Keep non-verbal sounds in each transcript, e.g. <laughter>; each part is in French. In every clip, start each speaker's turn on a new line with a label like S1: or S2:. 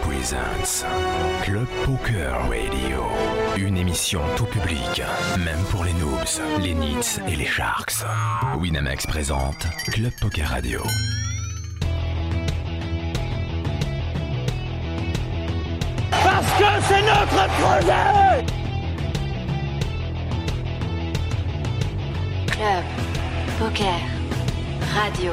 S1: Presents Club Poker Radio. Une émission tout public, même pour les noobs, les nits et les sharks. Winamax présente Club Poker Radio.
S2: Parce que c'est notre projet
S3: Club, poker, radio.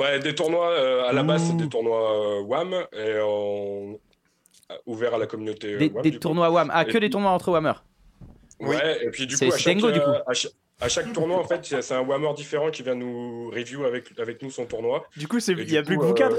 S4: ouais, des tournois, euh, à la base, c'est
S5: Ouh.
S4: des tournois euh, WAM et on- euh, ouvert à la communauté euh,
S6: Des,
S4: WAM.
S6: des
S4: du coup.
S6: tournois WAM. Ah, que
S4: Et-
S6: des tournois entre Whammer.
S4: Ouais, et puis du
S6: C'est-
S4: coup, à
S6: c'est
S4: chaque,
S6: dingo, du coup.
S4: euh, à cha- à chaque tournoi, en fait, c'est c'est un Whammer différent qui vient nous review avec, avec nous son tournoi.
S5: Du coup, c'est-
S4: Et
S5: il n'y a
S4: du
S5: plus
S4: coup,
S5: que vous
S4: euh,
S5: quatre.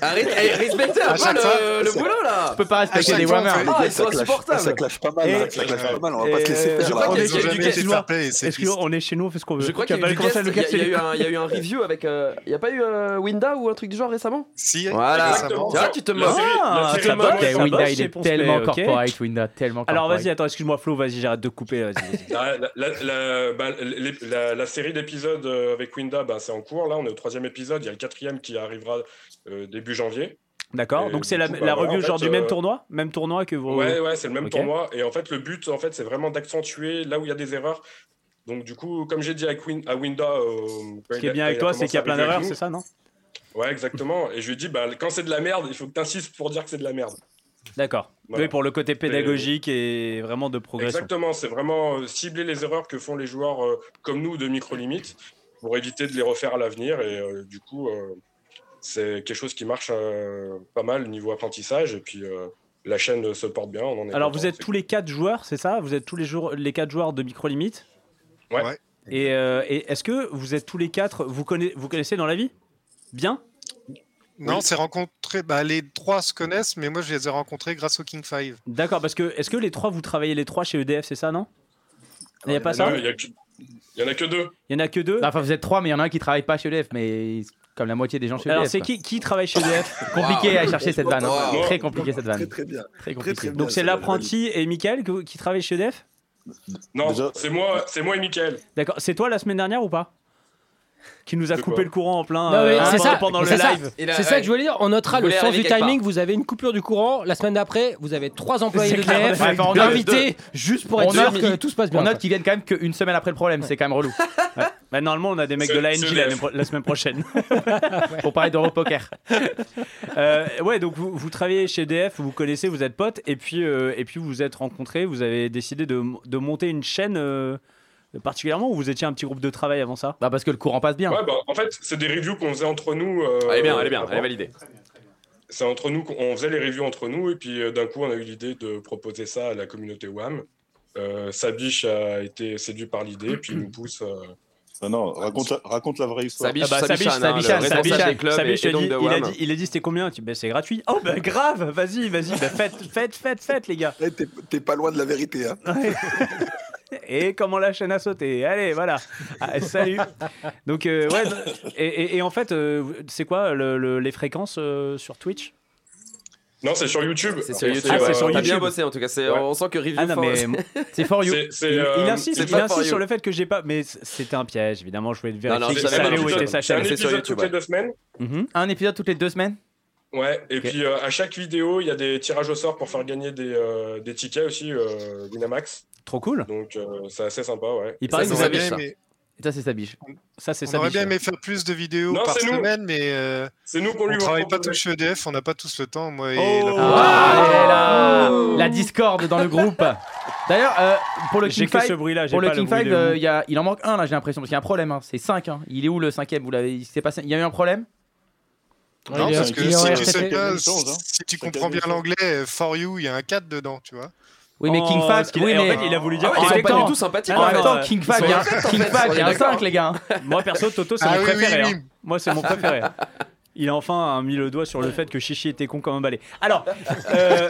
S7: Arrête, eh, respectez un
S8: À
S7: peu
S8: chaque fois,
S7: le- le boulot là.
S6: On peut pas
S8: À
S6: respecter
S8: chaque
S6: les
S8: fois, on
S6: Whammer.
S8: fait-
S7: Ah,
S8: les
S7: ils sont insupportables.
S9: clash pas mal.
S5: Et-
S9: hein, ça clash pas mal, on
S5: Et-
S9: va pas se laisser
S5: Je
S9: faire.
S7: crois
S9: là.
S7: qu'il y a
S8: Ils ont
S7: du
S8: jamais
S7: guest,
S8: été
S5: moi.
S8: fair play, c'est
S5: Est-ce
S8: triste.
S5: qu'on est chez nous, on fait ce qu'on veut
S7: Je crois
S5: Tu
S7: qu'il y
S5: as
S7: a eu
S5: pas
S7: du
S5: commencé à
S7: guest,
S5: nous
S7: il y a-
S5: casser
S7: il y a
S5: les
S7: eu un- il y a
S5: Ah,
S7: eu un review avec. euh, Il n'y a pas eu euh, Winda ou un truc du genre récemment
S8: Si,
S7: Voilà.
S8: récemment.
S7: Tiens, tu te
S4: La
S7: moques.
S4: série- la
S5: Ah,
S4: série
S5: ça
S4: Whammer,
S5: bloque,
S4: ils
S5: ça
S4: sont-
S5: bloque.
S6: Winda,
S5: bosse,
S6: il
S5: c'est
S6: est
S5: pour se
S6: tellement
S5: payer, ok.
S6: corporate, Winda, tellement
S5: Alors
S6: corporate.
S5: vas-y, attends, excuse-moi Flo, vas-y, j'arrête de couper. vas-y, vas-y.
S4: La, la- la- la- bah, les- la- la série d'épisodes euh, avec Winda, bah, c'est en cours. Là, on est au troisième épisode. Il y a le quatrième qui arrivera euh, début janvier.
S5: D'accord,
S4: Et
S5: donc
S4: du
S5: c'est la,
S4: coup, bah voilà,
S5: la revue
S4: en fait,
S5: genre du même
S4: euh,
S5: tournoi Même tournoi que vous.
S4: Ouais, ouais, c'est le même
S5: Oh. Ok.
S4: tournoi. Et en fait, le but, en fait, c'est vraiment d'accentuer là où il y a des erreurs. Donc, du coup, comme j'ai dit à, Quin- à Winda, euh, quand
S5: Ce qui
S4: il
S5: est
S4: a-
S5: bien
S4: quand
S5: avec
S4: il a
S5: toi, c'est
S4: commencé
S5: qu'il y a
S4: à
S5: plein
S4: review avec
S5: d'erreurs,
S4: nous.
S5: c'est ça, non
S4: Ouais, exactement. Et je lui ai dit, bah, quand c'est de la merde, il faut que t'insistes pour dire que c'est de la merde.
S5: D'accord.
S4: Voilà.
S5: Oui, pour le côté pédagogique et vraiment de progression.
S4: Exactement, c'est vraiment euh, cibler les erreurs que font les joueurs euh, comme nous de micro-limite pour éviter de les refaire à l'avenir. Et euh, du coup, euh, c'est quelque chose qui marche euh, pas mal au niveau apprentissage. Et puis, euh, la chaîne se porte bien. On en est
S5: Alors,
S4: content,
S5: vous êtes
S4: c'est
S5: tous les quatre joueurs, c'est ça Vous êtes tous les, jours, les quatre joueurs de Micro Limite
S4: Ouais.
S8: Ouais.
S5: Et, euh, et est-ce que vous êtes tous les quatre, vous, conna- vous connaissez dans la vie Bien
S8: Non, c'est rencontré. Bah, les trois se connaissent, mais moi je les ai rencontrés grâce au King 5.
S5: D'accord, parce que est-ce que les trois, vous travaillez les trois chez EDF, c'est ça, non Il n'y a pas
S4: cool.
S5: ça
S4: Ouais, Il y, a que- il y en a que deux.
S5: Il n'y en a que deux
S6: Enfin, vous êtes trois, mais il y en a un qui travaille pas chez EDF, mais comme la moitié des gens chez
S5: Alors,
S6: EDF.
S5: c'est qui, qui travaille chez
S10: <laughs>
S5: EDF
S10: Ah,
S6: Compliqué à chercher cette
S5: hein.
S6: vanne.
S4: Wow.
S6: Très compliqué cette vanne.
S10: Très très bien.
S6: Très
S10: Très
S6: compliqué.
S10: très bien.
S5: Donc, c'est
S10: la
S5: l'apprenti et Michael que- qui travaille chez EDF
S4: Non,
S9: Déjà-
S4: c'est moi, c'est moi et Mickaël.
S5: D'accord, c'est toi la semaine dernière ou pas Qui nous a
S4: De
S5: coupé
S4: quoi
S5: le courant en plein
S11: Non, mais
S5: euh,
S11: c'est
S5: pendant-
S11: ça,
S5: pendant
S11: mais
S5: le
S11: c'est ça.
S5: live.
S10: Et
S11: C'est
S10: là,
S11: ça
S10: ouais.
S11: que je voulais dire. On notera
S10: Vous
S11: le
S10: voulez
S11: sens
S10: arriver
S11: du
S10: quelque
S11: timing. Vous avez une coupure du courant. La semaine d'après, vous avez trois employés
S5: C'est
S11: de
S5: clair.
S11: l'EDF
S6: Ouais, enfin, on note
S11: invités juste pour
S6: On
S11: être sûr
S6: note-
S11: que tout se passe bien.
S6: On note qu'ils viennent quand même qu'une semaine après le problème, c'est quand
S11: <laughs>
S6: même relou.
S5: Bah, normalement, on a des mecs
S4: C'est-
S5: de l'ANJ
S4: c'est
S5: la,
S4: EDF.
S5: même pro- la
S4: <laughs>
S5: semaine prochaine.
S6: Pour parler d'Europoker.
S5: Euh, ouais, donc vous, vous travaillez chez EDF, vous vous connaissez, vous êtes potes, et puis, euh, et puis vous vous êtes rencontrés, vous avez décidé de, de monter une chaîne euh, particulièrement, ou vous étiez un petit groupe de travail avant ça
S6: Bah, parce que le courant passe bien.
S4: Ouais, bah, en fait, c'est des reviews qu'on faisait entre nous. euh,
S10: Elle est bien, elle est bien,
S4: avant.
S10: elle est validée.
S4: C'est entre nous qu'on on faisait les reviews entre nous et puis euh, d'un coup on a eu l'idée de proposer ça à la communauté WAM. Euh, Sabiche a été séduit par l'idée puis il nous pousse. euh,
S9: Non, non, raconte la, raconte la vraie histoire.
S10: Sabiche,
S6: Ah bah, Sabiche,
S10: Sabichan, hein,
S6: Sabichan,
S10: le responsable
S6: Sabichan,
S10: des clubs
S5: Sabiche
S10: et,
S5: a
S10: et donc
S5: dit-
S10: de
S5: il, a
S10: WAM.
S5: dit, il a dit c'était combien Tu dis, bah, c'est gratuit. Oh bah grave, vas-y, vas-y, bah,
S10: <laughs>
S5: faites, faites, faites, faites les gars.
S10: Eh, T'es t'es pas loin de la vérité.
S5: <laughs>
S10: Hein.
S5: Et comment la chaîne a sauté Allez, voilà. Ah, salut. Donc euh, ouais. Et, et- et en fait, euh, c'est quoi le- le- les fréquences euh, sur Twitch
S4: Non, c'est sur YouTube.
S10: C'est sur YouTube.
S5: Ah, c'est
S10: ouais.
S5: sur
S10: T'as
S5: YouTube.
S10: bien bossé en tout cas. c'est-
S4: Ouais.
S10: On sent que Review
S5: Ah non
S10: Force-
S5: <laughs> mais
S6: C'est for you.
S4: C'est- c'est,
S5: Il,
S4: euh,
S5: il insiste,
S10: c'est
S5: il
S10: pas
S5: insiste
S10: for you.
S5: sur le fait que j'ai pas. Mais c- c'était un piège, évidemment. Je voulais vérifier
S10: Non, non,
S5: qu'il
S10: je savais
S5: savait
S10: pas
S5: où
S10: du tout.
S5: était sa
S4: C'est un
S5: chaîne.
S10: C'est sur
S4: épisode
S10: YouTube,
S4: toutes les
S10: ouais.
S4: deux semaines.
S5: Mhm.
S6: Un épisode toutes les deux semaines.
S4: Ouais, et
S5: Ok.
S4: puis euh, à chaque vidéo, il y a des tirages au sort pour faire gagner des, euh, des tickets aussi, euh, Winamax.
S5: Trop cool.
S4: Donc euh, c'est assez sympa, ouais.
S5: Il
S10: Ça,
S5: paraît
S10: c'est
S5: que vous
S10: sa
S5: avez.
S10: biche, ça.
S8: aimé,
S6: Ça, c'est sa biche.
S5: Ça, c'est
S8: on
S5: ça.
S8: aurait bien
S5: Michel.
S8: aimé faire plus de vidéos
S4: Non,
S8: par
S4: c'est nous.
S8: semaine, mais euh,
S4: C'est nous qu'on
S8: on
S4: lui
S8: travaille pas
S4: propose.
S8: tous chez EDF, on n'a pas tous le temps. Moi et
S5: Oh.
S8: la-
S6: Ah, elle est là. La discorde dans le groupe. D'ailleurs, euh, pour le
S5: J'ai
S6: King
S5: que ce
S6: Five,
S5: bruit-là. J'ai
S6: pour le
S5: pas
S6: King
S5: bruit
S6: Five,
S5: de-
S6: euh, il y a- il en manque un là, j'ai l'impression, parce qu'il y a un problème. hein. C'est 5. Il est où le cinquième Vous l'avez, il s'est passé. Il y a eu un problème.
S8: Non,
S11: Il est-
S8: parce
S11: il
S8: que
S11: est en
S8: si tu,
S11: RTT.
S8: sais bien,
S9: Change, hein.
S8: si tu
S9: Chacun
S8: comprends bien
S9: des choses.
S8: l'anglais, euh, for you, il y a un 4 dedans, tu vois.
S6: Oui, mais
S5: Oh,
S6: King Five.
S5: ce qu'il-
S6: oui,
S5: et en
S6: mais-
S5: fait, il a voulu dire.
S10: Ah ouais,
S6: en
S10: ils
S6: même
S10: sont pas
S6: temps-
S10: du tout sympathiques.
S5: Ah,
S6: En
S10: en
S6: hein. même
S10: fait.
S5: attends,
S6: temps, King Five, il y a
S10: en fait,
S6: un- King
S10: on est
S6: Five, il y a un
S10: d'accord.
S6: 5, les gars.
S5: Moi perso, Toto, c'est
S8: Ah
S5: mon
S8: oui, oui,
S5: préféré.
S8: oui.
S5: hein. Moi, c'est mon
S8: <laughs>
S5: préféré. Il a enfin hein, mis le doigt sur le fait que Chichi était con comme un balai.
S8: <laughs>
S5: Alors, euh,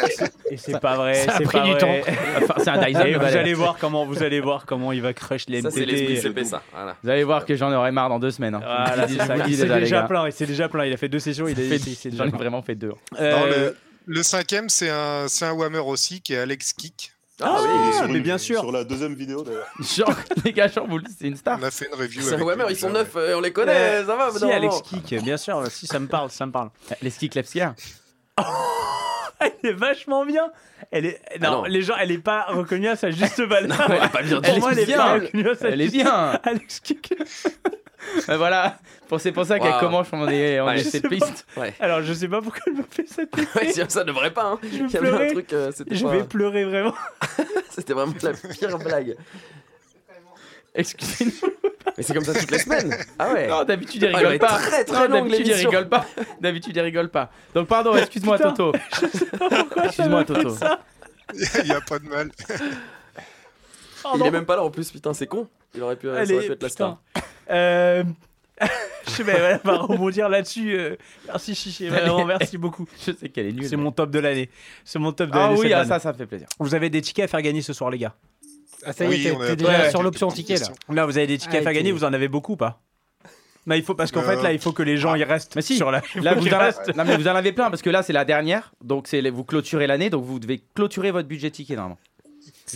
S5: et c'est pas vrai.
S6: Ça a
S5: c'est
S6: pris
S5: pas
S6: du
S5: vrai.
S6: Enfin, c'est
S5: <laughs>
S6: un Dyson.
S5: Et
S6: le
S5: vous
S6: balai.
S5: allez voir comment vous allez voir comment il va crush les
S10: Ça, c'est
S5: MTT.
S10: l'esprit CP, ça. Voilà.
S6: Vous allez voir que j'en aurai marre dans deux semaines. hein.
S5: Voilà, c'est
S6: Je vous
S5: ça.
S6: le dis
S5: Il s'est
S6: déjà, les
S5: déjà
S6: gars.
S5: plein. Il s'est déjà plein. Il a fait deux sessions. Il, a-
S6: Fait-
S5: il s'est déjà
S6: J'en ai
S5: plaint.
S6: vraiment fait deux.
S8: Non,
S5: Euh,
S8: le, le cinquième, c'est un, c'est un Whammer aussi, qui est Alex Kick.
S10: Ah
S5: Ah,
S10: oui.
S9: Et sur
S5: mais bien sûr.
S9: Sur la deuxième vidéo d'ailleurs.
S6: Genre, <laughs> les gars, genre, vous le- c'est une star.
S8: On a fait une review.
S10: C'est un
S8: avec
S10: Whammer,
S8: lui,
S10: ils sont
S8: déjà,
S10: neufs, euh, on les connaît, ça va.
S5: Si
S10: normalement.
S5: Alex
S6: euh,
S5: Kick, bien sûr, si ça me parle, ça me parle.
S6: Les ski Klepsia.
S5: <laughs> Elle est vachement bien. Elle est non,
S10: Ah non.
S5: les gens, elle est pas reconnue à
S6: <laughs>
S5: sa juste valeur.
S10: Ouais, pas bien
S5: Pour
S6: Elle
S5: moi,
S6: est
S5: elle est
S6: bien.
S5: pas reconnue à sa
S6: Elle est
S5: juste-
S6: bien.
S5: Alex Kick.
S6: Ben voilà, Pour- c'est pour ça qu'elle
S10: Waouh.
S6: commence on est, on
S10: Ouais.
S6: est
S9: <laughs>
S10: Je
S6: cette
S5: sais
S6: piste.
S10: Ouais. <laughs>
S5: <laughs> Alors, je sais pas pourquoi elle me fait cette
S10: Ouais, si, ça devrait pas. Hein.
S5: Je vais
S10: Il y avait
S5: pleurer.
S10: un truc, euh, c'était
S5: Je
S10: pas-
S5: vais pleurer vraiment.
S10: <laughs> c'était vraiment la pire blague.
S6: Excusez-nous.
S10: Mais c'est comme ça toutes les semaines. Ah ouais.
S6: Non, d'habitude, il
S10: Ah,
S6: rigole
S10: elle est
S6: pas.
S10: très, très
S6: Non,
S10: longue,
S6: D'habitude, il
S10: l'émission.
S6: rigole pas. <laughs> D'habitude, il rigole pas. Donc, <laughs> pardon, excuse-moi,
S5: Putain.
S6: Toto.
S5: Pourquoi ça
S6: Excuse-moi,
S5: me fait
S6: Toto.
S5: ça
S8: ouais. <laughs> Il n'y a pas de mal.
S10: <laughs> Il
S5: Pardon.
S10: est même pas là en plus, putain, c'est con. Il aurait pu,
S5: Elle
S10: ça aurait
S5: est-
S10: pu être la
S5: putain.
S10: star.
S5: Euh, <laughs> Je sais pas, elle va rebondir là-dessus. euh, Merci Chichi, vraiment, merci beaucoup.
S6: <laughs> Je sais qu'elle est nulle.
S5: C'est mon top de l'année. C'est mon top de
S6: Ah
S5: l'année.
S6: oui,
S5: cette
S6: ah,
S5: année.
S6: ça, ça me fait plaisir.
S5: Vous avez des tickets à faire gagner ce soir, les gars.
S11: Ah, ça y est,
S8: Oui,
S11: t'es-
S8: on a-
S11: t'es déjà
S5: Ouais.
S11: sur l'option ticket là.
S5: Là, vous avez des tickets à
S11: Ah,
S5: faire
S11: ok.
S5: gagner, vous en avez beaucoup ou pas Là, il faut parce qu'en
S8: Euh,
S5: fait là, il faut que les gens y restent
S6: Ah. Mais si.
S5: sur la.
S6: Là,
S5: il faut
S6: vous
S5: qu'ils
S6: en,
S5: restent.
S6: non, mais vous en avez plein parce que là, c'est la dernière. Donc, c'est les- vous clôturez l'année. Donc, vous devez clôturer votre budget ticket normalement.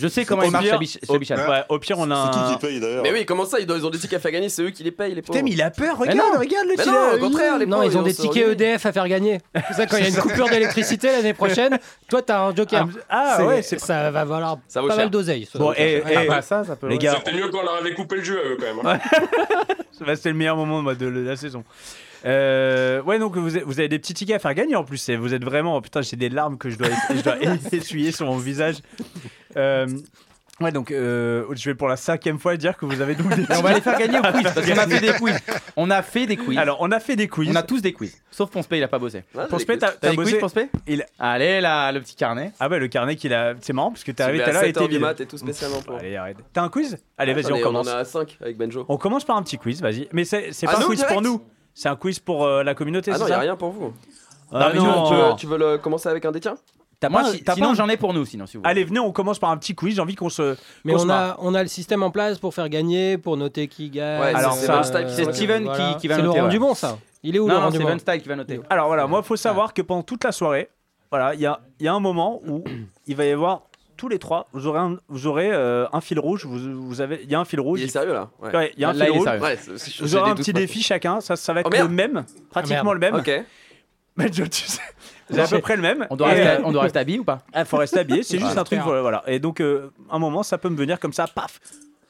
S6: Je sais comment
S5: Au
S6: il marche,
S5: pire-
S6: Sabich-
S5: au-
S6: Sabichan.
S5: Ouais, au pire, on a.
S9: C'est qui
S5: un-
S9: qui paye d'ailleurs
S10: Mais oui, comment ça Ils ont ils ont des tickets à faire gagner, c'est eux qui les payent, les pauvres.
S5: Putain, mais il a peur. Regarde,
S6: non.
S5: regarde le.
S10: Mais
S5: petit-
S10: non, au contraire, les
S11: Non,
S10: pauvres,
S11: ils ont des
S10: se
S11: tickets
S10: organisent.
S11: EDF à faire gagner. <laughs> C'est ça, quand il y a une coupure d'électricité l'année prochaine, toi t'as un joker.
S5: Ah ouais, c'est.
S11: ça va valoir
S10: Ça vaut
S11: pas mal
S10: cher.
S11: d'oseille. ce
S5: Bon,
S11: joker.
S5: et,
S6: Ah, bah, ça, ça peut.
S5: les gars,
S4: C'était mieux quand on leur avait coupé le jeu à eux quand même. hein.
S5: Bah, c'est le meilleur moment moi, de la saison. Euh, ouais, donc vous avez, vous avez des petits tickets à faire gagner en plus. c'est- Vous êtes
S6: <laughs>
S5: <laughs> vraiment. Putain, j'ai des larmes que je dois, je dois essuyer sur mon visage. Euh, Ouais, donc euh, je vais pour la cinquième fois dire que vous avez doublé.
S6: Et on va les faire gagner au
S5: <laughs>
S6: quiz, parce qu'on a fait des quiz. On a fait des quiz.
S5: Alors, on a fait des quiz.
S6: On a tous des quiz. Sauf Ponce P, il a pas bossé.
S5: Ponce P, t'as
S6: T'as
S5: t'as
S6: des
S5: bossé.
S6: quiz, Ponce P
S5: Il-
S6: Allez là, le petit carnet.
S5: Ah ouais, le carnet qu'il a. C'est marrant parce que t'es arrivé
S10: Mais
S5: Ah tout à
S10: à
S5: l'heure, il
S10: 7 heures
S5: était
S10: du
S5: vide.
S10: mat et tout spécialement pour.
S5: Allez, arrête. T'as un quiz Allez, vas-y, on
S10: Attendez,
S5: commence.
S10: On en a 5 avec Benjo.
S5: On commence par un petit quiz, vas-y. Mais c'est c'est
S10: Ah
S5: pas un
S10: non,
S5: quiz
S10: direct
S5: pour nous. C'est un quiz pour euh, la communauté,
S10: Ah
S5: c'est
S10: non, y a
S5: ça
S10: rien pour vous.
S5: Ah
S10: Ah, mais tu veux-
S5: non.
S10: Tu, veux, tu veux le commencer avec un des tiens Ah,
S5: T'as
S6: Moi,
S5: pas- Ah,
S6: si-
S5: t'as
S6: sinon
S5: pas-
S6: j'en ai pour nous, sinon si vous voulez.
S5: Allez, venez, on commence par un petit quiz. J'ai envie qu'on se.
S11: Mais
S5: qu'on se
S11: on
S5: marre.
S11: a, on a le système en place pour faire gagner, pour noter qui gagne.
S10: Ouais,
S5: Alors,
S10: c'est
S5: ça,
S10: Van Style qui
S11: euh,
S10: s'en
S6: C'est
S10: occupe.
S6: Steven
S11: Voilà.
S6: qui, qui va
S11: C'est
S6: noter.
S11: Laurent
S6: ouais.
S11: Dubon, ça. Il est où,
S6: Non,
S11: Laurent
S6: non, c'est
S11: Dubon
S6: Van Style qui va noter.
S5: Alors voilà, moi, faut savoir que pendant toute la soirée, voilà, il y a, il y a un moment où il va y avoir tous les trois, vous aurez un, vous aurez, euh, un fil rouge. Vous, vous avez, il y a un fil rouge.
S10: Il est sérieux là Ouais.
S5: Ouais, il y a un
S6: Là,
S5: fil
S6: il est
S5: rouge.
S6: sérieux.
S10: Ouais, c'est- c'est- j'ai
S5: Vous aurez
S10: des
S5: un
S10: doutes
S5: petit
S10: maintenant.
S5: défi chacun. Ça, ça va être
S10: Oh, merde.
S5: le même, pratiquement
S11: Ah, merde.
S5: le même.
S10: Ah, Ok.
S5: Mais Joe, tu sais, c'est à peu près le même.
S6: On doit
S5: Et,
S6: rester,
S5: euh,
S6: on doit rester habillé ou pas
S5: <laughs> Ah, faut rester habillé, c'est juste
S11: Ouais.
S5: un truc, voilà. voilà. Et donc, euh, un moment, ça peut me venir comme ça, paf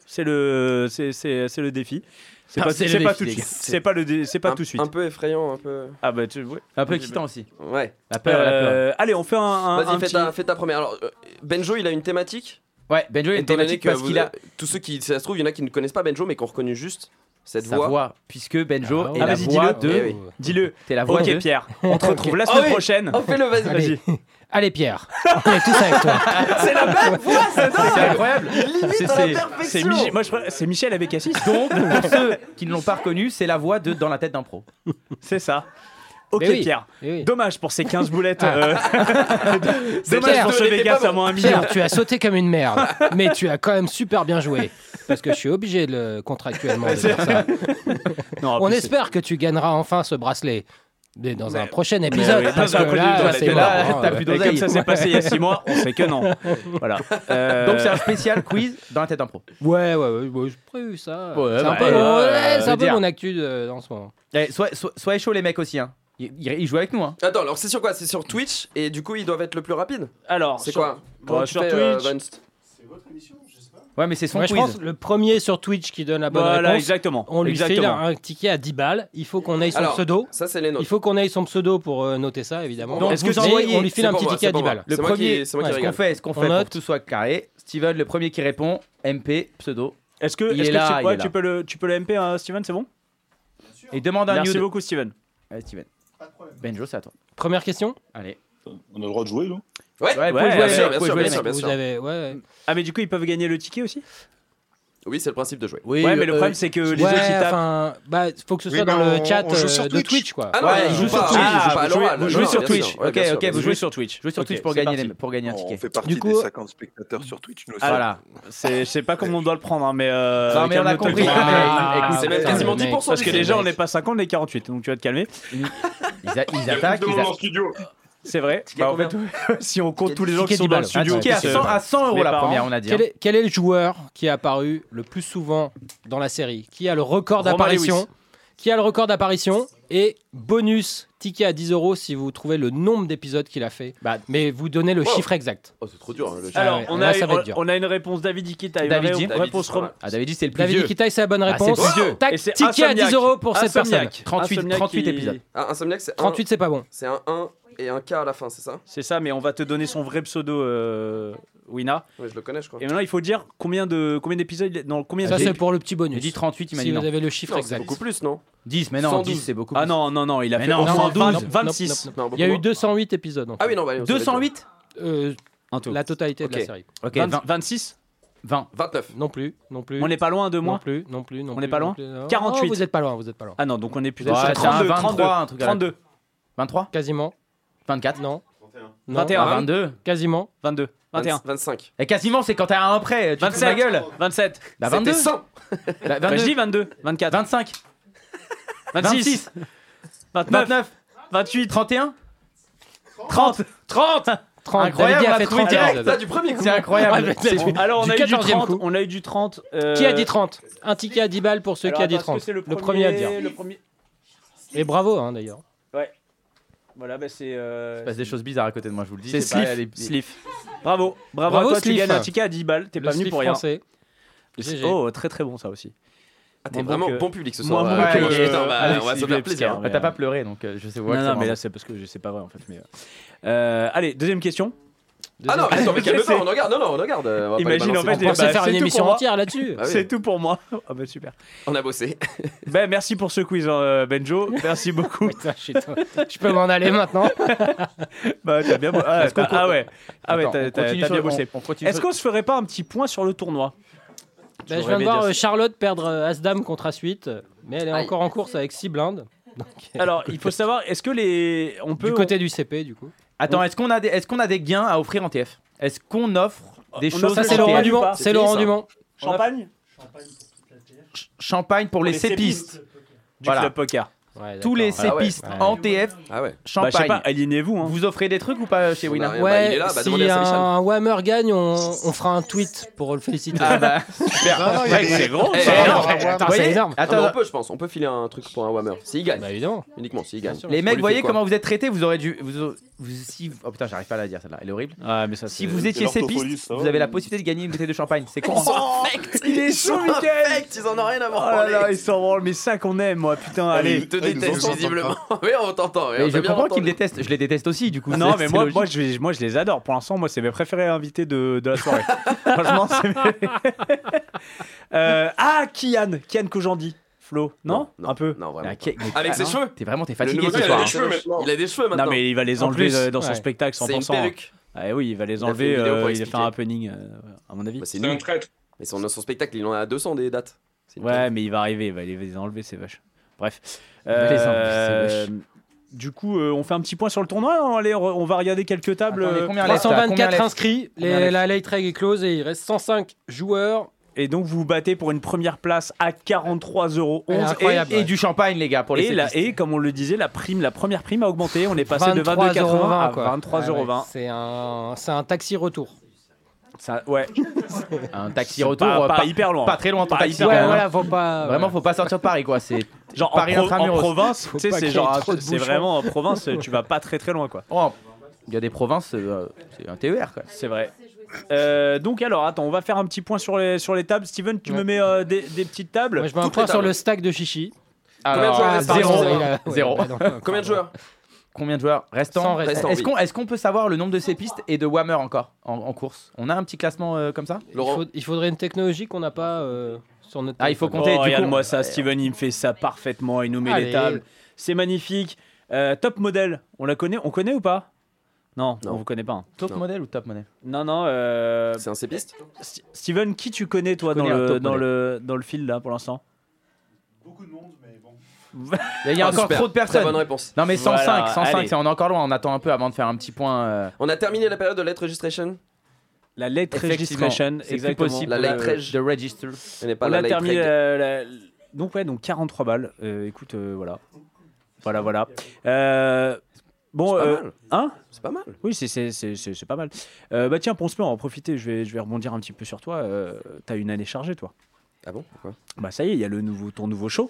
S5: C'est le, c'est, c'est, c'est le défi. C'est
S6: Ah,
S5: pas,
S6: c'est le
S5: c'est pas
S6: défi,
S5: tout de
S6: les
S5: suite.
S6: gars.
S5: C'est pas, le dé- c'est pas
S10: Un-
S5: tout de suite.
S10: Un peu effrayant, un peu.
S5: Ah bah, tu, ouais.
S6: Un peu excitant aussi.
S10: Ouais.
S6: La peur, la peur.
S5: Euh, allez, on fait un, un, un
S10: Vas-y, fais
S5: petit-
S10: ta- fais ta première. Alors, euh, Benjo, il a une thématique
S6: Ouais, Benjo il est
S10: Étant donné
S6: thématique
S10: que
S6: parce
S10: vous-
S6: qu'il a
S10: tous ceux qui, ça se trouve, il y en a qui ne connaissent pas Benjo, mais qui ont reconnu juste cette
S6: sa
S10: voix.
S6: voix, puisque Benjo
S11: Ah,
S6: est
S11: ah,
S6: la
S5: vas-y,
S6: voix
S5: dis-le.
S6: de.
S10: Eh oui.
S5: <laughs> Dis-le.
S6: T'es la voix
S5: Ok,
S6: de.
S5: Pierre. On <laughs> te retrouve la
S10: Ah
S5: semaine
S10: oui.
S5: prochaine.
S10: Oh, fais-le, vas-y.
S11: Allez.
S5: Vas-y.
S11: Allez, Pierre, on est tous avec toi.
S10: C'est la même voix, c'est
S6: C'est
S10: dingue.
S6: incroyable
S10: Limite à
S6: C'est-
S10: la
S5: C'est,
S10: perfection.
S5: Mich- Moi, je... préfère- c'est Michel avec <laughs> Assis.
S6: Donc, pour ceux qui ne l'ont pas reconnu, c'est la voix de Dans la tête d'un pro.
S5: C'est ça. Ok,
S11: Mais oui.
S5: Pierre.
S11: Eh oui.
S5: Dommage pour ces
S6: <laughs>
S5: 15 boulettes.
S11: Ah.
S5: euh, <laughs> Dommage
S11: Pierre.
S5: pour ce
S10: Je l'étais
S5: Vegas
S10: pas,
S5: à hein. moins un million.
S11: Pierre, tu as sauté comme une merde, mais tu as quand même super bien joué. Parce que je suis obligé de le, contractuellement de dire ça.
S5: Non, en
S11: On
S5: plus, c'est-
S11: espère que tu gagneras enfin ce bracelet. Mais dans un prochain
S5: Mais
S11: épisode,
S5: oui,
S11: parce
S5: dans
S11: que
S5: un prochain
S11: là,
S5: épisode,
S11: c'est
S6: là,
S11: mort, hein,
S6: t'as
S11: ouais.
S6: plus
S5: Et comme
S6: d'oseille.
S5: ça s'est passé il y a 6 mois, on sait
S6: <laughs>
S5: que <laughs> non. Voilà. Euh,
S6: Eh Donc, c'est un spécial quiz Dans la tête d'un pro.
S11: Ouais, ouais, ouais, ouais, j'ai prévu ça.
S6: Ouais,
S11: c'est
S6: bah,
S11: un peu,
S6: euh,
S11: mon, ouais,
S6: euh,
S11: c'est un peu
S6: dire.
S11: mon actu de- en ce moment.
S6: Eh, sois- sois- Soyez chauds, les mecs aussi. hein. Ils ils- ils jouent avec nous. hein.
S10: Attends, alors c'est sur quoi C'est sur Twitch et du coup ils doivent être le plus rapide.
S5: Alors,
S10: C'est
S5: sur-
S10: quoi
S5: Bah,
S10: Comment tu
S5: sur
S10: fais, euh,
S5: Twitch.
S10: Vanst
S6: Ouais, mais c'est son
S11: Ouais, je pense
S6: quiz.
S11: le premier sur Twitch qui donne la bonne
S5: Voilà,
S11: réponse,
S5: exactement.
S11: on lui file
S5: exactement.
S11: un ticket à 10 balles. Il faut qu'on aille son
S10: Alors,
S11: pseudo.
S10: Ça c'est les
S11: Il
S10: nôtres.
S11: faut qu'on aille son pseudo pour euh, noter ça, évidemment.
S6: Donc,
S11: Mais
S6: est-ce que j'envoyais-
S11: on lui file
S10: c'est
S11: un
S10: pour
S11: petit
S10: moi,
S11: ticket à
S10: c'est
S11: 10
S10: pour moi.
S11: balles.
S6: Le
S10: C'est moi qui-
S6: premier,
S10: c'est moi qui
S6: ce qu'on
S10: régale.
S6: fait, ce qu'on
S11: On
S6: fait pour
S11: note.
S6: que tout soit carré. Steven, le premier qui répond, MP, pseudo.
S5: Est-ce que,
S6: Il
S5: est-ce
S6: est
S5: que
S6: là,
S5: tu, ouais,
S6: il est
S5: tu
S6: là.
S5: peux le, tu peux le MP, hein, Steven, c'est bon
S6: Et demande un
S5: Merci
S6: nude.
S5: beaucoup, Steven.
S6: Allez, Steven. Benjo, c'est à toi.
S11: Première question
S6: Allez.
S9: On a le droit de jouer, là
S10: Ouais.
S6: Ouais,
S5: Ouais,
S6: pouvez
S5: bien
S10: sûr,
S6: jouer, les mecs,
S10: bien
S6: pouvez
S10: sûr,
S6: jouer, les
S10: bien
S6: mecs.
S10: sûr.
S11: Vous avez. ouais, ouais.
S5: Ah, mais du coup, ils peuvent gagner le ticket aussi
S10: Oui, c'est le principe de jouer.
S6: Oui,
S5: Ouais, mais le
S6: euh,
S5: problème, c'est que les
S11: Ouais,
S5: autres, ils tapent.
S11: enfin, bah, faut que ce
S8: Oui,
S11: soit dans
S8: mais on-
S11: le chat
S8: on joue
S11: euh,
S8: sur
S11: de
S8: Twitch.
S11: Twitch, quoi.
S10: Ah non,
S6: Ouais,
S10: ils
S6: ils
S10: jouent
S6: jouent
S10: pas.
S6: sur
S10: ils jouent
S6: Twitch,
S10: pas à
S5: vous jouez-
S10: l'oral.
S5: vous jouez
S10: Non,
S5: sur
S10: bien
S5: Twitch.
S10: sûr, ouais, bien
S6: Ok,
S10: sûr,
S6: ok,
S10: bien
S6: vous
S10: sûr.
S6: jouez sur Twitch. Jouez sur
S5: Ok,
S6: Twitch pour
S5: c'est
S6: gagner,
S5: parti.
S6: les- pour gagner un
S12: On
S6: ticket.
S12: fait partie
S11: Du coup-
S12: des 50 spectateurs sur Twitch, nous aussi.
S6: Voilà.
S5: C'est- Je sais pas comment on doit le prendre, hein, mais. euh,
S6: Non, mais on a
S5: calme-toi,
S6: compris.
S5: toi.
S11: Ah,
S6: Écoute,
S10: C'est même
S6: putain,
S10: quasiment
S6: le mec.
S10: 10%.
S5: Parce que
S10: du
S5: déjà, on
S10: site.
S5: n'est pas 50, on est 48, donc tu vas te calmer.
S6: Ils, a- ils
S4: Il y a
S6: attaquent.
S4: plus de
S6: Ils
S4: monde en
S6: attaquent.
S4: studio.
S5: C'est vrai.
S6: Ticket
S5: Bah, en fait,
S6: combien
S5: si on compte
S10: Ticket
S5: tous les gens qui
S11: dix
S5: sont dans le
S11: balles.
S5: studio,
S6: Un ticket à
S5: on peut se-
S6: 100, à 100 euros
S5: Les
S6: la
S5: parents.
S6: première, on a dit.
S11: Ah, Quel est, quel est le joueur qui est apparu le plus souvent dans la série Qui a le record
S5: Romain
S11: d'apparition
S5: Lewis.
S11: Qui a le record d'apparition Et bonus, ticket à 10 euros si vous trouvez le nombre d'épisodes qu'il a fait.
S6: Bah,
S11: Mais vous donnez le
S10: Oh.
S11: chiffre exact. Ah
S10: Oh, c'est trop dur. hein, le chat.
S5: Alors,
S11: ouais,
S5: on
S11: là,
S5: a,
S11: ça va être dur.
S5: on a une réponse David Ikita. une
S6: David
S5: ré-
S6: Ikita.
S5: réponse Romain.
S6: Ah, David dit c'est le plus
S11: David
S6: vieux.
S11: Ikitaï, c'est la bonne
S6: Bah, c'est
S11: réponse.
S6: le plus vieux.
S11: Tac,
S5: Et c'est
S11: ticket à 10
S5: Insomniac.
S11: euros pour cette personne.
S5: Insomniac.
S6: 38,
S5: Insomniac
S6: 38
S5: qui-
S6: épisodes.
S10: Ah, Insomniac, c'est un-
S11: 38, c'est pas bon.
S10: c'est un 1 et un K à la fin, c'est ça
S5: C'est ça, mais on va te donner son vrai pseudo, euh, Wina.
S10: Ouais, je le connais, je crois.
S5: Et maintenant, il faut dire combien de combien d'épisodes, il est- non, combien
S11: Ça,
S5: de
S11: c'est pour le petit
S6: Il
S11: bonus.
S6: dit 38, il m'a
S11: si
S6: dit
S11: vous
S6: non.
S11: avez le chiffre
S10: Non, c'est
S11: exact.
S10: beaucoup plus, non
S6: 10, mais non,
S10: 112.
S6: 10, c'est beaucoup.
S5: Ah
S6: plus.
S5: non, non, non, il a
S6: Mais
S5: fait
S6: non,
S5: au moins
S6: non, non,
S5: 20,
S6: non, non,
S5: 26.
S11: non,
S10: Non, beaucoup
S11: Il y a eu
S10: moins.
S11: 208 épisodes. en fait.
S10: Ah oui, non, bah, allez, on s'en fait
S6: 208
S11: Euh,
S5: Un tout.
S11: la totalité de
S10: Ok.
S11: la série.
S6: Ok,
S5: 20
S6: 20.
S5: 26
S6: 20.
S10: 29.
S11: Non plus, non plus.
S5: On n'est pas loin de
S11: non
S5: moins
S11: plus, non plus, non
S5: On
S11: plus,
S5: est pas
S11: non
S5: loin
S11: plus, non.
S5: 48.
S11: Oh, vous êtes pas loin, vous êtes pas loin.
S5: Ah non, donc on est plus
S6: Ouais,
S5: sur
S6: c'est un
S5: 32, 32,
S6: 23, un truc à la-
S5: 32,
S6: 23
S11: Quasiment.
S6: 24
S11: Non. Non.
S5: 21,
S6: 22
S11: Quasiment.
S5: 22, 21,
S10: 25.
S6: Et quasiment, c'est quand t'as un après. Tu te fous de ma
S5: 27,
S6: gueule.
S5: <laughs> 27,
S6: Bah,
S10: C'était
S6: 22.
S10: 100.
S6: Bah,
S5: Bah, je
S6: 22.
S5: dis 22, 24,
S6: 25.
S5: 26,
S6: 26.
S5: 29,
S6: 29.
S5: 28,
S6: 31.
S5: 30.
S6: 30.
S11: 30.
S6: Incroyable,
S11: David
S6: on
S11: a
S6: a
S11: fait
S6: trouvé
S11: 30.
S6: direct.
S11: David.
S10: Là, du premier coup.
S6: C'est incroyable.
S11: Ah, mais c'est-
S5: Alors, on
S11: Du
S5: a eu du
S11: 14e
S5: 30,
S11: coup.
S5: on a eu du 30. euh,
S11: Qui a dit 30 Un ticket à 10 balles pour ceux
S5: alors,
S11: qui a dit
S5: attends,
S11: 30.
S5: est-ce que c'est
S11: Le premier à dire.
S5: le premier-
S11: Et bravo, hein, d'ailleurs.
S5: Voilà, bah c'est. euh,
S6: Il se passe des choses bizarres à côté de moi, je vous le dis.
S5: C'est
S6: pas-
S5: Sliff.
S6: elle est-
S5: Sliff. Bravo. Bravo,
S11: Bravo,
S5: à toi, tu
S11: Sliff.
S5: gagnes un ticket à 10 balles. T'es
S11: Le
S5: pas venu
S11: slip
S5: pour rien.
S11: français. GG.
S5: Oh, très très bon ça aussi.
S10: Ah, t'es
S5: Bon,
S10: vraiment
S5: donc, euh,
S10: bon public ce
S5: moins
S10: soir.
S5: bon
S10: ouais,
S5: que-
S10: ouais,
S5: euh,
S10: putain, bah,
S5: Alex,
S10: on va se
S5: il est
S10: faire plaisir.
S5: obscur.
S6: Ah, T'as pas pleuré donc euh, je sais
S5: Non,
S6: voir.
S5: non, mais là c'est parce que je sais pas vrai en fait. Mais... euh, Euh, allez, deuxième question.
S10: Ah non, mais attends, mais calme-toi, on en garde. Non, non, on en garde. euh, on va pas les balancer.
S5: des- bah, c'est tout pour moi.
S10: Bah oui.
S5: C'est tout pour moi. <laughs> Ah bah super.
S10: On a bossé.
S5: <laughs> Ben, merci pour ce quiz, euh, <laughs> Benjo. Merci beaucoup.
S11: Je peux m'en aller maintenant.
S5: <laughs> bah, t'as bien bo- ah,
S11: Est-ce qu'on
S5: t'as- ah
S11: co-
S5: ouais, ah ouais
S11: Attends,
S5: t'as,
S11: on
S5: t'as-
S11: continue
S5: t'as
S11: sur-
S5: bien bossé.
S11: on- on continue
S5: Est-ce
S11: sur-
S5: qu'on se ferait pas un petit point sur le tournoi
S11: Bah, je
S5: J'aurais
S11: viens de
S5: aimé
S11: voir
S5: dire
S11: euh,
S5: ça.
S11: Charlotte perdre euh, As-Dame contre As-8, mais elle est
S5: Aïe.
S11: encore en course avec 6 blindes.
S5: Alors, il faut savoir, est-ce que les. On peut.
S11: Du côté du CP, du coup.
S6: Attends, est-ce qu'on a, des- est-ce qu'on a des gains à offrir en TF Est-ce qu'on offre des
S11: On
S6: choses
S11: offre Ah, oh, Ça, c'est
S6: en TF?
S11: Laurent Dumont. C'est Laurent Dumont.
S5: Champagne
S6: Champagne pour les sépistes.
S5: Du club poker.
S11: Ouais,
S6: Tous les
S5: d'accord. Ah ouais.
S6: sépistes
S5: Ouais.
S6: en TF. Champagne.
S5: Bah, je sais pas, alignez-vous. hein.
S6: Vous offrez des trucs ou pas chez
S5: bah,
S6: Winner
S11: Ouais, si un Whammer gagne, on, on fera un tweet pour le féliciter. <laughs>
S6: Ah bah, super.
S10: Non, non, il y a des- Eh,
S11: Ah, C'est
S10: eh,
S11: énorme.
S10: non,
S11: Attends,
S10: vous
S11: c'est
S10: voyez
S11: énorme.
S10: Attends, on peut, je pense. On peut filer un truc pour un Whammer. S'il gagne. Bah
S11: évidemment.
S10: Uniquement s'il gagne.
S6: Les mecs, voyez comment vous êtes traités, vous aurez dû. Vous, aurez- vous, si, oh putain, j'arrive pas à la dire celle-là, elle est horrible. si
S10: c'est-
S6: vous étiez
S10: c'est
S6: sépiste,
S10: l'orthopolice, ça va.
S6: vous avez la possibilité de gagner une bouteille de champagne. C'est con. hein.
S10: Ils sont infects
S5: Il est chaud, Mickaël
S10: Ils en ont rien à
S5: Oh
S10: voir.
S5: là là, ils s'en branlent, mais ça qu'on aime, moi, putain, allez.
S10: Ils te détestent visiblement. <laughs> Oui, on t'entend. oui, on t'a
S6: Mais je
S10: bien
S6: comprends
S10: entendu.
S6: qu'ils me détestent, je les déteste aussi du coup.
S5: Non,
S6: c'est-
S5: mais
S6: c'est
S5: moi,
S6: logique.
S5: moi, je, vais- moi, je les adore. Pour l'instant, moi, c'est mes préférés invités de, de la soirée. <laughs> Franchement, c'est mes- <laughs> Euh, ah, Kian, Kian Kojandi. Flo, non, Un peu Ah,
S10: Non, vraiment.
S6: Avec ses cheveux
S5: T'es vraiment, t'es
S6: Le
S5: fatigué
S6: nouveau
S5: ce
S6: gars, il a
S5: soir.
S6: des cheveux maintenant. Il a des cheveux
S5: Non,
S6: maintenant.
S5: mais il va les
S6: En
S5: enlever
S6: plus,
S5: euh, dans son
S6: ouais.
S5: spectacle, 100%.
S10: C'est une perruque.
S5: Ah oui, il va les
S10: Il a fait
S5: enlever.
S10: une vidéo
S5: euh,
S10: pour
S5: il va faire
S10: expliquer. Bah,
S5: un happening, euh, à mon avis.
S10: C'est un traître. Mais son, son spectacle, il en a 200 des dates. C'est une
S5: Ouais, mais <laughs> il va arriver, il va les- les enlever, ces vaches. Bref.
S10: va les enlever,
S5: Euh,
S10: ces
S5: Du coup, euh, on fait un petit point sur le tournoi. hein Allez, on re- on va regarder quelques tables. euh,
S11: 324 inscrits, les-
S5: Combien left
S11: la late reg est close et il reste 105 joueurs.
S5: Et donc, vous vous battez pour une première place à 43,11 euros.
S11: Elle est incroyable,
S5: et,
S11: ouais.
S6: Du champagne, les gars, pour les
S5: et, la-
S6: sépistes.
S5: et comme on le disait, la prime, la première prime a augmenté. On est passé de 22,80 à
S11: Ouais, Ah
S5: 23,20
S11: ouais, C'est un, c'est un taxi retour.
S5: Ça, ouais.
S6: <laughs> un taxi
S5: C'est
S6: retour,
S5: pas-
S6: euh,
S5: pas hyper loin.
S6: Pas très loin, ton
S5: Pas
S6: taxi.
S5: hyper
S6: quand
S5: loin.
S6: même,
S5: Ouais,
S6: hein.
S5: voilà, faut
S11: Ah, euh,
S5: pas-
S6: Vraiment, faut pas sortir de Paris, quoi. C'est
S5: <laughs> Genre en,
S6: Paris
S5: pro- en
S6: intramuros.
S5: province,
S6: Faut
S5: tu sais,
S6: pas
S5: c'est
S6: qu'il y
S5: genre,
S6: ait trop de
S5: c'est
S6: bouchons.
S5: vraiment en province, tu vas pas très très loin quoi.
S6: Oh, Il y a des provinces, euh, c'est un TER, quoi.
S5: C'est vrai. Euh, donc alors, attends, on va faire un petit point sur les sur les tables. Steven, tu me mets euh, des, des petites tables.
S11: Moi, je mets un point sur le stack de Chichi.
S6: Alors,
S11: Ah, pardon,
S6: zéro.
S11: il a- ouais,
S6: Zéro.
S11: bah non,
S10: Combien de joueurs
S6: Combien de joueurs
S11: Cent
S6: restants
S11: restants,
S6: Est-ce
S11: oui.
S6: qu'on est-ce qu'on peut savoir le nombre de sépistes et de Whammer encore en, en course On a un petit classement euh, comme ça
S11: Il, faut- il faudrait une technologie qu'on n'a pas euh, sur notre.
S6: <laughs> Ah, il faut
S11: téléphone.
S6: compter,
S5: Oh, regarde-moi ça, Steven, il me fait ça parfaitement. Il nous met
S11: Allez.
S5: les tables. C'est magnifique. Euh, top modèle, on la connaît, on connaît ou pas non, on vous connaît pas. hein.
S6: Top modèle ou top modèle
S5: Non, non. Euh...
S10: C'est un cépiste
S5: Steven, qui tu connais toi dans
S6: connais un
S5: le,
S6: top
S5: dans,
S6: modèle.
S5: le, dans le fil là pour l'instant Beaucoup de monde, mais bon.
S6: Il y a encore trop de personnes.
S10: Ah, bonne réponse.
S6: Non mais 105,
S10: Voilà,
S6: 105,
S10: allez.
S6: c'est on est encore loin. On attend un peu avant de faire un petit point. euh,
S10: On a terminé la période de late registration.
S5: La late
S6: Effectivement,
S5: registration,
S6: c'est plus
S5: exactement.
S6: possible
S10: La late
S5: Euh,
S10: reg.
S6: de register.
S10: On n'est pas
S5: on
S10: la
S5: a
S10: late
S5: terminé
S10: reg.
S5: la- la- donc ouais donc 43 balles Euh, écoute euh, voilà voilà voilà Euh, bon
S10: C'est pas
S5: euh,
S10: mal.
S5: hein
S10: c'est pas mal
S5: oui c'est c'est- c'est- c'est- c'est pas mal Euh, bah tiens pense-moi en profiter je vais je vais rebondir un petit peu sur toi Euh, t'as une année chargée toi
S10: Ah bon Pourquoi
S5: bah ça y est il y a le nouveau ton nouveau show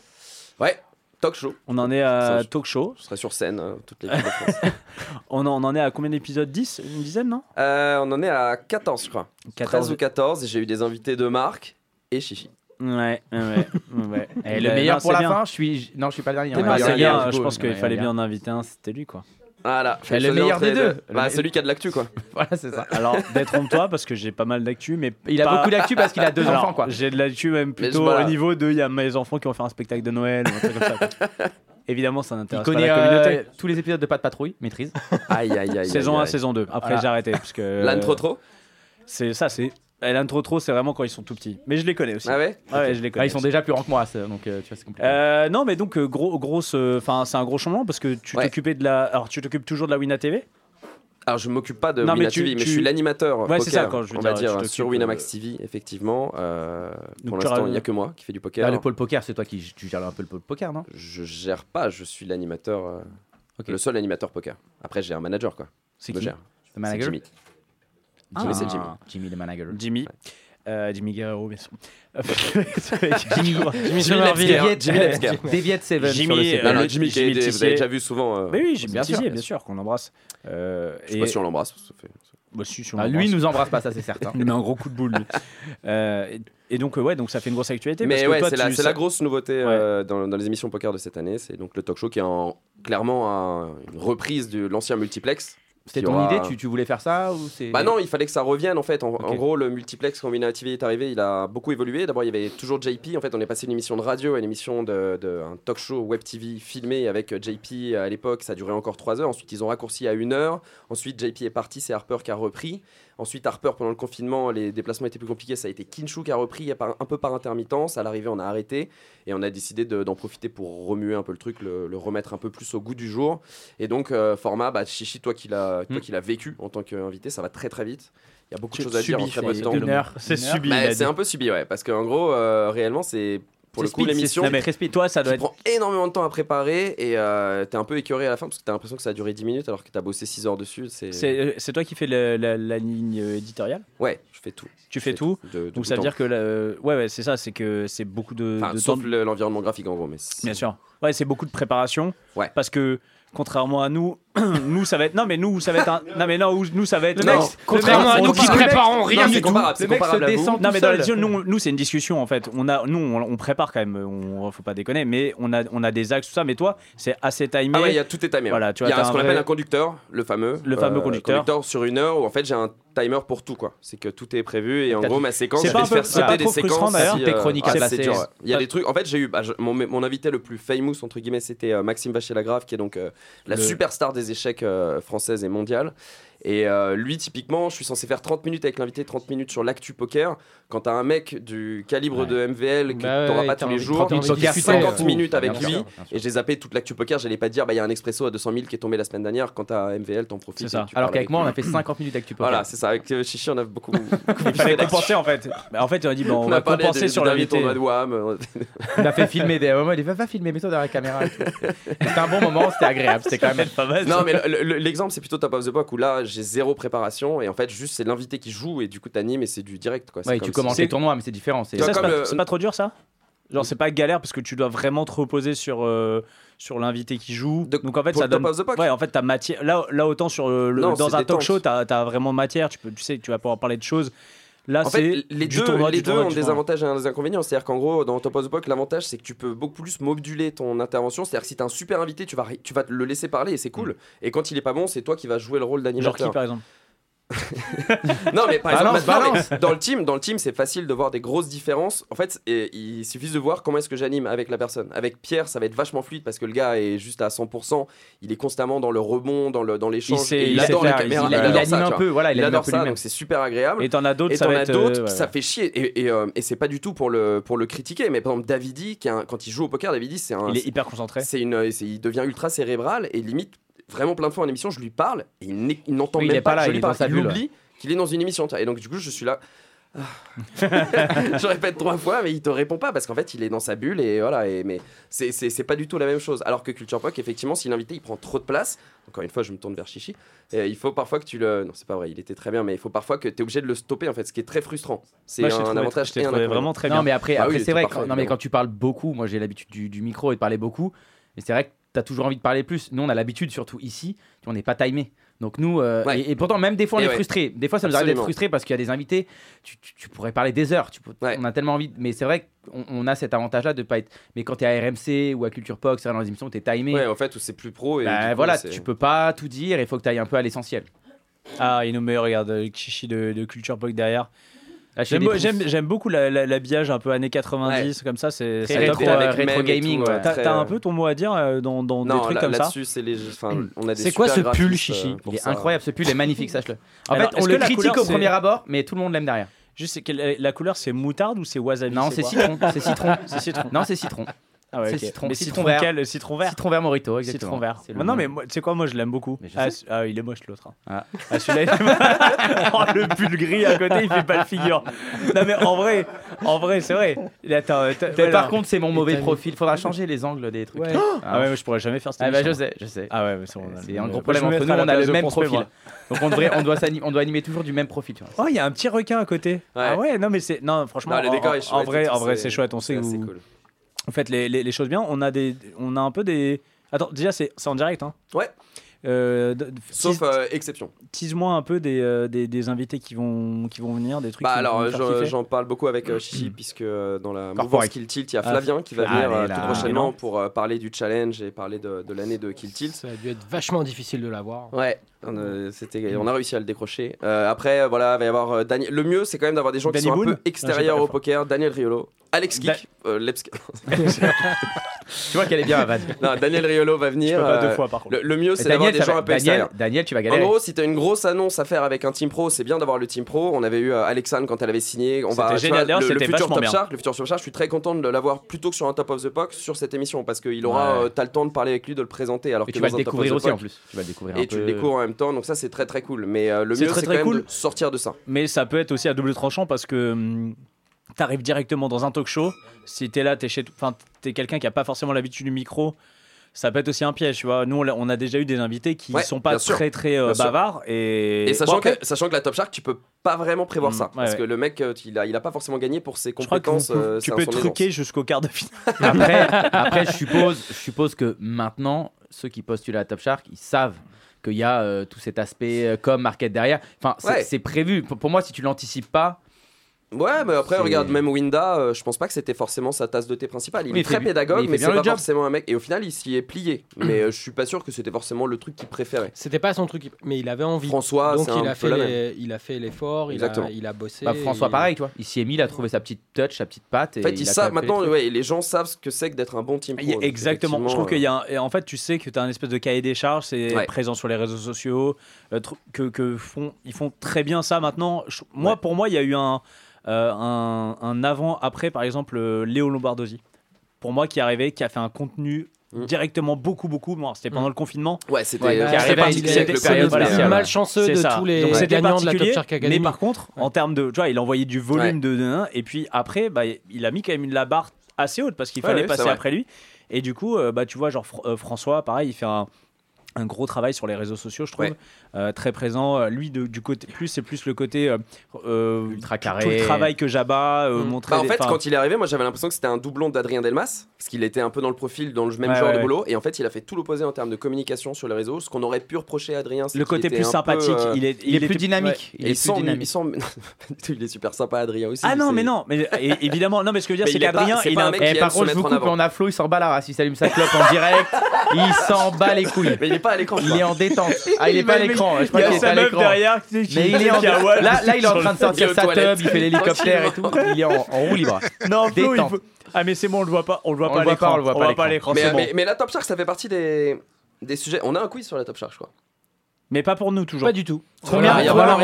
S10: Ouais, talk show.
S5: on en est à
S10: Ça, je-
S5: talk show
S10: Je serai sur scène euh, toutes les de France.
S5: <laughs>
S10: <laughs>
S5: on en, on en est à combien d'épisodes 10 une dizaine non
S10: Euh, on en est à 14, je crois.
S5: 14.
S10: 13 ou 14, et j'ai eu des invités de marque et Chichi.
S5: ouais ouais <laughs> ouais
S6: Et le
S5: Euh,
S6: meilleur
S5: non,
S6: pour
S5: c'est
S6: la
S5: bien.
S6: fin, je suis. Non, je suis pas le dernier.
S5: T'es
S6: on
S5: pas
S6: va dire
S5: le
S6: le
S5: dernier,
S6: meilleur,
S5: je
S6: go,
S5: pense
S6: on va
S5: qu'il
S6: dire
S5: fallait
S6: le
S5: bien en inviter un c'était lui quoi
S10: Voilà,
S6: Et
S10: fallait
S6: le
S10: choisir
S6: meilleur
S10: entre
S6: des
S10: les
S6: deux.
S10: Bah,
S6: Le-
S10: celui qui a de l'actu, quoi.
S6: <laughs> Voilà, c'est ça.
S5: Alors, détrompe-toi parce que j'ai pas mal d'actu, mais.
S6: Il a
S5: pas-
S6: beaucoup d'actu parce qu'il a deux
S5: Alors,
S6: enfants, quoi.
S5: J'ai de l'actu même
S6: Mais
S5: plutôt
S6: voilà.
S5: au niveau de. Il y a mes enfants qui vont faire un spectacle de Noël ou un truc comme ça.
S10: <laughs>
S5: quoi. Évidemment, ça
S6: Il
S5: n'intéresse pas
S6: connaît
S5: la
S6: euh,
S5: communauté.
S6: tous les épisodes de Pas de Patrouille, maîtrise.
S10: <laughs> Aïe, aïe, aïe.
S5: saison
S10: aïe,
S5: 1,
S10: aïe.
S5: saison 2. Après,
S6: Voilà.
S5: j'ai arrêté parce
S10: <laughs>
S5: que.
S10: L'âne trop trop
S5: C'est ça, c'est. eh, L'âne trop trop, c'est vraiment quand ils sont tout petits. Mais je les connais aussi.
S10: Ah ouais
S5: Ouais, je les connais.
S6: Ah, ils sont
S5: aussi.
S6: déjà plus grands que moi, ça, donc euh, tu vois, c'est compliqué.
S5: Euh, non mais donc euh, gros grosse enfin c'est un gros changement parce que tu t'occupais de la alors tu t'occupes toujours de la Wina TV
S10: Alors, je m'occupe pas de
S5: Non, mais
S10: Winamax
S5: tu-
S10: TV, mais
S5: tu-
S10: je suis l'animateur.
S5: Ouais, c'est
S10: poker,
S5: ça, quand je veux
S10: On va
S5: dire, tu
S10: dire
S5: t'occupes, euh,
S10: sur Winamax TV, effectivement. euh, pour
S6: tu
S10: l'instant,
S6: as-
S10: il n'y a que moi qui fais du
S5: Bah,
S10: poker. hein.
S6: Là, Bah, le pôle poker, c'est toi qui tu gères un peu le pôle poker, non
S10: Je gère pas, je suis l'animateur. euh, Le seul animateur poker. Après, j'ai un manager, quoi.
S5: C'est
S10: Je
S5: qui
S10: gère.
S6: Le manager
S10: C'est Jimmy.
S6: Ah.
S10: Jimmy, c'est Jimmy.
S6: Jimmy le manager.
S5: Jimmy Euh, Jimmy Guerrero
S6: <laughs>
S5: bien sûr
S6: Jimmy,
S5: Jimmy
S6: Jimmy
S5: Somerville.
S6: Deviette-
S5: Jimmy Lapsker.
S6: Deviette Seven sur le E.
S5: Jimmy,
S6: site.
S5: euh,
S10: Non, non,
S5: le-
S10: Jimmy, qui a été- vous
S5: Tissier.
S10: avez déjà vu souvent. euh,
S5: Mais oui, Jimmy
S6: bien sûr,
S5: Tissier,
S6: bien
S5: bien sûr qu'on l'embrasse. Euh,
S10: Je sais pas si on l'embrasse. ça fait-
S5: Bah, si, si on
S6: Ah, lui
S5: l'embrasse.
S6: nous embrasse pas, ça c'est certain.
S5: <laughs> Il met un gros coup de boule.
S6: <laughs>
S5: lui. Euh, et, et donc euh, ouais, donc ça fait une grosse actualité. parce
S10: Mais
S5: que
S10: ouais,
S5: toi,
S10: c'est la,
S5: tu-
S10: c'est
S5: ça-
S10: la grosse nouveauté euh, dans, dans les émissions poker de cette année. C'est donc le talk show qui est en- clairement un- une reprise de l'ancien multiplex.
S6: C'était
S10: Il y
S6: ton
S10: aura-
S6: idée tu, tu voulais faire ça ou c'est
S10: Bah non, il fallait que ça revienne en fait. En, en
S6: Ok.
S10: gros, le multiplex, quand Winner TV est arrivé, il a beaucoup évolué. D'abord, il y avait toujours JP. En fait, on est passé d'une émission de radio à une émission de, de- un talk show web TV filmé avec euh, JP à l'époque. Ça durait encore 3 heures. Ensuite, ils ont raccourci à 1 heure. Ensuite, JP est parti, c'est Harper qui a repris. Ensuite, Harper, pendant le confinement, les déplacements étaient plus compliqués. Ça a été Kinshu qui a repris par- un peu par intermittence. À l'arrivée, on a arrêté et on a décidé de- d'en profiter pour remuer un peu le truc, le, le remettre un peu plus au goût du jour. Et donc, euh, format, bah, Chichi, toi qui l'as toi
S6: Mm.
S10: qui l'as vécu en tant qu'invité, ça va très très vite. Il y a beaucoup
S6: Tu
S10: de choses à dire en
S6: subis,
S10: très peu de
S6: c'est
S10: temps.
S6: une heure, c'est
S10: Bah,
S6: subi, il a
S10: c'est
S6: dit.
S10: un peu subi, ouais. Parce qu'en gros, euh, réellement, c'est. Pour
S6: C'est
S10: le coup,
S6: speed, c'est-
S10: l'émission.
S6: non, mais très
S10: Toi, ça doit prend énormément de temps à préparer et euh, t'es un peu écœuré à la fin parce que t'as l'impression que ça a duré 10 minutes alors que t'as bossé 6 heures dessus. C'est.
S5: C'est euh, c'est toi qui fais le- la, la ligne euh, éditoriale
S10: Ouais, je fais tout.
S5: Tu fais tout,
S10: de- de
S5: Donc
S10: bout
S5: ça
S10: en
S5: veut dire
S10: bout.
S5: que. la- euh, ouais, ouais, c'est ça, c'est que c'est beaucoup de,
S10: Enfin,
S5: de temps.
S10: sauf
S5: de-
S10: le- l'environnement graphique en gros, mais c'est-
S5: Bien sûr. Ouais, c'est beaucoup de préparation. Parce que contrairement à nous, <coughs> nous ça va être non mais nous ça va être un... non mais non nous ça va être
S11: Le mec, contrairement à nous qui préparons rien du tout. Le mec se descend tout
S5: Non mais dans la
S11: seul.
S5: discussion, nous, nous c'est une discussion en fait. On a nous on, on prépare quand même. On faut pas déconner, mais on a on a des axes tout ça. Mais toi c'est assez timé.
S10: Ah ouais, il y a tout est timé. ouais.
S5: Voilà, tu vois,
S10: il y
S5: t'as
S10: a ce
S5: un
S10: qu'on
S5: vrai-
S10: appelle un conducteur, le fameux. euh,
S5: Le fameux conducteur.
S10: sur une heure où en fait j'ai un timer pour tout quoi. C'est que tout est prévu et en
S6: T'as
S10: gros
S6: tout-
S10: ma séquence,
S6: C'est
S10: je
S6: pas
S10: vais
S6: un peu-
S10: faire
S6: c'est pas
S10: sauter des
S6: trop frustrant,
S10: séquences.
S6: d'ailleurs,
S10: si,
S6: tes chroniques
S10: ah,
S6: à
S10: c'est
S6: placer.
S10: dur, ouais. Il y a
S6: Pas-
S10: des trucs. En fait, j'ai eu bah, je- mon, mon invité le plus famous entre guillemets, c'était euh, Maxime Vacher-Lagrave qui est donc euh, la
S6: Le-
S10: superstar des échecs euh, françaises et mondiales. Et euh, lui, typiquement, je suis censé faire 30 minutes avec l'invité, 30 minutes sur l'actu poker. Quand t'as un mec du calibre de MVL que
S6: Bah ouais,
S10: t'auras
S6: ouais,
S10: pas
S6: t'as
S10: tous les
S6: envie de
S10: jours,
S6: prendre une
S10: tu fais
S6: discussion,
S10: 50
S6: fou.
S10: minutes
S6: Bien
S10: avec
S6: sûr,
S10: lui
S6: bien
S10: et j'ai zappé toute l'actu poker. J'allais pas dire, bah il y a un expresso à 200 000 qui est tombé la semaine dernière. Quand t'as MVL, t'en profites.
S6: C'est ça.
S10: et tu
S6: Alors
S10: parles
S6: qu'avec moi, on a
S10: lui.
S6: fait 50
S10: <laughs>
S6: minutes d'actu poker.
S10: Voilà, c'est ça. Avec euh, Chichi, on a beaucoup.
S6: <laughs>
S5: Il fallait compenser en fait. Bah, en fait on a dit bon on, va
S10: parlé
S5: compenser
S10: des-
S5: sur
S10: d'un
S5: l'invité.
S10: tournoi de WAM.
S11: <laughs>
S6: On a fait filmer des moments, il dit va, va filmer, mets-toi derrière la caméra. et tout. C'était un bon moment, c'était agréable,
S10: <laughs>
S6: c'était quand même
S10: Non, mais le- le- l'exemple, c'est plutôt Top of the Pop où là, j'ai zéro préparation et en fait, juste c'est l'invité qui joue et du coup, t'animes et c'est du direct. Quoi. C'est
S6: Ouais,
S10: comme
S6: tu
S10: si-
S6: commences les tournois, mais c'est différent.
S10: Tu
S6: C'est
S10: vois,
S5: Ça, c'est
S10: comme
S5: pas,
S10: le-
S5: c'est pas trop dur ça Genre c'est pas galère parce que tu dois vraiment te reposer sur euh, sur l'invité qui joue. Donc en fait
S10: pour
S5: ça
S10: le top
S5: donne
S10: of the puck.
S5: ouais en fait ta matière là là autant sur euh, le,
S10: Non,
S5: dans
S10: c'est
S5: un
S10: détente.
S5: talk show t'as as vraiment de matière tu peux tu sais que tu vas pouvoir parler de choses. Là
S10: en
S5: c'est
S10: fait, les
S5: du
S10: deux,
S5: tournoi,
S10: les
S5: du
S10: deux
S5: tournoi,
S10: ont
S5: du
S10: des
S5: tournoi.
S10: avantages et des inconvénients. C'est-à-dire qu'en gros, dans Top of the Pop, l'avantage, c'est que tu peux beaucoup plus moduler ton intervention. C'est-à-dire que si t'as un super invité, tu vas, ri- tu vas te le laisser parler et c'est cool.
S5: Mm.
S10: Et quand il est pas bon, c'est toi qui vas jouer le rôle
S5: Genre
S10: d'animateur.
S5: qui par exemple
S10: <laughs> Non mais par
S5: Balance,
S10: exemple, maintenant,
S5: balance.
S10: mais dans le team, dans le team, c'est facile de voir des grosses différences. En fait, et il suffit de voir comment est-ce que j'anime avec la personne. Avec Pierre, ça va être vachement fluide parce que le gars est juste à 100%. Il est constamment dans le rebond, dans le dans l'échange.
S5: Il sait-
S10: et
S5: il
S10: il
S5: sait
S10: adore la
S5: faire,
S10: caméra.
S5: il- il
S10: adore
S5: anime
S10: ça,
S5: un
S10: tu vois.
S5: peu, voilà, il
S10: il
S5: anime un
S10: adore
S5: peu
S10: ça,
S5: lui-même.
S10: donc c'est super agréable.
S5: Et t'en as d'autres,
S10: Et
S5: ça
S10: t'en
S5: va
S10: as
S5: être,
S10: d'autres,
S5: euh, ouais,
S10: ça
S5: ouais.
S10: fait chier. Et, et, euh, et c'est pas du tout pour le pour le critiquer. Mais par exemple, Davidi, qui est un- quand il joue au poker, Davidi, c'est un.
S5: Il est hyper concentré.
S10: C'est une, c'est- il devient ultra cérébral et limite vraiment plein de fois en émission, je lui parle et il n'est- il n'entend
S6: Oui, il
S10: même
S6: est pas là,
S10: que je
S6: il
S10: lui
S6: est dans
S10: parle.
S6: sa bulle,
S10: oublie
S6: ouais.
S10: qu'il est dans une émission. tu vois. Et donc du coup, je suis là. Ah. <laughs> je répète trois fois, mais il te répond pas parce qu'en fait, il est dans sa bulle et voilà. Et mais c'est- c'est c'est pas du tout la même chose. Alors que Culture Pop, effectivement, si l'invité il prend trop de place, encore une fois, je me tourne vers Chichi. et il faut parfois que tu le. Non, c'est pas vrai. Il était très bien, mais il faut parfois que tu es obligé de le stopper en fait, ce qui est très frustrant. C'est
S5: Moi, je
S10: un
S5: t'ai trouvé-
S10: avantage
S5: je t'ai
S10: et un
S5: trouvé
S10: inconvénient.
S5: vraiment très
S6: Non, mais après,
S10: Ah
S6: après,
S10: oui,
S6: c'est vrai,
S10: parfait,
S6: quand, non, mais
S10: évidemment.
S6: quand tu parles beaucoup, moi j'ai l'habitude du, du micro et de parler beaucoup, mais c'est vrai que t'as toujours envie de parler plus. Nous, on a l'habitude, surtout ici, on n'est pas timé. Donc nous, euh,
S10: Ouais.
S6: et, et pourtant, même des fois, on
S10: Et
S6: est
S10: ouais.
S6: frustré. Des fois, ça nous arrive d'être
S10: Absolument.
S6: frustré parce qu'il y a des invités, tu, tu- tu pourrais parler des heures. Tu, peux- On a tellement envie, de- mais c'est vrai qu'on on a cet avantage-là de pas être. Mais quand t'es à RMC ou à Culture Pop, c'est vrai, dans les émissions, où t'es timé.
S10: Ouais, en fait, où c'est plus pro. Et
S6: Bah,
S10: du coup,
S6: voilà,
S10: c'est-
S6: tu peux pas tout dire, il faut que t'ailles un peu à l'essentiel.
S5: Ah il nous met regarde le chichi de, de culture pop derrière.
S6: Ah, je fais
S5: J'aime
S6: des
S5: beau-
S6: pouces.
S5: J'aime j'aime beaucoup la- la- l'habillage un peu années 90 comme ça c'est
S6: Très
S5: c'est top.
S6: rétro,
S5: T'as-
S6: euh, rétro
S5: t'as-
S6: gaming, ouais.
S5: T'as
S6: Très,
S5: t'as un
S6: euh,
S5: peu ton mot à dire euh, dans dans des
S10: Non,
S5: trucs
S10: là-
S5: comme ça.
S10: là-dessus, c'est les- enfin, on a des
S6: C'est quoi ce
S10: super
S6: pull,
S10: graphistes, euh,
S6: Chichi
S10: pour
S6: Il est
S10: ça.
S6: incroyable ce pull, il est magnifique, sache-le. En
S5: Alors,
S6: fait,
S5: est-ce
S6: on le
S5: que la
S6: critique
S5: couleur,
S6: au
S5: c'est-
S6: premier abord, mais tout le monde l'aime derrière.
S5: Juste, c'est quelle- la couleur, c'est moutarde ou c'est wasabi
S6: Non, c'est
S5: quoi
S6: citron, c'est citron.
S5: <laughs> c'est citron.
S6: Non, c'est citron.
S5: Ah ouais,
S6: C'est
S5: ok.
S6: citron,
S5: Mais
S6: citron
S5: citron
S6: vert.
S5: quel Citron vert.
S6: Citron vert Morito, exactement.
S5: Citron vert.
S6: C'est le
S5: Mais non,
S6: nom.
S5: mais moi- tu sais quoi, moi je l'aime beaucoup.
S6: je
S5: Ah,
S6: sais.
S5: ah, il est moche l'autre. hein.
S6: Ah.
S5: Ah, celui-là, il est <laughs> moche. Oh, le pull gris à côté, il fait pas le figure. Non, mais en vrai, en vrai c'est vrai. Et attends, euh, t'as-
S6: Mais
S5: ouais,
S6: par
S5: non.
S6: contre, c'est mon mauvais
S5: t'as-
S6: profil. Faudra changer les angles des trucs.
S5: Ouais. Ah ouais, mais je pourrais jamais faire cette
S6: Ah bah,
S5: émission.
S6: je sais, je sais.
S5: Ah ouais, mais c'est bon,
S6: C'est
S5: on a-
S6: un
S5: moi,
S6: gros
S5: je
S6: problème
S5: me
S6: entre
S5: mettrai
S6: nous,
S5: à
S6: on
S5: la
S6: a
S5: place
S6: le
S5: de
S6: même
S5: Ponce Prévost.
S6: profil. Donc on, devrait, on, doit s'anim- on doit animer toujours du même profil. tu vois.
S5: Oh, il y a un petit requin à côté. Ah ouais, non, mais c'est. Non, franchement,
S10: Non, le
S5: en-
S10: décor
S5: en,
S10: est chouette
S5: en
S10: et
S5: vrai,
S10: tout,
S5: en vrai
S10: c'est-
S5: c'est chouette. On sait
S10: c'est
S5: où.
S10: assez cool.
S5: En fait, les, les- les choses bien. On a, des, on a un peu des. Attends, déjà, c'est c'est en direct. Hein.
S10: Ouais.
S5: Euh, d-
S10: Sauf
S5: tease-
S10: euh, exception.
S5: Tease-moi un peu des, euh, des, des invités qui vont, qui vont venir, des trucs
S10: Bah
S5: qui vont
S10: alors,
S5: me
S10: euh,
S5: faire
S10: j'en-
S5: kiffer.
S10: j'en parle beaucoup avec euh, Chichi, puisque euh, dans la mouvance
S5: Corporate.
S10: Kill Tilt, il y a
S5: Ah,
S10: Flavien qui va
S5: Flavien.
S10: venir euh,
S5: Allez,
S10: tout
S5: là.
S10: prochainement pour euh, parler du challenge et parler de, de l'année de Kill Tilt.
S11: Ça a dû être vachement difficile de l'avoir.
S10: Ouais, on, euh, c'était, on a réussi à le décrocher. Euh, après, euh, voilà, il va y avoir euh, Daniel- Le mieux, c'est quand même d'avoir des gens
S5: Danny
S10: qui sont
S5: Boone
S10: un peu extérieurs au poker. Daniel Riolo, Alex Kick, euh,
S6: <laughs>
S10: Leps-
S6: Tu vois qu'elle est bien, Van.
S10: Non, <laughs> Daniel Riolo va venir.
S6: Je peux pas
S10: euh,
S6: deux fois, par contre.
S10: Le, le mieux,
S6: Mais
S10: c'est d'avoir
S6: Daniel,
S10: des
S6: ça
S10: gens
S6: va-
S10: un peu
S6: Daniel-
S10: extérieurs.
S6: Daniel, tu vas galérer.
S10: En gros, si t'as une grosse annonce à faire avec un team pro, c'est bien d'avoir le team pro. On avait eu euh, Alexandre quand elle avait signé. On
S5: C'était
S10: va, tu
S5: génial. D'ailleurs,
S10: le, le
S5: c'était
S10: futur
S5: vachement
S10: top
S5: bien.
S10: Shark, le futur top Shark, je suis très content de l'avoir plutôt que sur un top of the box sur cette émission parce qu'il aura,
S6: Ouais.
S10: euh, t'as le temps de parler avec lui, de le présenter. Alors
S6: Et
S10: que
S6: tu vas
S10: dans
S6: le
S10: un Top
S6: découvrir
S10: of the
S6: aussi, en
S10: Box,
S6: plus. Tu vas le découvrir un
S10: Et tu le
S6: peu.
S10: découvres en même temps. Donc ça, c'est très très cool. Mais euh, le
S5: C'est
S10: mieux,
S5: très,
S10: c'est quand
S5: très
S10: même
S5: cool.
S10: de sortir de ça.
S5: Mais ça peut être aussi à double tranchant parce que hum, t'arrives directement dans un talk show. Si t'es là, t'es chez, enfin, t'es quelqu'un qui a pas forcément l'habitude du micro. Ça peut être aussi un piège, tu vois. Nous, on l'a- on a déjà eu des invités qui
S10: Ouais,
S5: sont pas
S10: bien sûr.
S5: très très euh,
S10: Bien sûr.
S5: bavards et,
S10: Et sachant,
S5: Bon, après, Mm,
S10: que, sachant que la Top Shark, tu peux pas vraiment prévoir ça. Parce
S5: ouais.
S10: que le mec, euh, il a, il a pas forcément gagné pour ses
S5: je crois que vous-
S10: compétences. euh,
S5: tu
S10: c'est
S5: peux
S10: à son aisance.
S5: <laughs> truquer jusqu'au quart de finale.
S10: <laughs>
S6: Après, après je, suppose, je suppose que maintenant, ceux qui postulent à la Top Shark, ils savent qu'il y a euh, tout cet aspect euh, com, market derrière. Enfin, c'est
S10: Ouais.
S6: c'est prévu. Pour, pour moi, si tu l'anticipes pas.
S10: Ouais, mais après,
S6: C'est-
S10: regarde, même Winda, euh, je pense pas que c'était forcément sa tasse de thé principale. Il
S6: Mais
S10: est
S6: il fait
S10: très
S6: bi-
S10: pédagogue, mais,
S6: mais il fait bien
S10: c'est
S6: le
S10: pas
S6: job.
S10: forcément un mec. Et au final, il s'y est
S6: <clears throat>
S10: plié. mais euh, je suis pas sûr que c'était forcément le truc qu'il préférait.
S11: C'était pas son truc, mais il avait envie.
S10: François,
S11: Donc
S10: c'est
S11: il
S10: un
S11: a,
S10: peu
S11: fait
S10: la
S11: les- il a fait l'effort, il
S10: Exactement.
S11: a, il a bossé.
S6: Bah, François,
S11: il-
S6: pareil, tu vois. Il s'y est mis, il a trouvé sa petite touch, sa petite patte.
S10: En
S6: et
S10: fait,
S6: il
S10: ils
S6: a
S10: savent
S6: quand même fait
S10: maintenant,
S6: les
S10: les,
S6: trucs. Ah,
S10: ouais, les gens savent ce que c'est que d'être un bon team pro. donc
S5: Exactement. Je
S10: effectivement, euh,
S5: trouve qu'il y a, un- et en fait, tu sais que tu as une espèce de cahier des charges, c'est
S10: Ouais.
S5: présent sur les réseaux sociaux, euh, tr- que, que font, ils font très bien ça maintenant. Je- moi, pour moi, il y a eu un, euh, un, un avant-après, par exemple, euh, Léo Lombardosi. Pour moi, qui est arrivé, qui a fait un contenu directement beaucoup, beaucoup. Bon, c'était
S11: Mm.
S5: pendant le confinement.
S10: Mm. Ouais, c'était-
S11: Ouais, qui arrivait avec les- les périodes
S10: euh,
S11: spéciales. Malchanceux de tous les
S5: Donc, c'était
S11: gagnants de la
S5: particulier,
S11: Top Shark Academy.
S5: Mais par contre, en termes de. Tu vois, il envoyait du volume de, de- de- Et puis après, bah, il a mis quand même une- la barre assez haute parce qu'il
S10: Ouais,
S5: fallait
S10: ouais, c'est
S5: passer
S10: vrai.
S5: après lui. Et du coup, euh, bah, tu vois, genre Fr- euh, François, pareil, il fait un, un gros travail sur les réseaux sociaux, je trouve.
S10: Ouais.
S5: Euh, très présent. Euh, Lui, de- du côté. Plus, c'est plus le côté. euh, euh, tout- Tout
S10: carré.
S5: le travail que Jabba euh,
S10: Mm.
S5: montrait.
S10: Bah, en
S5: des-
S10: fait,
S5: enfin,
S10: quand il est arrivé, moi j'avais l'impression que c'était un doublon d'Adrien Delmas, parce qu'il était un peu dans le profil, dans le même
S5: Ouais,
S10: genre de
S5: ouais.
S10: boulot, et en fait il a fait tout l'opposé en termes de communication sur les réseaux. Ce qu'on aurait pu reprocher à Adrien, c'est
S5: Le
S10: qu'il
S5: côté
S10: était
S5: plus
S10: un peu,
S5: sympathique,
S10: euh,
S5: il est- Il est il plus était- dynamique. ouais. Il
S10: Et
S5: est
S10: il
S5: plus
S10: sent-
S5: dynamique.
S10: il <laughs> sent- il est super sympa Adrien aussi.
S5: Ah non,
S10: c'est-
S5: mais non, mais et- évidemment. Non, mais ce que je veux
S10: Mais
S5: dire, c'est
S10: il est pas-
S5: qu'Adrien,
S10: c'est
S5: il
S10: pas
S5: a
S10: un mec qui
S6: Eh,
S10: aime
S6: par
S10: se
S6: contre, je
S10: mettre
S6: vous
S10: en
S6: coupe,
S10: avant.
S6: on a Flo, il s'en bat la race, il s'allume sa clope en direct,
S10: <laughs>
S6: il s'en bat les couilles.
S10: Mais il est pas à l'écran.
S6: Il est en
S10: <laughs>
S5: <laughs>
S6: détente. Ah, il est pas à l'écran. Je crois
S5: Il y a
S6: qu'il est
S5: sa
S6: pas à
S5: meuf
S6: l'écran.
S5: derrière qui- qui-
S6: Mais il est en
S5: qui a Wall
S6: là, là, il est en
S5: sur
S6: train de
S5: le- qui est <laughs>
S6: sortir
S5: aux
S6: sa
S5: toilettes.
S6: tub, il fait l'hélicoptère et tout. Il est en, en roue libre.
S5: Non, Flo, il
S6: Détente.
S5: faut- Ah, mais c'est bon, on le voit pas, on le voit
S6: On
S5: pas
S6: le
S5: à
S6: voit pas,
S5: l'écran.
S6: on le voit pas à
S5: à
S6: l'écran.
S5: l'écran.
S10: Mais,
S5: c'est bon.
S10: mais- mais la Top Shark, ça fait partie des, des sujets. On a un quiz sur la Top Shark, je crois.
S5: Mais pas pour nous, toujours.
S11: Pas du tout.
S10: Combien de fois-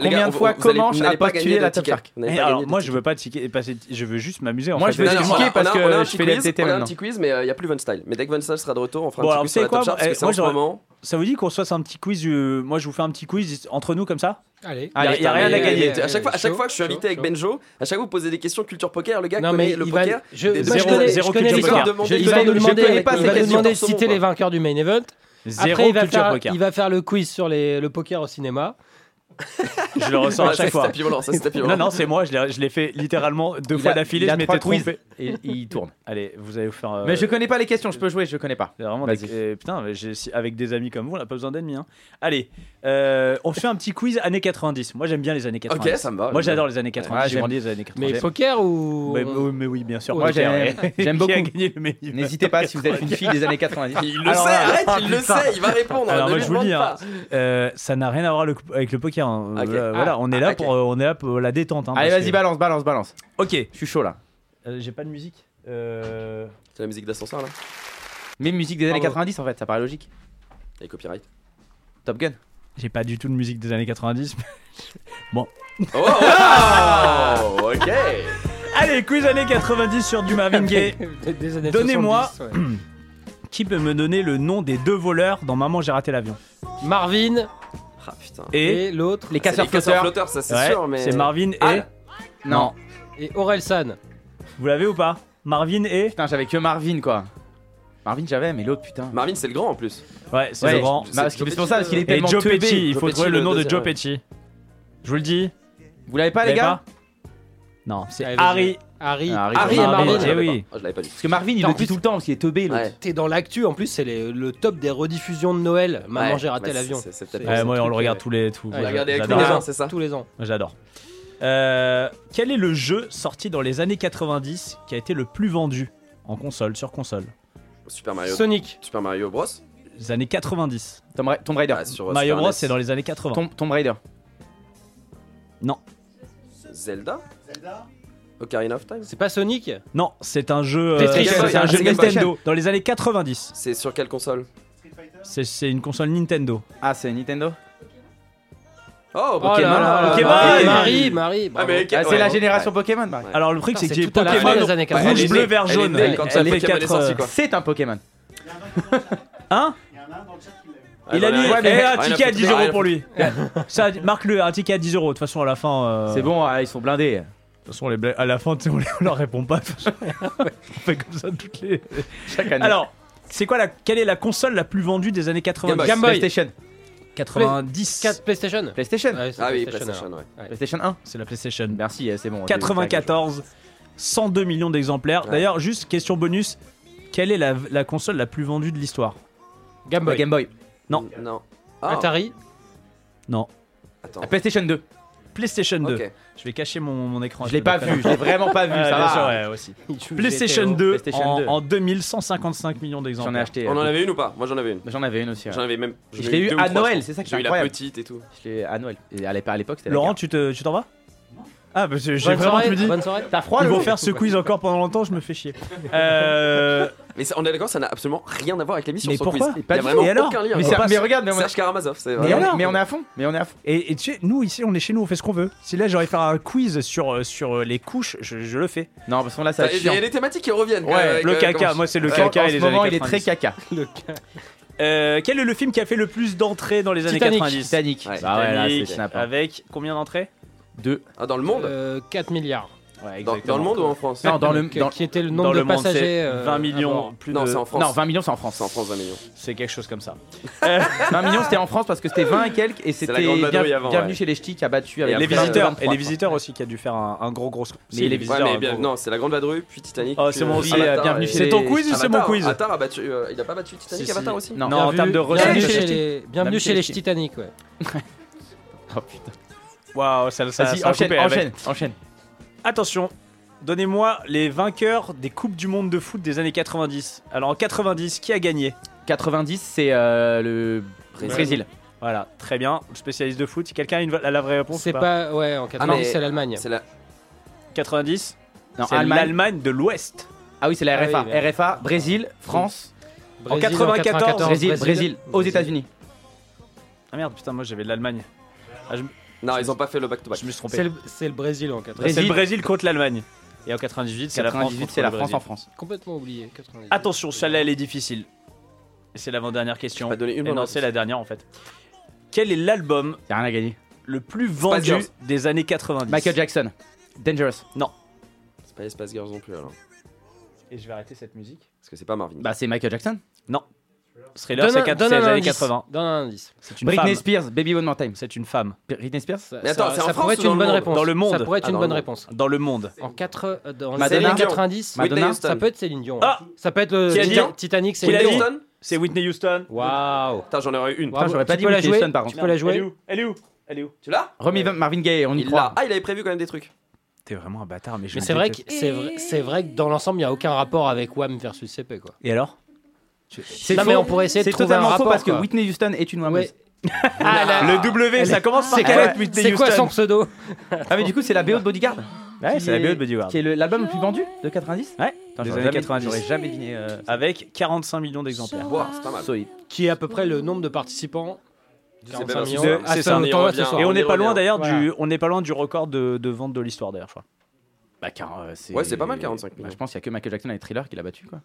S10: combien de fois Comanche a postulé la Top Shark Vous n'avez
S5: Mais
S10: pas Bah,
S5: alors,
S10: gagné
S5: moi, je veux pas tiquer, passer- je veux juste m'amuser. en
S6: Moi,
S5: fait.
S6: je veux
S10: Non, non,
S6: tiquer
S10: on a-
S6: parce
S10: on a-
S6: que
S10: on a un
S6: je
S10: petit
S6: fais les
S10: quiz,
S6: TT
S10: On a un
S6: maintenant.
S10: petit quiz, mais euh, il n'y a plus Van Style. Mais dès que Van Style sera de retour, on fera
S5: Bon,
S10: un petit
S5: alors, vous
S10: quiz sur
S5: savez
S10: la
S5: quoi
S10: Top Shark, parce
S5: eh,
S10: que c'est
S5: moi,
S10: en ce
S5: j'aurais-
S10: moment.
S5: Ça vous dit qu'on se fasse un petit quiz euh, Moi, je vous fais un petit quiz entre nous comme ça
S11: Allez.
S5: Il y a- il y a rien à gagner.
S10: À chaque fois, à chaque fois que je suis invité avec Benjo, à chaque fois vous posez des questions culture poker, le gars connaît le poker.
S11: je,
S10: des-
S11: moi, je
S10: zéro-
S11: connais,
S10: zéro
S11: je connais
S10: culture
S11: l'histoire.
S10: poker.
S11: Je- Il
S10: Je
S11: va
S10: connais-
S11: nous
S10: je
S11: demander,
S10: connais
S11: il va
S10: pas ces
S11: nous
S10: questions
S11: demander de
S10: torse au
S11: citer
S10: monde,
S11: les
S10: quoi.
S11: vainqueurs du main event.
S5: Zéro
S11: Après, il va,
S5: culture
S11: faire,
S5: poker.
S11: il va faire le quiz sur les, le poker au cinéma.
S5: Je le ressens à
S10: Ouais, ça,
S5: chaque
S10: c'est
S5: fois.
S10: tapis volant, ça, c'est tapis
S5: Non,
S10: volant.
S5: non, c'est moi, je l'ai- je l'ai fait littéralement deux
S6: Il
S5: fois
S6: a-
S5: d'affilée,
S6: il a
S5: je m'étais
S6: trois quiz
S5: trompé.
S6: et il tourne.
S5: <laughs> Allez, vous allez vous faire. euh,
S6: Mais je connais pas les questions, je peux jouer, je connais pas.
S5: Vraiment des- eh, putain, mais j'ai- si- avec des amis comme vous, on n'a pas besoin d'ennemis. hein. Allez, euh, on se fait un petit quiz années 90. Moi, j'aime bien les années 90.
S10: ça me va,
S5: Moi,
S10: j'aime
S5: j'adore
S10: bien.
S5: les années 90.
S6: Ouais,
S5: j'ai
S6: j'aime-
S5: grandi les années 90.
S11: Mais poker
S10: Bah,
S11: ou.
S5: mais, oui, mais oui, bien sûr.
S6: Moi,
S5: poker,
S6: j'aime-
S5: ouais.
S6: j'aime
S5: Qui a
S6: beaucoup.
S5: gagné
S10: <laughs>
S5: le meilleur
S6: N'hésitez pas si vous êtes une fille des années euh, 90.
S10: Il le sait, arrête, il le sait, il va répondre.
S5: Alors
S10: ne
S5: moi
S10: lui
S5: je vous le
S10: demande
S5: dis, hein,
S10: pas.
S5: euh, ça n'a rien à voir le- avec le poker. hein.
S10: Ok.
S5: Euh, voilà,
S10: Ah,
S5: on est là
S10: ah,
S5: pour, euh, on est là pour la détente. hein,
S6: Allez,
S5: parce
S6: vas-y,
S5: que-
S6: balance, balance, balance.
S5: Ok.
S6: Je suis chaud là.
S5: Euh, J'ai pas de musique. Euh,
S10: C'est la musique d'ascenseur là.
S6: Même musique des années
S5: Pardon.
S6: 90 en fait, ça paraît logique.
S10: Les copyright.
S6: Top Gun.
S5: J'ai pas du tout de musique des années 90. bon.
S10: Oh, oh, ok.
S5: Allez, quiz années 90 sur du Marvin Gaye.
S11: Des années
S5: Donnez-moi.
S11: 70, ouais.
S5: <clears throat> Qui peut me donner le nom des deux voleurs dans Maman j'ai raté l'avion
S11: Marvin
S10: Ah putain.
S5: Et,
S11: et l'autre.
S6: Les
S10: C'est
S6: casseurs
S10: les casseurs
S6: flotteurs.
S10: flotteurs, ça c'est
S5: Ouais,
S10: sûr, mais.
S5: c'est Marvin et
S10: Ah,
S6: Non.
S11: Et Orelsan.
S5: vous l'avez ou pas <laughs> Marvin et
S6: Putain, j'avais que Marvin quoi. Marvin j'avais, mais l'autre putain.
S10: Marvin, c'est le grand en plus.
S5: ouais c'est
S6: Ouais,
S5: le grand
S6: je-
S10: C'est
S6: Bah, parce que-
S10: Joe
S6: c'est pour ça, parce
S10: Pesci,
S6: qu'il est
S10: euh,
S5: et
S6: tellement
S5: Joe
S6: teubé.
S5: Pesci. Il
S10: Joe
S5: faut
S10: Pesci,
S5: trouver le
S10: le
S5: nom de
S10: deuxième,
S5: Joe
S10: ouais.
S5: Pesci. Je vous le dis.
S6: Vous l'avez pas
S5: Vous
S6: les
S5: l'avez
S6: gars
S5: pas Non, c'est
S11: Allez, vas-y.
S5: Harry
S11: Harry,
S6: Ah, Harry,
S11: Harry et
S6: Marvin.
S11: Marvin.
S6: Eh oui.
S10: Ah, je l'avais pas dit.
S6: Parce que Marvin, il
S11: Putain,
S6: le
S11: en
S6: dit tout le temps parce qu'il est teubé. l'autre.
S11: T'es dans l'actu, en plus, c'est les- le top des rediffusions de Noël. Maman,
S10: Ouais,
S11: j'ai raté
S10: ouais,
S11: l'avion.
S10: c'est- c'est peut-être
S5: Ouais, moi, on le regarde tous les. Tous,
S11: On
S5: moi,
S11: l'a regardé avec
S5: j'adore.
S11: tous les ans, c'est ça Tous les ans.
S5: Moi, J'adore. Euh, quel est le jeu sorti dans les années 90 qui a été le plus vendu en console, sur console
S10: Super Mario.
S5: Sonic.
S10: Super Mario Bros.
S5: Les années 90.
S6: Tomb, Ra- Tomb Raider.
S10: sur
S5: Mario
S10: Super E
S5: Bros,
S10: NES.
S5: c'est dans les années 80.
S6: Tomb, Tomb Raider.
S10: Zelda Ocarina of Time
S11: C'est pas Sonic
S5: Non, c'est un jeu. euh,
S10: Tetris.
S5: c'est un
S10: Ah,
S5: jeu
S10: c'est Game Boy.
S5: Nintendo dans les années 90.
S10: C'est sur quelle console
S5: C'est- C'est une console Nintendo.
S6: Ah, c'est Nintendo
S10: Oh,
S5: Pokémon.
S6: là là là
S5: Pokémon.
S6: là là.
S11: Marie, Marie, bravo.
S10: mais-
S6: Ah, c'est
S10: ouais,
S6: la
S10: bon. <laughs>
S6: génération
S10: Ouais.
S6: Pokémon, Marie.
S5: Alors le truc
S11: Putain,
S5: c'est que
S11: c'est
S5: j'ai
S11: tout à la fin
S5: Pokémon
S11: des années 80.
S5: rouge,
S11: Elle est
S5: bleu,
S11: née-
S5: vert,
S11: elle est
S5: jaune.
S11: née quand
S5: ça
S11: elle est
S5: fait
S11: Pokémon est
S5: 4
S11: sorti, quoi.
S6: euh, C'est un
S5: <laughs>
S6: Pokémon. Ah,
S5: Hein Il a
S10: Ouais,
S5: mis
S10: ouais,
S5: eh,
S10: mais-
S5: un
S10: ouais,
S5: ticket à
S10: mais-
S5: 10
S10: mais-
S5: euros pour lui. <laughs> Ça, marque-le, un ticket à 10 euros. De toute façon, à la fin. euh,
S6: C'est bon, ah, ils sont blindés.
S5: De toute façon, on les bla- à la fin, tu sais, on, les- on leur répond pas. <laughs> on fait comme ça toutes les.
S6: Chaque année.
S5: Alors, c'est quoi la, quelle est la console la plus vendue des années 90
S11: Game Boy.
S6: PlayStation.
S5: 90.
S11: 4 PlayStation.
S6: PlayStation.
S11: Ouais, c'est
S10: Ah oui,
S11: PlayStation,
S10: PlayStation,
S11: alors.
S10: ouais.
S11: Ouais.
S6: PlayStation 1.
S5: C'est la PlayStation.
S6: Merci, eh, c'est bon.
S5: 94, 102 millions d'exemplaires.
S10: Ouais.
S5: D'ailleurs, juste question bonus quelle est la, la console la plus vendue de l'histoire
S11: Game
S6: La
S11: Boy.
S6: Game Boy. Ah.
S5: Non,
S10: Non.
S11: Atari.
S5: non.
S10: Attends.
S6: La PlayStation 2.
S5: PlayStation 2.
S10: Ok.
S5: Je vais cacher mon, mon écran.
S6: Je l'ai pas vu, je l'ai vraiment pas vu,
S5: Ouais,
S6: ça
S5: bien
S6: va.
S5: sûr, ouais,
S6: <laughs>
S5: aussi.
S11: Il joue
S5: PlayStation
S11: GTO.
S5: 2,
S6: PlayStation
S5: en,
S6: 2.
S5: en 2000, 155 millions
S6: J'en
S5: d'exemplaires.
S6: ai acheté.
S10: On en
S6: euh,
S10: avait une ou pas Moi j'en avais une.
S6: J'en avais une aussi. ouais.
S10: J'en avais même. j'en ai
S6: Je l'ai eu
S10: deux ou trois,
S6: à
S10: je
S6: Noël,
S10: pense.
S6: c'est ça qui
S10: J'ai
S6: est
S10: eu la
S6: incroyable.
S10: petite et tout.
S6: Je l'ai à Noël. Et à l'époque, à l'époque, c'était. la
S5: Laurent,
S6: guerre.
S5: tu te- tu t'en vas Ah, bah j'ai j'ai
S11: Bonne
S5: vraiment
S11: soirée,
S5: tout dit.
S11: Bonne soirée.
S6: T'as froid
S5: Ils
S6: le
S5: vont faire ce quiz encore pendant longtemps, je me fais chier. Euh,
S10: Mais ça- on est d'accord, ça n'a absolument rien à voir avec l'émission.
S5: Mais
S10: son
S5: pourquoi
S10: quiz.
S5: Pas
S10: Il y a
S5: du tout.
S10: vraiment
S5: Et alors
S10: aucun lien.
S6: mais,
S5: on
S6: c'est-
S5: passe.
S6: mais regarde, mais on,
S10: Serge Karamazov, c'est
S6: mais
S10: vraiment-
S6: on- mais on est à fond. Mais on est à fond.
S5: et, et tu sais, nous ici, on est chez nous, on fait ce qu'on veut. Si là j'aurais fait un quiz sur, euh, sur euh, les couches, je, je le fais.
S6: Non, parce qu'on là, ça va
S10: Ça-
S6: être
S10: Il y
S6: chiant.
S10: a des thématiques qui reviennent. quand
S6: Ouais,
S10: même, avec,
S5: le
S10: euh,
S5: caca,
S10: quand-
S5: moi c'est le
S10: Ouais,
S5: caca
S6: en
S5: et
S6: ce
S5: les
S6: moment,
S5: années
S6: il est très
S5: 90.
S6: caca.
S11: Le cas-
S5: Euh, quel est le film qui a fait le plus d'entrées dans les années
S11: Titanic.
S5: 90
S6: Titanic.
S10: Ouais.
S6: Bah ouais, là, c'est
S5: Titanic,
S6: snap. hein.
S5: Avec combien d'entrées
S6: Deux.
S10: Ah, Dans le monde
S11: Euh, 4 milliards.
S5: Ouais,
S10: Dans dans le monde ou en France
S6: Non, dans le.
S11: Qui-
S6: dans-
S11: qui était le
S5: Dans
S11: nombre
S5: le
S11: de
S5: monde,
S11: passagers.
S5: c'est
S11: euh,
S5: 20
S11: à
S5: millions,
S11: bord.
S5: plus
S10: Non,
S5: de-
S10: c'est en France.
S6: Non, 20 millions, c'est en
S10: <laughs>
S6: France.
S10: C'est en France 20 millions.
S5: c'est quelque chose comme ça.
S6: 20 millions, c'était en France parce que c'était 20 et quelques et
S10: la
S6: c'était
S10: grande
S6: bien-
S10: vadrouille avant,
S6: bienvenue
S10: ouais.
S6: chez les ch'tis qui a battu avec
S5: les
S10: après,
S5: visiteurs,
S6: 23,
S5: et les
S6: je
S5: visiteurs aussi qui a dû faire un, un gros gros. Si,
S6: les
S5: les
S10: Ouais,
S5: visiteurs.
S10: mais
S5: un
S10: bien-
S5: gros-
S10: non, c'est la grande vadrouille, puis Titanic.
S5: Oh, c'est
S10: puis,
S5: mon
S10: euh,
S5: aussi,
S10: Avatar,
S6: euh, bienvenue
S10: et-
S6: chez
S5: C'est ton quiz ou c'est mon
S10: Avatar,
S5: quiz
S10: Avatar a battu. euh, il a pas battu Titanic,
S5: Si,
S10: Avatar
S5: si.
S10: aussi
S6: Non,
S5: Non, en
S11: Bienvenue-
S5: termes de
S11: Bienvenue
S5: recettes.
S11: chez
S6: Bienvenue
S11: les, bienvenue chez les Titanic, ouais. <laughs>
S6: Oh putain.
S5: Waouh, ça, ça,
S6: Vas-y,
S5: ça a
S6: enchaîne,
S5: coupé avec.
S6: enchaîne, enchaîne.
S5: Attention, donnez-moi les vainqueurs des Coupes du Monde de foot des années 90. Alors en 90, qui a gagné
S6: 90, c'est euh, le
S10: Brésil.
S6: Brésil.
S5: Voilà, très bien. Le spécialiste de foot, quelqu'un a une- la, la vraie réponse
S11: C'est
S5: ou
S11: pas, ouais, en 90,
S6: Ah,
S10: mais-
S11: c'est l'Allemagne.
S10: C'est la.
S5: 90
S6: Non,
S5: C'est
S6: Allemagne.
S5: l'Allemagne de l'Ouest.
S6: Ah oui, c'est la
S11: Ah oui,
S6: RFA.
S11: mais-
S6: RFA, Brésil, France,
S11: Brésil,
S5: 94,
S6: Brésil, Brésil, aux États-Unis.
S5: Ah merde, putain, moi j'avais l'Allemagne. Ah,
S10: Non, ils ont pas fait le back-to-back.
S5: Je me suis trompé.
S11: C'est le, c'est le Brésil en 90.
S5: Enfin, C'est le
S6: Brésil.
S5: Brésil contre l'Allemagne. Et en 98, c'est la France.
S6: 98,
S5: contre
S6: c'est la
S5: le
S6: France
S5: Brésil. Ah,
S6: en France.
S11: Complètement oublié. 90.
S5: Attention, celle-là elle est difficile. Et c'est l'avant-dernière question.
S10: J'ai pas donné une
S5: Et
S10: bonne
S5: non,
S10: réponse.
S5: c'est la dernière en fait. Quel est l'album
S6: Y'a rien à gagner.
S5: le plus vendu
S10: Girls.
S5: des années 90
S6: Michael Jackson, Dangerous.
S10: C'est pas les Space Girls non plus alors.
S5: Et je vais arrêter cette musique.
S10: Parce que c'est pas Marvin.
S6: Bah, c'est Michael Jackson.
S5: Thriller, c'est
S11: un-
S5: quatre- c'est les
S11: un
S5: années
S11: indice.
S5: 80.
S11: Donne un indice.
S5: C'est une
S6: Britney
S5: femme.
S6: Spears, Baby One More Time.
S5: C'est une femme.
S6: Britney Spears
S11: Ça-
S10: Mais attends,
S11: ça-
S10: c'est en
S11: ça
S10: France
S11: pourrait
S10: ou
S11: être
S10: dans le
S11: une bonne
S10: monde
S11: réponse.
S5: Dans le monde.
S11: Ça pourrait être
S10: Ah,
S11: une
S10: dans
S11: bonne
S10: le monde.
S11: réponse.
S5: Dans le monde.
S11: En 4 euh, dans les
S6: Madonna.
S11: années 90,
S6: Madonna.
S10: Whitney Houston.
S11: ça peut être Céline Dion.
S5: Ah
S11: ça peut être le
S5: Qui a dit hein
S11: Titan- Euh, Titanic,
S5: Qui
S11: Céline
S5: l'a
S10: Whitney
S5: dit
S11: Dion.
S10: Houston
S5: C'est Whitney Houston.
S6: Waouh.
S10: Putain, j'en aurais eu une.
S6: Putain, j'aurais pas
S11: tu
S6: dit
S11: peux la
S6: Whitney
S11: jouer.
S6: Houston par
S11: Tu
S6: contre.
S11: peux la
S5: Elle est
S11: jouer.
S5: où Elle est où Elle est où
S10: Tu l'as
S6: Remis Marvin Gaye, on y
S10: Il
S6: croit.
S10: l'a. Ah, il avait prévu quand même des trucs.
S5: T'es vraiment un bâtard, mais je
S11: Mais
S5: m'en
S11: c'est vrai que
S5: déteste.
S11: c'est vrai, c'est vrai que dans l'ensemble, il n'y a aucun rapport avec Wham versus CP quoi.
S5: Et alors
S6: C'est
S11: Non,
S6: faux.
S11: mais on pourrait essayer de
S6: C'est
S11: trouver un
S6: totalement faux
S11: rapport,
S6: parce que
S11: quoi.
S6: Whitney Houston est une
S11: Ouais.
S6: Wamuse.
S11: <laughs> Ah, là,
S5: Le W, ça commence par
S11: c'est
S5: quelle
S11: quoi-
S5: lettre, Whitney
S11: C'est quoi son
S5: Houston
S11: pseudo
S6: Ah, mais du coup, c'est la BO de Bodyguard.
S5: Ouais,
S6: Qui
S5: c'est la
S6: est-
S5: BO de Buddy Ward.
S6: Qui est le- l'album le plus vendu de 90
S5: Ouais,
S6: Putain,
S5: des
S6: j'aurais
S5: années
S6: jamais-
S5: 90.
S6: J'aurais jamais deviné. euh,
S5: Avec 45 millions d'exemplaires.
S10: Wow, c'est pas mal.
S6: solide.
S11: qui est à peu près le nombre de participants.
S10: Je sais
S11: 45
S10: pas,
S11: millions.
S5: c'est-
S11: Ah,
S10: c'est
S11: ça,
S10: ça, on y
S11: autant là,
S10: revient.
S11: ce soir.
S5: Et on n'est pas
S10: revient.
S5: loin d'ailleurs
S11: Voilà.
S5: du, on n'est pas loin du record de, de vente de l'histoire d'ailleurs, je crois.
S6: Bah, car, euh, c'est...
S10: Ouais, c'est pas mal, 45
S6: Bah,
S10: millions.
S6: je pense qu'il y a que Michael Jackson et Thriller qui l'a battu, quoi.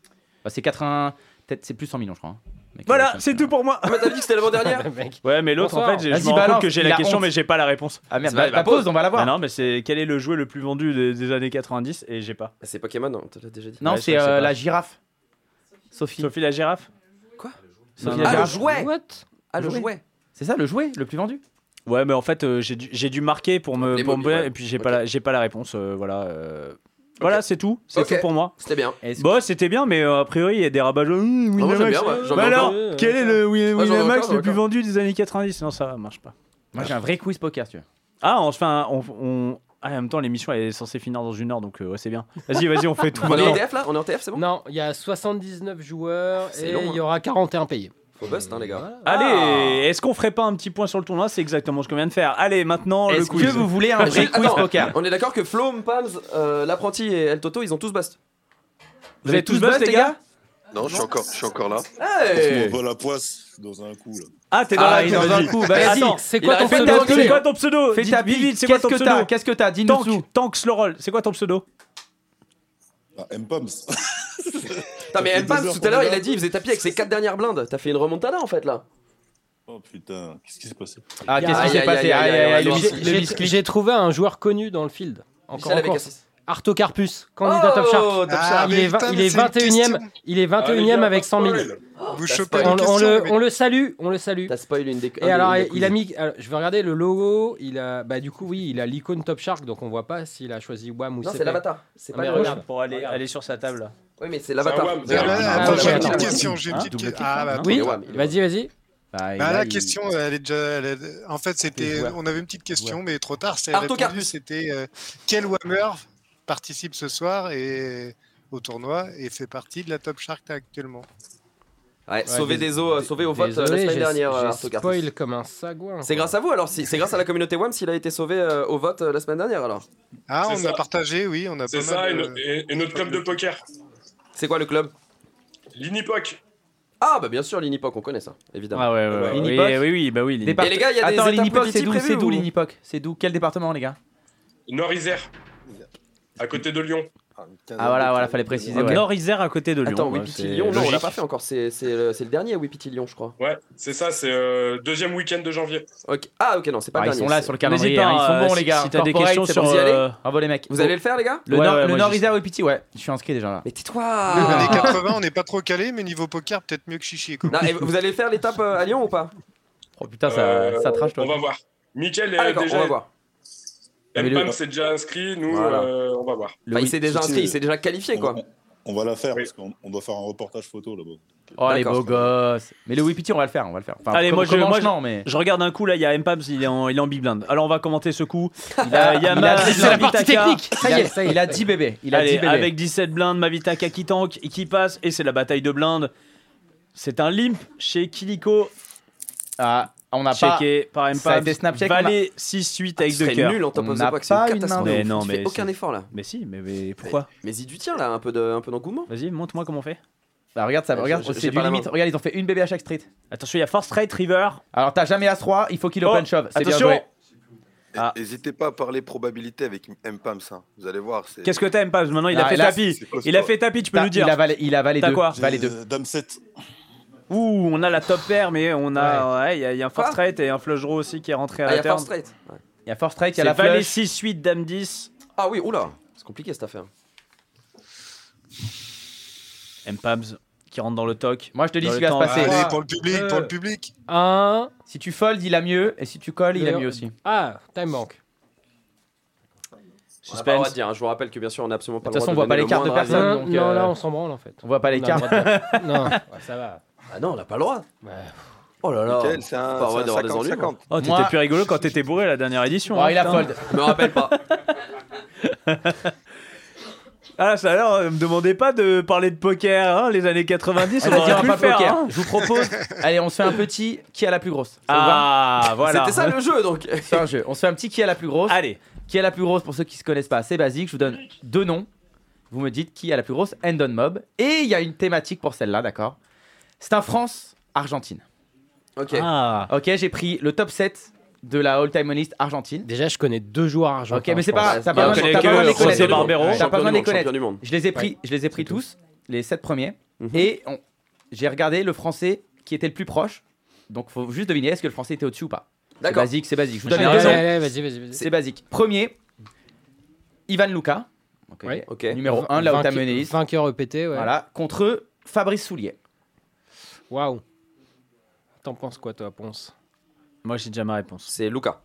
S6: Bah, c'est 80. Peut-être c'est plus 100 millions, je crois. hein. Michael
S5: Voilà,
S6: Jackson,
S5: c'est tout pour moi.
S10: Ah, mais t'as dit que
S6: <laughs>
S10: c'était l'avant-dernière
S11: Mec.
S5: Ouais, mais l'autre en
S11: Bonsoir.
S5: fait, j'ai-
S6: Vas-y,
S5: je me rends compte
S6: balance,
S5: que j'ai
S6: il
S5: la
S6: a
S5: question,
S6: honte.
S5: mais j'ai pas la réponse.
S6: Ah merde,
S10: Bah,
S6: bah,
S10: bah,
S6: bah, pause, on va la
S5: Bah
S6: voir.
S5: non, mais c'est quel est le jouet le plus vendu des, des années 90 et j'ai pas.
S10: C'est Pokémon, on te l'a déjà dit.
S6: Non,
S5: Ouais, je
S6: c'est
S5: sais
S6: euh,
S5: pas.
S6: la girafe. Sophie.
S5: Sophie la girafe.
S10: Ah,
S6: Sophie la
S5: non,
S10: le
S6: girafe.
S10: jouet
S11: What
S10: Ah, le
S6: Jouet.
S10: jouet
S6: C'est ça le jouet le plus vendu
S5: Ouais, mais en fait, euh, j'ai dû, j'ai dû marquer pour me,
S10: Les
S5: pour
S10: mobiles,
S5: me-
S10: ouais.
S5: et puis j'ai
S10: Ok.
S5: pas la, j'ai pas la réponse. euh, voilà. euh, Voilà, c'est tout. C'est
S10: Ok.
S5: tout pour moi.
S10: C'était bien.
S5: Bon, c'était bien, mais euh, a priori, il y a des rabats jaunes.
S10: Ah, moi, j'aime
S5: Winamax.
S10: bien, ouais. J'en ai encore.
S5: Bah alors,
S10: Ouais,
S5: quel est le Win-
S10: Ouais, j'en ai
S5: Winamax
S10: encore, j'en ai
S5: le plus
S10: encore.
S5: vendu des années 90 Non, ça va, marche pas.
S6: Moi, j'ai un vrai quiz poker, tu vois.
S5: Ah, on se fait un. on- on- Ah, en même temps, l'émission elle est censée finir dans une heure, donc euh, ouais, c'est bien. Vas-y, vas-y, on fait tout.
S10: On est
S5: maintenant.
S10: en TF là On est en TF, c'est bon
S11: Non, il y a 79 joueurs
S10: C'est
S11: et
S10: long, hein. Ah.
S11: il y aura 41 payés.
S10: Faut bust, hein, les gars.
S5: Allez, est-ce qu'on ferait pas un petit point sur le tournoi C'est exactement ce qu'on vient de faire. Allez, maintenant le
S10: Est-ce
S5: quiz.
S10: que vous voulez un vrai
S5: Attends,
S10: quiz poker On est d'accord que Flo, Palms,
S5: euh,
S10: l'apprenti et El Toto, ils ont tous bust.
S5: Vous avez tous bust, les gars
S12: Non, je suis encore, je suis encore là.
S10: Hey
S9: On voit la poisse dans un coup là.
S5: Ah, t'es dans
S6: Ah,
S5: la
S6: il est dans un
S5: vas-y.
S6: coup. Bah,
S5: Attends,
S6: vas-y, c'est
S5: il
S6: quoi
S5: a
S6: ton
S5: fait
S6: pseudo,
S5: ta-
S6: Axel
S5: C'est quoi ton pseudo
S6: Fais
S5: Dis-
S6: ta
S5: dis
S6: bite.
S5: vite, c'est quoi
S6: Qu'est-ce
S5: ton
S6: que
S5: pseudo
S6: t'as Qu'est-ce que t'as Dis-nous
S5: Tank,
S6: tout.
S5: Tanks Laurel, c'est quoi ton pseudo
S9: Ah, M-Poms. <laughs>
S10: Putain, mais
S9: Ça
S10: El
S9: fait deux
S10: Palms,
S9: heures
S10: tout à l'heure,
S9: qu'on est
S10: il
S9: là.
S10: a dit il faisait tapis avec ses 4 dernières blindes. T'as fait une remontada en fait là.
S9: Oh putain, qu'est-ce qui s'est passé
S6: Ah, qu'est-ce qui
S10: Aïe,
S6: s'est
S10: aïe, aïe,
S6: passé Aïe,
S10: aïe,
S6: aïe, aïe,
S10: aïe,
S6: le
S10: aïe,
S6: bis-
S10: aïe,
S6: le
S11: J'ai-
S6: bis-
S11: J'ai trouvé un joueur connu dans le field. Encore
S10: Michel
S11: en
S10: avec
S11: Corse.
S10: Assis.
S11: Arto Carpus, candidat
S10: Oh,
S11: Top Shark. Ah,
S10: Top Shark.
S11: Il est, vingt-
S8: putain, Ah,
S11: il
S8: mais
S11: est
S8: c'est une
S11: 21ème,
S8: question. Ah,
S11: il est 21 e avec 100 000.
S8: Vous
S10: Oh, T'as
S8: chopez
S10: spoil-
S8: les
S11: On, on
S8: questions,
S11: le,
S8: les
S11: on le salue, on le salue.
S10: T'as spoil une des. un
S11: Et
S10: des-
S11: alors,
S10: une des
S11: il a
S10: quiz.
S11: mis. alors, je vais regarder le logo. Il a, bah, du coup, oui, il a l'icône Top Shark, donc on voit pas s'il a choisi WAM ou
S10: Non,
S11: CP.
S10: c'est l'avatar. C'est
S11: Non,
S10: pas
S11: mais
S10: le.
S11: regarde.
S5: Pour aller, aller sur sa table.
S10: Oui, mais c'est l'avatar.
S8: mecs. Ah, là,
S11: Ah,
S8: attends,
S11: ouais,
S8: j'ai une
S11: attends.
S8: petite question. J'ai une
S5: Hein,
S8: petite
S5: double
S8: que-
S5: clic.
S8: Ah, bah,
S10: Il
S11: Oui,
S10: est WAM, il est
S11: vas-y, vas-y.
S6: Bah,
S8: Bah,
S6: là,
S8: la
S6: il-
S8: question, elle est déjà. elle est- En fait, c'était.
S6: joueur.
S8: On avait une petite question, mais trop tard. C'est
S10: Arto
S8: répondu.
S10: Carpus.
S8: C'était euh, quel Whammer participe ce soir et au tournoi et fait partie de la Top Shark actuellement.
S10: Ouais, sauvé
S11: dés-
S10: des eaux, euh, sauvé au vote euh, la
S11: Désolé,
S10: semaine
S11: j'ai-
S10: dernière, euh,
S11: j'ai
S10: Arto Carpus.
S11: spoil comme un sagouin.
S10: C'est grâce à vous alors, si- c'est grâce à la communauté WAM s'il a été sauvé euh, au vote euh, la semaine dernière alors.
S8: Ah,
S4: C'est
S8: on
S4: ça.
S8: a partagé, oui, on a
S4: C'est
S8: pas
S4: ça, et,
S8: mal.
S4: no-
S8: euh,
S4: et- et notre club de poker,
S10: C'est quoi le club
S4: l'Inipoc.
S10: Ah bah bien sûr l'Inipoc, on connaît ça, évidemment.
S5: Ah ouais, ouais, ouais.
S6: L'Inipoc.
S5: Oui, euh, oui, oui, bah oui. l'Inipoc.
S6: Départ-
S10: Et les gars, il y a des
S6: Attends,
S10: étapes
S6: l'Inipoc,
S10: plus
S6: c'est
S10: petites
S6: d'où C'est
S10: prévues
S6: d'où
S10: ou-
S6: l'Inipoc C'est d'où Quel département, les gars
S4: Nord-Isère. À côté de Lyon.
S6: Ah, voilà, voilà, fallait préciser.
S10: Ok.
S6: ouais.
S5: Nord-Isère à côté de Lyon.
S10: Attends,
S5: bah,
S10: Wipiti
S5: c'est
S10: Lyon, non, on l'a
S5: logique.
S10: pas fait encore, c'est c'est le, c'est le dernier Wipiti Lyon, je crois.
S4: Ouais, c'est ça, c'est euh, deuxième week-end de janvier.
S10: Ok. Ah, ok, non, c'est pas
S6: Ah,
S10: le
S6: Ils
S10: dernier.
S6: sont là
S10: c'est-
S6: sur le calendrier.
S5: N'hésite pas,
S6: hein, Ils sont
S5: euh,
S6: bons, les gars.
S5: Si t'as des
S6: Corporate,
S5: questions
S6: c'est bon.
S5: sur.
S10: Vous y allez
S5: euh,
S6: Bravo, les mecs.
S10: Vous allez le faire, les gars
S6: Le
S5: Ouais,
S6: Nord-
S5: ouais,
S6: le
S5: moi, j'y
S6: Nord-Isère Wipiti, ouais. Je suis inscrit déjà là.
S10: Mais
S8: Années
S10: tais-toi
S8: 80, on n'est pas trop calé, mais niveau poker, peut-être mieux que Chichi. quoi.
S10: Non, et Vous allez faire l'étape euh, à Lyon ou pas
S6: Oh putain,
S4: Euh,
S6: ça, ça trash toi.
S4: On va voir. Mickaël est
S10: Ah, d'accord, on
S4: déjà.
S10: va voir.
S6: Mais le-
S4: Mpam s'est déjà inscrit, nous,
S10: Voilà.
S4: euh, on va voir.
S10: Enfin, il s'est déjà
S9: Wipiti,
S10: inscrit, il
S9: euh,
S10: s'est déjà qualifié,
S9: on-
S10: quoi.
S9: On, on va la faire parce qu'on on doit faire un reportage photo là-bas.
S6: Oh les
S10: D'accord.
S6: beaux gosses. Mais le Wipiti, on va le faire, on va le faire. Enfin,
S5: Allez,
S6: com-
S5: moi, je-
S6: comment
S5: moi, je-
S6: non, mais.
S5: Je regarde un coup, là, il y a Mpams, il est en, il est en big blind. Alors, on va commenter ce coup. Il
S6: a-
S5: euh,
S6: il a-
S5: Yama-
S6: c'est la partie
S5: Mavitaka.
S6: Ça y est, ça y est, il a 10 bébés. Il a
S5: Allez,
S6: 10 bébés.
S5: avec 17 blindes, Mavitaka qui tank, et qui passe, et c'est la bataille de blindes. C'est un limp chez Kiliko,
S6: Ah, on n'a pas.
S5: checké par Mpams.
S6: Ça a Ah, été Snapchat,
S5: Valet 6-8 avec
S10: Ce
S5: deux
S10: serait
S5: cœurs.
S10: nul en top
S6: On
S10: of
S6: n'a
S10: the box, c'est
S6: pas
S10: une
S6: une
S10: catastrophe.
S5: main. Mais non,
S10: Tu
S5: mais
S10: fais aucun
S5: c'est-
S10: effort là.
S5: Mais si, mais, mais pourquoi
S10: Mais il du tien là, un peu de- un peu d'engouement.
S5: Vas-y, montre-moi comment on fait.
S6: Bah, regarde ça,
S10: Ouais,
S6: regarde,
S10: je- je-
S6: c'est
S10: j'ai
S6: du
S10: pas la
S6: limite.
S10: main.
S6: Regarde, ils ont fait une bébé à chaque street.
S5: Attention, il y a Force Straight River.
S6: Alors t'as jamais As-3, il faut qu'il open
S5: Oh,
S6: shove. C'est bien
S5: attention.
S6: joué.
S5: Ah.
S12: N'hésitez pas à parler probabilité avec M-Pams. hein. Vous allez voir. c'est-
S5: Qu'est-ce que t'as, Mpams Maintenant, il a
S6: Ah,
S5: fait
S6: là,
S5: tapis.
S12: c'est costaud.
S5: Il a fait tapis, tu peux
S6: T'as-
S5: nous dire.
S6: Il a valé, il a valé
S5: T'as
S6: deux.
S5: quoi
S6: Valé deux.
S9: Euh, Dame 7.
S5: Ouh, on a la top pair, mais on a. ouais, Il y a- il y, a un Force Straight et un Flush Draw aussi qui est rentré à
S10: Ah, il y
S5: la
S10: a
S5: turn.
S10: Far Straight. Ouais.
S6: Il y a Force Strike, il y
S5: C'est
S6: a la
S5: Valet
S6: flèche.
S5: 6-8, Dame 10.
S10: Ah oui, oula, c'est compliqué cette affaire.
S5: Mpabs qui rentre dans le toc.
S6: Moi je te dis
S5: Dans
S6: ce qui
S5: le
S6: va se
S5: temps,
S6: passer.
S8: Allez, pour le public, pour le public.
S11: Un.
S6: Si tu fold, il a mieux. Et si tu colles, il a
S11: Le-
S6: mieux aussi.
S11: Ah, time bank.
S10: On n'a pas le droit
S5: Suspense.
S10: de dire, hein. je vous rappelle que bien sûr on n'a absolument pas
S6: De
S10: le
S6: toute
S10: droit
S6: façon, on voit pas
S10: donner
S6: les
S10: le
S6: cartes de
S10: moindre avis.
S6: personne.
S11: Non,
S6: donc,
S11: non,
S6: euh,
S11: là, on s'en branle en fait.
S6: On voit pas les
S11: On a le
S6: cartes.
S11: droit
S6: <laughs>
S11: de- non, ouais, ça va.
S10: Ah non, on n'a pas le droit.
S11: Ouais.
S10: Oh là là.
S12: Mickaël, c'est un
S10: Pas vrai
S12: c'est un
S10: d'avoir des ennuis,
S12: 50-50.
S5: Oh, t'étais
S6: Moi-
S5: plus rigolo quand t'étais bourré la dernière édition.
S6: Oh,
S5: hein,
S6: il a
S5: putain.
S6: fold.
S10: Je me rappelle pas.
S5: <laughs> Ah, ça alors, euh, me demandez pas de parler de poker, hein, les années 90, on
S6: Vas-y,
S5: aurait
S6: Ah, bah, on
S5: pu
S6: va
S5: le
S6: pas
S5: faire.
S6: poker.
S5: hein.
S6: Je vous propose. Allez, on se fait un petit qui a la plus grosse. Ça vous va
S5: Ah, voilà.
S10: C'était ça le jeu donc.
S6: <laughs> C'est un jeu. On se fait un petit qui a la plus grosse.
S5: Allez,
S6: Qui a la plus grosse pour ceux qui se connaissent pas C'est basique. Je vous donne deux noms. Vous me dites qui a la plus grosse End on mob. Et il y a une thématique pour celle-là, d'accord C'est un France Argentine.
S10: Ok.
S5: ah.
S6: Ok, j'ai pris le top 7 de la All Time On List Argentine.
S11: Déjà, je connais deux joueurs argentins.
S6: Ok, mais c'est
S11: je pense.
S6: pas. T'as
S10: On
S6: pas besoin
S5: connaît
S6: t'as
S5: que
S6: pas besoin de les
S5: José
S6: connaître.
S5: Barbero.
S6: T'as pas besoin de les connaître.
S10: Champion du monde.
S6: Je les ai pris, je les ai pris tous, les 7 premiers.
S10: Mhm.
S6: Et on- j'ai regardé le français qui était le plus proche. Donc faut juste deviner est-ce que le français était au-dessus ou pas. C'est
S10: D'accord.
S6: basique, c'est basique. Je vous donne
S11: Allez,
S6: les deux
S11: allez,
S6: noms.
S11: allez, vas-y, vas-y, vas-y.
S6: C'est basique. Premier, Ivan Luca,
S10: Ok.
S11: Ouais.
S10: Ok.
S6: numéro 1 de la haute
S11: Vainqueur-
S6: List.
S11: Vainqueur EPT, ouais.
S6: Voilà, contre Fabrice Soulier.
S11: Waouh. T'en penses quoi, toi, Ponce
S5: <laughs> Moi, j'ai déjà ma réponse.
S10: C'est Luca.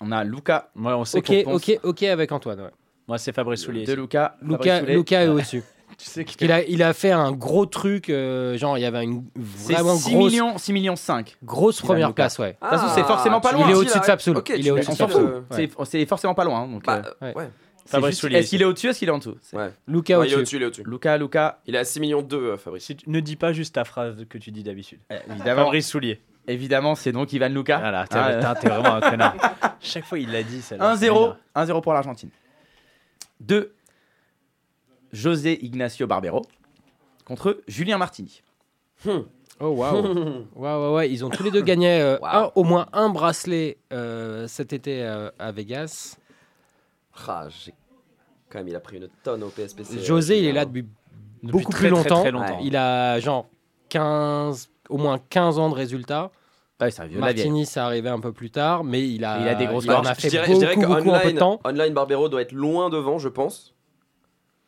S6: On a Luca.
S5: Moi, on sait
S11: Ok,
S5: qu'on pense.
S11: ok, ok avec Antoine, ouais.
S5: Moi, c'est Fabrice Soulier.
S6: De Lucas.
S11: Luca, Luca est au-dessus.
S6: <laughs> Tu sais qu'il
S11: Il a, il a fait un gros truc, euh, genre il y avait une
S6: C'est
S11: vraiment
S6: 6
S11: grosse,
S6: millions, 6 millions 5.
S11: grosse
S6: Ivan Ah.
S11: première
S6: Lucas.
S11: place, ouais.
S6: De toute façon, c'est forcément pas
S11: tu
S6: loin.
S11: Il est au-dessus de Sapsoul. il est au-dessus
S6: On
S11: de
S6: s'en
S11: Sapsoul.
S6: fout. C'est- C'est forcément pas loin. hein, donc, euh,
S10: Bah, ouais. ouais.
S6: c'est
S5: Fabrice
S6: juste-
S5: Soulier,
S6: Est-ce qu'il est au-dessus, est-ce qu'il est en dessous C'est-
S11: Lucas
S10: Ouais, il est
S11: au-dessus.
S10: au-dessus, il est au-dessus.
S6: Lucas, Lucas.
S10: Il est à 6 millions 2, euh, Fabrice.
S5: Ne dis pas juste ta phrase que tu dis d'habitude.
S6: Eh, Évidemment.
S5: Fabrice Soulier.
S6: Évidemment, c'est donc Ivan Lucas.
S5: Voilà, t'es
S6: Ah,
S5: putain,
S6: euh.
S5: t'es vraiment
S6: <laughs>
S5: un connard. Chaque fois, il l'a dit, celle-là.
S6: 1-0 1-0 pour l'Argentine. 2. José Ignacio Barbero contre Julien Martini.
S12: Hmm. <laughs>
S11: Oh waouh. Waouh, waouh, waouh. Ils ont tous les deux gagné euh, un- au moins un bracelet euh, cet été euh, à Vegas.
S10: Ah, j'ai- quand même, il a pris une tonne au PSPC.
S11: José, il est là depuis beaucoup
S10: très, très,
S11: plus longtemps.
S10: très longtemps.
S11: Il a genre 15, au moins 15 ans de résultats.
S10: Ah
S6: Ouais, c'est un vieux de la vieille.
S11: Martini, c'est arrivé un peu plus tard, mais il a,
S6: Il a des grosses
S11: en
S6: marges.
S11: a fait
S10: je dirais,
S11: beaucoup,
S10: je dirais que
S11: beaucoup en peu de
S10: online,
S11: temps.
S10: online, Barbero doit être loin devant, je pense.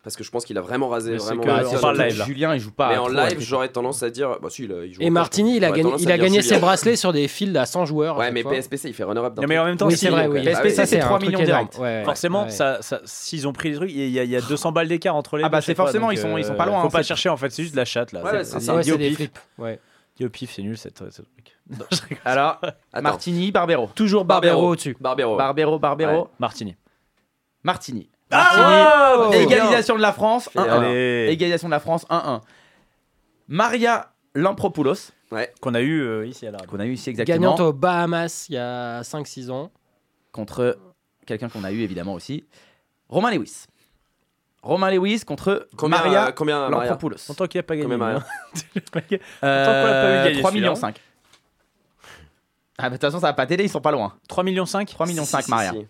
S10: Parce que je pense qu'il a vraiment rasé.
S6: Mais c'est
S10: vraiment
S6: que-
S10: rasé
S6: on
S10: surtout
S6: parle
S10: que
S6: live, là. Julien, il joue pas
S10: Mais
S6: à
S10: en
S6: trop,
S10: live,
S6: ouais.
S10: j'aurais tendance à dire. Bah, si, il, il joue
S11: Et
S10: encore,
S11: Martini, il a
S10: j'aurais
S11: gagné,
S10: tendance à
S11: il a
S10: dire
S11: gagné
S10: Julien.
S11: ses bracelets sur des fields à 100 joueurs. à
S10: Ouais,
S11: chaque
S10: mais
S11: fois.
S10: PSPC, il fait runner-up d'un
S5: Non, mais en même temps,
S11: Oui,
S5: si-
S11: c'est vrai, oui.
S5: PSPC,
S11: Ah oui,
S5: c'est
S11: un
S5: 3
S11: truc
S5: millions
S11: énorme.
S5: direct.
S11: Ouais, ouais,
S5: forcément,
S11: ouais.
S5: ça- ça- s'ils ont pris des trucs, il y a, il y a 200 balles d'écart entre les
S6: Ah
S5: deux
S6: bah,
S5: chaque
S6: c'est
S5: fois,
S6: forcément,
S5: donc,
S6: ils sont- ils sont
S5: euh,
S6: pas loin,
S5: Faut
S6: hein,
S5: pas
S6: c'est-
S5: chercher, en fait, c'est juste de la chatte, là.
S6: Ouais, ouais, c'est ça.
S11: Ouais,
S5: dit au
S11: c'est des
S5: pif.
S11: flips, ouais.
S5: Dit au pif, c'est nul, cette- ce truc. <laughs>
S6: Alors, Martini, Barbero.
S11: Toujours
S6: Barbero
S11: au-dessus.
S10: Barbero.
S6: Barbero, Barbero.
S5: Martini.
S6: Martini.
S5: Ah
S6: Martini.
S5: ouais,
S6: oh, Égalisation de la France.
S5: Allez.
S6: 1-1. Égalisation de la France. 1-1. Maria Lampropoulos.
S5: Qu'on a eu euh, ici à la radio.
S6: Qu'on a eu ici exactement.
S11: Gagnante aux Bahamas il y a 5-6 ans.
S6: Contre quelqu'un qu'on a eu évidemment aussi. Romain Lewis. Romain Lewis contre
S10: Combien,
S6: Maria
S10: euh, combien, Maria
S6: Lampropoulos.
S5: Longtemps qu'il a pas gagné.
S10: Combien,
S6: <laughs>
S10: Maria
S5: hein. Longtemps qu'on
S6: Euh,
S5: l'a pas vu gagner,
S6: 3
S5: celui-là. hein.
S6: millions 5. Ah, bah, de toute façon, ça va pas t'aider, ils sont pas loin.
S5: 3 millions 5
S6: 3 millions
S10: Si,
S6: 5,
S10: si,
S6: Maria.
S10: si.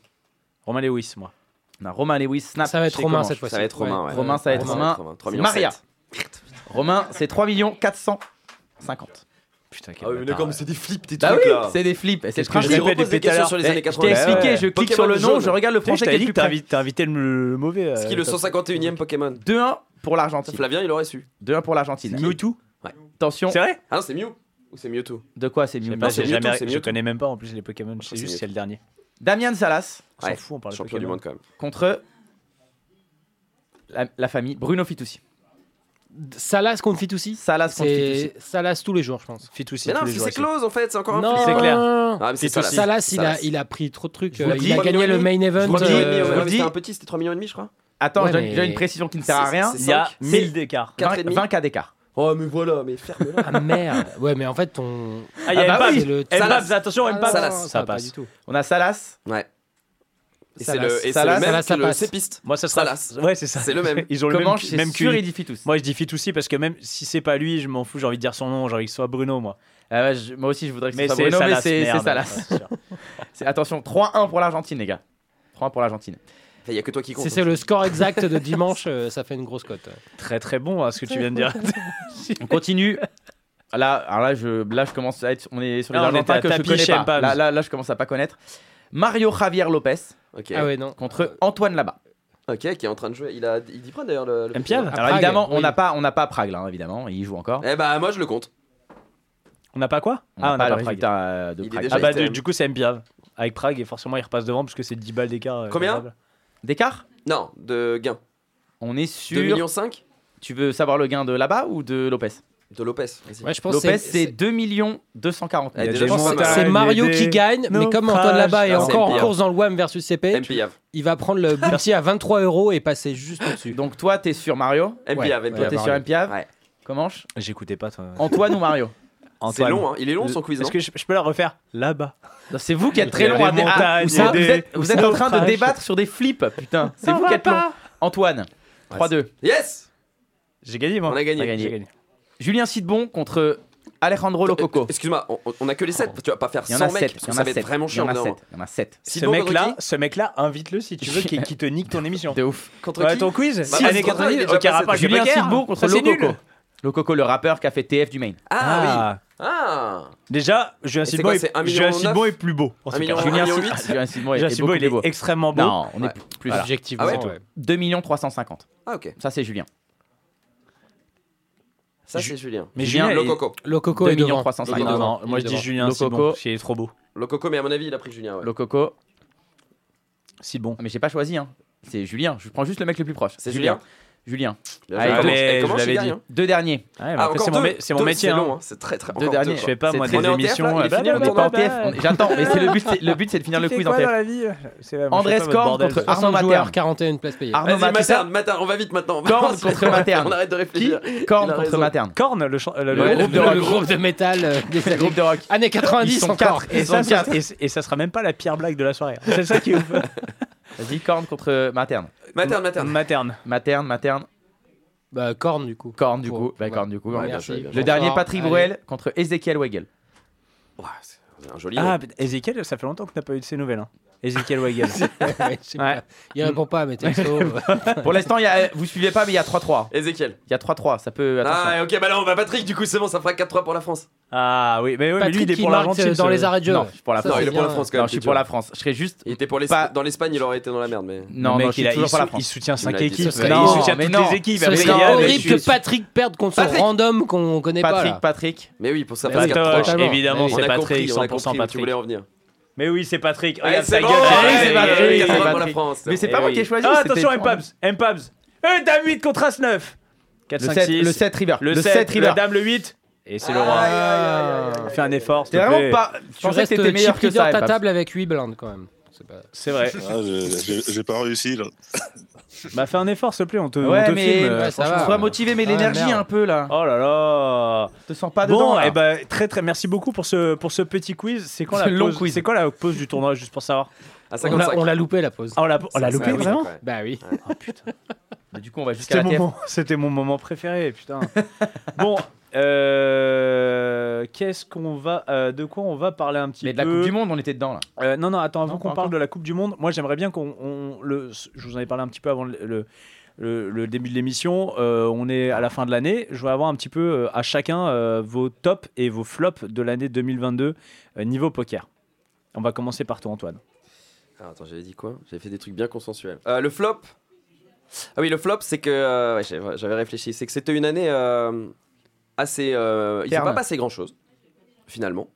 S5: Romain Lewis, moi.
S6: Non, Romain Lewis, snap.
S11: Ça va être
S6: je sais
S11: Romain
S6: comment.
S11: cette fois-ci.
S10: Ça va être Romain, ouais.
S6: Romain, ça va être
S10: Ça va
S6: Romain.
S10: être Romain. 3
S6: C'est
S10: millions
S6: Maria.
S10: sept.
S6: Romain, c'est 3 450.
S5: Putain,
S10: Ah oui, mais d'accord, mais c'est des flips, tes
S6: Bah
S10: trucs
S6: oui,
S10: là.
S6: c'est des flips. C'est le
S5: Qu'est-ce que je
S6: principe.
S5: répète
S10: repose des
S5: depuis tout à
S10: questions
S5: l'heure
S10: sur les années
S5: Mais je
S10: 80.
S5: t'ai expliqué,
S6: Ouais, ouais.
S5: je clique
S6: Pokémon
S5: sur le nom,
S6: jaune.
S5: je regarde le
S6: Tu sais que
S5: français
S6: je
S5: qui
S6: t'avais
S5: est le
S6: dit
S5: plus
S6: que
S5: près. T'as invité le le mauvais.
S10: Ce qui
S6: euh,
S10: est le 151 e Pokémon.
S5: Hein
S6: 2-1 pour
S10: Ça,
S6: l'Argentine.
S10: Flavien, il aurait su.
S6: 2-1 pour l'Argentine.
S5: Mewtwo
S10: Ouais.
S6: Attention.
S5: C'est vrai
S10: Ah non, c'est Mew Ou c'est Mewtwo
S6: De quoi c'est mieux
S5: Bah,
S10: c'est
S5: j'ai
S10: Mewtwo,
S5: jamais-
S10: c'est
S5: Je
S10: Mewtwo. Oh,
S5: connais même pas en plus les Pokémon, je sais
S10: c'est
S5: juste
S10: Mewtwo.
S5: c'est le dernier.
S6: Damian Salas
S5: On s'en
S10: Ouais,
S5: fout, on parle de
S10: Champion du
S5: Pokémon.
S10: monde quand même.
S6: contre la, la famille Bruno Fitoussi.
S11: Salas contre Fitoussi
S6: Salas contre Fitoussi.
S11: C'est Salas tous les jours, je pense.
S5: Fitoussi
S10: Mais
S5: tous
S10: non,
S5: les
S10: si
S5: jours,
S10: c'est
S5: ici.
S10: close en fait, c'est encore un
S11: Non,
S10: flip.
S5: c'est clair.
S10: Ah, mais c'est
S5: Fitoussi.
S10: Salas.
S11: Salas, il a,
S10: Salas.
S11: il a pris trop de trucs.
S10: Je
S11: euh,
S10: vous
S11: Il
S10: dis,
S11: a gagné le main event.
S10: Trois millions et demi,
S11: euh,
S10: ouais,
S6: je
S10: ouais,
S6: vous
S10: mais
S6: dis-
S10: C'était un petit, c'était 3 millions et demi, je crois.
S6: Attends,
S11: Ouais,
S6: j'ai
S11: mais-
S6: j'ai une précision qui ne sert à
S10: C'est-
S6: rien.
S10: c'est
S5: Il y a
S10: Cinq,
S5: 1000
S10: six,
S5: d'écart.
S10: quatre et
S6: 20,
S10: demi.
S6: 20 cas d'écart.
S10: Oh, mais voilà, mais ferme là.
S11: Ah
S6: <laughs>
S11: merde. Ouais, mais en fait, ton.
S5: Ah, il y a
S11: bah
S5: Mbappé.
S11: oui, c'est le- Ah
S5: Mbappé,
S10: Salas.
S5: attention, Mbappé.
S10: Salas.
S11: non,
S5: Ça
S11: va pas
S5: passe.
S11: du tout.
S6: On a Salas.
S10: Ouais. Et c'est
S11: Salas,
S10: le, et c'est
S11: Salas,
S10: le même
S11: Salas,
S10: que
S11: ça
S10: le
S11: passe.
S10: Cépiste.
S5: Moi, ça sera.
S10: Salas.
S5: Ouais, c'est ça.
S10: C'est le même.
S5: <laughs> Ils ont le
S6: Comment
S5: même,
S6: je
S5: même
S6: suis sûr
S5: QI.
S6: il dit Fitous.
S5: Moi, je dis Fitoussi parce que même si c'est pas lui, je m'en fous, j'ai envie de dire son nom, j'ai envie que ce soit Bruno, moi.
S6: Ah ouais, je- moi aussi je voudrais que
S11: Ah
S6: ce
S5: Mais
S6: soit
S11: bah
S5: c'est
S6: Bruno, mais
S5: Salas.
S6: c'est c'est
S5: merde. <laughs>
S6: Salas.
S5: Ouais, c'est sûr.
S6: C'est- Attention, 3-1 pour l'Argentine, les gars. 3-1 pour l'Argentine.
S10: Il y a que toi qui hein. compte.
S11: Si c'est le score exact de
S5: <laughs>
S11: dimanche, euh, ça fait une grosse cote.
S5: Très très bon à ce que tu viens de dire. <laughs>
S6: On continue. Ah, Là, alors là, je, là, je commence à être. On est sur les
S5: Là, Ah, on était
S6: Argentins
S5: à
S6: que je
S5: tapis
S6: connais
S5: chez
S6: pas.
S5: Mbappé.
S6: Là, là, là, je commence à pas connaître. Mario Javier Lopez
S10: Ok.
S11: Ah ouais, non.
S6: contre Antoine Labat.
S10: Ok, qui est en train de jouer. Il, a, il dit prend d'ailleurs le. le-
S5: Mpial
S6: Alors
S11: Prague,
S6: évidemment, on
S11: oui.
S6: n'a pas, on n'a pas Prague là, hein, évidemment. Il joue encore.
S10: Eh bah, moi je le compte.
S5: On n'a pas quoi
S6: On n'a
S5: Ah, on n'a
S6: le
S5: pas Prague.
S6: résultat euh, de
S10: Il est
S6: Prague.
S10: déjà-
S5: Ah bah
S10: J'étais-
S5: du, du coup c'est Mpiav avec Prague et forcément il repasse devant parce que c'est 10 balles d'écart. euh,
S10: Combien
S5: favorable.
S6: D'écart
S10: Non, de gain.
S6: On est
S10: 2
S6: sur.
S10: millions 5
S6: Tu veux savoir le gain de Labat ou de Lopez
S10: de Lopez. vas-y.
S11: Ouais, je pense que
S6: Lopez,
S11: c'est-
S6: c'est 2 240
S10: Eh,
S6: 000.
S10: déjà,
S5: des
S10: je pense que
S5: montagnes,
S11: C'est
S5: Ah,
S11: Mario
S5: il est
S11: qui
S5: des-
S11: gagne, mais comme
S5: naufrages.
S11: Antoine Labat est
S10: Ah, c'est
S11: encore en
S10: MPF.
S11: course dans le WAM versus CP,
S10: MPIAV.
S11: il va prendre le bounty à 23 euros et passer juste au-dessus.
S6: Donc toi, t'es sur Mario
S10: MPIAV.
S11: ouais,
S6: Toi,
S10: MPIAV.
S6: t'es sur
S11: Mario.
S6: MPIAV
S10: Ouais.
S6: Comment
S5: J'écoutais pas toi.
S6: Antoine ou Mario
S10: C'est
S5: Antoine.
S10: long, hein. Il est long son quiz.
S5: Est-ce
S10: non
S5: que je, je peux la refaire là-bas
S6: Non, C'est vous qui êtes
S5: Il y
S6: très
S5: a
S6: long
S5: des
S6: à dé- ah,
S5: montagnes,
S6: vous,
S5: il y a
S6: vous
S5: des-
S6: êtes, vous êtes en train de débattre sur des flips, putain. C'est vous qui êtes long. Antoine, 3-2.
S10: Yes
S5: J'ai gagné moi.
S10: On a gagné.
S5: J'ai
S6: Julien Sidbon contre Alejandro Lococo.
S10: euh, Excuse-moi, on, on a que les 7. Tu vas pas faire
S6: Il y en a
S10: 100 mecs
S6: 7.
S10: parce que ça va être vraiment chiant.
S6: Il y en a
S10: non.
S6: 7. Il y en a 7.
S5: Ce
S10: Sinon,
S5: mec là,
S10: Rocky
S5: ce mec là, invite-le si
S6: <laughs>
S5: tu veux qu'il qu'il te nique ton émission.
S6: De ouf.
S10: Contre
S5: Ouais,
S10: qui
S5: ton quiz
S10: Si, contre qui, il est
S5: Année 90,
S10: déjà
S5: ok,
S10: passé.
S5: rappel,
S6: Julien
S5: Becker.
S6: Sidbon contre
S5: hein. Ça, c'est nul.
S6: Lococo. Lococo, le rappeur qui a fait TF du Maine.
S10: Ah,
S5: Ah.
S10: oui. Ah
S5: Déjà, Julien
S10: c'est
S5: Sidbon
S10: quoi,
S5: est,
S10: c'est un million
S5: Julien
S10: neuf
S5: Sidbon est plus beau. en
S10: Un
S5: tout cas.
S10: million- un
S5: Julien
S10: million
S5: Sidbon-
S10: huit.
S6: Julien Sidbon est,
S5: Julien
S6: est
S5: Sidbon,
S6: beaucoup
S5: il
S6: plus beau.
S5: est extrêmement beau.
S6: Non, on est
S10: Ouais.
S6: plus
S5: Voilà.
S11: Objectivement,
S10: Ah ouais,
S11: ouais.
S6: 2 350. 000.
S10: Ah, ok.
S6: Ça, c'est Julien.
S10: Ça, c'est Julien.
S5: Mais
S6: Julien
S5: Julien,
S10: Le
S5: est-
S10: coco.
S11: Lococo
S6: 2
S11: est devant.
S6: 350.
S5: il est
S10: Non,
S6: 000.
S5: devant.
S11: non,
S5: Moi
S11: il
S5: je
S11: est
S5: dis
S11: devant.
S5: Julien Sidbon,
S6: Lococo.
S5: parce qu'il est trop beau.
S10: Le coco, mais à mon avis, il a pris Julien. Ouais.
S6: Lococo.
S5: Sidbon.
S6: Ah, Mais j'ai pas choisi, hein. C'est Julien. Je prends juste le mec le plus proche.
S10: C'est
S6: Julien.
S10: Bien
S6: Allez,
S10: joué. Comment- eh,
S6: je
S10: comment
S6: l'avais
S10: je gagne,
S6: dit.
S10: hein
S6: Deux derniers.
S10: Ouais, mais Ah, après, c'est encore mon deux. mé- c'est mon Deux, métier, c'est hein. long, hein. C'est très, très-
S6: Deux
S10: encore
S6: derniers.
S10: deux, quoi. Je fais pas, C'est moi, très des long. On est en émissions, TF, là, il est
S6: bah,
S10: fini,
S6: non,
S10: on est
S6: mais
S10: en
S6: pas en
S10: TF.
S6: TF. J'attends. Mais c'est le but. c'est- Le but, c'est de finir
S5: Tu
S6: le
S5: fais
S6: quiz en
S5: quoi
S6: TF.
S5: dans la vie C'est vrai, moi, je
S6: André
S5: sais pas votre
S6: Scorn
S5: bordel,
S6: contre
S5: ce soir.
S6: Arnaud Mater.
S11: 41 places payées.
S6: Arnaud
S10: Vas-y,
S6: Mater.
S10: Eh, Materne, Materne, <laughs> on va vite maintenant.
S6: Corne contre Materne.
S10: On arrête de réfléchir.
S6: Qui Corne contre Materne.
S5: Corne, le, chan- le-
S6: Le
S5: le
S6: groupe
S5: groupe
S6: de
S5: de
S6: rock.
S5: rock.
S11: Le groupe de métal
S5: <laughs>
S11: euh, des années,
S6: de rock.
S11: années 90
S5: Ils sont
S11: encore.
S5: quatre. Et, ça, ça- et, et ça sera même pas la pire blague de la soirée. C'est
S6: <laughs>
S5: ça qui est ouf.
S6: Vas-y, Corne contre euh, Materne.
S10: Materne, Materne.
S5: Materne.
S6: Materne, Materne.
S11: Bah, Corne du coup.
S6: Corne du coup. Bah, Corne du coup.
S11: Ouais,
S6: ouais.
S11: merci.
S6: Le dernier,
S11: Bonsoir.
S6: Patrick
S11: Allez.
S6: Bruel contre Ezekiel Wegel.
S10: Un joli.
S5: Ah, putain, Ezekiel, ça fait longtemps que t'as pas eu de ses nouvelles. hein. Ezekiel <laughs> Weigel.
S11: Ouais, je sais pas. Il
S6: Mm.
S11: répond pas à <laughs> mes textos.
S6: <laughs> Pour l'instant, il y a- vous suivez pas, mais il y a 3-3.
S10: Ezekiel.
S6: Il y a 3-3. Ça peut. attention.
S10: Ah, ok, bah là, on va Patrick, du coup, c'est bon, ça fera 4-3 pour la France.
S5: Ah oui, mais, oui, mais lui, il est pour
S6: euh,
S5: l'Argentine. ce-
S10: Non, je suis pour la France. il est pour la France quand même.
S6: Non, je suis pour la France. Je serais juste.
S10: Il était pour l'Espagne. Dans l'Espagne, il aurait été dans la merde, mais.
S6: Non, non, je suis toujours pour la France.
S10: Il a
S5: 5
S10: dit
S5: équipes.
S10: ce
S11: Bah,
S10: serait-
S5: Non, il soutient toutes les équipes.
S11: Ce
S5: Après, il y
S11: serait
S5: a-
S11: horrible
S5: je-
S11: que Patrick perde contre
S10: Patrick.
S11: son random qu'on connaît pas.
S6: Patrick,
S11: là.
S6: Patrick.
S10: Mais oui, pour ça,
S5: Patoche,
S10: Totalement.
S5: évidemment,
S10: On
S5: c'est
S10: a
S5: Patrick,
S10: compris, on a
S5: 100%
S10: compris où Tu
S5: Patrick.
S10: voulais en venir.
S5: Mais oui, c'est Patrick.
S10: Allez,
S5: Regarde
S10: c'est
S5: sa
S10: bon,
S5: gueule.
S10: allez,
S5: Eh
S10: c'est
S5: oui,
S10: Patrick,
S5: eh oui,
S10: quatre-vingts
S5: c'est
S10: pour la
S5: Patrick.
S10: France.
S6: Mais c'est
S5: Eh
S6: pas moi
S5: oui.
S6: qui ai choisi,
S5: Ah,
S6: c'était-
S5: Attention, Mpabs. Mpabs. Eh, Dame 8 contre As 9. 4,
S6: Le
S5: 5,
S6: sept-
S5: 6.
S6: le sept River.
S5: Le
S6: Le
S5: 7
S6: sept River.
S5: La Dame le 8. Et c'est le roi. Fais un effort. s'il
S6: T'es
S5: te
S6: vraiment
S5: plaît.
S6: pas. Je
S11: Tu
S6: pensais que
S11: restes
S6: t'étais meilleur
S11: chip
S6: que
S11: leader
S6: ça.
S11: ta
S6: Epap.
S11: table avec 8 blindes quand même. C'est pas-
S5: C'est vrai.
S9: Ah, j'ai- j'ai j'ai pas réussi, là.
S5: Bah fais un effort s'il te plaît, on te,
S6: Ouais,
S5: on te
S6: mais-
S5: filme.
S6: ouais, ça va.
S5: franchement.
S6: Sois motivé, mais Ah, l'énergie merde. un peu, là.
S5: Oh là là.
S6: te sens pas
S5: bon,
S6: dedans. là.
S5: eh ben, très très merci beaucoup pour ce pour ce petit quiz. C'est quand la
S6: Ce long
S5: pause
S6: quiz.
S5: C'est quoi la pause du tournoi juste pour savoir
S10: À
S11: On l'a- on l'a loupé la pause.
S5: Ah, on l'a
S6: Oh,
S5: on l'a loupé vraiment
S11: Bah oui.
S6: Mais Oh, Bah, Du coup, on va jusqu'à
S5: C'était
S6: la
S5: mon,
S6: TF.
S5: moment- c'était mon moment préféré, putain. bon, euh, qu'est-ce qu'on va, euh, de quoi on va parler un petit
S6: Mais de
S5: peu
S6: la Coupe du Monde, on était dedans là.
S5: Euh, non, non, attends, avant
S6: Non,
S5: qu'on
S6: pas
S5: parle
S6: encore.
S5: de la Coupe du Monde, moi j'aimerais bien qu'on. on- le, je vous en avais parlé un petit peu avant le, le- le- le début de l'émission. euh, on est à la fin de l'année. Je voudrais avoir un petit peu euh, à chacun euh, vos tops et vos flops de l'année 2022 euh, niveau poker. On va commencer par toi, Antoine.
S10: Ah, attends, j'avais dit quoi J'avais fait des trucs bien consensuels. Euh, le flop Ah oui, le flop, c'est que. euh, ouais, j'avais j'avais réfléchi. C'est que c'était une année euh, assez. euh, il s'est
S6: Terne.
S10: pas passé grand chose, finalement.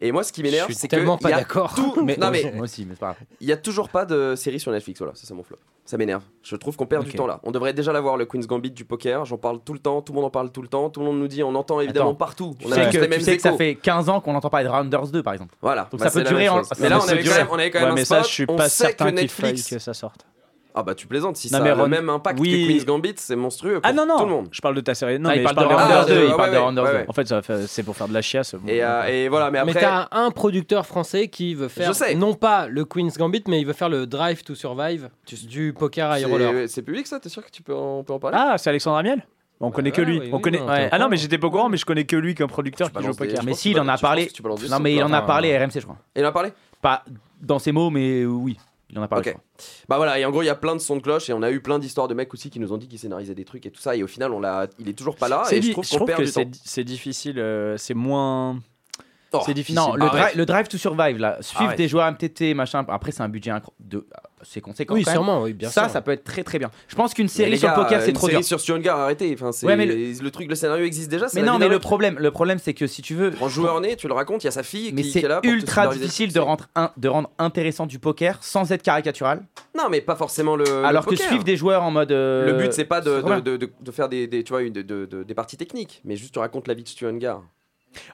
S10: Et moi, ce qui m'énerve,
S11: Je suis
S10: c'est que.
S11: tellement
S10: il
S11: pas
S10: y a
S11: d'accord.
S10: Tout...
S11: Mais-
S10: non, mais
S6: Moi aussi, mais c'est pas grave.
S10: il y a toujours pas de série sur Netflix. Voilà, ça, c'est mon flop. Ça m'énerve. Je trouve qu'on perd
S6: Ok.
S10: du temps là. On devrait déjà l'avoir, le Queen's Gambit du poker. J'en parle tout le temps, tout le monde en parle tout le temps, tout le monde nous dit, on entend évidemment
S6: Attends.
S10: partout.
S6: Tu
S10: On
S6: sais
S10: annonce les
S6: que,
S10: mêmes
S6: tu sais que ça
S10: échos.
S6: fait 15 ans qu'on entend parler de Rounders 2 par exemple.
S10: Voilà,
S6: Donc
S10: bah,
S6: ça peut
S10: c'est la
S6: durer.
S10: même
S6: en-
S10: chose.
S6: ça
S10: Mais là,
S6: peut
S10: on avait,
S6: durer.
S10: quand même, on avait quand même
S5: ouais,
S10: un
S5: mais
S10: spot.
S5: ça, je suis
S10: on
S5: pas
S10: sait
S5: certain
S10: que
S5: qu'il faille
S10: Netflix.
S5: que ça sorte.
S10: Ah bah tu plaisantes, si
S5: Non,
S10: ça
S5: mais
S10: a le
S5: Ron-
S10: même impact
S5: oui.
S10: que Queen's Gambit, c'est monstrueux pour
S5: Ah non, non
S10: tout le monde.
S5: Je parle de ta série. Non,
S6: Ah, il
S5: mais
S6: parle
S5: je parle
S6: de
S5: de
S6: Rounders
S5: Rounders
S6: deux,
S5: deux,
S6: il
S5: il
S10: ouais,
S5: parle de
S10: ouais,
S5: Rounders
S10: ouais,
S5: deux.
S10: ouais.
S5: En fait, ça va faire- c'est pour faire de la chiasse. bon.
S10: Et, euh, et voilà, mais
S11: Mais
S10: après...
S11: t'as un producteur français qui veut faire,
S10: Je sais.
S11: non pas le Queen's Gambit, mais il veut faire le Drive to Survive du poker à
S10: c'est-
S11: high roller.
S10: C'est public ça, t'es sûr que tu peux en, on peut en parler
S5: Ah, c'est Alexandre Amiel On connaît que
S11: voilà,
S5: lui.
S11: oui,
S5: on
S11: oui,
S5: connaît...
S11: on
S5: Ouais.
S11: entend.
S5: Ah non, mais j'étais pas au courant, mais je connais que lui comme producteur qui joue au
S10: balances des-
S5: poker.
S10: je
S6: Mais
S10: pense
S6: si,
S10: que
S6: il
S10: tu
S6: en
S10: balances-
S6: a
S10: je
S6: parlé.
S10: pense que euh, tu balances du
S6: Non,
S10: son,
S6: mais il
S10: là.
S6: en a
S10: Enfin,
S6: parlé à RMC, je crois.
S10: Il en a parlé
S6: Pas dans ses mots, mais oui. Il en a parlé.
S10: Ok. Bah voilà, et en gros, il y a plein de sons de cloche et on a eu plein d'histoires de mecs aussi qui nous ont dit qu'ils scénarisaient des trucs et tout ça. Et au final, on l'a, il est toujours pas là.
S5: C'est
S10: Et
S5: di-
S10: je trouve qu'on perd
S5: que
S10: du temps.
S5: c'est c'est difficile, euh, c'est moins.
S10: Oh.
S5: c'est difficile.
S6: Non, le,
S10: Ah,
S6: dri-
S10: ouais. Ah,
S6: le drive to survive là, suivre
S10: ouais.
S6: des joueurs MTT machin. Après, c'est un budget incro- de, euh, c'est conséquent.
S11: Oui,
S6: quand même.
S11: sûrement, oui, bien
S6: ça,
S11: sûr.
S6: ça peut être très très bien. Je pense qu'une
S10: Mais
S6: série
S10: les
S6: sur
S10: gars,
S6: le poker,
S10: euh,
S6: c'est
S10: une
S6: trop dur.
S10: série sur Siongar, arrêtez. Enfin, c'est
S6: Ouais, mais
S10: le... truc, le scénario existe déjà. c'est
S6: Mais
S10: la
S6: non, mais le
S10: dynamique.
S6: problème, le problème, c'est que si tu veux,
S10: Prends joueur né, tu le racontes, il y a sa fille
S6: mais
S10: qui,
S6: c'est
S10: qui est là. pour te
S6: ultra
S10: scénariser.
S6: difficile de rendre, un- de rendre intéressant du poker sans être caricatural.
S10: Non, mais pas forcément le. Euh, le
S6: alors que
S10: poker. hein.
S6: suivre des joueurs en mode. euh,
S10: Le but, c'est pas de,
S6: trop bien.
S10: de, de- de- de faire des, des- tu vois, une- de- de- de- des parties techniques, mais juste tu racontes la vie de Stuengar.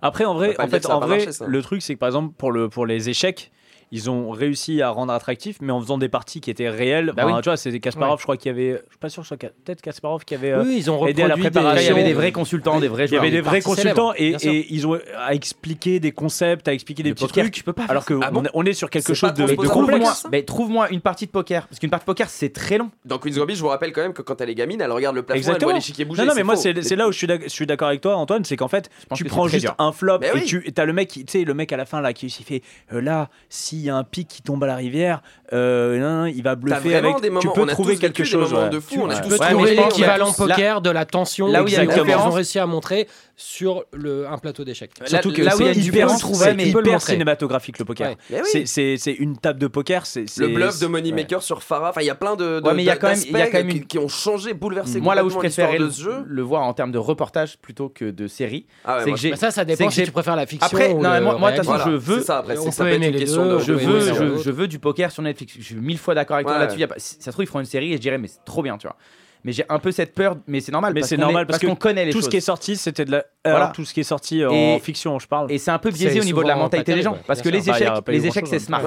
S5: Après, en
S10: On peut
S5: vrai,
S10: pas
S5: en
S10: dire
S5: fait,
S10: que ça a
S5: en
S10: pas
S5: vrai
S10: marché, ça.
S5: le truc, c'est que par exemple, pour, le, pour les échecs, ils ont réussi à rendre attractif, mais en faisant des parties qui étaient réelles.
S6: Bah
S5: Enfin,
S6: oui.
S5: Tu vois, c'était Kasparov, je crois qu'il y avait. Je suis pas sûr que ce soit Ka- peut-être Kasparov qui avait. euh,
S11: Oui, ils ont
S5: aidé à la
S11: reproduit des-
S5: préparation.
S6: il y avait des vrais consultants, des vrais
S5: Il y
S6: joueurs.
S5: avait des vrais
S11: parties célèbres,
S5: consultants et,
S11: bien sûr.
S5: et ils ont à expliquer des concepts, à expliquer des
S6: Le
S5: petits
S6: poker,
S5: trucs.
S6: tu peux pas faire
S5: alors que
S10: Ah bon
S5: on est- on est sur quelque
S10: C'est
S5: chose
S10: pas
S5: de, de
S10: transposable.
S6: Trouve-moi,
S5: complexe.
S6: mais trouve-moi une partie de poker parce qu'une partie de poker c'est très long.
S10: Dans Queen's Gambit, je vous rappelle quand même que quand elle est gamine, elle regarde le plafond,
S5: Exactement.
S10: elle voit l'échiquier bouger.
S5: Non, non, mais moi,
S10: faux.
S5: c'est c'est là où je suis d'ac- je suis d'accord avec toi, Antoine, c'est qu'en fait,
S6: pense
S5: tu
S6: que c'est
S5: prends
S6: très
S5: juste
S6: dur.
S5: un flop
S10: Mais
S5: et
S10: oui.
S5: tu as le mec, qui- tu sais, le mec à la fin là qui s'y fait euh, là, s'il y a un pic qui tombe à la rivière, euh, non, non, il va
S10: T'as
S5: bluffer
S10: vraiment
S5: avec.
S10: des moments,
S5: tu peux
S10: on a
S5: trouver
S10: tous
S5: quelque
S10: vécu
S5: chose.
S10: des moments
S5: ouais.
S10: de fou, on a
S5: Ouais.
S10: tous
S11: Peut
S6: Ouais, mais
S11: trouver
S6: je pense
S11: l'équivalent
S6: qu'il y a-
S11: poker de la tension
S6: là où il y a
S5: une
S11: qu'ils ont
S6: différence-
S11: réussi à montrer sur le, un plateau d'échecs.
S5: Surtout
S6: là-
S5: que
S6: là où il y a
S5: c'est
S6: une
S5: hyper,
S6: différence,
S5: c'est
S6: ouais, mais il
S11: peut le
S5: hyper
S11: montrer.
S5: cinématographique le poker.
S11: Ouais.
S10: Mais oui.
S5: C'est- C'est c'est une table de poker. c'est
S10: Le
S5: c'est-
S10: bluff de
S5: c'est-
S10: Moneymaker sur Farah, enfin il y a plein de, de
S6: Ouais, mais il y a quand même-
S10: d'aspects
S6: il y a quand même
S10: qui,
S6: une-
S10: qui ont changé, bouleversé
S6: Moi là où je
S10: complètement l'histoire
S6: préférais
S10: de
S6: le,
S10: ce jeu.
S6: le voir en termes de reportage plutôt que de série,
S10: Ah ouais,
S6: c'est
S10: moi,
S6: que j'ai
S11: Bah ça, ça
S6: c'est
S11: dépend
S6: que
S11: si
S6: j'ai-
S11: tu préfères la fiction
S6: Après,
S11: ou
S6: non,
S11: le
S6: moi, moi, de toute
S11: réalisme.
S6: façon,
S10: voilà,
S6: je veux-
S10: c'est ça après,
S11: on
S10: c'est que ça
S11: peut
S10: peut être
S11: aimer
S10: une
S11: les
S10: question
S11: deux,
S10: de
S11: on
S6: je veux, je, je veux du poker sur Netflix. Je suis mille fois d'accord avec toi
S10: Ouais.
S6: là-dessus. Y a pas- si Ça se trouve, ils feront une série et je dirais, mais c'est trop bien, tu vois. Mais j'ai un peu cette peur, mais c'est normal.
S5: Mais
S6: parce
S5: c'est
S6: qu'on
S5: normal
S6: est-
S5: parce,
S6: qu'on
S5: que
S6: connaît les
S5: tout
S6: choses.
S5: ce qui est sorti, c'était de la.
S6: Voilà.
S5: Alors, tout ce qui est sorti euh, en
S6: Et-
S5: fiction, je parle.
S6: Et c'est un peu biaisé au niveau de la mentalité des gens. parce que les échecs, les échecs c'est smart.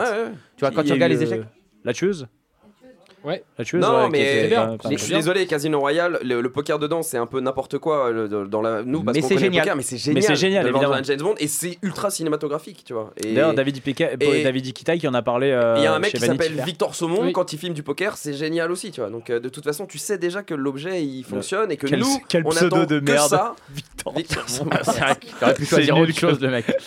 S6: Tu vois, quand tu regardes les échecs.
S5: La tueuse
S11: Ouais.
S5: La tueuse
S10: non,
S5: ouais, qui
S10: mais
S5: était, euh, pas
S10: je
S5: mal.
S10: suis désolé, Casino Royal, le, le poker dedans, c'est un peu n'importe quoi euh, le- de- dans la nous parce
S5: Mais
S10: qu'on
S5: c'est
S10: connaît le
S5: génial.
S10: poker, mais c'est
S5: Mais
S10: génial.
S5: c'est génial,
S10: de voir
S5: évidemment.
S10: un James Bond et c'est ultra cinématographique, tu vois. Et-
S5: D'ailleurs, David, Ipeka-
S10: et-
S5: David Iquitaille qui en a parlé. euh,
S10: et Il y a un mec
S5: chez
S10: qui
S5: Vanity
S10: s'appelle
S5: Fair.
S10: Victor Saumon,
S5: Oui.
S10: quand il filme du poker, c'est génial aussi, tu vois. Donc euh, de toute façon, tu sais déjà que l'objet il fonctionne et que
S5: Quel-
S10: nous,
S5: quel
S10: on
S5: pseudo
S10: attend
S5: de
S10: que
S5: merde.
S10: ça.
S5: Victor,
S10: Saumon.
S6: C'est vrai qu'il aurait pu choisir
S5: nul
S6: autre chose,
S5: que-
S6: le mec.
S10: <laughs>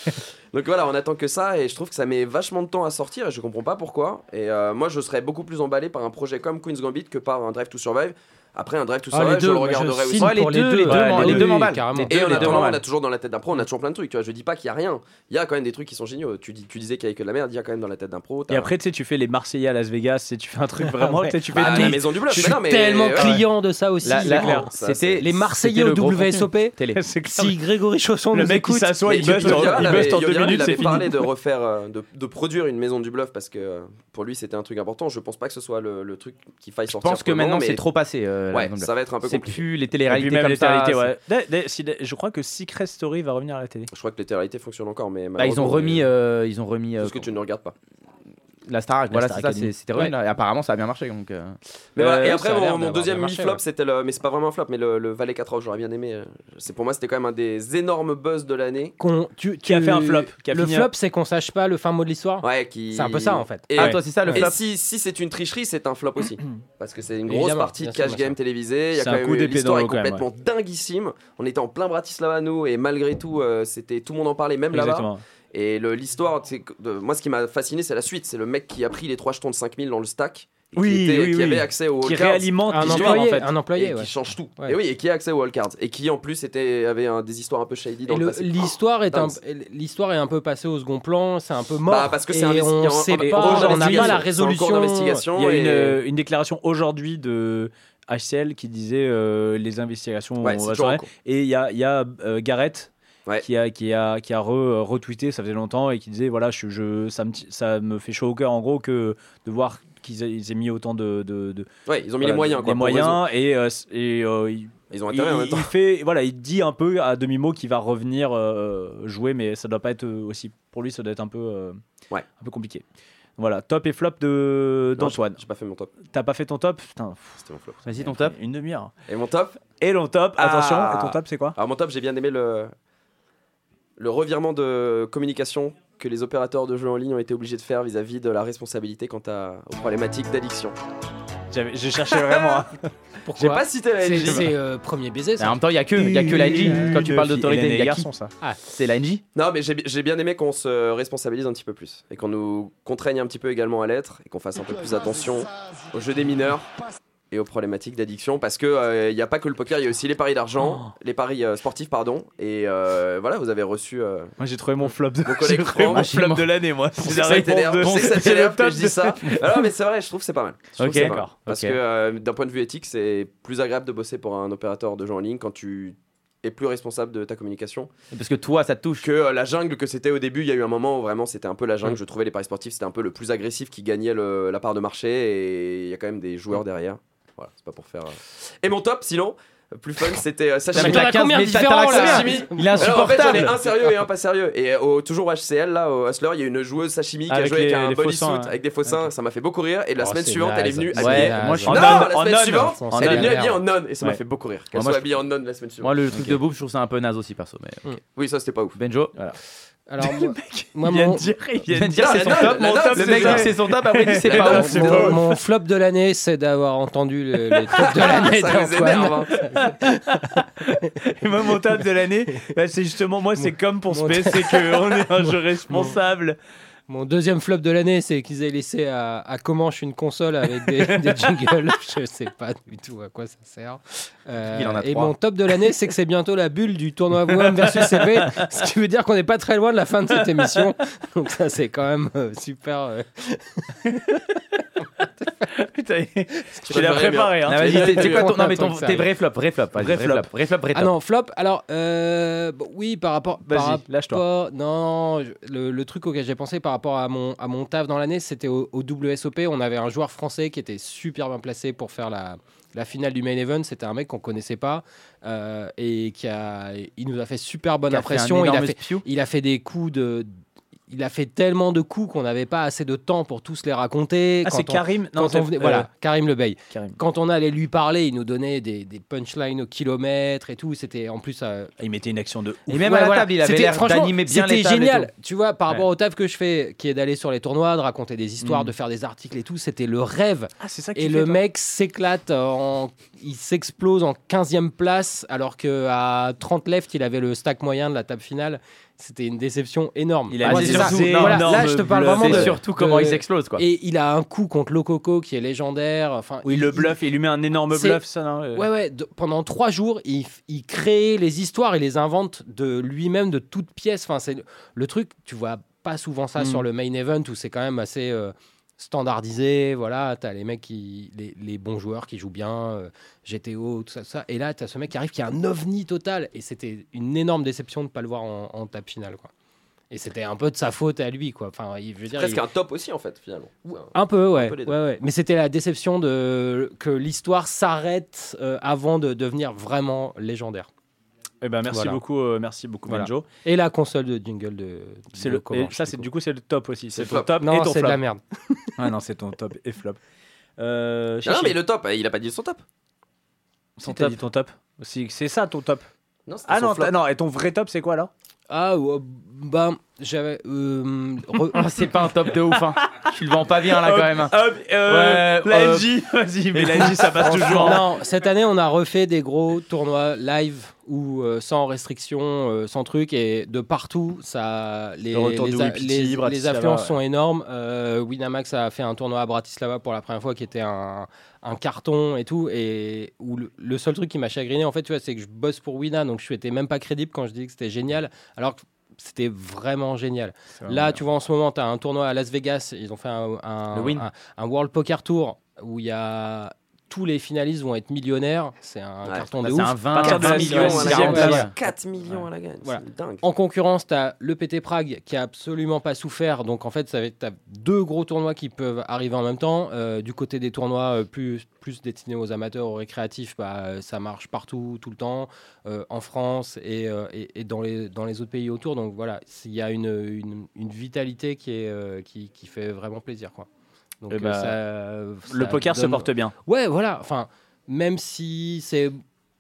S10: Donc voilà, on attend que ça et je trouve que ça met vachement de temps à sortir et je comprends pas pourquoi. Et euh, moi, je serais beaucoup plus emballé par un projet comme Queen's Gambit que par un Drive to Survive. Après un Drive to
S11: Ah, les
S10: Survive, je
S11: deux,
S10: le
S11: moi, je
S10: regarderai
S11: signe
S10: aussi.
S11: Ouais, les pour les deux, deux, les deux ouais, m'en- les les deux deux, m'emballent. carrément.
S10: Et
S11: Les
S10: en
S11: deux
S10: attendant,
S11: m'emballent.
S10: on a toujours dans la tête d'un pro, on a toujours plein de trucs. Tu vois, je dis pas qu'il y a rien. Il y a quand même des trucs qui sont géniaux. Tu, dis, tu disais qu'il y avait que de la merde. Il y a quand même dans la tête d'un pro. t'as-
S5: Et après, tu sais, tu fais les Marseillais à Las Vegas, et tu fais un truc vraiment.
S10: Ouais.
S5: tu sais, Tu fais
S10: Bah,
S5: tout.
S10: la maison du bluff,
S5: Tu-
S10: mais non, mais-
S11: tellement
S10: ouais.
S11: client de ça aussi.
S5: La- la-
S11: évidemment.
S5: claire, ça,
S11: C'était
S5: c'est-
S11: les Marseillais
S5: c'était
S11: au
S5: le gros
S11: WSOP.
S5: Télé. C'est clair.
S11: Si Grégory Chausson
S5: Le
S11: nous
S5: mec qui
S11: écoute,
S5: s'assoit, il
S10: Mais
S5: bust
S10: Yo
S5: en-
S10: Viral
S5: il
S10: avait-
S5: bust en
S10: Yo
S5: deux
S10: Viral,
S5: minutes,
S10: il avait
S5: c'est
S10: parlé
S5: fini.
S10: de refaire, euh, de, de produire une maison du bluff parce que euh, pour lui c'était un truc important. Je pense pas que ce soit le, le truc qui faille
S6: Je
S10: sortir.
S6: pense que
S10: pour le moment,
S6: maintenant
S10: mais-
S6: c'est trop passé. euh, la
S10: ouais,
S6: raison de-
S10: ça va être un peu
S6: C'est
S10: compliqué.
S6: plus les
S5: Et puis
S6: téléréalités
S5: même
S6: comme
S5: les
S6: ça.
S5: téléréalités,
S6: c'est-
S5: ouais. D'ailleurs, d'ailleurs, si- Je crois que Secret Story va revenir à la télé.
S10: Je crois que les télé fonctionnent encore, mais
S6: Bah, ils ont remis, euh, ils ont remis. euh,
S10: Parce que tu ne regardes pas.
S6: La Star, voilà,
S10: Star
S6: c'est ça,
S10: Academy.
S6: c'est- c'était revenu,
S10: Ouais.
S6: là, et apparemment, ça a bien marché. Donc, euh,
S10: Mais voilà,
S6: euh,
S10: et
S6: ça
S10: après,
S6: a l'air
S10: mon, mon
S6: d'avoir
S10: deuxième
S6: bien marché,
S10: mi-flop,
S6: ouais.
S10: c'était le. Mais c'est pas vraiment un flop, mais le, le Valet 4 j'aurais bien aimé. euh, C'est pour moi, c'était quand même un des énormes buzz de l'année.
S11: qu'on- tu,
S10: Qui a
S11: tu-
S10: fait un flop, qui a
S11: le
S10: fini un-
S11: flop, c'est qu'on sache pas le fin mot de l'histoire.
S10: Ouais, qui...
S11: C'est un peu ça en fait.
S10: Et, et
S11: flop.
S10: si, si c'est une tricherie, c'est un flop aussi. Parce que c'est une grosse
S11: Évidemment,
S10: partie de
S11: bien sûr,
S10: cash
S11: bien sûr.
S10: game télévisé. Il y a quand
S5: C'est un
S10: même
S5: coup
S10: eu-
S5: d'épée dans
S10: l'histoire
S5: l'eau
S10: est
S5: quand même,
S10: complètement dinguissime. On était en plein Bratislava nous et malgré tout, euh, c'était tout le monde en parlait, même là-bas.
S5: Exactement.
S10: Et le- l'histoire, c'est que- de- moi, ce qui m'a fasciné, c'est la suite. C'est le mec qui a pris les trois jetons de 5000 dans le stack. et
S5: Oui,
S10: qui, était-
S5: oui,
S10: qui
S5: oui.
S10: avait accès au
S5: Qui
S10: all cards.
S5: réalimente Un
S10: l'histoire,
S11: employé, un employé,
S10: et
S11: ouais.
S10: qui change tout.
S11: Ouais.
S10: Et oui, et qui a accès au all cards et qui en plus était avait un- des histoires un peu shady dans
S11: Et
S10: le,
S11: le-
S10: passé.
S11: l'histoire est un,
S10: Dingue.
S11: l'histoire est un peu passée au second plan, c'est un peu mort.
S10: Bah, parce que c'est
S11: et
S10: investi-
S11: on
S10: en-
S11: sait
S10: en- en
S11: pas,
S10: cours
S11: on n'a pas la
S10: d'investigation.
S11: résolution.
S10: C'est en cours d'investigation.
S5: Il y a une,
S10: et-
S5: euh, une déclaration aujourd'hui de HCL qui disait euh, les investigations
S10: Ouais,
S5: vont
S10: c'est
S5: s'arrêter.
S10: toujours en cours.
S5: et il y a, il y a euh, Garrett qui a qui a qui a re- euh, retweeté ça faisait longtemps et qui disait voilà je, je- ça me ti- ça me fait chaud au cœur en gros que de voir qu'ils aient, ils aient mis autant de, de, de-
S10: Ouais, ils ont mis les moyens, quoi,
S5: les
S10: pour
S5: moyens
S10: résoudre.
S5: et, euh, c- et euh, il-
S10: Ils ont intérêt
S5: il,
S10: en même temps.
S5: il fait voilà il dit un peu à demi mot qu'il va revenir euh, jouer mais ça doit pas être euh, aussi pour lui ça doit être un peu euh, un peu compliqué voilà top et flop de
S10: Non,
S5: d'Antoine
S10: j'ai- J'ai pas fait mon top.
S5: T'as pas fait ton top Putain.
S10: C'était mon flop.
S6: Vas-y, ton top.
S5: Une demi-heure.
S10: Et mon top
S5: Et mon top, attention,
S10: Ah.
S5: et ton top c'est quoi
S10: Alors mon top, j'ai bien aimé le le revirement de communication que les opérateurs de jeux en ligne ont été obligés de faire vis-à-vis de la responsabilité quant à, aux problématiques d'addiction.
S5: J'ai cherché vraiment. hein.
S10: <laughs> J'ai pas cité la
S11: C'est,
S10: LG.
S11: c'est, euh, premier baiser. ça.
S6: en même temps, il y a que, il y a que la NG. Quand tu parles d'autorité, il y a qui
S11: Ah,
S6: C'est la NG.
S10: Non, mais j'ai j'ai bien aimé qu'on se responsabilise un petit peu plus et qu'on nous contraigne un petit peu également à l'être et qu'on fasse un peu plus attention aux jeux des mineurs et aux problématiques d'addiction parce que euh, il n'y a pas que le poker, il y a aussi les paris
S6: Oh.
S10: d'argent, les paris euh, sportifs pardon et euh, voilà, vous avez reçu euh,
S5: Moi j'ai trouvé mon flop de,
S10: Mon
S5: j'ai
S10: collègue
S5: trouvé mon
S10: Franck,
S5: flop de l'année moi.
S10: Pour
S5: C'est
S10: ça,
S5: la
S10: ça
S5: réponse
S10: t'énerve-
S5: de
S10: pour ça, ça
S5: c'est
S10: t'énerve que
S5: le top
S10: je
S5: de-
S10: dis ça. Alors, mais c'est vrai, je trouve que c'est pas mal. Je trouve
S5: Ok,
S10: que c'est pas mal.
S5: d'accord,
S10: Parce
S5: ok.
S10: que euh, d'un point de vue éthique, c'est plus agréable de bosser pour un opérateur de jeux en ligne quand tu es plus responsable de ta communication.
S6: Parce que toi, ça te touche.
S10: Que euh, la jungle que c'était au début, il y a eu un moment où vraiment c'était un peu la jungle.
S6: Mm.
S10: Je trouvais les paris sportifs, c'était un peu le plus agressif qui gagnait le- la part de marché et il y a quand même des
S5: Mm.
S10: joueurs derrière. Voilà, c'est pas pour faire. euh. Et mon top, sinon. euh, Plus fun, c'était euh,
S6: Mais
S10: sashimi.
S6: t'en as combien de différents, là
S10: Sashimi.
S6: Il est
S10: Alors, en fait, on est
S6: insupportable.
S10: un sérieux et un pas sérieux. Et euh, au- toujours au HCL, là, au Hustler, il y a une joueuse sashimi qui a
S5: Avec
S10: joué
S5: les-
S10: avec un
S5: les faux
S10: body
S5: seins, hein.
S10: suit, avec des faux seins. Ça m'a fait beaucoup rire. Et la
S5: Oh,
S10: semaine
S5: c'est
S10: suivante, elle est
S5: naze.
S10: venue
S5: Ouais,
S10: habillée.
S5: moi, je suis
S10: non,
S5: en
S10: la
S5: nonne, en
S10: semaine
S5: nonne.
S10: suivante,
S5: En
S10: elle est
S5: nonne.
S10: venue habillée en non. Et ça m'a
S5: Ouais.
S10: fait beaucoup rire.
S6: euh, Ouais,
S10: Qu'elle
S6: moi,
S10: soit
S6: je-
S10: habillée en non la semaine suivante.
S6: Moi, le truc
S10: Ok.
S6: de bouffe, je trouve ça un peu naze aussi, perso. Mais...
S10: Oui, ça, c'était pas ouf.
S6: Benjo.
S11: Alors, moi, moi,
S6: Il vient
S11: mon-
S6: de dire- il vient de dire c'est son top.
S10: la
S6: Mon
S10: note,
S6: top,
S10: c'est
S6: le mec dit
S10: ça.
S6: que c'est son top. Après, il dit c'est
S10: La
S6: pas
S10: note,
S6: ouf.
S10: c'est pas
S11: mon,
S10: ouf.
S11: mon flop de l'année, c'est d'avoir entendu le, le top de l'année
S10: Ça nous
S11: d'Antoine.
S10: énerve,
S6: hein.
S5: Et moi, mon top de l'année, bah, c'est justement moi, c'est comme pour
S11: mon-
S5: Space, c'est qu'on
S11: <laughs>
S5: est un jeu responsable.
S11: Mon deuxième flop de l'année, c'est qu'ils aient laissé à, à Comanche une console avec
S5: <laughs>
S11: des, des jingles. Je sais pas du tout à quoi ça sert. Euh,
S6: Il en a
S11: et
S6: trois.
S11: mon top de l'année, c'est que c'est bientôt la bulle du tournoi WM versus
S6: <laughs>
S11: CP, ce qui veut dire qu'on n'est pas très loin de la
S5: <laughs>
S11: fin de cette émission. Donc ça, c'est quand même euh, super. euh.
S5: Tu l'as préparé. Hein.
S6: Ah, vas-y, t'es- t'es quoi ton- non, mais ton- tes vrais flops, vrais flops, vas-y,
S5: Vrai
S6: vrais
S5: flop.
S6: flops, vrais flops, vrais
S11: Ah
S6: tops.
S11: non, flop, alors, euh, bon, oui, par rapport. par
S6: Vas-y,
S11: rapport-
S6: lâche-toi.
S11: Non, je- le, le truc auquel j'ai pensé par rapport à mon, à mon taf dans l'année, c'était au, au WSOP. On avait un joueur français qui était super bien placé pour faire la, la finale du main event. C'était un mec qu'on connaissait pas euh, et qui a, il nous a fait super bonne
S6: Qui a fait un
S11: impression. il, a
S6: énorme
S11: fait,
S6: spiou.
S11: il a fait des coups de. Il a fait tellement de coups qu'on n'avait pas assez de temps pour tous les raconter.
S5: Ah,
S11: Quand
S5: c'est
S11: on-
S5: Karim Non,
S11: quand
S5: c'est-
S11: on venait-
S5: euh,
S11: Voilà, Karim Lebeil.
S5: Karim.
S11: Quand on allait lui parler, il nous donnait des, des punchlines au kilomètre et tout. C'était en plus. euh,
S5: Il mettait une action de
S6: Et même à la table, il avait
S11: C'était-
S6: l'air
S11: franchement,
S6: d'animer bien les
S11: C'était
S6: tables et
S11: génial,
S6: tout.
S11: tu vois, par rapport
S6: Ouais.
S11: au taf que je fais, qui est d'aller sur les tournois, de raconter des histoires,
S6: Mm.
S11: de faire des articles et tout. C'était le rêve.
S5: Ah, c'est ça que
S11: et
S5: tu
S11: le
S5: fais, toi.
S11: mec s'éclate, en... il s'explose en 15e place, alors qu'à 30 left, il avait le stack moyen de la table finale. C'était une déception énorme.
S6: Il a
S11: Moi,
S6: mis
S11: c'est
S6: des
S11: ça.
S6: surtout- non,
S11: Voilà,
S6: énorme
S11: là, je te parle
S6: bluff.
S11: vraiment
S6: C'est
S11: de-
S6: surtout
S11: de-
S6: comment il s'explose, quoi.
S11: Et il a un coup contre Lococo qui est légendaire. Enfin,
S5: Oui, le bluff, il lui met un énorme
S11: c'est-
S5: bluff, ça. non, euh.
S11: Ouais, ouais. de- pendant trois jours, il, f- il crée les histoires, il les invente de lui-même, de toutes pièces. Enfin, c'est le, le truc, tu vois pas souvent ça
S6: Mm.
S11: sur le main event où c'est quand même assez euh, standardisé. Voilà, t'as les mecs qui, les, les bons joueurs qui jouent bien, euh, GTO, tout ça, tout ça. Et là, t'as ce mec qui arrive qui est un ovni total. Et c'était une énorme déception de pas le voir en, en table finale, quoi. Et c'était un peu de sa faute à lui, quoi. Enfin, il- je veux dire,
S10: Presque
S11: il-
S10: un top aussi en fait finalement.
S11: un peu, ouais.
S10: peu les deux.
S11: ouais, ouais. Mais c'était la déception de que l'histoire s'arrête euh, avant de devenir vraiment légendaire.
S5: Eh ben, merci
S11: Voilà.
S5: beaucoup, euh, merci beaucoup,
S11: Voilà.
S5: Benjo.
S11: Et la console de jingle de.
S5: C'est
S11: de
S5: le, et
S11: Comanche,
S5: ça, c'est du coup, c'est le top aussi. C'est
S11: le
S5: ton
S11: flop.
S5: top
S11: Non,
S5: et ton
S11: c'est de
S5: flop.
S11: la merde.
S5: <laughs> ah non, c'est ton top et flop. Euh,
S10: Non, non,
S5: Chichi,
S10: mais le top, euh, il a pas dit son top.
S5: si t'as dit ton top. Si- C'est ça ton top.
S10: Non, c'était
S5: Ah
S10: son
S5: non,
S10: flop.
S5: t'as- non, et ton vrai top, c'est quoi là
S11: Ah, ouais, bah, j'avais. euh, re-
S6: <laughs> Ah, c'est pas un top de ouf, hein. tu le vends pas bien là quand
S5: Hop,
S6: même. hein.
S5: hop, euh,
S6: Ouais,
S5: la
S6: hop.
S5: NJ, <laughs> vas-y, mais la NJ, ça passe
S11: Franchement,
S5: toujours. hein.
S11: Non, cette année, on a refait des gros tournois live ou sans restriction, euh, sans truc, et de partout, ça, les,
S5: Le retour
S11: les,
S5: de
S11: a-
S5: Wipiti,
S11: les- les
S5: Bratislava,
S11: affluences
S5: ouais.
S11: sont énormes. Euh, Winamax a fait un tournoi à Bratislava pour la première fois, qui était un, un carton et tout, et où le, le seul truc qui m'a chagriné, en fait, tu vois, c'est que je bosse pour Wina, donc je n'étais même pas crédible quand je dis que c'était génial, alors que c'était vraiment génial. Là, tu vois, en ce moment, tu as un tournoi à Las Vegas. Ils ont fait un, un-
S6: Le Win.
S11: un- un World Poker Tour où il y a. Tous les finalistes vont être millionnaires. C'est un
S10: Ouais.
S11: carton
S6: Bah,
S11: de
S6: c'est
S11: ouf.
S6: un 20,
S5: Partir de la
S10: 4 millions à la
S5: sixième,
S10: gagne.
S11: ouais, ouais.
S10: 4 millions à la gagne.
S11: Voilà.
S10: C'est dingue.
S11: En concurrence, tu as le PT Prague qui a absolument pas souffert. Donc en fait, tu as deux gros tournois qui peuvent arriver en même temps. Euh, du côté des tournois euh, plus, plus destinés aux amateurs, aux récréatifs, bah, euh, ça marche partout, tout le temps, euh, en France et, euh, et- et dans, les, dans les autres pays autour. Donc voilà, il y a une, une, une vitalité qui, est, euh, qui, qui fait vraiment plaisir. Quoi. Donc,
S5: Eh
S11: euh,
S5: bah,
S11: ça, euh,
S5: Le
S11: ça
S5: poker se
S11: donne-
S5: porte bien.
S11: Ouais, voilà. Enfin, même si c'est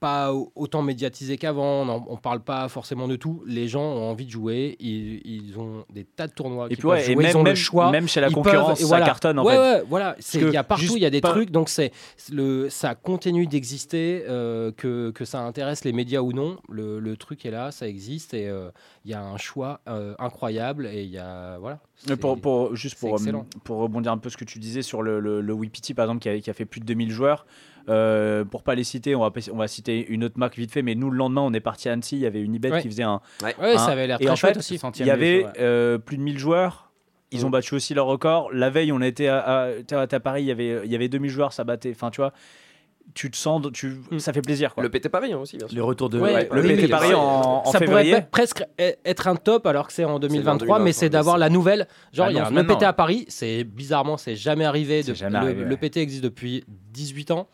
S11: pas au- autant médiatisé qu'avant, on, en- on parle pas forcément de tout. Les gens ont envie de jouer. Ils, ils ont des tas de tournois.
S5: Et
S11: qu'ils
S5: puis, ouais,
S11: peuvent
S5: et
S11: jouer,
S5: même,
S11: ils ont
S5: même,
S11: le choix.
S5: même chez la
S11: ils
S5: concurrence,
S11: peuvent- et
S5: ça
S11: voilà.
S5: cartonne en
S11: ouais,
S5: fait.
S11: Ouais, voilà. C'est-
S5: que
S11: Il y a partout,
S5: juste
S11: il y a des
S5: pas-
S11: trucs. Donc c'est le, ça continue d'exister, euh, que, que ça intéresse les médias ou non. Le, le truc est là, ça existe et euh, il y a un choix euh, incroyable et il y a voilà.
S5: Mais
S11: c'est-
S5: euh, pour, pour- juste
S11: c'est
S5: pour, euh,
S11: excellent.
S5: pour rebondir un peu ce que tu disais sur le, le, le Wipiti, par exemple, qui a, qui a fait plus de 2000 joueurs, euh, pour pas les citer, on va, pas- on va citer une autre marque vite fait, mais nous, le lendemain, on est parti à Annecy, il y avait une Unibet
S11: Ouais.
S5: qui faisait un.
S11: Ouais,
S5: un-
S11: ça avait l'air
S5: et en
S11: très chouette
S5: fait,
S11: aussi.
S5: Il y avait euh, plus de 1000 joueurs. Ils ont
S11: Mm.
S5: battu aussi leur record. La veille, on était à, à, t'es- t'es à Paris, il y avait, il y avait 2000 joueurs, ça battait. Enfin, tu vois, tu te sens, de- tu, ça fait plaisir. Quoi.
S10: Mm. Le PT Paris hein, aussi, bien sûr.
S6: Le retour de.
S10: Ouais,
S5: le
S10: oui,
S5: PT
S10: oui,
S5: Paris
S10: c'est-
S5: en, en
S11: ça
S5: février.
S11: pourrait pe- presque e- être un top alors que c'est en 2023,
S10: 2023,
S11: mais c'est
S10: mais
S11: d'avoir
S10: c'est-
S11: la nouvelle.
S5: Bah
S11: Genre, il y a
S6: Annonce
S11: un EPT
S6: maintenant.
S11: à Paris, c'est bizarrement, c'est jamais arrivé.
S5: C'est
S11: de-
S5: jamais
S11: le,
S5: arrivé, ouais.
S11: le PT existe depuis 18 ans.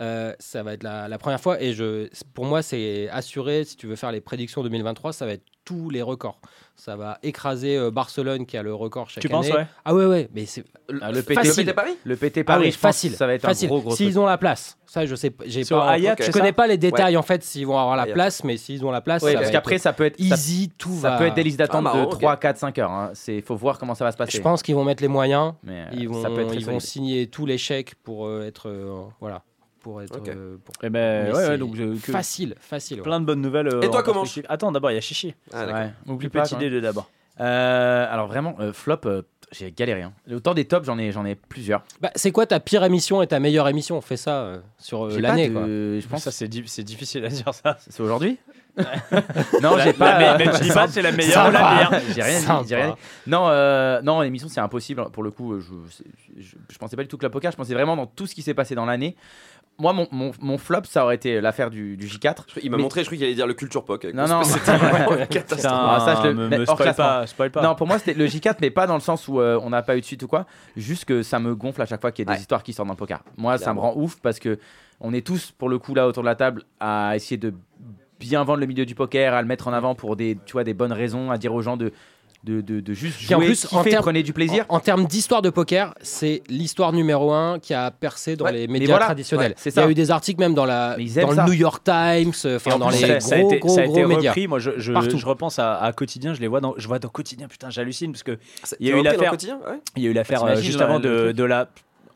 S11: Euh, ça va être la, la première fois et je, pour moi, c'est assuré. Si tu veux faire les prédictions 2023, ça va être tous les records. Ça va écraser euh, Barcelone qui a le record chaque
S5: Tu
S11: année.
S5: penses, ouais
S11: Ah ouais, ouais, mais c'est
S6: Ah, le, PT,
S11: facile.
S10: Le PT Paris
S6: le PT
S11: Ah
S6: Paris,
S11: oui,
S6: je pense
S11: facile.
S6: que ça va être
S11: facile.
S6: un gros gros.
S11: S'ils
S6: truc.
S11: ont la place, ça je sais, pas- j'ai
S5: Sur
S11: pas,
S5: Hayat,
S10: ok.
S11: je
S5: c'est
S11: connais
S5: ça
S11: pas les détails en fait s'ils vont avoir la
S10: Hayat.
S11: place, mais s'ils ont la place,
S6: Oui,
S11: ça
S6: parce
S11: va
S6: qu'après
S11: être
S6: ça peut être ça,
S11: easy, tout
S6: ça
S11: va.
S6: peut être des listes
S10: Ah,
S6: d'attente
S5: bah,
S10: marrant,
S6: de
S10: ok.
S6: 3, 4, 5 heures. hein. C'est faut voir comment ça va se passer.
S11: Je pense qu'ils vont mettre les moyens.
S6: Mais euh,
S11: Ils vont,
S6: ça peut être très
S11: ils vont
S6: solide.
S11: signer tous les chèques pour euh, être euh, voilà, pour être
S10: Ok.
S11: euh, pour-
S5: Eh ben,
S11: Mais
S5: ouais,
S11: c'est
S5: ouais, donc, euh, que-
S11: facile, facile. ouais.
S5: plein de bonnes nouvelles. euh,
S10: Et toi,
S5: en
S10: comment
S5: perspective. Attends, d'abord, il y a Chichi.
S10: Ah, d'accord.
S6: Ouais.
S5: Plus
S6: Oublie pas.
S5: petit
S6: quand
S5: des deux d'abord.
S6: Euh, alors vraiment, euh, flop, euh, j'ai galéré. hein. Autant des tops, j'en ai, j'en ai plusieurs.
S11: Bah, c'est quoi ta pire émission et ta meilleure émission On fait ça euh, sur euh,
S6: J'ai pas
S11: l'année.
S6: de-
S11: quoi.
S6: je pense
S5: ça c'est di- c'est difficile à dire ça.
S6: C'est
S5: <laughs>
S6: aujourd'hui non,
S5: La-
S6: j'ai pas. euh,
S5: la- mais- mais je dis pas, c'est la meilleure ou la
S6: Sympa.
S5: pire.
S6: J'ai rien dit,
S5: Sympa.
S6: j'ai rien dit. Non, euh, non, l'émission c'est impossible. Pour le coup, euh, je, je, je- je pensais pas du tout que la poker. Je pensais vraiment dans tout ce qui s'est passé dans l'année. Moi, mon, mon, mon flop, ça aurait été l'affaire du, du J4.
S10: Il m'a
S6: Mais-
S10: montré, je croyais qu'il allait dire le culture poc. avec
S6: Non,
S10: moi,
S6: non,
S10: c'était
S5: <laughs>
S6: <laughs>
S10: vraiment une
S6: Ah,
S10: catastrophe.
S6: ça, je le
S5: me-
S6: mets
S5: me
S6: hors
S5: spoil
S6: classement.
S5: pas, spoil pas.
S6: Non, pour moi, c'était le J4, mais pas dans le sens où euh, on n'a pas eu de suite ou quoi. Juste que ça me gonfle à chaque fois qu'il y a des histoires qui sortent dans le poker. Moi, ça me rend
S10: Clairement.
S6: ouf parce que on est tous, pour le coup, là autour de la table, à essayer de bien vendre le milieu du poker, à le mettre en avant pour des, tu vois, des bonnes raisons, à dire aux gens de, de, de, de juste
S11: Qui,
S6: jouer,
S11: en plus, en
S6: kiffer,
S11: termes-
S6: prenez du plaisir.
S11: En, en termes d'histoire de poker, c'est l'histoire numéro un qui a percé dans les médias
S6: voilà,
S11: traditionnels.
S6: ouais, c'est
S11: Il y
S6: ça.
S11: a eu des articles même dans, la,
S6: ils aiment
S11: dans le
S6: ça.
S11: New York Times, euh,
S5: Et
S11: enfin
S5: en
S11: dans
S5: plus,
S11: les
S5: ça,
S11: gros,
S5: ça a été,
S11: gros,
S5: ça a
S11: gros
S5: été
S11: médias.
S5: repris. Moi, je, je,
S11: Partout.
S5: je repense à, à quotidien. Je les vois dans, je vois dans quotidien. Putain, j'hallucine parce
S11: Ah,
S5: que il y
S10: t'es
S5: a eu
S10: repris dans
S5: l'affaire.
S10: Quotidien Ouais.
S5: Il y a eu l'affaire
S10: Bah,
S5: euh,
S10: t'imagines,
S5: juste
S10: ouais,
S5: avant
S10: le
S5: de,
S10: truc.
S5: de la.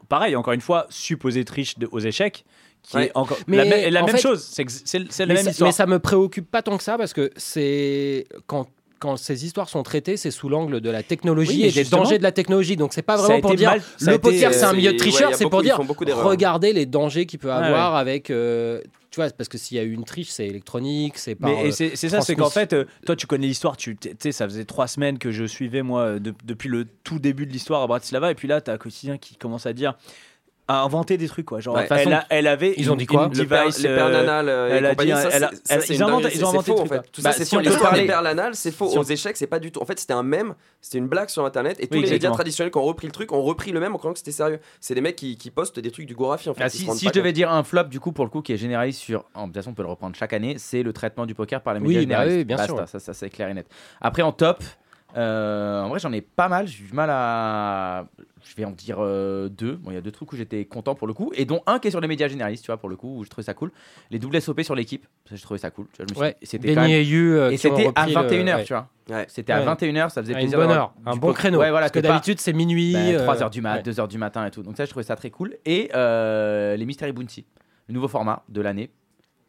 S5: Pareil, encore une fois, supposée triche de- aux échecs, qui
S10: Ouais.
S5: est encore
S11: Mais
S5: la, me- la
S11: en
S5: même
S11: fait-
S5: chose. C'est ex- c'est- c'est la
S11: mais,
S5: même
S11: ça,
S5: histoire.
S11: mais ça me préoccupe pas tant que ça parce que c'est quand quand ces histoires sont traitées, c'est sous l'angle de la technologie
S5: Oui, mais
S11: et des
S5: justement,
S11: dangers de la technologie. Donc c'est pas
S5: ça a
S11: vraiment pour
S5: été
S11: dire
S5: mal- ça a
S11: le
S5: été,
S11: poker
S5: euh,
S11: c'est un milieu de
S5: c'est- ouais,
S11: tricheurs,
S5: il y a
S11: c'est pour
S5: beaucoup- ils
S11: dire
S5: font beaucoup d'erreurs.
S11: regardez les dangers qu'il peut
S5: Ouais,
S11: avoir avec euh, tu vois parce que s'il y a eu une triche, c'est électronique, c'est pas
S5: Mais et c'est c'est ça, c'est qu'en fait, euh, toi, tu connais l'histoire. Tu tu sais, ça faisait trois semaines que je suivais moi euh, de- depuis le tout début de l'histoire à Bratislava, et puis là, t'as un quotidien qui commence à dire à inventer des trucs quoi genre
S10: Ouais.
S5: elle,
S10: Bah, De toute façon,
S5: a- elle avait
S10: ils ont
S5: une-
S10: dit quoi
S5: une
S10: Le père-
S5: device,
S10: les perles
S5: euh,
S10: anales, euh, et
S5: elle a
S10: compagnie,
S5: dit un-
S10: ça,
S5: elle a-
S10: c'est- ça,
S5: elle-
S10: c'est
S5: ils
S10: une
S5: inventent-
S10: dinguerie,
S5: ils
S10: c'est-
S5: ont
S10: c'est
S5: inventé
S10: faux,
S5: des
S10: en
S5: trucs,
S10: fait.
S5: quoi.
S10: Tout
S5: Bah,
S10: ça, c'est
S5: si
S10: faux.
S5: on peut
S10: L'histoire
S5: parler-
S10: des perles anales, c'est faux.
S5: si on-
S10: Aux échecs, c'est pas du tout. En fait, c'était un mème, c'était une blague sur Internet, et tous les
S5: Oui,
S10: médias
S5: exactement.
S10: traditionnels qui ont repris le truc ont repris le même en croyant que c'était sérieux. C'est des mecs qui qui postent des trucs du Gorafi, en fait.
S6: Ah,
S10: ils se
S6: si
S10: rendent
S6: si
S10: pas
S6: je devais dire un flop, du coup, pour le coup, qui est généraliste sur. en de toute façon, on peut le reprendre chaque année, c'est le traitement du poker par les
S11: Oui,
S6: médias
S11: bah
S6: généralistes.
S11: oui, bien
S6: Basta,
S11: sûr.
S6: Ça, ça, c'est clair et net. Après, en top, euh, en vrai, j'en ai pas mal. J'ai eu du mal à. Je vais en dire euh, deux. Bon, il y a deux trucs où j'étais content pour le coup, et dont un qui est sur les médias généralistes, tu vois, pour le coup, où je trouvais ça cool. Les doubles SOP sur l'équipe, ça, je trouvais ça cool. Tu vois, je me suis
S11: Ouais,
S6: dit, c'était
S11: Benny
S6: quand même-
S11: et Yu, euh,
S6: Et
S11: qui ont
S6: c'était à
S11: repris le-
S6: 21h,
S11: ouais.
S6: tu vois.
S10: Ouais.
S6: C'était à
S11: Ouais.
S6: 21h, ça faisait
S11: À une
S6: plaisir.
S11: bonne
S6: d'avoir
S11: heure,
S6: du
S11: un
S6: pot-
S11: bon créneau,
S6: Ouais, voilà,
S11: parce que
S6: t'es pas-
S11: d'habitude, c'est minuit, euh,
S6: 3h du mat,
S11: ouais.
S6: 2h du matin et tout. Donc ça, je trouvais ça très cool. Et euh, les Mystery Bounty, le nouveau format de l'année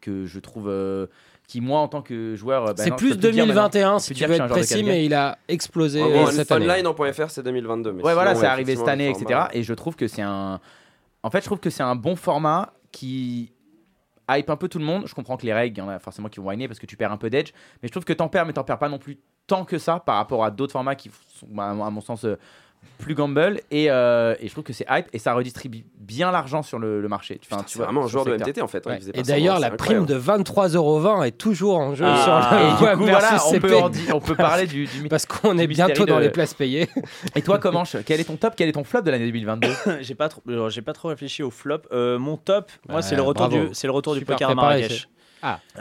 S6: que je trouve euh, qui moi en tant que joueur euh, bah
S11: c'est
S6: non, je
S11: plus
S6: peux le dire maintenant.
S11: 2021
S6: Je
S11: si
S6: peux
S11: tu
S6: dire
S11: veux
S6: que je
S11: être
S6: suis un joueur de
S11: précis,
S6: Calgary.
S11: mais il a explosé
S10: En
S11: euh,
S10: gros,
S11: cette année.
S10: Online en .fr, c'est 2022. mais
S6: ouais, voilà,
S10: sinon,
S6: c'est arrivé cette
S10: effectivement,
S6: année,
S10: le
S6: etc.
S10: format,
S6: Et je trouve que c'est un. En fait, je trouve que c'est un bon format qui hype un peu tout le monde. Je comprends que les règles, il y en a forcément qui vont whiner parce que tu perds un peu d'edge. Mais je trouve que t'en perds, mais t'en perds pas non plus tant que ça par rapport à d'autres formats qui sont, bah, à mon sens, euh, plus gamble. Et, euh, et je trouve que c'est hype et ça redistribue bien l'argent sur le, le marché. Enfin,
S10: c'est vraiment un joueur
S6: sur le
S10: de
S6: secteur.
S10: MTT, en fait, hein, il faisait
S11: Et
S10: pas
S11: d'ailleurs,
S10: semblant,
S11: la
S10: c'est
S11: prime de 23,20€ est toujours en jeu
S5: Ah.
S11: sur le
S6: Et du
S11: web
S6: coup,
S11: versus
S6: voilà, on peut,
S11: CP.
S6: en di- on peut parler du, euh,
S11: Parce qu'on est bientôt dans les places payées.
S6: <laughs> Et toi, comment Quel est ton top Quel est ton flop de l'année 2022
S5: <coughs> j'ai pas trop alors, j'ai pas trop réfléchi au flop Euh, mon top moi
S11: Bah,
S6: Ouais,
S5: c'est le retour
S6: bravo.
S5: du c'est le retour du
S6: Super
S5: poker à
S6: préparé,
S5: Marrakech
S6: c'est- Ah.
S5: Euh,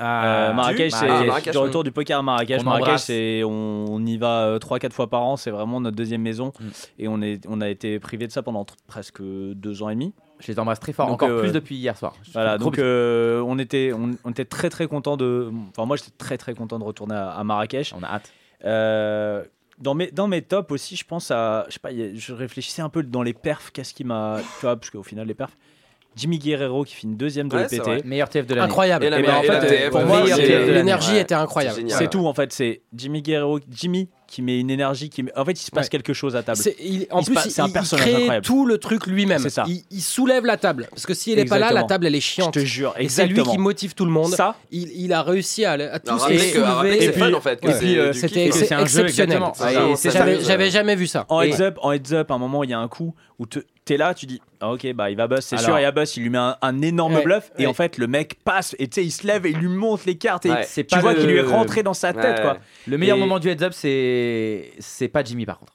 S6: Ah,
S5: Marrakech
S6: tu-
S5: c'est
S6: Ah, Marrakech,
S5: du retour du poker à Marrakech
S6: On
S5: Marrakech
S6: embrasse.
S5: c'est on, on y va 3 4 fois par an c'est vraiment notre deuxième maison et on est on a été privé de ça pendant tr- presque deux ans et demi euh,
S6: je les embrasse très fort, encore plus depuis hier soir. Je
S5: voilà,
S6: fais gros
S5: donc
S6: bisous.
S5: euh, on, était, on, on était très très content de. Enfin, moi j'étais très très content de retourner à, à Marrakech. Euh,
S6: On a hâte.
S5: dans, mes, dans mes tops aussi, je pense à. Je sais pas, il y a- je réfléchissais un peu dans les perfs, qu'est-ce qui m'a. Tu vois, parce qu'au final, les perfs. Jimmy Guerrero qui finit deuxième de
S6: Ouais, c'est vrai.
S5: l'EPT.
S6: Meilleur TF de l'année.
S11: Incroyable. Et la-
S5: Eh ben,
S11: et la
S5: en fait,
S11: TF,
S5: pour
S11: ouais.
S5: moi,
S11: Meilleur
S5: c'est-
S11: TF de l'année. L'énergie était incroyable.
S5: C'est
S11: C'est génial.
S5: C'est tout en fait. C'est Jimmy Guerrero. Jimmy qui met une énergie. Qui... met- En fait, il se passe
S11: Ouais.
S5: quelque chose à table.
S11: C'est- il- en
S5: Il se
S11: plus,
S5: passe-
S11: il,
S5: c'est un
S11: il
S5: personnage
S11: crée
S5: incroyable.
S11: tout le truc lui-même.
S5: C'est ça.
S11: Il, il soulève la table. Parce que s'il est pas là, la
S5: Exactement.
S11: table, elle est chiante.
S5: Je te jure,
S11: Et c'est lui
S5: exactement.
S11: qui motive tout le monde.
S5: Ça-
S11: il, il a réussi à, à tous
S10: rappeler
S11: les
S10: que- à rappeler
S11: soulever.
S10: que c'est Et fun, puis- en fait, que
S11: ouais.
S10: c'est
S11: Et puis, euh,
S10: du
S11: C'était
S10: kiff.
S11: ex-
S10: C'est un jeu,
S11: exceptionnel.
S10: exactement. Ah, et c'est ça,
S11: J'avais-
S10: le-
S11: J'avais jamais vu ça.
S5: En
S11: Et-
S5: heads up, en heads up, à un moment, il y a un coup où te- t'es là, tu dis ah, ok bah il va bust, c'est
S6: Alors-
S5: sûr, il va bust, il lui met un, un énorme
S6: Ouais,
S5: bluff et
S6: ouais.
S5: en fait le mec passe et tu sais il se lève et il lui monte les cartes et
S6: Ouais,
S5: tu vois qu'il lui est rentré dans sa tête
S6: Ouais.
S5: quoi.
S6: Le meilleur
S5: Et-
S6: moment du heads up, c'est c'est pas Jimmy par contre.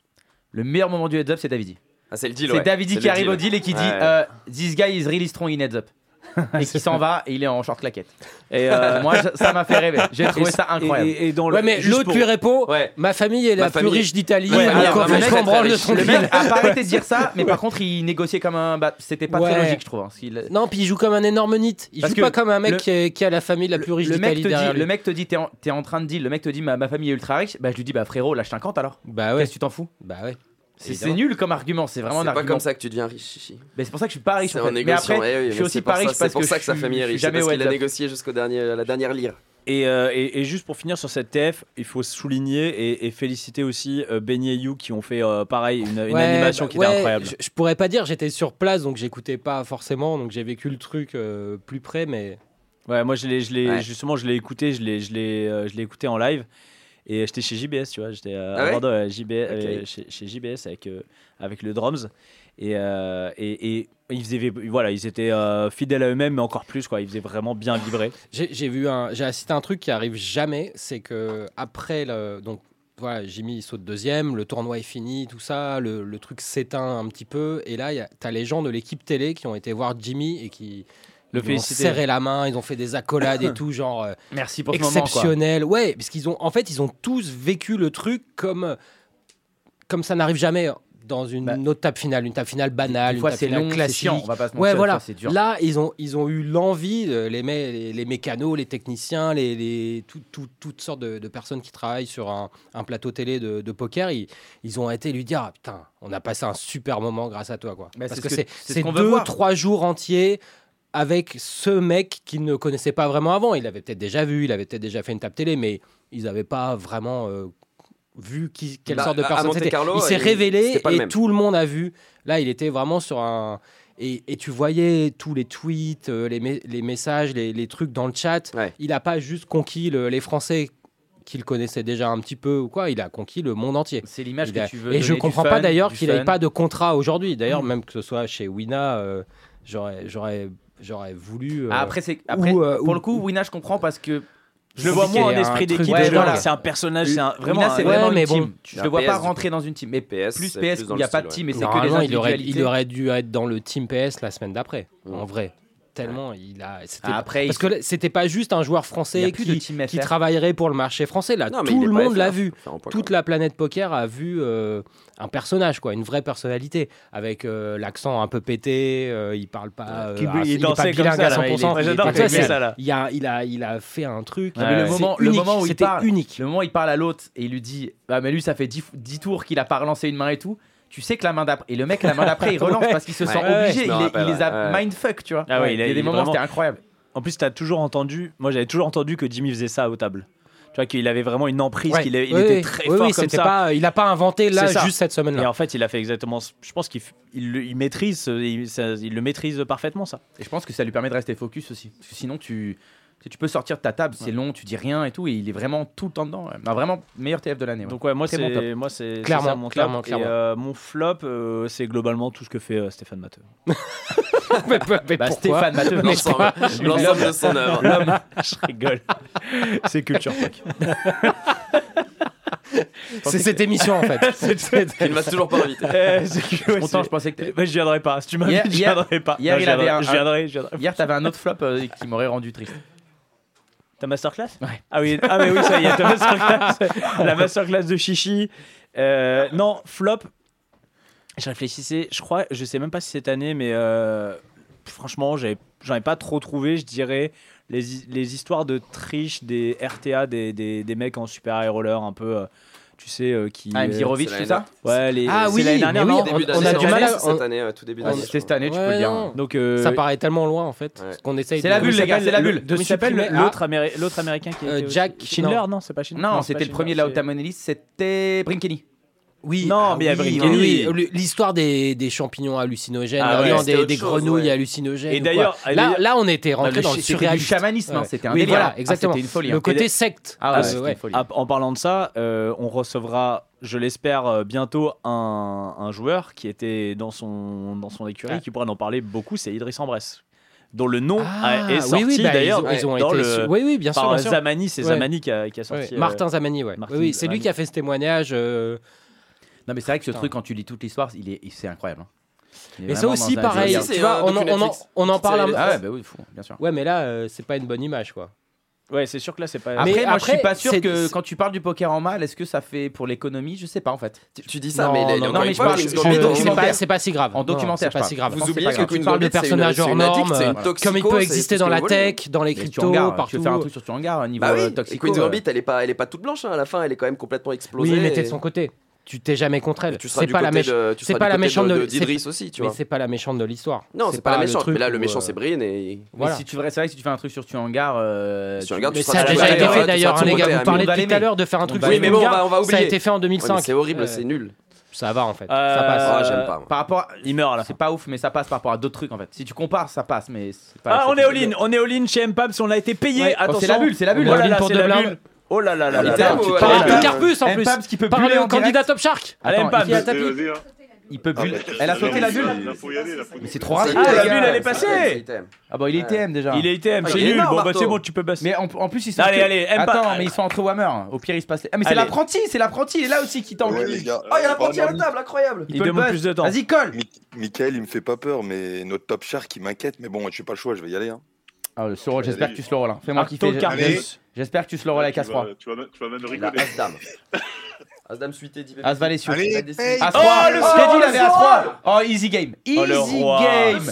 S6: Le meilleur moment du heads up, c'est Davidi.
S10: Ah, c'est le deal,
S6: C'est
S10: ouais.
S6: Davidi
S10: C'est
S6: qui
S10: le
S6: arrive
S10: deal.
S6: au deal et qui dit
S10: Ouais.
S6: euh, This guy is really strong in heads <laughs> up. et qui s'en va et il est en short claquette.
S5: Et
S11: euh,
S6: moi, je- ça m'a fait rêver. J'ai trouvé
S11: Et-
S6: ça incroyable.
S11: et- et dans le- Ouais, mais juste l'autre pour- lui répond, Ma famille est la
S6: Ma
S11: plus
S6: famille-
S11: riche d'Italie.
S6: Ouais,
S11: ma
S6: alors,
S11: coiffure,
S6: le mec,
S11: je m'en branle de son
S6: le
S11: deal.
S6: mec a pas arrêté de dire ça, mais par contre, il négociait comme un. bah, C'était pas
S11: Ouais.
S6: très logique, je trouve. hein, parce qu'il-
S11: Non, puis il joue comme un énorme nit. Il
S6: Parce
S11: joue
S6: que
S11: pas comme un mec
S6: le-
S11: qui, est- qui a la famille la plus riche
S6: le mec
S11: d'Italie
S6: te
S11: derrière
S6: dit,
S11: lui.
S6: le mec te dit, t'es en, t'es en train de dire, le mec te dit, ma, ma famille est ultra riche. Bah, je lui dis, bah frérot, lâche 50 alors.
S11: Bah ouais.
S6: Qu'est-ce que tu t'en fous
S11: Bah ouais.
S6: C'est c'est nul comme argument, c'est vraiment un
S10: C'est pas
S6: argument.
S10: comme ça que tu deviens riche, chichi.
S6: Mais c'est pour ça que je suis pas riche.
S10: C'est
S6: en
S10: en
S6: fait. Mais
S10: négociant.
S6: après,
S10: eh oui,
S6: je suis
S10: mais
S6: aussi
S10: c'est pour
S6: pas
S10: ça-
S6: riche parce
S10: C'est pour
S6: que
S10: ça que sa
S6: je suis-
S10: famille est
S6: je suis
S10: riche. c'est
S6: jamais
S10: Parce
S6: au
S10: qu'il a
S6: heads up.
S10: négocié jusqu'au dernier, à euh, la dernière lire.
S5: Et, euh, et- et juste pour finir sur cette TF, il faut souligner et, et féliciter aussi euh, Ben et You qui ont fait euh, pareil une, une
S11: Ouais,
S5: animation
S11: bah,
S5: qui
S11: ouais,
S5: était incroyable.
S11: Je, je pourrais pas dire, j'étais sur place, donc j'écoutais pas forcément, donc j'ai vécu le truc euh, plus près, mais.
S5: Ouais, moi je l'ai, je l'ai-
S11: Ouais.
S5: justement, je l'ai écouté, je l'ai, je l'ai, euh, je l'ai écouté en live. Et euh, j'étais chez JBS, tu vois, j'étais euh,
S11: Ah
S5: à
S11: ouais
S5: Bordeaux, euh, JB, euh,
S11: Ok.
S5: chez, chez JBS avec euh, avec le drums. Et, euh, et, et ils faisaient, voilà, ils étaient euh, fidèles à eux-mêmes, mais encore plus quoi. Ils faisaient vraiment bien vibrer.
S11: J'ai j'ai vu un, j'ai assisté à un truc qui arrive jamais, c'est que après le, donc voilà, Jimmy il saute deuxième, le tournoi est fini, tout ça, le, le truc s'éteint un petit peu, et là il y a- t'as les gens de l'équipe télé qui ont été voir Jimmy et qui
S5: Le
S11: lui ont
S5: féliciter.
S11: serré la main, ils ont fait des accolades
S6: <coughs>
S11: et tout genre euh,
S6: Merci pour ce moment, quoi.
S11: exceptionnel, ouais, parce qu'ils ont en fait ils ont tous vécu le truc comme comme ça n'arrive jamais dans une autre table finale, une table finale banale,
S6: Bah. des fois,
S11: une table
S6: c'est
S11: finale
S6: long, c'est
S11: classique.
S6: chiant, on va pas se mentir,
S11: ouais,
S6: des
S11: voilà.
S6: fois, c'est dur.
S11: Là, ils ont, ils ont eu l'envie, euh, les, mé- les, les mécanos, les techniciens, les, les- tout- tout- toutes sortes de, de personnes qui travaillent sur un, un plateau télé de, de poker, ils, ils ont été lui dire ah, Putain, on a passé un super moment grâce à toi. Quoi.
S6: Bah,
S11: Parce
S6: c'est
S11: que
S6: ce que-
S11: c'est
S6: c'est ce
S11: c'est
S6: qu'on veut
S11: deux,
S6: voir.
S11: trois jours entiers avec ce mec qu'ils ne connaissaient pas vraiment avant. Il avait peut-être déjà vu, il avait peut-être déjà fait une table télé, mais ils n'avaient pas vraiment. euh, vu qui, quelle
S10: Bah,
S11: sorte de
S10: à
S11: personne c'était.
S10: Monte-Carlo,
S11: Il s'est
S10: il-
S11: révélé
S10: c'était pas le
S11: et
S10: même.
S11: tout le monde a vu. Là, il était vraiment sur un. Et, et tu voyais tous les tweets, euh, les, me- les messages, les, les trucs dans le chat. Il n'a pas juste conquis le- les Français qu'il connaissait déjà un petit peu ou quoi, il a conquis le monde entier.
S6: C'est l'image que tu veux
S11: Et je
S6: donner,
S11: comprends
S6: du
S11: pas
S6: fun,
S11: d'ailleurs
S6: du
S11: qu'il n'ait
S6: fun. Hmm.
S11: pas de contrat aujourd'hui. D'ailleurs, même que ce soit chez Wina, euh, j'aurais, j'aurais, j'aurais voulu. euh,
S6: Ah, après, c'est après
S11: ou, euh,
S6: pour
S11: ou-
S6: le coup, Wina, je comprends parce que
S5: Je le vois
S6: compliqué,
S5: moins en
S6: hein,
S5: esprit
S6: un truc
S5: d'équipe.
S6: de
S5: je le vois,
S6: genre.
S5: C'est un personnage, c'est un, vraiment.
S6: Wina, c'est
S5: un-
S6: vraiment une team. Je
S5: Un
S6: le vois pas
S5: PS.
S6: rentrer dans une team. Mais plus PS,
S11: PS,
S6: il n'y a pas de team, mais c'est que les
S11: Normalement, il aurait,
S6: individualités.
S11: il aurait dû être dans le team PS la semaine d'après, en vrai. Tellement il a. c'était-
S6: Ah, après,
S11: parce
S6: il-
S11: que là, c'était pas juste un joueur
S6: Il y a
S11: français
S6: plus
S11: qui,
S6: de team
S11: qui
S6: FR.
S11: travaillerait pour le marché français. Là,
S6: Non, mais
S11: tout
S6: il est
S11: le
S6: pas
S11: monde
S6: FR,
S11: l'a
S6: faut
S11: vu.
S6: faire un point
S11: Toute la planète poker a vu euh, un personnage, quoi, une vraie personnalité, avec euh, l'accent un peu pété. euh, il parle pas. euh,
S5: Qui-
S11: ah,
S5: il
S11: est
S5: dansait
S11: pas
S5: comme
S11: bilingue
S5: ça,
S11: à
S5: là, il est-
S11: 100%.
S5: Ouais, j'adore,
S11: Tu
S5: j'ai
S11: vois,
S5: aimé
S11: c'est-
S5: ça, là.
S11: Il a, il a, il a fait un truc.
S6: Non, Ah, mais le,
S11: C'est
S6: moment, le
S11: unique,
S6: moment où il
S11: c'était
S6: parle,
S11: unique.
S6: le moment où il parle à l'autre et il lui dit Bah, mais lui, ça fait 10, f- 10 tours qu'il a pas relancé une main et tout. Tu sais que la main d'après. Et le mec, la main d'après, <laughs> il relance
S5: Ouais.
S6: parce qu'il se sent
S5: Ouais, ouais,
S6: obligé.
S5: je
S6: Il,
S5: me
S6: les-
S5: rappelle,
S6: il les a
S5: ouais.
S6: mindfuck, tu vois.
S5: Ah ouais,
S6: il, y a des moments,
S5: vraiment-
S6: c'était incroyable.
S5: En plus, t'as toujours entendu. Moi, j'avais toujours entendu que Jimmy faisait ça aux tables. Tu vois qu'il avait vraiment une emprise,
S11: Ouais.
S5: qu'il est- il
S11: Oui,
S5: était
S11: oui.
S5: très
S11: Oui,
S5: fort
S11: oui,
S5: comme
S11: c'était
S5: ça.
S11: pas- il a pas inventé là,
S5: C'est ça.
S11: juste cette semaine-là.
S5: Et en fait, il a fait exactement. ce- Je pense qu'il f- il, le- il maîtrise, ce- il, ça- il le maîtrise parfaitement ça.
S6: Et je pense que ça lui permet de rester focus aussi. Parce que sinon, tu, tu- tu peux sortir de ta table, c'est long, tu dis rien et tout. Et il est vraiment tout le temps dedans. ouais. Bah, vraiment, meilleur TF de l'année.
S5: Donc ouais, moi
S6: Très
S5: c'est
S6: bon top.
S5: moi c'est c'est
S6: Clairement,
S5: ça mon top.
S6: clairement,
S5: Et,
S6: clairement. <laughs>
S5: euh, mon flop, euh, c'est globalement tout ce que fait euh, Stéphane Matteux.
S6: Bah,
S5: pourquoi
S6: Stéphane Matteux,
S5: L'ensemble-
S6: n'est-ce pas
S5: l'ensemble
S6: L'homme.
S5: de son
S6: <laughs>
S5: œuvre.
S6: L'homme.
S5: Je rigole. C'est culture punk.
S11: C'est cette émission en
S5: <laughs>
S11: fait.
S6: Il ne m'a toujours pas invité.
S5: Eh,
S6: Je suis content, je pensais que t'es-
S5: Ouais, je viendrai pas. Ah, Si tu m'invites,
S6: Hier,
S5: je
S6: hier-
S5: viendrai pas.
S6: Hier,
S5: Non,
S6: il
S5: je
S6: avait
S5: viendrai,
S6: un.
S5: je viendrai,
S6: un-
S5: je viendrai.
S6: Hier, t'avais un autre flop euh, qui m'aurait rendu triste.
S5: Ta masterclass Ah oui, ah mais oui, ça y est, <laughs> ta masterclass,
S6: <laughs>
S5: la masterclass de Chichi. Euh, non, flop. Je réfléchissais, je crois, je sais même pas si cette année, mais euh, franchement, j'avais- j'en ai pas trop trouvé, je dirais. Les, hi- les histoires de triche des RTA, des, des, des mecs en super high roller, un peu, euh, tu sais, euh, qui.
S6: Ah, Mzirovic,
S5: euh,
S6: tout ça
S5: Ouais, les.
S11: Ah
S5: c'est
S11: oui,
S5: l'année dernière,
S11: mais oui,
S5: non
S11: début d'année, c'est en mars,
S10: cette année, euh, tout début
S5: on-
S10: d'année.
S6: C'était cette année, tu peux le
S11: Ouais,
S6: dire.
S11: non.
S5: Donc, euh,
S11: ça paraît tellement loin en fait.
S10: Ouais.
S11: Qu'on essaye.
S6: C'est la
S11: de-
S6: bulle, les gars, c'est la
S11: le-
S6: bulle.
S11: de
S5: Comment il s'appelle
S11: supprimer-
S5: l'autre
S11: Ah,
S5: Améri- l'autre américain qui
S11: Euh,
S5: était
S11: Jack-
S5: aussi- Schindler
S11: non.
S5: non, c'est pas Schindler
S6: Non,
S5: c'est
S6: c'était
S5: pas
S6: le
S5: Schindler,
S6: premier de la
S5: c'est-
S6: haute monolithe, c'était Brinkeny.
S11: Oui.
S5: Non,
S11: ah
S5: mais il y a
S11: oui,
S5: Brinkany.
S11: oui, oui. L'histoire des, des champignons hallucinogènes,
S5: Ah ouais,
S11: non,
S5: c'était
S11: des,
S5: autre
S11: des
S5: chose,
S11: grenouilles
S5: ouais.
S11: hallucinogènes.
S5: Et
S11: ou
S5: d'ailleurs-
S11: quoi.
S5: et
S11: là,
S5: d'ailleurs-
S11: là, on était rentré
S5: Non, le
S11: dans
S5: ch-
S11: le
S5: c'était du
S11: surréalisme.
S6: chamanisme, hein,
S11: Ouais.
S6: c'était un
S11: Oui,
S6: délire.
S11: voilà,
S6: Ah,
S11: exactement.
S6: c'était une folie,
S11: Le
S6: hein.
S11: côté
S6: Et-
S11: secte.
S6: Ah ouais,
S11: Euh,
S6: c'était une
S11: ouais.
S6: folie.
S5: Ah, En parlant de ça, euh, on recevra, je l'espère, euh, bientôt un, un joueur qui était dans son, dans son écurie,
S11: Ah.
S5: qui pourra en parler beaucoup, c'est Idriss Ambrès dont le nom a-
S11: Ah,
S5: est
S11: oui,
S5: sorti
S11: oui, bah, ils
S5: d'ailleurs
S11: ont- ils ont
S5: dans
S11: été
S5: le
S11: su- oui, oui, bien sûr,
S5: par
S11: bien sûr.
S5: Zamani c'est
S11: Ouais.
S5: Zamani qui a, qui a sorti
S11: Ouais.
S5: euh,
S11: Martin Zamani, ouais.
S5: Martin
S11: Oui, oui, c'est lui
S5: Zamani.
S11: qui a fait ce témoignage. euh,
S6: Non, mais c'est vrai que ce
S11: Putain.
S6: truc, quand tu lis toute l'histoire, il est, il- c'est incroyable. hein. Il est
S11: Mais ça
S6: vraiment
S11: aussi,
S6: dans un
S11: pareil,
S6: délire.
S11: tu vois, on, en- on en, on en parle un
S6: Ah ouais, bah oui, fou, bien sûr.
S11: Ouais, mais là, euh, c'est pas une bonne image, quoi.
S5: ouais c'est sûr que là c'est pas
S6: Après,
S11: Mais
S6: moi, je suis
S11: après,
S6: pas sûr
S11: c'est-
S6: que
S11: c'est-
S6: quand tu parles du poker en mal, est-ce que ça fait pour l'économie Je sais pas en fait.
S10: Tu dis ça, mais il est-
S6: non,
S10: encore
S6: mais
S10: une
S6: je
S10: fois,
S6: parle
S10: Kings
S6: je-
S10: Gambit,
S6: en
S10: c'est
S6: documentaire.
S10: pas-
S11: c'est pas si grave.
S6: En
S11: Non,
S6: documentaire,
S11: c'est pas
S6: je parle.
S11: si grave.
S10: Vous oubliez
S6: grave.
S10: que Queen
S11: Tu parles de
S10: Gambit, c'est une-
S11: personnages
S10: c'est
S11: hors
S10: une addict,
S11: normes,
S10: c'est une
S11: euh,
S10: toxico,
S11: comme il peut
S10: c'est-
S11: exister
S10: c'est
S11: dans
S10: ce
S11: la
S10: que vous voulez.
S11: tech, dans les
S6: Mais
S11: cryptos,
S6: Thurgard, Tu
S11: partout.
S6: veux faire un truc sur Tuangar, niveau
S10: Bah oui,
S6: euh,
S10: et
S6: toxico
S10: Queen's
S6: euh,
S10: Gambit, elle est pas, elle est pas toute blanche, hein, à la fin, elle est quand même complètement explosée.
S11: Oui, mais t'es
S10: et-
S11: de son côté. tu t'es jamais contre elle.
S10: Mais tu seras
S11: C'est
S10: du
S11: pas la
S10: côté
S11: méch-
S10: de- tu
S11: c'est
S10: seras
S11: pas
S10: du
S11: la
S10: côté
S11: méchante
S10: de-
S11: de
S10: de- d'Idriss
S11: c'est-
S10: aussi, tu
S11: mais
S10: vois.
S11: c'est pas la méchante de l'histoire.
S10: Non, c'est pas la
S11: le
S10: méchante,
S11: truc
S10: mais là, le
S11: où,
S10: méchant,
S11: euh,
S10: c'est Brienne et.
S6: Mais si tu vrai, c'est vrai que si tu fais un truc sur Tuangar, euh,
S10: Sur Tuangar, tu
S6: mais
S10: seras
S6: ça a
S10: sur
S6: déjà
S10: Tuangar,
S6: été
S10: ouais,
S6: fait
S10: tu
S6: d'ailleurs,
S10: seras
S6: hein, les
S10: sur
S6: gars.
S10: Tuangar.
S6: Vous parlez
S10: On va
S6: tout à
S10: l'aimer.
S6: l'heure de faire un
S10: On
S6: truc.
S10: va
S6: sur
S10: l'aimer. Oui, mais bon, on va- on va
S6: Tuangar, Ça a
S10: oublier.
S6: été fait en
S10: Ouais, mais
S6: 2005.
S10: c'est horrible, c'est nul.
S11: Ça va en fait.
S6: Euh,
S11: ça passe.
S10: Ah, j'aime pas, moi.
S6: Par rapport, à- C'est pas ouf, mais ça passe par rapport à d'autres trucs en fait. Si tu compares, ça passe, mais. c'est pas-
S5: Ah,
S6: c'est
S5: on est
S6: pas-
S5: all-in, on est all-in chez Mpabs, on a été payé.
S6: Ouais. Oh,
S5: Attention.
S6: c'est la bulle, c'est la bulle.
S5: Oh
S6: On est
S5: là
S6: all-in
S5: là,
S6: pour
S5: c'est
S6: deux
S5: la
S6: blindes.
S5: bulle. Oh là là là là.
S6: Putain,
S5: là.
S6: tu
S5: Parle
S6: parles
S5: à
S6: de-
S5: ton Carbus, en
S6: Mpabs
S5: plus.
S6: qui peut
S5: Parle
S6: buller
S5: au
S6: en
S5: candidat
S6: direct.
S5: top shark. Allez,
S6: Attends,
S5: Mpabs.
S6: il- il a tapé.
S10: hein.
S6: Il peut buller. Elle a Ah, bah, sauté la bulle Mais c'est trop rapide.
S5: Ah, la
S6: les gars.
S5: bulle, elle est passée.
S6: Ah bon, il est ITM déjà. Ah,
S5: Il est ITM, c'est nul. Bon, bah, c'est bon, tu peux passer.
S6: Mais en, en plus, ils sont.
S5: Allez, allez, aime pas.
S6: Attends, mais ils sont entre Warhammer. Au pire, il se passe. les- Ah, mais c'est
S5: Allez.
S6: l'apprenti, c'est l'apprenti, il est là aussi qui t'engueule.
S12: Ouais, les gars.
S6: Ah, il y a
S12: l'apprenti à la
S6: table,
S10: incroyable.
S6: Il peut le buzz. Vas-y, colle
S12: Mi- Michael, il me fait pas peur, mais notre top shark, il m'inquiète. Mais bon, je suis pas le choix, je vais y aller. Hein.
S6: Ah, le Soro, j'espère que tu se le roules. hein. Fais-moi
S12: Arto
S6: kiffer. j'ai-
S12: Carbus.
S6: j'ai- J'espère que tu se le roules avec
S10: Tu
S6: As-3.
S10: vas-
S9: Tu vas même, tu vas même le
S10: La
S9: rigoler. <laughs>
S10: As-Dame. As-Dame suité, dit
S6: As valet sur.
S10: Allez, paye.
S6: As 3
S10: Oh, le
S6: Je t'ai dit, il
S10: Soro,
S6: avait
S10: le
S6: As
S10: Soro.
S6: 3 Oh, easy game. Easy
S5: Oh, le roi.
S6: game.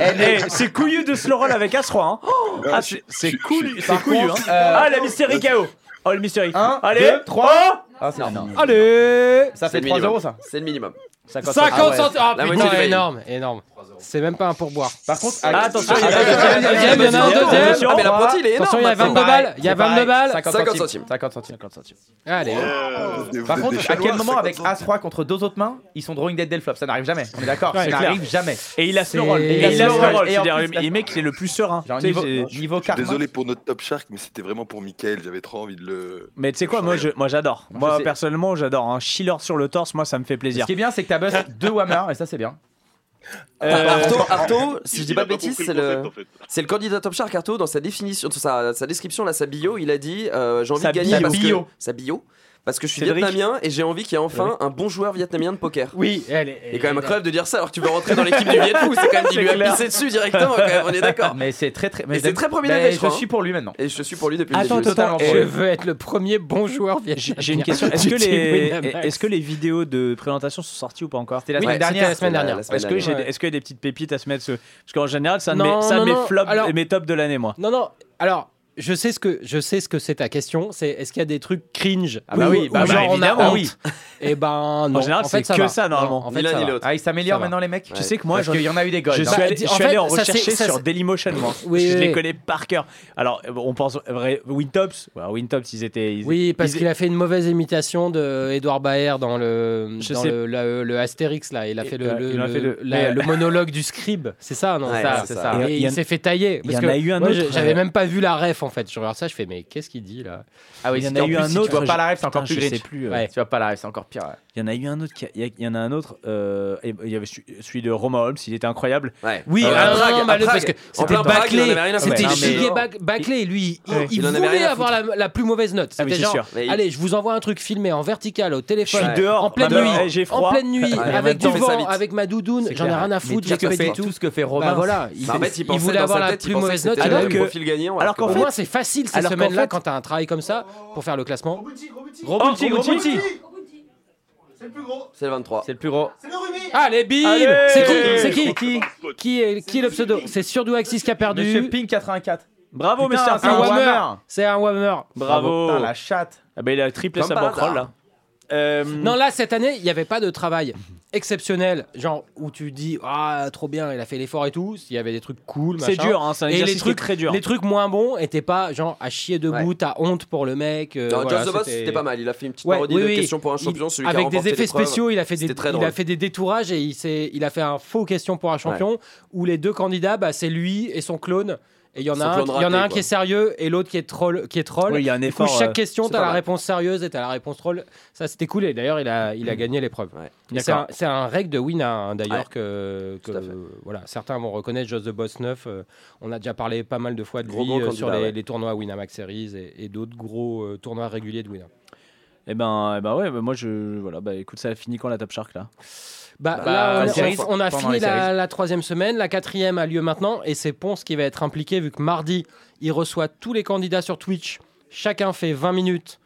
S6: Elle est-
S5: Eh, c'est couillu de se le roll avec As-3. hein.
S6: Oh.
S5: Ah, c'est- c'est cool, c'est
S6: Par
S5: couillu. hein.
S6: contre, euh,
S5: Ah, la mystérie KO. Oh, le mystérie. Allez,
S6: deux, trois.
S5: oh
S6: Ah, c'est énorme.
S5: Allez
S6: Ça fait
S10: le
S6: 3
S10: minimum.
S6: euros ça.
S10: C'est le minimum.
S6: 50
S11: 50 centimes. Ah,
S10: La
S11: putain,
S10: moitié du bail.
S11: énorme, énorme. C'est même pas un pourboire.
S6: Par contre,
S10: Ah, attention, il y a-
S11: il y en a un deuxième, il y en a un
S10: Attention.
S11: deuxième.
S10: Ah, mais l'apprenti, il est énorme,
S11: Attention, il hein. y a
S10: maintenant.
S11: 22 balles. Il y a
S6: C'est pareil.
S11: 22 balles.
S10: 50
S6: centimes. 50 centimes. 50 centimes.
S10: Ah,
S11: Allez.
S6: Par contre, à quel moment avec As-3 contre deux autres mains, ils sont drawing dead del flop Ça n'arrive jamais. On est d'accord
S5: Ouais,
S6: Ça
S5: c'est clair.
S6: n'arrive jamais.
S5: Et il a se le
S6: C'est-
S5: roll.
S6: Et
S5: Et il
S6: a
S5: a
S6: se
S5: se
S6: le
S5: le
S6: roll.
S5: roll.
S6: Et en
S5: C'est-à-dire,
S6: plus,
S5: le- le mec, c'est le plus serein.
S6: Genre,
S5: Tu sais,
S6: niveau-
S5: c'est-
S6: niveau
S12: Je suis
S6: karma.
S12: désolé pour notre top shark, mais c'était vraiment pour Michael. J'avais trop envie de le.
S5: Mais tu sais quoi, moi je- moi, j'adore.
S6: Je
S5: Moi,
S6: sais.
S5: personnellement, j'adore. Un chiller sur le torse, moi, ça me fait
S6: Ce
S5: plaisir.
S6: qui est bien, c'est que t'as
S5: <laughs>
S6: buzz deux Whammer et ça, c'est bien.
S5: Euh,
S10: Arto, Arto, si
S5: il
S10: je dis
S5: a
S10: pas de
S5: pas
S10: bêtises,
S5: compris
S10: c'est
S5: le
S10: le,
S5: concept,
S10: c'est le candidat Top Shark Arto dans sa définition, dans sa, sa description, là, sa bio, il a dit euh, j'ai envie
S5: Sa
S10: de gagner
S5: bio.
S10: parce que
S5: Bio.
S10: sa bio parce que je suis
S5: Cédric.
S10: vietnamien et j'ai envie qu'il y ait enfin un bon joueur vietnamien de poker.
S11: Oui, elle est.
S10: Il est quand même incroyable de dire ça alors que tu veux rentrer dans l'équipe du Viet Phu, c'est
S6: <laughs>
S10: quand même il
S6: C'est
S10: lui a
S6: clair.
S10: pissé dessus directement quand même, on est d'accord.
S6: Mais c'est très très.
S10: Et c'est très premier
S6: Mais
S10: degré, je crois,
S6: suis
S10: hein.
S6: pour lui maintenant.
S10: Et je suis pour lui depuis
S5: Attends,
S10: le début.
S5: totalement.
S10: Et-
S11: Je veux être le premier bon joueur vietnamien.
S5: J'ai une question. Est-ce
S11: <laughs> du
S5: que,
S11: team
S5: les,
S11: Winamax.
S5: est-ce que les vidéos de présentation sont sorties ou pas encore C'était
S6: la semaine dernière.
S11: la semaine dernière.
S5: Est-ce que j'ai- est-ce qu'il y a des petites pépites à se mettre ce- Parce qu'en général, ça
S11: Non,
S5: me ça
S11: non,
S5: met
S11: non.
S5: flop
S11: Alors-
S5: et mes tops de l'année, moi.
S11: Non, non. Alors, je sais ce que je sais ce que c'est ta question. C'est est-ce qu'il y a des trucs cringe
S6: Ah bah
S11: où-
S6: oui,
S11: où
S6: bah
S11: genre
S6: bah
S11: on a
S6: évidemment,
S11: honte
S6: oui.
S11: Eh ben non.
S5: Ah En général,
S11: En fait,
S5: c'est que
S11: va.
S5: ça, normalement.
S11: Non, en fait,
S5: Ni l'un
S11: ça
S5: ni
S11: va.
S5: l'autre.
S6: Ah, ils
S11: Ça
S6: s'améliorent
S11: va.
S6: maintenant, les mecs
S5: Tu sais que moi,
S6: Parce
S5: j'en-
S6: qu'il y en a eu des gold.
S5: Je
S6: hein.
S5: suis allé,
S11: Bah,
S5: je
S11: en
S5: suis allé
S11: fait,
S5: en
S11: ça,
S5: rechercher
S11: c'est- ça,
S5: sur
S11: c'est-
S5: Dailymotion, moi.
S11: Oui,
S5: je
S11: oui,
S5: les
S11: oui.
S5: connais par cœur. Alors, euh, on pense vrai, Wintops. ouais, Wintops, ils étaient. ils-
S11: Oui, parce
S5: ils-
S11: qu'il a fait une mauvaise imitation de Edouard Baer dans le
S5: Je
S11: dans
S5: sais-
S11: le, la- le Astérix là. Il a fait le,
S5: ouais,
S11: le-
S5: il en a
S11: le-
S5: fait le-
S11: la-
S5: mais-
S11: le monologue du scribe. C'est ça, non
S6: Ouais,
S11: ça,
S6: ouais, c'est ça.
S5: Et
S11: Et
S5: il y en-
S11: il s'est fait tailler.
S5: il y
S11: parce
S5: en
S11: que
S5: a eu un
S11: moi,
S5: autre,
S11: je- J'avais
S5: euh,
S11: même pas vu la ref en fait. Je regarde ça, je fais mais qu'est-ce qu'il dit là
S6: Ah oui,
S5: Il y en
S6: si-
S5: a
S6: en
S5: eu
S6: plus,
S5: un
S6: si tu
S5: autre,
S6: vois pas
S5: je-
S6: la rêve, c'est
S5: putain,
S6: encore plus
S5: je sais
S6: grinch.
S5: plus, euh.
S6: Ouais, Tu vois pas la rêve, c'est encore pire.
S5: Il y en a eu un autre. qui a- Il y en a un autre. euh, et- Il y avait celui- celui de Roma Holmes. Il était incroyable.
S11: Oui,
S5: Euh,
S11: ah,
S5: à
S11: non,
S5: Prague,
S11: non,
S5: à
S11: bah, le-
S5: Prague.
S11: parce que
S5: En
S11: c'était
S5: plein Prague, il en
S11: bâclé.
S5: avait rien à foutre. hein,
S11: C'était
S5: Ouais, non, mais-
S11: giga bac- bâclé. Lui, il,
S5: Ouais.
S11: il
S5: Il en avait
S11: voulait
S5: rien à
S11: avoir la, la plus mauvaise note.
S5: Ah, mais
S11: C'était
S5: c'est
S11: genre,
S5: sûr. Mais il-
S11: allez, je vous envoie un truc filmé en vertical au téléphone.
S5: Je suis dehors,
S11: en pleine
S5: bah,
S11: nuit.
S5: ouais, j'ai froid.
S11: En pleine nuit,
S5: Ouais, en même
S11: avec du
S5: temps, mais ça
S11: vent,
S5: vite.
S11: avec ma doudoune.
S5: C'est
S11: J'en ai
S5: clair.
S11: rien à
S5: Mais
S11: foutre.
S5: tout ce
S11: j'ai
S5: que
S11: fait
S5: fait-
S6: tout ce que fait Romain,
S11: Bah voilà,
S6: c'est-
S11: il,
S6: Bah, en fait,
S10: il
S11: il
S10: pensait
S11: voulait
S10: dans
S11: avoir
S10: sa
S11: la
S10: tête, il
S11: plus
S10: pensait
S11: mauvaise
S10: que
S11: note.
S10: c'était
S11: Alors
S10: le
S11: que-
S10: profil gagnant, alors
S11: alors
S10: que
S11: qu'en
S10: pas
S11: moi,
S10: du tout.
S11: c'est facile ces
S10: Alors qu'en
S11: semaines-là
S10: fait-
S11: quand t'as un travail comme ça pour faire le classement.
S6: Gros Bouti, gros Bouti.
S13: C'est le plus gros.
S10: C'est le 23.
S6: C'est le plus gros.
S11: Allez, bim
S6: Allez
S11: C'est qui C'est qui
S6: Qui
S11: Qui est, qui est le pseudo C'est Surdou Axis qui a perdu.
S6: Monsieur Pink 84.
S5: Bravo,
S6: Putain,
S5: Mr.
S6: c'est
S11: C'est un
S5: Pink.
S11: Whammer. C'est un Whammer.
S5: Bravo.
S6: Putain, la chatte.
S5: Ah bah, il a triplé
S11: Comme
S5: sa
S11: par
S5: bankroll
S11: hasard.
S5: là. Euh,
S11: Non, là, cette année, il n'y avait pas de travail exceptionnel, genre où tu dis Ah, trop bien, il a fait l'effort et tout. Il y avait des trucs cool,
S5: C'est
S11: machin.
S5: dur, hein, c'est un
S11: Et
S5: exercice
S11: les trucs,
S5: qui est très dur.
S11: Les trucs moins bons étaient pas genre à chier debout,
S10: Ouais.
S11: t'as honte pour le mec. euh,
S10: Non,
S11: voilà,
S10: Just the Boss, c'était pas mal. Il a fait une petite
S11: Ouais,
S10: parodie
S11: oui,
S10: de
S11: oui.
S10: question pour un
S11: Il-
S10: champion, celui qui a
S11: Avec des
S10: remporté
S11: effets
S10: l'épreuve.
S11: spéciaux, il a fait des,
S10: C'était très
S11: il a
S10: drôle.
S11: fait des détourages et il, s'est- il a fait un faux question pour un champion où les deux candidats, bah, c'est lui et son clone. Et il y en
S10: Son
S11: a un,
S10: clone
S11: il y en
S10: raté,
S11: a un
S10: quoi.
S11: qui est sérieux et l'autre qui est troll. Qui est troll.
S5: Oui, il y a un
S11: Du
S5: effort,
S11: coup, chaque
S5: euh,
S11: question,
S5: c'est
S11: t'as
S5: pas
S11: la
S5: mal.
S11: réponse sérieuse et t'as la réponse troll. Ça, c'était cool. Et d'ailleurs, il a, il a gagné l'épreuve. Et C'est
S5: D'accord.
S11: un, c'est un règle de Wina, hein, d'ailleurs,
S10: Ouais.
S11: que, que,
S10: Tout à fait.
S11: voilà, certains vont reconnaître. Just the Boss 9, euh, on a déjà parlé pas mal de fois de
S10: Gros,
S11: lui
S10: gros
S11: euh,
S10: candidat,
S11: sur les,
S10: ouais.
S11: les tournois Winamax Series et, et d'autres gros euh, tournois réguliers de Wina.
S5: Eh ben, eh ben ouais, bah moi je voilà, bah écoute, ça a fini quand la Top Shark là
S11: Bah,
S5: Bah,
S11: là, on,
S5: les
S11: on-
S5: séries,
S11: on a
S5: pendant
S11: fini
S5: les
S11: la,
S5: séries.
S11: la troisième semaine. La quatrième a lieu maintenant. Et c'est Ponce qui va être impliqué, vu que mardi, il reçoit tous les candidats sur Twitch. Chacun fait 20 minutes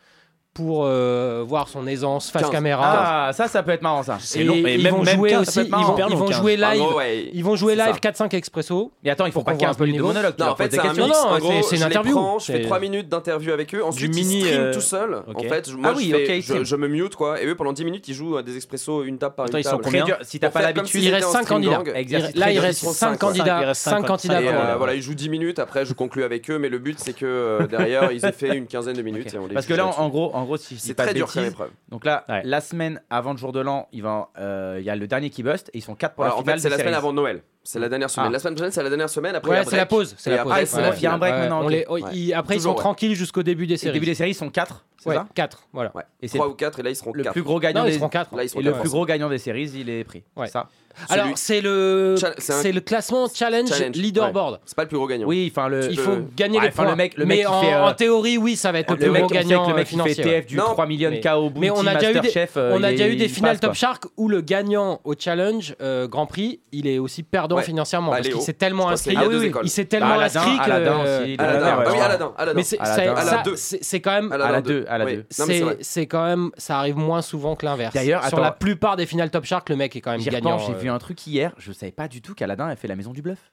S11: pour euh, voir son aisance face
S6: 15.
S11: caméra.
S6: Ah, ça, ça peut être marrant, ça.
S11: Et ils vont jouer aussi, ils vont, ils vont jouer live,
S6: Ah, bon, ouais.
S11: ils vont jouer
S6: C'est
S11: live
S6: ça.
S11: 4-5 expresso.
S6: Et attends, il faut
S11: pour
S6: pas
S11: qu'on voit
S6: 15
S11: un peu le
S6: minutes de
S11: niveau.
S6: monologue.
S10: Non, en fait, c'est un
S11: Non,
S10: mix.
S11: non,
S10: en gros,
S11: c'est- c'est une
S10: je les
S11: interview.
S10: prends, je fais
S11: C'est-
S10: 3 minutes d'interview avec eux. Ensuite,
S11: Du mini,
S10: ils streament
S11: euh,
S10: tout seuls.
S6: ok.
S10: En fait, je-
S6: Ah
S10: moi,
S6: oui,
S10: je, fais-
S6: ok, ils
S10: je-
S6: streament.
S10: je me mute, quoi. Et eux, pendant 10 minutes, ils jouent euh, des expressos, une table par
S6: Attends,
S10: une
S6: ils sont
S10: table.
S6: combien Très dur. Si t'as
S10: Pour
S6: pas
S10: faire
S6: l'habitude,
S10: comme si
S6: il reste
S10: j'étais en
S6: cinq
S10: stream
S6: candidats.
S10: gang.
S6: Exact.
S10: Et
S6: Là,
S10: ils
S6: il
S10: sont
S6: reste cinq
S10: cinq,
S6: candidats.
S10: ouais.
S6: Il reste cinq
S10: Et,
S6: candidats
S10: euh,
S6: pour le-
S10: Voilà, ils jouent 10 minutes. Après, je conclue avec eux. Mais le but, c'est que euh, derrière, ils aient fait une quinzaine de minutes. et on les
S6: Parce que
S10: juge
S6: là, en,
S10: là-dessus.
S6: en gros, en gros, si je dis
S10: C'est
S6: pas
S10: très
S6: de
S10: dur comme
S6: bêtises,
S10: épreuve.
S6: donc là, la semaine avant le jour de l'an, il va, euh, il y a le dernier qui bust et ils sont 4 pour
S10: Alors,
S6: la
S10: en
S6: finale.
S10: fait, c'est
S6: des
S10: la semaine
S6: séries.
S10: avant Noël. C'est la dernière semaine.
S6: Ah.
S10: La semaine prochaine, c'est la dernière semaine. Après, il y a
S11: Ouais, c'est la
S10: break.
S11: pause. C'est
S10: Et
S11: la pause.
S10: après,
S11: ouais.
S10: c'est la
S11: Ouais.
S10: finale.
S11: Ouais, on les- oh, ils- Après, ils sont
S10: Toujours, ouais.
S11: tranquiles jusqu'au début des
S6: Et
S11: séries.
S6: début des séries, ils sont 4 c'est
S11: Ouais,
S6: ça
S11: 4 voilà.
S10: Et
S6: Et
S10: c'est
S6: c'est
S10: 3 ou 4 et là ils seront
S6: Le
S10: 4.
S6: plus gros gagnant
S11: Non, ils
S6: des
S11: seront quatre.
S10: Là, ils seront
S6: et le
S10: quatre.
S6: plus gros gagnant des séries, il est pris. Ça.
S11: Alors, c'est le
S10: Chal- c'est un-
S11: c'est le classement challenge,
S10: Challenge,
S11: leaderboard.
S10: C'est pas le plus gros gagnant.
S6: Oui, enfin Euh, le.
S11: Il faut
S6: le-
S11: gagner
S6: Ouais,
S11: les
S6: enfin,
S11: points.
S6: Le mec, le
S11: mais
S6: mec qui
S11: en,
S6: fait, euh,
S11: en théorie, oui, ça va être le, plus
S6: mec,
S11: gros
S6: on sait que
S11: gagnant
S6: le mec
S11: euh,
S6: qui fait
S11: financier.
S6: TF du
S11: ouais.
S6: 3 millions
S11: Mais-
S6: KO bounty,
S11: Mais on a déjà eu des,
S6: Masterchef, euh,
S11: on a
S6: il-
S11: déjà eu
S6: il
S11: des
S6: passe,
S11: finales
S6: quoi.
S11: Top Shark où le gagnant au challenge euh, Grand Prix, il est aussi perdant
S10: Ouais.
S11: financièrement
S10: Bah,
S11: parce
S10: Léo.
S11: qu'il s'est tellement
S10: Je pense qu'il
S11: inscrit.
S10: y a deux écoles.
S11: Il s'est tellement
S6: Bah, Aladdin,
S11: inscrit que.
S6: Aladdin
S11: euh,
S6: aussi, il est
S10: Aladdin,
S6: dans la
S10: bah oui,
S6: merde.
S10: Aladdin, Aladdin.
S11: Mais c'est-
S6: Aladdin.
S11: ça-
S6: Aladdin.
S11: ça,
S10: deux.
S11: c'est c'est quand même
S10: Aladdin
S6: À la
S10: deux.
S6: deux, à la
S10: Oui.
S6: deux.
S10: Non, mais c'est vrai.
S11: c'est- c'est quand même ça arrive moins souvent que l'inverse.
S6: D'ailleurs,
S11: sur
S6: attends.
S11: la plupart des finales Top Shark, le mec est quand même
S6: J'y
S11: gagnant.
S6: repense, j'ai
S11: euh,
S6: vu un truc hier, je savais pas du tout qu'Aladin a fait la maison du bluff.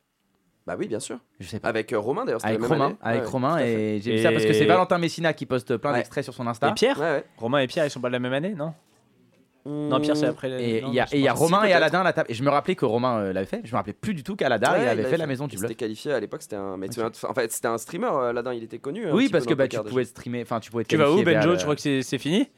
S10: Bah oui, bien sûr.
S6: Je sais pas.
S10: Avec euh, Romain d'ailleurs, c'était
S6: Avec
S10: la même
S6: Romain,
S10: année.
S6: avec
S10: Ouais,
S6: Romain
S10: tout à fait.
S6: et j'ai
S5: Et-
S6: vu ça parce que c'est Valentin Messina qui poste plein
S10: Ouais.
S6: d'extraits sur son Insta.
S5: Et Pierre
S10: Ouais, ouais.
S5: Romain et Pierre, ils sont pas de la même année, non Non, Pierre, c'est après la-
S6: Mmh. Et
S5: non,
S6: il y a,
S5: je
S6: et il y a
S5: pense-
S6: Romain
S10: Si,
S6: et
S10: peut-être.
S6: Aladin à la table. Et je me rappelais que Romain euh, l'avait fait. Je me rappelais plus du tout qu'Aladin
S10: Ouais,
S6: il avait
S10: a
S6: fait la maison du
S10: Il
S6: bluff.
S10: s'était qualifié à l'époque, c'était un. Mais tu- En fait, c'était un streamer, euh, Aladdin, il était connu. un
S6: Oui,
S10: petit
S6: parce
S10: peu
S6: que
S10: dans le
S6: bah, tu
S10: poker,
S6: pouvais streamer. Enfin, tu pouvais. te
S5: Tu vas où,
S6: qualifier
S5: Benjo
S6: via
S5: Je
S6: le-
S5: crois que c'est c'est fini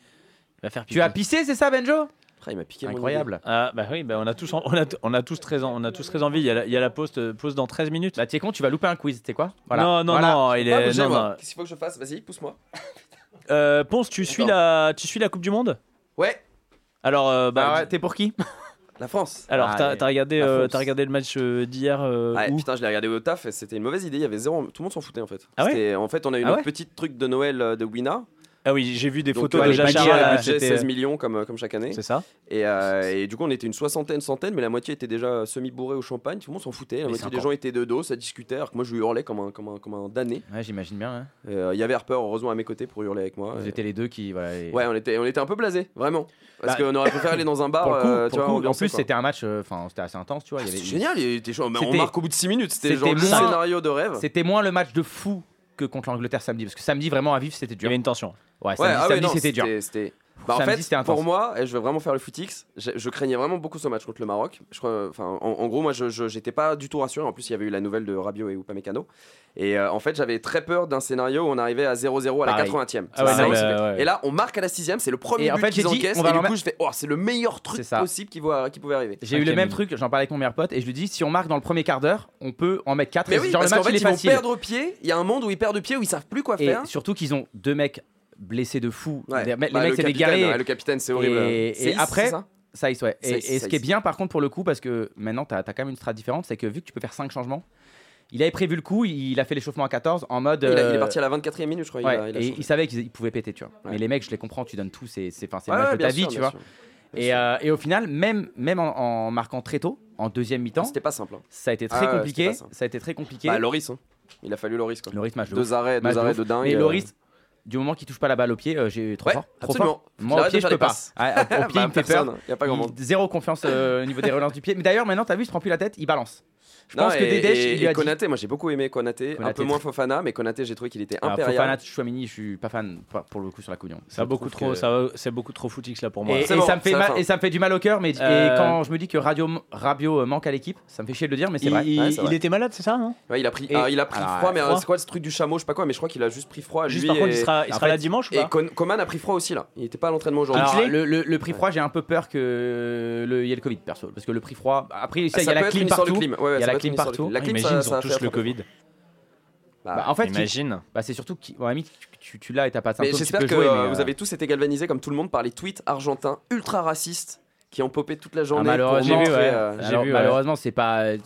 S5: Va faire pipi.
S6: Tu as pissé, c'est ça, Benjo
S10: déjà. Après, il m'a piqué mon idée.
S6: Incroyable.
S5: Ah bah oui, bah on a tous en- on a, on a tous très en- on a tous très envie. Il y a la, il y a la poste euh, pause dans 13 minutes.
S6: Bah, tu sais con, tu vas louper un quiz, t'es quoi
S5: Non non
S6: Voilà.
S5: non, il
S10: Ah,
S5: est
S10: bougez,
S5: non,
S10: moi.
S5: non.
S10: Qu'est-ce qu'il faut que je fasse Vas-y, pousse-moi.
S5: Euh, Ponce, tu suis la tu suis la Coupe du monde
S10: Ouais,
S5: Alors euh, bah
S6: Bah, ouais, t'es pour qui
S10: la France.
S5: alors
S6: Ah,
S5: t'as
S6: ouais.
S5: t'as regardé
S10: La
S5: euh,
S10: France.
S5: t'as regardé le match euh, d'hier euh,
S10: Ouais,
S5: où
S10: putain, je l'ai regardé au taf et c'était une mauvaise idée. Il y avait zéro. Tout le monde s'en foutait en fait.
S5: Ah ouais
S10: C'était- en fait, on a eu
S5: Ah
S10: notre
S5: ouais
S10: petit truc de Noël euh, de Wina.
S5: Ah oui, j'ai vu des
S10: Donc,
S5: photos
S10: euh,
S5: de
S10: les paniers,
S5: Jachar
S10: le
S5: là,
S10: budget,
S5: c'était-
S10: 16 millions comme, euh, comme chaque année.
S5: C'est ça
S10: Et, euh, et du coup, on était une soixantaine, centaine, mais la moitié était déjà semi-bourrée au champagne. Tout le monde s'en foutait. La
S6: Mais
S10: moitié
S6: c'est
S10: des
S6: encore-
S10: gens étaient de dos, ça discutait. Alors que moi, je lui hurlais comme un, comme un, comme un damné.
S6: Ouais, j'imagine bien. hein.
S10: Et, euh, Il y avait Harper, heureusement, à mes côtés pour hurler avec moi.
S6: Vous
S10: Et-
S6: étiez les deux qui. voilà, et-
S10: Ouais, on était, on était un peu blasés, vraiment. Parce
S6: Bah,
S10: qu'on aurait préféré aller dans un bar.
S6: Pour le coup,
S10: euh, tu
S6: pour le
S10: vois,
S6: coup, en
S10: ambiancé,
S6: plus,
S10: quoi. Ah,
S6: c'était un match. euh, Enfin, c'était assez intense, tu vois. il y
S10: C'était
S6: avait-
S10: génial, il était chaud. Mais on
S6: C'était-
S10: marque au bout de 6 minutes. C'était
S6: c'était
S10: genre le
S6: moins-
S10: scénario de rêve.
S6: C'était moins le match de fou que contre l'Angleterre samedi, parce que samedi vraiment à vif c'était
S5: Il y
S6: dur.
S5: avait une tension.
S6: Ouais,
S10: Ouais,
S6: samedi,
S10: ah ouais,
S6: samedi,
S10: non,
S6: c'était dur.
S10: c'était- Bah, en
S6: Samedi,
S10: fait,
S6: c'était intense.
S10: pour moi, et je vais vraiment faire le footix, je, je craignais vraiment beaucoup ce match contre le Maroc. Je crois, enfin, en, en gros, moi, je je- j'étais pas du tout rassuré. En plus, il y avait eu la nouvelle de Rabiot et Upamecano. Et euh, en fait, j'avais très peur d'un scénario où on arrivait à 0-0 à la
S6: Pareil.
S10: 80e.
S5: Ah ouais,
S10: Ça,
S5: non,
S10: on
S5: mais,
S10: s'est fait-
S5: ouais.
S10: Et là, on marque à la 6e, c'est le premier
S6: bah, Et en
S10: but
S6: fait,
S10: qu'ils
S6: j'ai dit,
S10: encaissent.
S6: on va
S10: et du
S6: leur
S10: coup, je fais, oh, c'est le meilleur truc
S6: C'est ça.
S10: possible qui, voit, qui pouvait arriver.
S6: J'ai eu le
S5: Cinquième
S6: même
S5: minute.
S6: truc, j'en parlais avec mon meilleur pote et je lui dis si on marque dans le premier quart d'heure, on peut en mettre 4
S10: Mais
S6: et
S10: oui,
S6: genre le
S10: parce qu'en
S6: match
S10: fait,
S6: il est
S10: ils vont
S6: facile.
S10: perdre au pied. Il y a un monde où ils perdent au pied, où ils savent plus quoi
S6: Et
S10: faire.
S6: surtout qu'ils ont deux mecs blessés de fou.
S10: Ouais.
S6: Les, les
S10: Bah,
S6: mecs
S10: le
S6: s'étaient
S10: capitaine,
S6: garés.
S10: ouais, Le capitaine, c'est horrible.
S6: Et-
S10: C'est
S6: et
S10: Is,
S6: après-
S10: c'est ça
S6: Ça, ils ouais. Et,
S10: Ça,
S6: et
S10: ça,
S6: ce qui est
S10: ça.
S6: bien par contre pour le coup, parce que maintenant t'as as quand même une strat différente, c'est que vu que tu peux faire 5 changements, il avait prévu le coup, il a fait l'échauffement à 14 en mode.
S10: il, a- il est
S6: euh,
S10: parti à la 24e minute, je crois. il
S6: ouais,
S10: a- il a
S6: et
S10: changé.
S6: il savait qu'ils ils pouvaient péter, tu vois.
S10: Ouais.
S6: Mais les mecs, je les comprends, tu donnes tout, c'est c'est- enfin, c'est
S10: Ouais,
S6: le match
S10: ouais,
S6: de
S10: bien
S6: ta vie,
S10: sûr,
S6: tu
S10: bien
S6: vois.
S10: sûr. Bien
S6: Et, euh, et au final, même, même en, en marquant très tôt, en deuxième mi-temps,
S10: C'était pas simple. hein.
S6: ça a été très
S10: Ah ouais, c'était
S6: compliqué.
S10: pas ça.
S6: ça a été très compliqué.
S10: Bah, Loris, hein. il a fallu Loris. Quoi.
S6: le rythme, match de ouf.
S10: Deux arrêts,
S6: Match
S10: deux
S6: de
S10: arrêts
S6: ouf.
S10: de dingue.
S6: Mais
S10: euh,
S6: Loris, du moment qu'il touche pas la balle au pied, euh, j'ai trop
S10: Ouais,
S6: fort. Trop
S10: absolument.
S6: fort. Moi, au
S10: J'arrête de
S6: pied, je
S10: faire
S6: peux
S10: les
S6: pas.
S10: passes.
S6: Ah,
S10: <laughs>
S6: Au pied, il
S10: bah,
S6: me fait peur.
S10: personne, y a pas grand monde.
S6: Il- Zéro confiance euh, au niveau des relances du pied. Mais d'ailleurs, maintenant, t'as vu, il se prend plus la tête, il balance. Je
S10: Non,
S6: pense que
S10: et-
S6: Dedesh,
S10: et-
S6: il lui
S10: et
S6: a dit.
S10: Konaté, moi j'ai beaucoup aimé Konaté, un
S6: Konaté,
S10: peu moins
S6: très-
S10: Fofana, mais Konaté, j'ai trouvé qu'il était
S6: Ah,
S10: impérial.
S6: Fofana, Chouamini, je suis pas fan pas- pour le coup sur la Coupe du Monde.
S5: Ça
S6: Je
S5: va beaucoup
S6: trouve
S5: trop
S6: que-
S5: ça va- c'est beaucoup trop footix là pour moi.
S6: Et,
S10: C'est
S6: et
S10: bon,
S6: ça me fait
S10: c'est la
S6: mal,
S10: fin.
S6: et ça me fait du mal au cœur, mais
S5: Euh,
S6: et quand je me dis que Radio Rabio manque à l'équipe, ça me fait chier de le dire, mais c'est
S5: il,
S6: vrai.
S5: il-
S10: Ouais, c'est
S5: il
S10: vrai.
S5: était malade, c'est ça non
S10: Ouais, il a pris,
S6: Et-
S10: ah, il a pris
S6: Alors,
S10: froid, mais euh,
S5: froid.
S10: c'est quoi ce truc du chameau Je sais pas quoi, mais je crois qu'il a juste pris froid.
S5: Juste
S10: lui
S5: par contre,
S10: et-
S5: il sera, il
S6: en
S5: sera là
S6: fait,
S5: dimanche ou
S10: Et
S5: pas
S10: Kon- Coman a pris froid aussi là. Il était pas à l'entraînement aujourd'hui.
S6: Alors,
S5: Biclé
S6: le, le- le prix froid, j'ai un peu peur que le- il y ait le Covid perso, parce que le prix froid. Après, ça,
S10: Ah,
S6: il y
S10: ça
S6: a la
S10: peut être une
S6: clim
S10: histoire de
S6: partout.
S10: clim. Ouais, ouais,
S6: Il y a
S10: ça
S6: la
S10: peut être
S6: clim
S10: une histoire de
S6: partout.
S10: La clim,
S5: Imagine,
S10: ça-
S5: ils
S10: ça
S5: ont
S10: a fait
S5: tous le
S10: attraper.
S5: Covid.
S10: Bah,
S6: Bah, en fait, tu-
S5: Imagine.
S6: Bah c'est surtout que ouais, mais tu, tu, tu l'as et t'as pas de
S10: Mais
S6: symptômes, tu
S10: j'espère
S6: peux
S10: que
S6: jouer, mais,
S10: euh,
S6: euh,
S10: vous avez tous été galvanisés comme tout le monde par les tweets argentins ultra racistes qui ont popé toute la
S6: ah,
S10: journée. pour
S6: malheureusement,
S10: montrer,
S6: ouais.
S10: euh,
S6: Alors,
S5: j'ai vu, ouais.
S6: malheureusement c'est pas euh,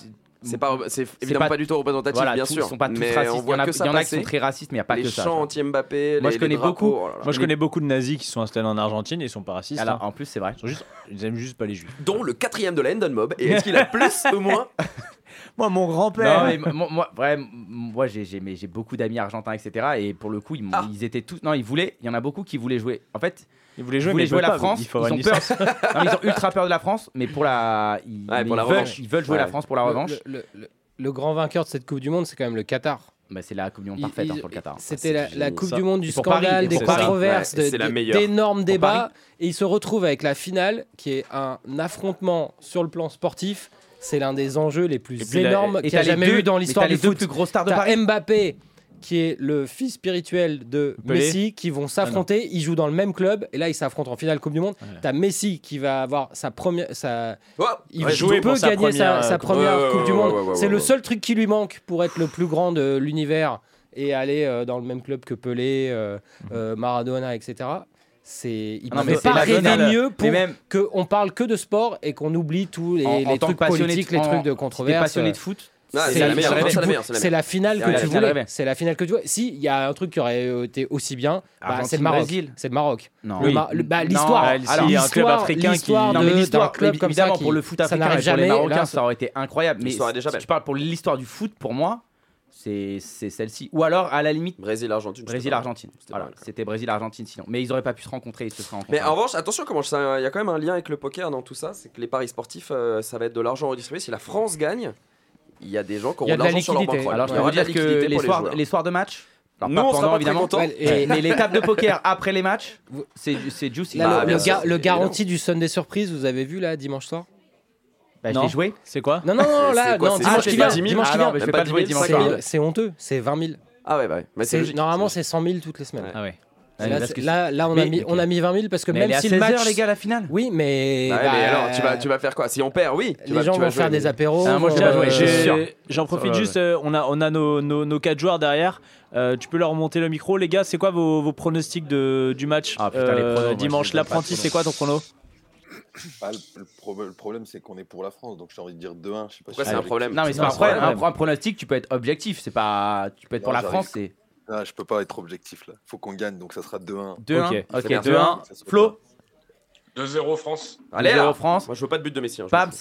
S10: c'est pas, c'est évidemment pas,
S6: pas-
S10: du tout représentatif,
S6: voilà,
S10: bien
S6: tous-
S10: sûr.
S6: ils sont pas tous
S10: mais on
S6: racistes, il y en
S10: voit
S6: a,
S10: que ça
S6: il y en a qui
S10: passer.
S6: sont très racistes mais il y a pas
S10: les
S6: que ça.
S10: chants anti-Mbappé,
S6: Moi,
S10: les,
S6: je connais
S10: les drapeaux,
S6: beaucoup.
S10: oh là là.
S5: Moi, je connais beaucoup de nazis qui sont installés en Argentine et ils sont pas racistes.
S6: Alors,
S5: hein.
S6: en plus c'est vrai.
S5: Ils sont juste- ils aiment juste pas les juifs.
S10: dont le quatrième de la Hendon Mob. Et est-ce qu'il a plus ou moins
S5: Moi, mon grand-père.
S6: Non, mais mo- mo- moi, ouais, m- moi, j'ai- j'ai mais j'ai beaucoup d'amis argentins, etc. Et pour le coup, ils, m'ont-
S10: Ah.
S6: ils étaient tous. Non, ils voulaient. Il y en a beaucoup qui voulaient jouer. En fait,
S5: ils voulaient jouer, mais ils peuvent
S6: la
S5: pas,
S6: France.
S5: il
S6: Ils,
S5: faut avoir
S6: ont
S5: une
S6: peur. <laughs>
S5: licence.
S6: Non, mais ils ont ultra peur de la France, mais pour la. Ils, mais
S10: pour la
S6: ils veulent,
S10: revanche.
S6: ils veulent jouer
S10: Ouais.
S6: la France pour la
S11: Le-
S6: revanche.
S11: Le, le- le grand vainqueur de cette Coupe du Monde, c'est quand même le Qatar.
S6: Bah, c'est la Coupe du Monde parfaite, hein, pour le Qatar.
S11: C'était
S6: Ouais,
S11: la,
S6: c'est
S11: la
S6: génial.
S11: Coupe
S6: Ça.
S11: du Monde du
S6: Et pour Paris,
S11: scandale,
S6: et
S11: des
S6: pour Paris.
S11: controverses,
S6: Ouais,
S11: de-
S6: c'est la
S11: de-
S6: meilleure.
S11: d'énormes
S6: Pour
S11: débats.
S6: Paris.
S11: Et il se retrouve avec la finale, qui est un affrontement sur le plan sportif. C'est l'un des enjeux les plus
S6: Et puis la-
S11: énormes qu'il
S6: et
S11: y
S6: t'as
S11: a
S6: les
S11: jamais
S6: deux-
S11: eu dans
S6: mais
S11: l'histoire
S6: t'as les
S11: du
S6: deux
S11: foot.
S6: plus gros stars de
S11: T'as
S6: Paris.
S11: Mbappé, qui est le fils spirituel de
S6: Pelé. Ah
S11: Messi, qui vont s'affronter. ils jouent dans le même club, et là ils s'affrontent en finale Coupe du Monde. T'as Messi qui va avoir sa première, sa, il
S6: Oh,
S5: Ouais, jouer
S11: peut
S5: pour sa
S11: gagner sa,
S5: première,
S11: sa
S5: euh,
S11: première
S5: ouais, ouais,
S11: Coupe du
S5: ouais,
S11: Monde.
S5: ouais, ouais, ouais,
S11: c'est le
S5: ouais.
S11: seul truc qui lui manque pour être le plus grand de l'univers et aller euh, dans le même club que Pelé, euh, euh, Maradona, etc. C'est, il
S6: Ah Mhm. non,
S11: peut
S6: mais c'est
S11: pas
S6: la
S11: rêver
S6: finale.
S11: mieux pour
S6: Mais même-
S11: que on parle que de sport et qu'on oublie tous les,
S6: En- en
S11: les
S6: tant que
S11: trucs
S6: passionné de-
S11: politiques, les
S6: en-
S11: trucs de
S6: si t'es
S11: controverse.
S6: passionné
S11: euh,
S6: de foot,
S11: c'est
S6: Ah, c'est la
S11: le
S6: meilleure,
S11: truc
S6: c'est la
S11: que tu
S6: meilleure, c'est la
S11: vou- C'est la
S6: meilleure.
S11: finale
S6: C'est
S11: que
S6: la
S11: tu
S6: finale
S11: voulais.
S6: rêvée.
S11: C'est la finale que tu vois. Si il y a un truc qui aurait été aussi bien, bah, c'est le
S6: Argentine,
S11: Maroc.
S6: Brésil.
S11: C'est le Maroc.
S6: Non.
S11: Le
S6: Oui.
S11: Mar- le- bah,
S6: Non.
S11: l'histoire.
S6: Ah, s'il
S11: Alors,
S6: y a un club
S11: l'histoire-
S6: africain qui-
S11: l'histoire
S6: Non, mais
S11: de- d'un
S6: l'histoire,
S11: club
S6: évi-
S11: comme ça
S6: évidemment,
S11: qui-
S6: pour le foot
S11: ça
S6: africain
S11: n'arrive
S6: et pour les
S11: jamais.
S6: Marocains,
S11: Là,
S6: ça aurait été incroyable. Mais
S10: L'histoire est déjà
S6: si
S10: belle.
S6: tu parles pour l'histoire du foot, pour moi, c'est c'est celle-ci. Ou alors, à la limite,
S10: Brésil-Argentine.
S6: Brésil-Argentine. Voilà, c'était Brésil-Argentine sinon. Mais ils auraient pas pu se rencontrer, ils se seraient rencontrés.
S10: Mais en revanche, attention, comment je- ça- il y a quand même un lien avec le poker dans tout ça. C'est que les paris sportifs, euh, ça va être de l'argent redistribué. Si la France gagne, il y a des gens qui
S6: Il y
S10: auront
S6: a
S10: de
S6: de la
S10: l'argent sur leur
S6: liquidité.
S10: bankroll.
S6: Alors,
S10: Il
S6: je
S10: y
S6: peux
S10: aura
S6: vous
S10: de la
S6: dire que
S10: liquidité
S6: les
S10: pour les
S6: soirs,
S10: joueurs.
S6: les soirs de match. Alors,
S10: Nous,
S6: pas
S10: on sera
S6: pendant,
S10: pas
S6: évidemment.
S10: très contents.
S6: Et- mais les
S10: <laughs>
S6: tables de poker après les matchs, c'est c'est juicy.
S11: Là,
S10: Ah,
S11: le, le gar- le garanti du Sunday Surprise, vous avez vu là dimanche soir
S6: Bah, je l'ai joué.
S5: C'est quoi
S11: Non, non, non,
S6: <laughs> C'est-
S11: là,
S6: c'est quoi,
S11: non,
S6: c'est-
S11: dimanche
S6: ah,
S11: qui
S6: c'est pas
S11: vient.
S6: 10 000.
S11: dimanche
S6: Ah
S11: qui
S6: non,
S11: vient.
S6: mais je vais pas le jouer
S11: C'est-
S6: dimanche soir.
S11: C'est honteux, c'est 20 000.
S10: Ah ouais, bah ouais. Mais c'est
S11: C'est-
S10: logique.
S11: Normalement, c'est 100 000 toutes les semaines.
S10: Ah
S6: ouais.
S11: Là,
S6: Ouais,
S11: là,
S6: parce que-
S11: là, là, on, a
S6: Mais-
S11: mis, on a mis 20 000 parce que
S6: Mais
S11: même
S6: elle est à
S11: si le
S6: 16
S11: match.
S6: heures, les gars, la finale.
S11: Oui, mais.
S10: Ouais,
S11: bah,
S10: mais alors, tu vas, tu vas faire quoi Si on perd, oui. tu
S11: Les
S10: vas-
S11: gens
S10: tu vas
S11: vont
S10: jouer
S11: faire
S10: le-
S11: des apéros.
S10: Ah, moi, je
S11: vont-
S10: dirais, ouais,
S5: J'ai-
S10: c'est sûr.
S5: euh, J'en profite
S10: Ouais,
S5: juste,
S10: ouais.
S5: euh, on a, on a nos, nos, nos quatre joueurs derrière. Euh, tu peux leur remonter le micro, les gars. C'est quoi vos, vos pronostics de, du match
S6: Ah,
S5: Euh,
S6: putain, les pronos, moi,
S5: dimanche
S6: je les donne pas,
S5: L'apprenti,
S6: les
S5: c'est quoi ton prono
S12: Ah, le, le pro- le problème, c'est qu'on est pour la France, donc j'ai envie de dire 2-1. Je sais pas si
S6: Allez.
S12: j'ai-
S6: Non, mais c'est pas un problème. Un pro- un pronostic, tu peux être objectif. C'est pas. Tu peux être pour
S12: Non,
S6: la France,
S12: j'arrive.
S6: c'est.
S12: Non, je peux pas être objectif là. Faut qu'on gagne, donc ça sera 2-1.
S6: 2-1.
S12: Ça
S6: Ok,
S12: sera
S6: 2-1.
S12: Ça sera
S6: Flo
S4: 2-0 France.
S6: Allez, là. 2-0 France.
S10: Moi, je veux pas de but de Messi. hein, je
S6: Pabs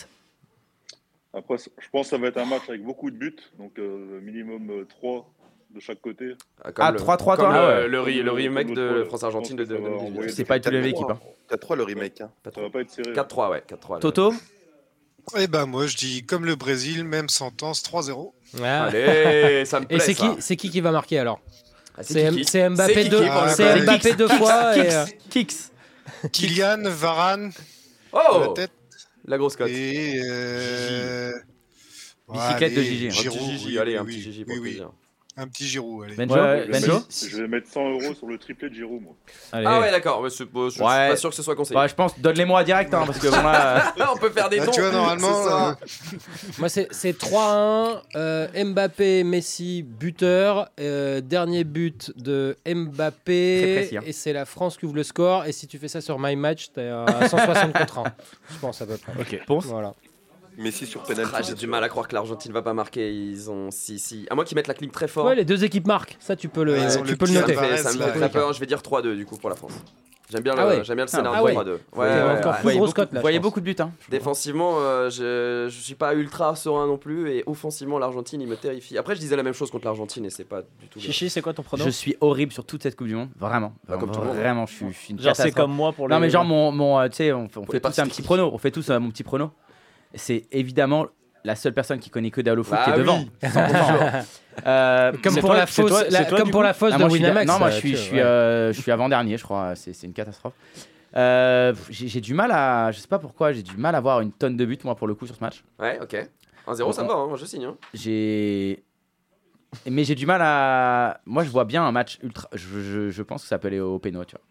S14: Après, c- je pense que ça va être un match avec beaucoup de buts, donc euh, minimum 3 de chaque côté.
S10: comme Ah, le- 3-3,
S14: comme
S10: toi
S14: le-
S10: Ah ouais.
S14: le re- le remake
S10: Comme
S14: de
S10: l'autre, ouais.
S14: France-Argentine de
S10: Je pense que ça va
S14: 2018.
S10: envoyer
S14: C'est
S10: des-
S14: pas du même équipe, hein.
S12: 4-3 le remake. Hein.
S14: Ça va pas être serré.
S10: 4-3, ouais. 4-3.
S6: Toto
S8: Eh ben moi je dis comme le Brésil, même sentence 3-0.
S11: Ouais.
S10: <laughs> Allez, ça me
S11: Ah. Et
S10: plaît,
S11: c'est qui,
S10: ça.
S11: c'est qui qui va marquer alors
S6: Ah,
S10: c'est
S11: C'est
S10: qui
S11: M-
S10: qui
S11: c'est
S10: C'est
S11: Mbappé
S10: qui
S11: deux,
S10: qui,
S8: Ah,
S10: par
S11: c'est
S8: bah,
S10: exemple
S11: Mbappé
S10: Kicks,
S6: <laughs>
S11: deux
S10: kicks,
S11: fois. et, euh,
S6: Kicks.
S8: Kylian, Varane.
S10: Oh
S8: la tête.
S10: La grosse cote.
S8: Et. euh, ouais,
S10: Bicyclette de
S8: allez,
S10: Gigi. hein. Un petit
S8: Giroud,
S10: Gigi,
S8: oui,
S10: allez,
S8: oui,
S10: un
S8: oui,
S10: petit Gigi pour
S8: oui,
S10: le
S8: oui.
S10: plaisir.
S8: Un petit Giroud, allez.
S6: Benjo Ouais,
S14: Je vais mettre- Je vais mettre 100 euros sur le triplé de Giroud, moi.
S10: Ah ouais, d'accord. mais c'est- bon, Je je suis
S6: Ouais.
S10: pas sûr que ce soit conseillé.
S6: Ouais, je pense, donne-les-moi direct, hein, parce que moi. euh,
S10: <laughs> On peut faire des
S8: Là,
S10: dons.
S8: Ah, tu vois, normalement, euh,
S10: c'est ça.
S11: <laughs> Moi, c'est c'est 3-1. euh, Mbappé, Messi, buteur. euh, dernier but de Mbappé.
S6: Très précis, hein.
S11: Et c'est la France qui ouvre le score. Et si tu fais ça sur My Match, t'es à 160 contre
S6: <laughs>
S11: 1. Je pense à peu près.
S6: Ok.
S11: Voilà.
S12: Messi sur pénalty.
S10: Ah, J'ai du mal à croire que l'Argentine va pas marquer. Ils ont si si. À moins qu'ils mettent la clip très fort.
S11: Ouais, les deux équipes marquent. Ça, tu peux le,
S10: Ouais,
S11: tu peux le noter.
S10: Ça me fait, ça me fait peur. Je vais dire 3-2 du coup pour la France. J'aime bien le,
S11: Ah ouais.
S10: j'aime bien le
S11: Ah
S10: scénario
S11: ouais.
S10: 3-2.
S11: Faut avoir encore plus
S10: Voyez
S11: grosse
S10: beaucoup-
S11: cote, là, je
S10: voyez
S11: pense.
S10: beaucoup
S6: de buts. hein.
S10: Défensivement, euh, je, je suis pas ultra serein non plus et offensivement l'Argentine, il me terrifie. Après, je disais la même chose contre l'Argentine et c'est pas du tout. bien.
S5: Chichi, c'est quoi ton prono
S6: Je suis horrible sur toute cette Coupe du Monde, vraiment.
S10: Bah, comme
S6: vraiment,
S10: tout le monde.
S6: vraiment, je suis, je suis une
S5: Genre, c'est
S6: catastrophe.
S5: comme moi pour
S6: Non,
S5: les-
S6: mais genre, mon, mon, euh, tu sais, on, fait- on fait tous un
S5: pacifique.
S6: petit prono. On fait tous euh, mon petit prono. C'est évidemment la seule personne qui connaît que dalle au foot
S11: Bah
S6: qui est
S11: oui.
S6: devant.
S11: <laughs>
S6: 100%. Euh,
S11: Comme
S6: c'est
S11: pour
S6: toi-
S11: la
S6: c'est
S11: fausse-
S6: toi-
S11: la-
S6: c'est toi,
S11: comme
S6: du
S11: pour
S6: coup
S11: la fausse
S6: Ah,
S11: de
S6: moi, je suis
S11: Winamax,
S6: Non, moi, je
S11: euh,
S6: suis,
S11: tu
S6: je
S11: vois,
S6: suis,
S11: ouais.
S6: euh, je suis avant-dernier, je crois. C'est c'est une catastrophe. Euh, j'ai j'ai du mal à. Je sais pas pourquoi, j'ai du mal à avoir une tonne de buts, moi, pour le coup, sur ce match.
S10: Ouais, ok. 1-0, ça me va, hein, moi je signe. hein.
S6: J'ai. Mais j'ai du mal à. Moi, je vois bien un match ultra. Je, je- je pense que ça peut aller au péno, tu vois.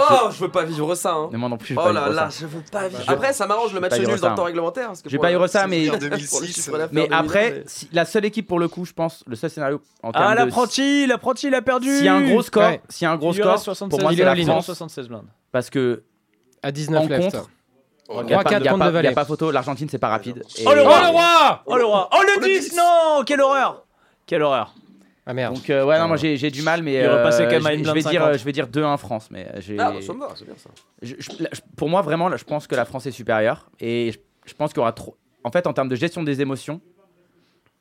S10: Oh, je veux pas vivre ça. Hein.
S6: Mais moi non plus, je veux
S10: Oh
S6: pas
S10: là
S6: vivre
S10: là,
S6: ça.
S10: je veux pas vivre.
S6: Je-
S10: Après, ça m'arrange le
S6: je veux
S10: match
S6: pas vivre
S10: nul
S6: ça,
S10: dans le temps
S6: hein.
S10: réglementaire. parce que
S6: Je vais
S10: pour
S6: pas
S10: la-
S6: vivre ça,
S10: pour le
S6: mais.
S10: chiffre d'affaires
S6: mais
S10: 2000,
S6: après,
S10: mais-
S6: si- la seule équipe pour le coup, je pense, le seul scénario en termes
S5: Ah,
S6: de.
S5: l'apprenti, l'apprenti, il a perdu
S6: S'il y a un gros score,
S5: Ouais.
S6: s'il y a un gros
S5: Il y aura
S6: score, pour moi,
S5: 76
S6: c'est la
S5: blindes.
S6: France.
S5: 76 blindes.
S6: Parce que.
S11: À 19
S6: en
S11: left.
S6: contre.
S11: Oh,
S6: y a pas-
S11: 3-4
S6: y a
S11: contre
S6: pas-
S11: de
S6: y a
S11: Valais.
S6: pas photo, l'Argentine c'est pas rapide. Et- euh,
S5: Oh le roi Oh le roi Oh le roi Oh le 10 Non Quelle horreur Quelle horreur
S11: Ah merde.
S6: Donc euh, ouais non moi j'ai j'ai du mal mais
S5: Il repassait quand même à
S6: je-
S5: une
S6: je vais
S5: blinde
S6: dire
S5: 50.
S6: euh, je vais dire 2-1 France mais euh, j'ai
S10: Ah, bah, ça me va, c'est bien ça.
S6: Je- je- là, je- pour moi vraiment là, je pense que la France est supérieure et je, je pense qu'il y aura trop en fait en termes de gestion des émotions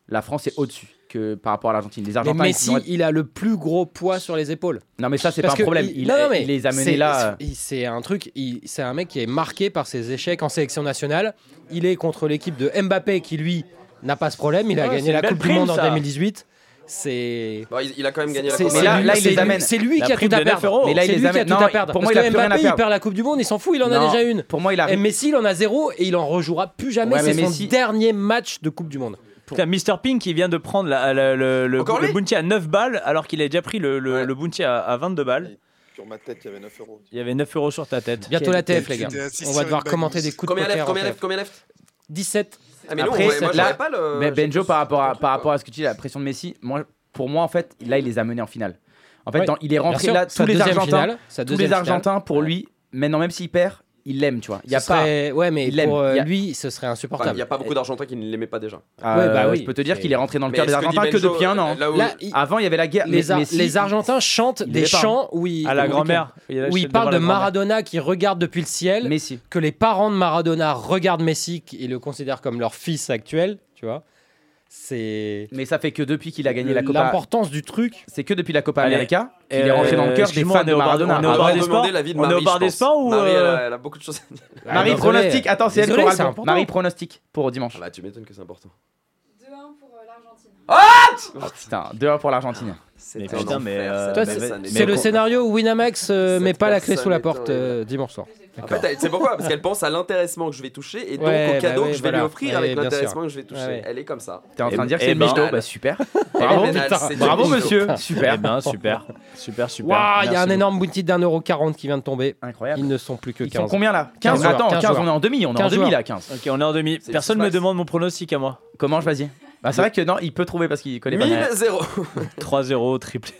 S6: la France est au-dessus que par rapport à l'Argentine. Les
S11: Mais
S6: Argentins, ils
S11: Messi,
S6: pourraient-
S11: il a le plus gros poids sur les épaules.
S6: Non, mais ça, c'est
S11: Parce
S6: pas un
S11: que
S6: problème. Il-
S11: non, non,
S6: il
S11: mais
S6: les a menés
S11: c'est-
S6: là, euh.
S11: il- C'est un truc. il- C'est un mec qui est marqué par ses échecs en sélection nationale. Il est contre l'équipe de Mbappé qui lui n'a pas ce problème. Il a
S10: Ouais, c'est
S11: gagné
S10: une
S11: la
S10: belle
S11: Coupe du
S10: prime,
S11: Monde
S10: ça.
S11: en 2018. C'est
S10: Bon, Bah, il, il a quand même gagné la
S11: c'est-
S10: Coupe.
S11: c'est lui- c'est lui- C'est lui qui a tout à perdre.
S6: Mais là, il
S11: C'est
S6: les
S11: lui qui a
S6: amène-
S11: tout
S6: non,
S11: à perdre.
S6: pour moi,
S11: Parce
S6: il a
S11: que
S6: plus rien à
S11: Mbappé, il
S6: perdre.
S11: perd la Coupe du Monde, il s'en fout, il en a
S6: Non,
S11: déjà une.
S6: Pour moi, il a.
S11: Et Messi, il en a zéro et il en rejouera plus jamais.
S5: Ouais, mais
S11: c'est son
S5: Messi-
S11: dernier match de Coupe du Monde.
S5: Putain, Mr. Pink qui vient de prendre la- la- le, le-
S11: Encore
S5: le
S11: lui
S5: bounty à 9 balles alors qu'il a déjà pris le, le, le bounty à, à 22 balles.
S12: Sur ma tête, il y avait 9 euros.
S5: Il y avait 9 euros sur ta tête.
S11: Bientôt la TF, les gars. On va devoir commenter des coups de
S10: Combien lève
S11: poker. en
S10: Combien
S11: TF.
S10: lève Combien lève
S11: 17.
S10: Ah, mais
S6: Après,
S10: non, moi, moi,
S6: là-
S10: j'aurais pas le.
S6: mais Benjo, par rapport, à, par rapport à ce que tu dis, la pression de Messi, moi, pour moi, en fait, là, il les a menés en finale. En fait,
S11: Ouais.
S6: dans- il est
S11: Bien
S6: rentré
S11: sûr,
S6: là,
S11: sa
S6: tous les
S11: deuxième
S6: Argentins,
S11: finale, sa
S6: tous
S11: deuxième
S6: les
S11: finale.
S6: Argentins, pour lui, maintenant, même s'il perd, il l'aime, tu vois. Il y a
S11: Ce serait-
S6: pas.
S11: ouais, mais
S6: il l'aime.
S11: pour, euh,
S6: Il y a-
S11: lui, ce serait insupportable.
S10: Il n'y a pas beaucoup d'Argentins qui ne l'aimaient pas déjà.
S6: Euh, Je peux te dire qu'il est rentré dans le cœur des Argentins que depuis un an.
S10: Là où-
S6: Là, Avant, il y avait la guerre.
S11: les,
S6: mais-
S11: Ar-
S6: Messi-
S11: les Argentins chantent
S6: il
S11: des
S6: est pas, hein.
S11: chants où ils,
S6: À la
S11: où-
S6: grand-mère. Il est
S11: où ils
S6: devant
S11: parlent
S6: la
S11: de
S6: grand-mère.
S11: Maradona qui regarde depuis le ciel, que les parents de Maradona regardent Messi et le considèrent comme leur fils actuel, tu vois. C'est
S6: Mais ça fait que depuis qu'il a gagné
S11: Le-
S6: la Copa.
S11: l'importance du truc.
S6: C'est que depuis la Copa
S11: Allez,
S6: América, il
S11: euh,
S6: est rentré dans le cœur des
S11: excuse-moi,
S6: fans
S11: on est
S6: de
S11: au bar-
S6: Maradona.
S11: on est au
S6: Ah,
S11: bar
S6: ouais.
S11: des euh, sports
S10: Demander l'avis de Marie, je pense. Marie, elle, a, elle a beaucoup de choses à dire.
S6: Ah, Marie,
S11: désolé.
S6: pronostic. Attends, c'est elle
S11: Désolé,
S6: qui aura
S11: c'est
S6: le bon.
S11: important.
S6: Marie, pronostic pour dimanche.
S10: Ah bah, tu m'étonnes que c'est important.
S6: Oh, putain, 2-1 pour l'Argentine.
S10: Mais un putain, enfer, mais, euh,
S11: Toi,
S10: mais-
S11: c'est
S10: mais-
S11: c'est le
S10: mais-
S11: scénario où Winamax euh, met pas la clé sous
S10: personne
S11: la
S10: est
S11: porte euh, dimanche soir.
S6: Ah,
S10: En fait, elle- c'est pourquoi Parce qu'elle pense à l'intéressement que je vais toucher et donc
S11: Ouais,
S10: au cadeau
S11: bah
S10: que je
S11: oui,
S10: vais
S11: voilà.
S10: lui offrir
S11: Ouais,
S10: avec
S11: bien
S10: l'intéressement
S11: sûr.
S10: que je vais toucher.
S11: Ouais, ouais.
S10: Elle est comme ça.
S6: T'es en train de dire que
S5: Eh
S6: c'est
S5: ben,
S6: Michto
S5: elle-
S6: Bah
S5: <laughs>
S6: super.
S10: Eh
S6: Bravo,
S10: ben,
S6: putain.
S10: c'est
S6: Bravo,
S10: Michto.
S6: monsieur. Super.
S5: Eh ben, super. Super, super.
S11: Waouh, il y a un
S5: Merci
S11: énorme bounty d'un euro 40 qui vient de tomber.
S6: Incroyable.
S11: Ils ne sont plus que 15.
S6: Ils sont combien, là 15,
S11: joueurs,
S6: attends, 15, on
S11: joueurs.
S6: est en demi, on est en
S11: 15
S6: demi,
S11: joueurs.
S6: là, 15.
S5: beaucoup. Ok, on est en demi. Personne me demande mon pronostic à moi.
S6: Comment je vas-y Bah, c'est vrai que non, il peut trouver parce qu'il connaît pas.
S10: 1000-0.
S5: 3-0, triplé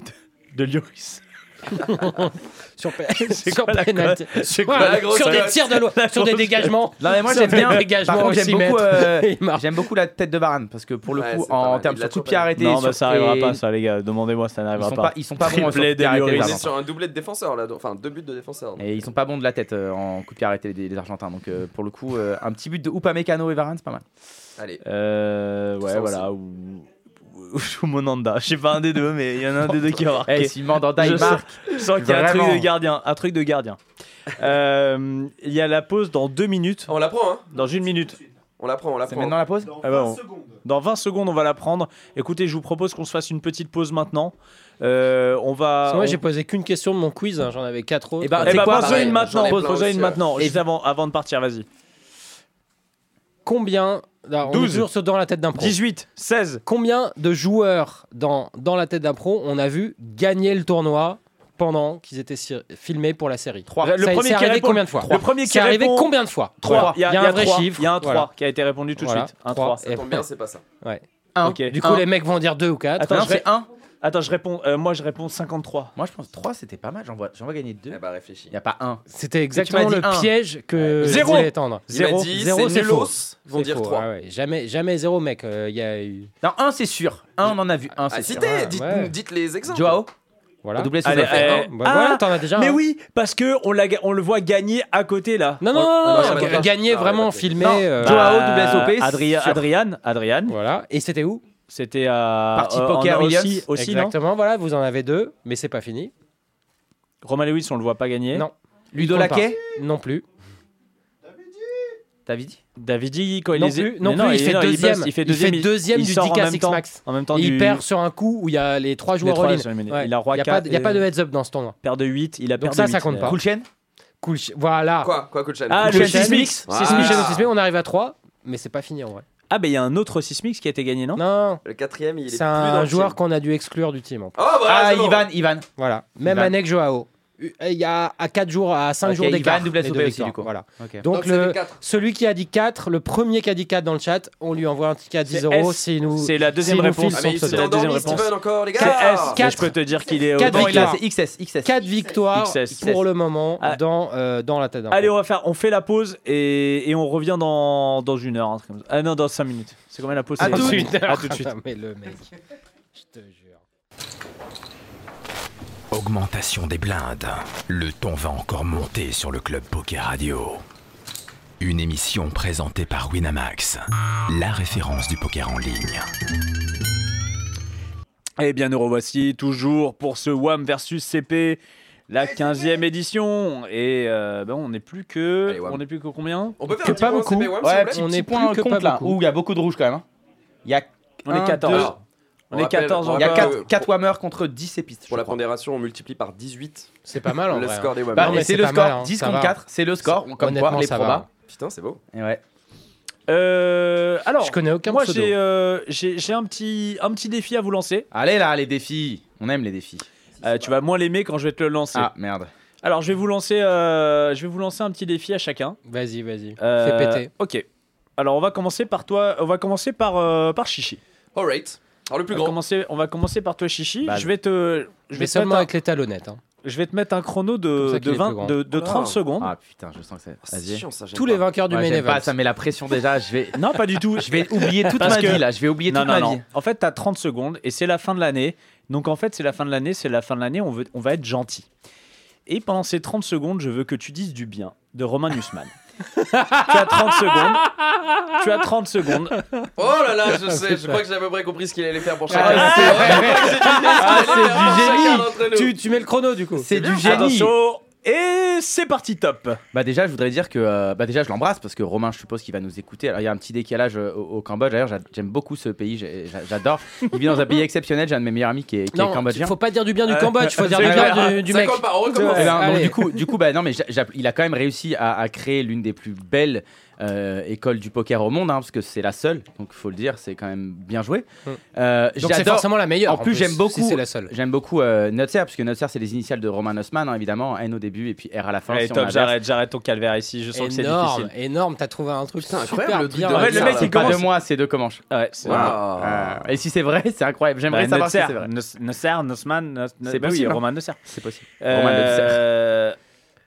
S5: de, de Lloris.
S11: <laughs> sur, pe-
S5: <laughs> C'est
S11: sur
S5: quoi la
S11: pénalti.
S5: cote C'est
S11: Ouais,
S5: quoi la grosse
S11: sur des
S5: cote
S11: tirs de loi,
S5: La
S11: sur des
S5: grosse-
S11: dégagements.
S6: Non mais moi
S11: Sur
S6: j'aime
S11: des
S6: bien.
S11: dégagements
S6: Par contre
S11: aussi
S6: j'aime beaucoup,
S11: mètres.
S6: euh,
S11: Il marque.
S6: j'aime beaucoup la tête de Varane parce que pour le
S10: Ouais,
S6: coup
S10: c'est pas
S6: en
S10: mal.
S6: termes
S10: Il l'a
S6: de coup
S10: toujours
S6: de pied
S10: pas
S6: arrêté,
S5: Non,
S6: sur-
S5: bah, ça arrivera
S6: et-
S5: pas, ça, les gars. Demandez-moi, ça
S6: Ils
S5: n'arrivera
S6: sont
S5: pas.
S6: pas- ils sont pas bons en
S5: Triplé
S6: sortie arrêtée,
S5: de
S6: les
S10: On
S5: Lloris.
S10: est sur un doublé de défenseur là, donc- enfin deux buts de défenseur. donc.
S6: Et ils sont pas bons de la tête euh, en coup de pied arrêté les, les Argentins donc euh, pour le coup euh, un petit but de Upamecano et Varane c'est pas mal.
S10: Allez.
S5: Euh, ouais,
S10: Ça
S5: voilà. Ou, ou, ou Monanda. Je sais pas un des deux, mais il y en a un des deux qui va marquer.
S6: Eh si Mandanda
S5: Je
S6: il
S5: sens-
S6: marque.
S5: Je sens qu'il y a un
S6: Vraiment.
S5: truc de gardien. Un truc de gardien. Euh, Il y a la pause dans deux minutes.
S10: On la prend, hein
S5: Dans une minute.
S10: On la prend, on la
S6: C'est
S10: prend.
S6: maintenant la pause
S5: Ah bah, on- Dans 20 secondes, on va la prendre. Écoutez, je vous propose qu'on se fasse une petite pause maintenant. Euh, on va.
S11: Parce que Moi
S5: on-
S11: j'ai posé qu'une question de mon quiz, hein, j'en avais 4 autres.
S6: Eh ben,
S5: Eh
S6: C'est
S5: bah,
S6: quoi,
S5: pose-en
S10: pareil, j'en
S5: une
S10: ai
S5: maintenant.
S10: plein
S5: Pose-en
S10: aussi,
S5: une
S10: ouais.
S5: maintenant.
S6: Et-
S5: Juste avant, avant de partir, vas-y.
S11: Combien. là, on est
S5: 12.
S11: toujours sur dans la tête d'un pro.
S5: 18, 16.
S11: Combien de joueurs dans, dans la tête d'un pro on a vu gagner le tournoi pendant qu'ils étaient si- filmés pour la série 3.
S5: Le premier
S11: c'est
S5: qui
S11: arrivé
S5: répond-
S11: combien de fois
S5: Le premier qui
S11: C'est arrivé
S5: répond-
S11: combien de fois
S5: Trois.
S11: Il y a, un vrai
S5: trois.
S11: chiffre.
S5: Il y a un 3
S11: Voilà.
S5: qui a été répondu tout de
S11: Voilà.
S5: suite. Un
S11: Trois.
S5: 3.
S10: Ça tombe bien, c'est pas ça.
S11: Ouais.
S6: Un.
S5: Ok.
S11: Du coup,
S6: Un.
S11: les mecs vont dire 2 ou 4.
S5: Attends,
S6: Non,
S5: je
S6: c'est
S5: ré-
S6: 1.
S5: Attends, je réponds. euh, moi, je réponds 53.
S6: Moi je pense 3 c'était pas mal, j'en vois j'en vois gagner 2.
S10: Eh
S5: ben,
S10: bah réfléchis.
S6: Il y a pas 1.
S11: C'était exactement
S6: dit
S11: le
S6: un.
S11: piège que
S5: Ouais.
S11: je
S5: Zéro.
S11: voulais tendre.
S10: Il m'a
S5: Zéro.
S10: dit, c'est
S11: Zéro, c'est faux.
S10: nulos, vont
S11: C'est
S10: dire
S11: faux, Ah
S10: 3.
S11: ouais, ouais.
S6: Ah.
S11: Jamais, jamais zéro, mec. Euh, Il y a eu.
S6: Non 1 c'est sûr. 1 on en a vu 1
S10: Ah,
S6: c'est sûr.
S10: citez,
S11: ouais.
S10: dites,
S11: Ouais.
S10: dites les exemples.
S6: Joao
S11: Voilà.
S6: au doublé sous
S5: Allez,
S6: la fête.
S5: euh,
S11: Bah,
S5: Ah,
S11: voilà, t'en as déjà.
S5: Mais
S11: un.
S5: oui, parce que on, l'a ga- on le voit gagner à côté là.
S11: Non, non,
S5: On-
S11: non,
S10: non,
S11: non,
S10: j'avais pas-
S11: gagner
S10: Ah,
S11: vraiment
S10: ouais,
S11: filmé.
S6: Non.
S11: euh,
S6: Joao, double SOP,
S5: Adrien,
S6: sûr.
S5: Adrien, Adrien,
S11: Voilà. Et c'était où
S5: c'était à
S6: Partie
S5: euh, en-
S6: poker
S5: aussi,
S6: Williams.
S5: aussi non
S11: Exactement, voilà, vous en avez deux, mais c'est pas fini.
S5: Romain Lewis, on le voit pas gagner.
S11: Non.
S6: Ludo
S11: Il compte
S6: Laquet
S11: pas. Non plus.
S6: T'avais dit
S5: Davidi quand il
S11: Non
S5: les-
S11: plus,
S5: mais
S11: non plus, il fait
S5: passe-
S11: deuxième.
S5: il fait
S11: Il fait
S5: deuxième,
S11: deuxième du
S5: sort en
S11: 10K
S5: même temps-
S11: Max.
S5: En même temps,
S11: Et il
S5: du-
S11: perd sur un coup où il y a les trois joueurs
S5: trois
S11: all-in.
S5: sur une minute.
S11: Ouais.
S5: Il a roi
S11: y
S5: quatre
S11: pas- y a pas
S5: et-
S11: de heads-up dans ce tournoi.
S5: perd de 8, il a
S11: Donc
S5: perdu
S11: ça, ça
S5: 8,
S11: compte
S5: mais-
S11: pas.
S6: Kulchen
S11: Cool. ch- Voilà.
S10: Quoi Quoi, Kulchen
S5: Ah,
S11: Cool
S5: le
S11: chaîne.
S5: Sismix
S10: Ah.
S11: Six Michel Autisme, on arrive à 3, mais c'est pas fini en vrai.
S5: Ah, bah il y a un autre Sismix qui a été gagné, non
S11: Non,
S10: Le quatrième, il est,
S11: c'est
S10: plus dans
S11: un
S10: le
S11: joueur
S10: film.
S11: qu'on a dû exclure du team. en plus.
S10: Oh, bah,
S6: Ah
S10: c'est bon.
S6: Ivan, Ivan.
S11: Voilà. Même
S6: Ivan.
S11: année que Joao. Euh, Il y a à 4 jours, à 5
S6: Ok,
S11: jours d'écart.
S6: Ivan, double
S11: les deux
S6: SOP aussi,
S11: victoires.
S6: du coup.
S11: Voilà.
S6: Ok.
S11: Donc,
S10: Donc, c'est
S11: le,
S10: les quatre.
S11: celui qui a dit 4, le premier qui a dit 4 dans le chat, on lui envoie un ticket à 10
S5: C'est
S11: euros
S5: S.
S11: s'il nous.
S5: C'est la deuxième
S11: s'il nous
S5: réponse.
S11: file
S10: Ah,
S11: son
S10: mais il
S5: C'est
S10: s'est
S11: pseudo.
S5: la deuxième
S10: endormi,
S5: réponse.
S10: Steven, encore, les
S5: C'est
S10: gars.
S5: S, mais je peux te dire qu'il est au
S11: Quatre
S5: banc,
S6: Non,
S5: il
S6: il a
S5: a-
S11: victoires.
S6: c'est XS, XS.
S11: 4 victoires
S5: XS.
S11: pour le moment
S5: Ah.
S11: dans, euh, dans la tête d'un.
S5: Allez, on va faire, on fait la pause et, et on revient dans, dans une heure. un truc comme ça. Ah non, dans 5 minutes. C'est combien la pause
S6: À
S5: C'est-
S6: tout de
S11: suite.
S5: À tout
S11: <laughs>
S5: de suite.
S11: mais le mec. Je te jure.
S1: Augmentation des blindes. Le ton va encore monter sur le club Poker Radio. une émission présentée par Winamax, la référence du poker en ligne.
S5: Eh bien, nous revoici toujours pour ce WAM versus CP, la 15e édition. Et euh, ben, on n'est plus que.
S10: Allez, WAM.
S5: on n'est plus que combien
S10: On peut faire
S5: Que
S10: un petit
S5: pas
S10: point
S5: beaucoup.
S10: CP WAM,
S5: Ouais,
S10: s'il vous plaît
S5: on est
S6: Point
S5: plus que
S6: compte
S5: pas
S6: là,
S5: beaucoup.
S6: où il y a beaucoup de rouges quand même. hein. Il y a
S5: On est 14. Alors,
S10: on est 14
S6: Il y a
S10: encore.
S6: 4, 4 whammers contre 10 épistes.
S10: Pour la pondération, on multiplie par 18.
S11: C'est pas mal en
S10: Le
S11: vrai,
S10: score
S11: hein.
S10: des Web.
S6: Bah,
S11: Non, mais
S6: et c'est
S11: c'est
S6: le
S11: pas
S6: score,
S11: mal, hein,
S6: 10
S11: ça
S6: contre
S11: va.
S6: 4, c'est le score,
S11: C'est-
S6: comme quoi
S11: honnêtement,
S6: les
S11: ça
S6: probas.
S11: va.
S10: Putain, c'est beau.
S6: Et ouais.
S5: Euh, alors,
S11: Je connais aucun
S5: moi
S11: pseudo.
S5: j'ai euh, j'ai j'ai un petit, un petit défi à vous lancer.
S6: Allez là, les défis. On aime les défis.
S5: Euh, tu vas moins l'aimer quand je vais te le lancer.
S6: Ah merde.
S5: Alors je vais vous lancer, euh, je vais vous lancer un petit défi à chacun.
S11: Vas-y, vas-y.
S5: Euh,
S11: Fais péter.
S5: Ok. Alors on va commencer par toi, on va commencer par euh, par Chichi.
S10: Alright. Alors, le plus
S5: On va
S10: grand.
S5: commencer, on va commencer par toi Chichi.
S11: Bah,
S5: je vais te, je
S11: Je vais
S5: vais te mettre
S11: seulement
S5: un,
S11: avec les talonnettes. hein.
S5: je vais te mettre un chrono
S11: Comme
S5: de
S11: ça qu'il
S5: de,
S11: est
S5: 20
S11: plus grand.
S5: de, de
S10: Oh.
S5: 30 secondes.
S6: Ah putain, je sens que c'est.
S10: C'est
S6: Vas-y.
S10: chiant, ça, j'aime
S11: Tous les
S10: pas.
S11: vainqueurs du
S6: Ouais,
S11: main
S6: j'aime
S11: event.
S6: pas, ça met la pression déjà. Je vais,
S5: <laughs> Non, pas du tout.
S6: je vais oublier toute
S5: Parce
S6: ma
S5: que-
S6: vie là. Je vais oublier
S5: Non,
S6: toute
S5: non,
S6: ma
S5: non.
S6: vie.
S5: En fait, t'as 30 secondes et c'est la fin de l'année. Donc, en fait, c'est la fin de l'année, c'est la fin de l'année, on, veut- on va être gentil. Et pendant ces 30 secondes, je veux que tu dises du bien de Romain
S6: <laughs>
S5: Nussmann. tu as 30 secondes. Tu as 30 secondes.
S10: Oh là là,
S11: <laughs>
S10: je sais, je crois que j'ai à peu près compris ce qu'il allait faire pour
S6: Ah,
S10: chacun.
S6: c'est-
S10: Ah,
S6: c'est du génie.
S11: Tu, tu mets le chrono du coup.
S6: Oh, C'est du génie.
S5: Attention. Et c'est parti, top.
S6: Bah déjà, je voudrais dire que euh, bah déjà je l'embrasse parce que Romain, je suppose qu'il va nous écouter. Alors il y a un petit décalage euh, au, au Cambodge. D'ailleurs, j'a- j'aime beaucoup ce pays. j'ai- j'a- J'adore. Il vit dans un pays exceptionnel. J'ai un de mes meilleurs amis qui est, qui est
S11: Non,
S6: cambodgien.
S11: faut pas dire du bien du
S5: Euh,
S11: Cambodge,
S5: <laughs>
S11: faut dire du
S5: c'est
S11: bien
S5: clair.
S11: du, du
S10: Ça
S11: mec.
S10: compte par recommence.
S6: Eh ben, donc,
S11: Allez.
S6: du coup, du coup, bah non, mais j'a- j'a- il a quand même réussi à, à créer l'une des plus belles euh, écoles du poker au monde, hein, parce que c'est la seule. Donc faut le dire, c'est quand même bien joué.
S5: Hmm.
S11: Mm.
S6: Euh,
S11: Donc c'est
S6: j'adore-
S11: forcément la meilleure.
S6: En plus, j'aime beaucoup.
S11: si c'est la seule.
S6: J'aime beaucoup euh, Nutser, parce que Nutser, c'est les initiales de Romain Haussmann, hein, évidemment. N au début et puis R à la fin.
S5: Allez,
S6: si on
S5: top,
S6: inverse.
S5: j'arrête, j'arrête ton calvaire ici. Je sens que c'est
S11: Énorme,
S5: difficile.
S11: énorme. T'as trouvé un truc
S10: Putain, incroyable,
S11: super
S10: le truc
S11: bien.
S10: de
S5: En fait, le
S10: bizarre,
S5: mec,
S10: là.
S5: il
S6: C'est pas de
S5: commence. Ah
S6: moi, c'est de Comanche.
S5: Ouais, c'est
S10: Waouh.
S6: Euh, et si c'est vrai, c'est incroyable. J'aimerais
S5: Bah,
S6: savoir si
S5: Nutser,
S6: c'est vrai.
S5: Nuss- Nusser, Nussmann, Nuss-
S6: C'est
S5: bah oui,
S6: possible, hein.
S5: Romain Nusser.
S6: C'est possible. Romain Nutser.
S5: Euh,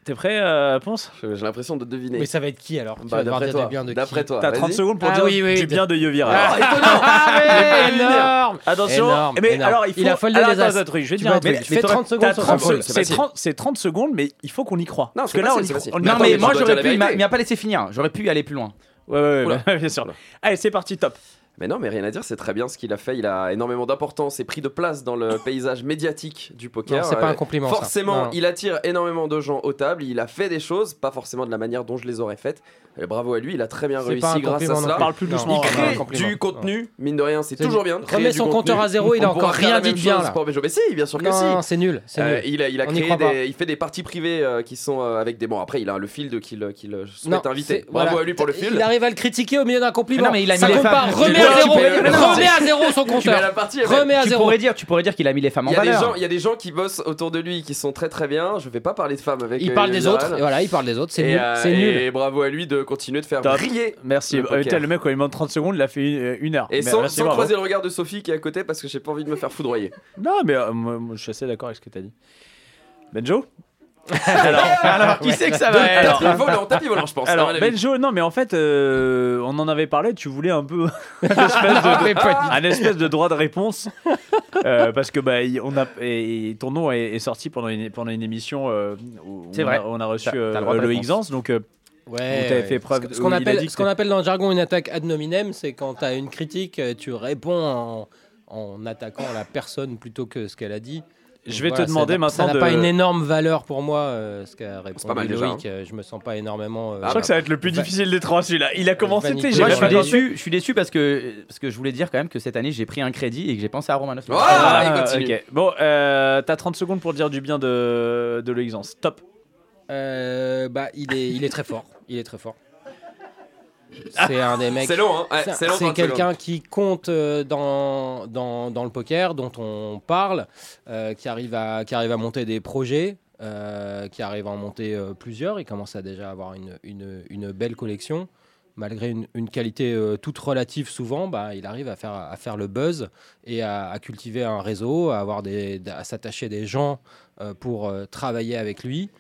S5: T'es prêt, euh, Ponce
S10: J'ai j'ai l'impression de deviner.
S11: Mais ça va être qui alors Tu
S10: Bah,
S11: vas devoir
S10: d'après
S11: dire
S10: toi,
S11: du bien de qui
S10: d'après toi.
S5: T'as 30
S10: vas-y.
S5: secondes pour
S11: Ah
S5: dire
S11: oui, oui,
S5: du bien de Yovira.
S11: Ah, énorme
S5: Attention,
S11: Énorme,
S5: mais
S11: énorme.
S5: alors il faut.
S11: Il a foldé
S5: alors,
S11: des
S5: attends,
S11: as.
S5: attends, truc, je vais
S11: Tu
S5: dire un
S11: vas-
S5: truc.
S11: mais tu fais 30 secondes
S5: T'as
S11: sur
S5: 30
S11: un fold,
S5: secondes,
S10: c'est
S5: c'est
S10: facile.
S5: 30 c'est 30 secondes, mais il faut qu'on y croit.
S10: Non,
S5: Parce
S10: c'est
S5: que là, on
S10: facile,
S5: y
S10: c'est
S5: croit.
S10: facile.
S5: on y
S6: Non,
S5: croit.
S10: Attends,
S6: mais
S10: mais
S6: moi,
S10: je dois
S6: j'aurais
S10: dire
S6: pu.
S10: la
S6: Il m'a
S10: vérité.
S6: il m'a pas laissé finir. J'aurais pu aller plus loin.
S5: Ouais, ouais, ouais,
S10: Oula.
S5: bah, <laughs> bien sûr.
S10: Oula.
S5: Allez, c'est parti, top.
S10: Mais non, mais rien à dire, c'est très bien ce qu'il a fait. Il a énormément d'importance et pris de place dans
S5: Oh.
S10: le paysage médiatique du poker.
S11: Non, c'est pas
S10: Euh,
S11: un compliment, ça.
S10: Forcément,
S11: Non.
S10: il attire énormément de gens aux tables. Il a fait des choses, pas forcément de la manière dont je les aurais faites. Et bravo à lui, il a très bien
S11: C'est pas un
S10: réussi grâce à
S11: compliment non
S10: cela.
S11: plus.
S5: Parle plus
S11: Non,
S5: doucement,
S10: Il
S11: c'est pas un
S10: crée
S11: compliment.
S10: du contenu, mine de rien, c'est
S11: C'est-
S10: toujours bien. de créer
S11: Remets
S10: du
S11: son
S10: contenu.
S11: compteur à zéro, il a
S10: On pourra
S11: encore
S10: faire la
S11: rien dit
S10: même
S11: de bien
S10: chose
S11: là.
S10: pour Béjo. Mais si, bien sûr que si.
S11: Non, non, c'est nul, c'est
S10: Euh,
S11: nul.
S10: il a, il a
S11: On n'y
S10: créé
S11: croit pas.
S10: des, il fait des parties privées euh, qui sont euh, avec des bon après il a le field qu'il qu'il euh, souhaite
S11: Non,
S10: inviter.
S11: c'est-
S10: Bravo
S11: voilà.
S10: à lui pour le field.
S11: Il arrive à le critiquer au milieu d'un compliment.
S6: Mais Ah non, mais il a
S11: ça
S6: mis les
S11: compte pas.
S6: femmes.
S11: Remets
S10: Tu
S11: à
S10: peux-
S11: zéro.
S10: tu peux- mais non,
S11: Remets à zéro son
S10: Tu mets à la
S11: compteur.
S10: partie. avec-
S11: Remets à
S6: Tu
S11: zéro.
S6: pourrais dire, tu pourrais dire qu'il a mis les femmes en
S10: Il y, a des gens,
S6: valeur.
S10: il y a des gens qui bossent autour de lui qui sont très très bien. Je vais pas parler de femmes avec.
S11: Il
S10: euh,
S11: parle des
S10: Yolanda.
S11: autres. Et voilà, il parle des autres. C'est
S10: Et,
S11: nul.
S10: euh,
S11: C'est nul.
S10: Et bravo à lui de continuer de faire
S5: Top.
S10: briller.
S5: Merci.
S10: Le
S5: Euh,
S10: poker.
S5: putain, le mec, quand il demande 30 secondes, il a fait une, euh, une heure.
S10: Et
S5: Mais
S10: sans,
S5: merci,
S10: sans
S5: bravo.
S10: croiser le regard de Sophie qui est à côté parce que j'ai pas envie de me faire foudroyer.
S5: Non, mais euh,
S10: <laughs>
S5: moi, moi, je suis assez d'accord avec ce que t'as dit. Benjo
S10: <laughs>
S5: <laughs>
S6: Alors, qui sait que ça va
S10: Alors,
S6: être
S10: il vole en tapis volant, je pense.
S5: Alors,
S10: hein, à la limite.
S5: Benjo, non, mais en fait, euh, on en avait parlé, tu voulais
S11: <laughs>
S5: un peu <laughs> un espèce de-
S11: Mais pas
S5: un espèce de droit de réponse
S11: <laughs>
S5: Euh, parce que bah, il- on a, et- et ton nom est, est sorti pendant une, pendant une émission euh, où
S6: C'est
S5: on,
S6: vrai.
S5: A, on a
S6: T'as-
S5: reçu
S6: t'as
S5: euh,
S6: le droit de
S5: Loïc
S6: réponse.
S5: Zans donc euh,
S11: Ouais,
S5: Où t'avais
S11: ouais.
S5: fait preuve
S11: Ce- Ce qu'on
S5: où il a dit
S11: appelle,
S5: que
S11: ce qu'on
S5: t'es-
S11: appelle dans le jargon une attaque ad nominem, c'est quand t'as une critique, euh, tu réponds en, en attaquant la personne plutôt que ce qu'elle a dit. Donc
S5: je vais
S11: voilà,
S5: te demander
S11: ça n'a-
S5: maintenant
S11: Ça
S5: de.
S11: n'a pas une énorme valeur pour moi euh, ce qu'a répondu
S10: pas mal déjà,
S11: Loïc. euh, Je me sens pas énormément. euh,
S5: hein. Je crois que ça va être le plus
S11: Va- euh,
S5: difficile des trois celui-là. Il a commencé, tu sais,
S11: Vanité.
S5: j'ai
S6: Moi, je
S5: même
S6: suis
S5: pas pensé.
S6: déçu. Je suis déçu parce que parce que je voulais dire quand même que cette année, j'ai pris un crédit et que j'ai pensé à Romain Haussmann.
S10: Ah
S5: Ah,
S10: Allez, continue.
S5: ok. Bon, euh, t'as 30 secondes pour dire du bien de, de Loïc Zans. Top.
S11: euh, bah, il est, il est très fort. Il est très fort. C'est un des mecs.
S10: C'est long, hein. Ouais,
S11: C'est-
S10: c'est long,
S11: c'est
S10: 30 secondes.
S11: quelqu'un qui compte euh, dans, dans, dans le poker, dont on parle, euh, qui, arrive à, qui arrive à monter des projets, euh, qui arrive à en monter euh, plusieurs. Il commence à déjà avoir une, une, une belle collection. Malgré une, une qualité euh, toute relative souvent, bah, il arrive à faire, à faire le buzz et à, à cultiver un réseau, à, avoir des, à s'attacher des gens euh, pour euh, travailler avec lui.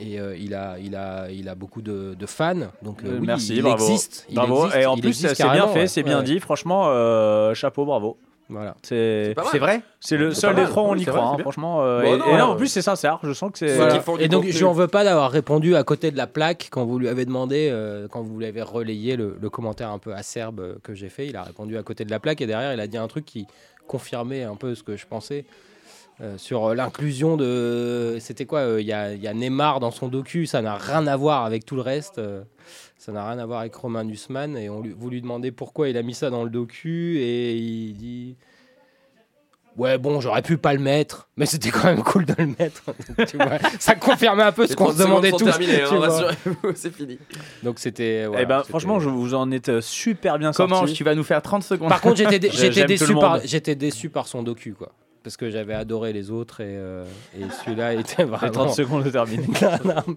S11: Et euh, il, a, il, a, il a beaucoup de, de fans. Donc, euh,
S5: Euh,
S11: oui,
S5: merci,
S11: il
S5: bravo.
S11: existe. il
S5: bravo.
S11: existe,
S5: Et en
S11: il
S5: plus,
S11: existe
S5: c'est bien
S11: carrément,
S5: fait,
S11: ouais.
S5: c'est
S11: Ouais,
S5: bien
S11: ouais.
S5: dit. Franchement, euh, chapeau, bravo. Voilà. C'est
S10: pas mal.
S6: C'est vrai
S5: C'est le
S6: C'est
S5: seul
S6: pas
S5: des
S6: mal.
S5: trois où on
S6: Oui,
S5: y
S6: c'est
S5: croit,
S6: vrai,
S5: hein,
S6: c'est bien.
S5: franchement. euh,
S6: Bon,
S5: et,
S6: non,
S5: et là, en
S6: euh,
S5: plus, c'est sincère. Je sens que c'est.
S11: Voilà. Et donc, je n'en veux pas d'avoir répondu à côté de la plaque quand vous lui avez demandé, euh, quand vous lui avez relayé le, le commentaire un peu acerbe euh, que j'ai fait. Il a répondu à côté de la plaque et derrière, il a dit un truc qui confirmait un peu ce que je pensais euh, sur euh, l'inclusion de. C'était quoi euh, Il y, a, il y a Neymar dans son docu, ça n'a rien à voir avec tout le reste. euh, ça n'a rien à voir avec Romain Dussmann. Et on lui, vous lui demandez pourquoi il a mis ça dans le docu et il dit. Ouais, bon, j'aurais pu pas le mettre, mais c'était quand même cool de le mettre. <laughs> Donc, tu vois, ça confirmait un peu ce
S10: Les
S11: qu'on
S10: 30
S11: se demandait
S10: secondes
S11: tous.
S10: sont terminées, hein,
S11: tu vois.
S10: rassurez-vous, c'est fini.
S11: Donc c'était.
S5: Eh ben, franchement, je vous en êtes euh, super bien sorti.
S11: Comment,
S6: tu vas nous faire 30 secondes.
S11: Par contre, j'étais
S6: <laughs>
S11: dé-
S5: <laughs> Je-
S11: j'étais
S5: j'aime tout
S11: déçu,
S5: le
S11: par-
S5: monde.
S11: j'étais déçu par son docu, quoi. Parce que j'avais adoré les autres et, euh, et celui-là <laughs> était vraiment.
S5: 30 secondes de terminé.
S11: <laughs> Non, non.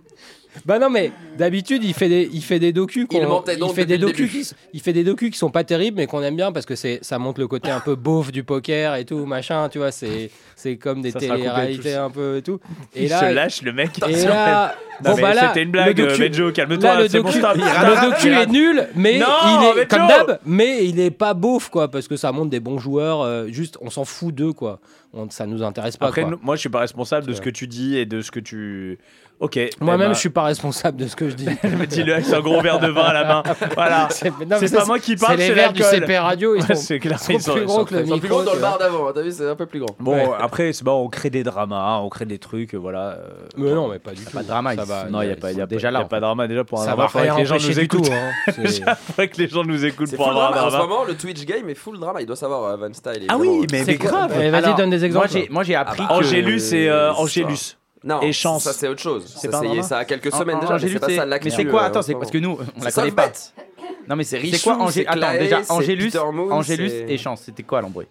S11: Bah non, mais d'habitude, il fait des, il fait des docus. qu'on-
S10: Il mentait donc
S11: fait des
S10: depuis le
S11: docus
S10: début.
S11: qui, il fait des docus qui sont pas terribles, mais qu'on aime bien parce que c'est, ça montre le côté un peu beauf du poker et tout, machin. Tu vois, c'est, c'est comme des
S5: Ça sera coupé,
S11: télé-réalités un peu et tout. Et
S5: Il
S11: là,
S5: se lâche, le mec.
S11: Et là,
S5: Non,
S11: bon,
S5: mais
S11: bah là,
S5: c'était une blague,
S11: le docu-
S5: euh, Benjo, calme-toi,
S11: là, le
S5: c'est bon,
S11: docu,
S5: stop.
S11: le
S5: Il rate,
S11: docu
S5: il
S11: est
S5: rate.
S11: nul, mais
S5: Non,
S11: il est
S5: Benjo
S11: comme d'hab, mais il est pas beauf quoi, parce que ça montre des bons joueurs. euh, juste, on s'en fout d'eux quoi. On, ça nous intéresse pas.
S5: Après,
S11: quoi.
S5: nous- moi, je suis pas responsable de
S11: C'est
S5: ce que
S11: vrai.
S5: tu dis et de ce que tu. Ok. eh ben,
S11: Moi-même,
S5: Emma.
S11: je suis pas responsable de ce que je
S5: <laughs>
S11: dis.
S5: me dit le avec son gros verre de vin à la
S11: <laughs>
S5: main. Voilà.
S11: C'est- non, mais
S5: C'est
S11: ça,
S5: pas moi qui parle,
S11: C'est les
S5: c'est
S11: verres du
S5: l'alcool.
S11: CP Radio, ils
S5: Ouais,
S11: sont,
S5: c'est clair,
S11: ils sont
S5: ils sont-
S11: plus
S5: ils
S11: gros
S5: sont-
S11: que le
S10: Ils sont
S11: micro.
S10: plus grands dans
S11: tu
S10: le
S11: vois.
S10: bar d'avant, hein, t'as vu, c'est un peu plus grand.
S5: Bon,
S11: Ouais.
S5: après, c'est bon, on crée des dramas, hein, on crée des trucs, euh, voilà. euh,
S11: Mais non, mais pas du tout.
S6: Pas de drama.
S11: Ça
S6: ils-
S11: va,
S5: non, il n'y a pas, y a
S6: déjà
S5: pas-
S6: là,
S5: y a
S6: en
S5: pas de drama déjà pour un
S11: Ça
S5: drama.
S11: va
S5: faudrait
S11: rien
S5: que les gens
S11: empêcher
S5: nous
S11: du tout,
S5: écoutent.
S11: hein,
S5: <laughs>
S11: c'est-
S5: faudrait que les gens nous écoutent
S10: C'est
S5: pour
S10: full
S5: avoir un
S10: drama en ce
S5: drama.
S10: moment, le Twitch game est full drama. Il doit savoir, euh, Van Style.
S5: Ah oui, mais, mais
S11: quoi
S5: grave.
S11: Eh, Vas-y,
S6: Alors,
S11: donne des
S6: Moi,
S11: exemples.
S6: j'ai- moi, j'ai appris que.
S5: Angélus et euh,
S10: ça.
S5: Angélus.
S10: Non,
S5: Et chance.
S10: ça c'est autre chose. Ça,
S5: pas un
S10: c'est-
S5: drama
S10: ça a quelques
S6: En-
S10: semaines
S6: en-
S10: déjà, mais
S6: Angélus,
S10: c'est pas
S6: Ah, c'est-
S10: ça l'actu.
S6: Mais c'est quoi
S10: euh,
S6: Attends,
S10: en
S6: c'est
S10: ce
S6: parce que
S10: moment.
S6: nous, on
S10: C'est
S6: la connaît pas.
S10: Solvate.
S6: Non, mais c'est
S10: C'est
S6: Richou. quoi
S10: Chou,
S6: Angé-
S10: c'est
S6: Attends,
S10: Clay,
S6: déjà,
S10: c'est
S6: Angélus,
S10: Peter Moon,
S6: Angélus
S10: c'est-
S6: et Chance, c'était quoi l'embrouille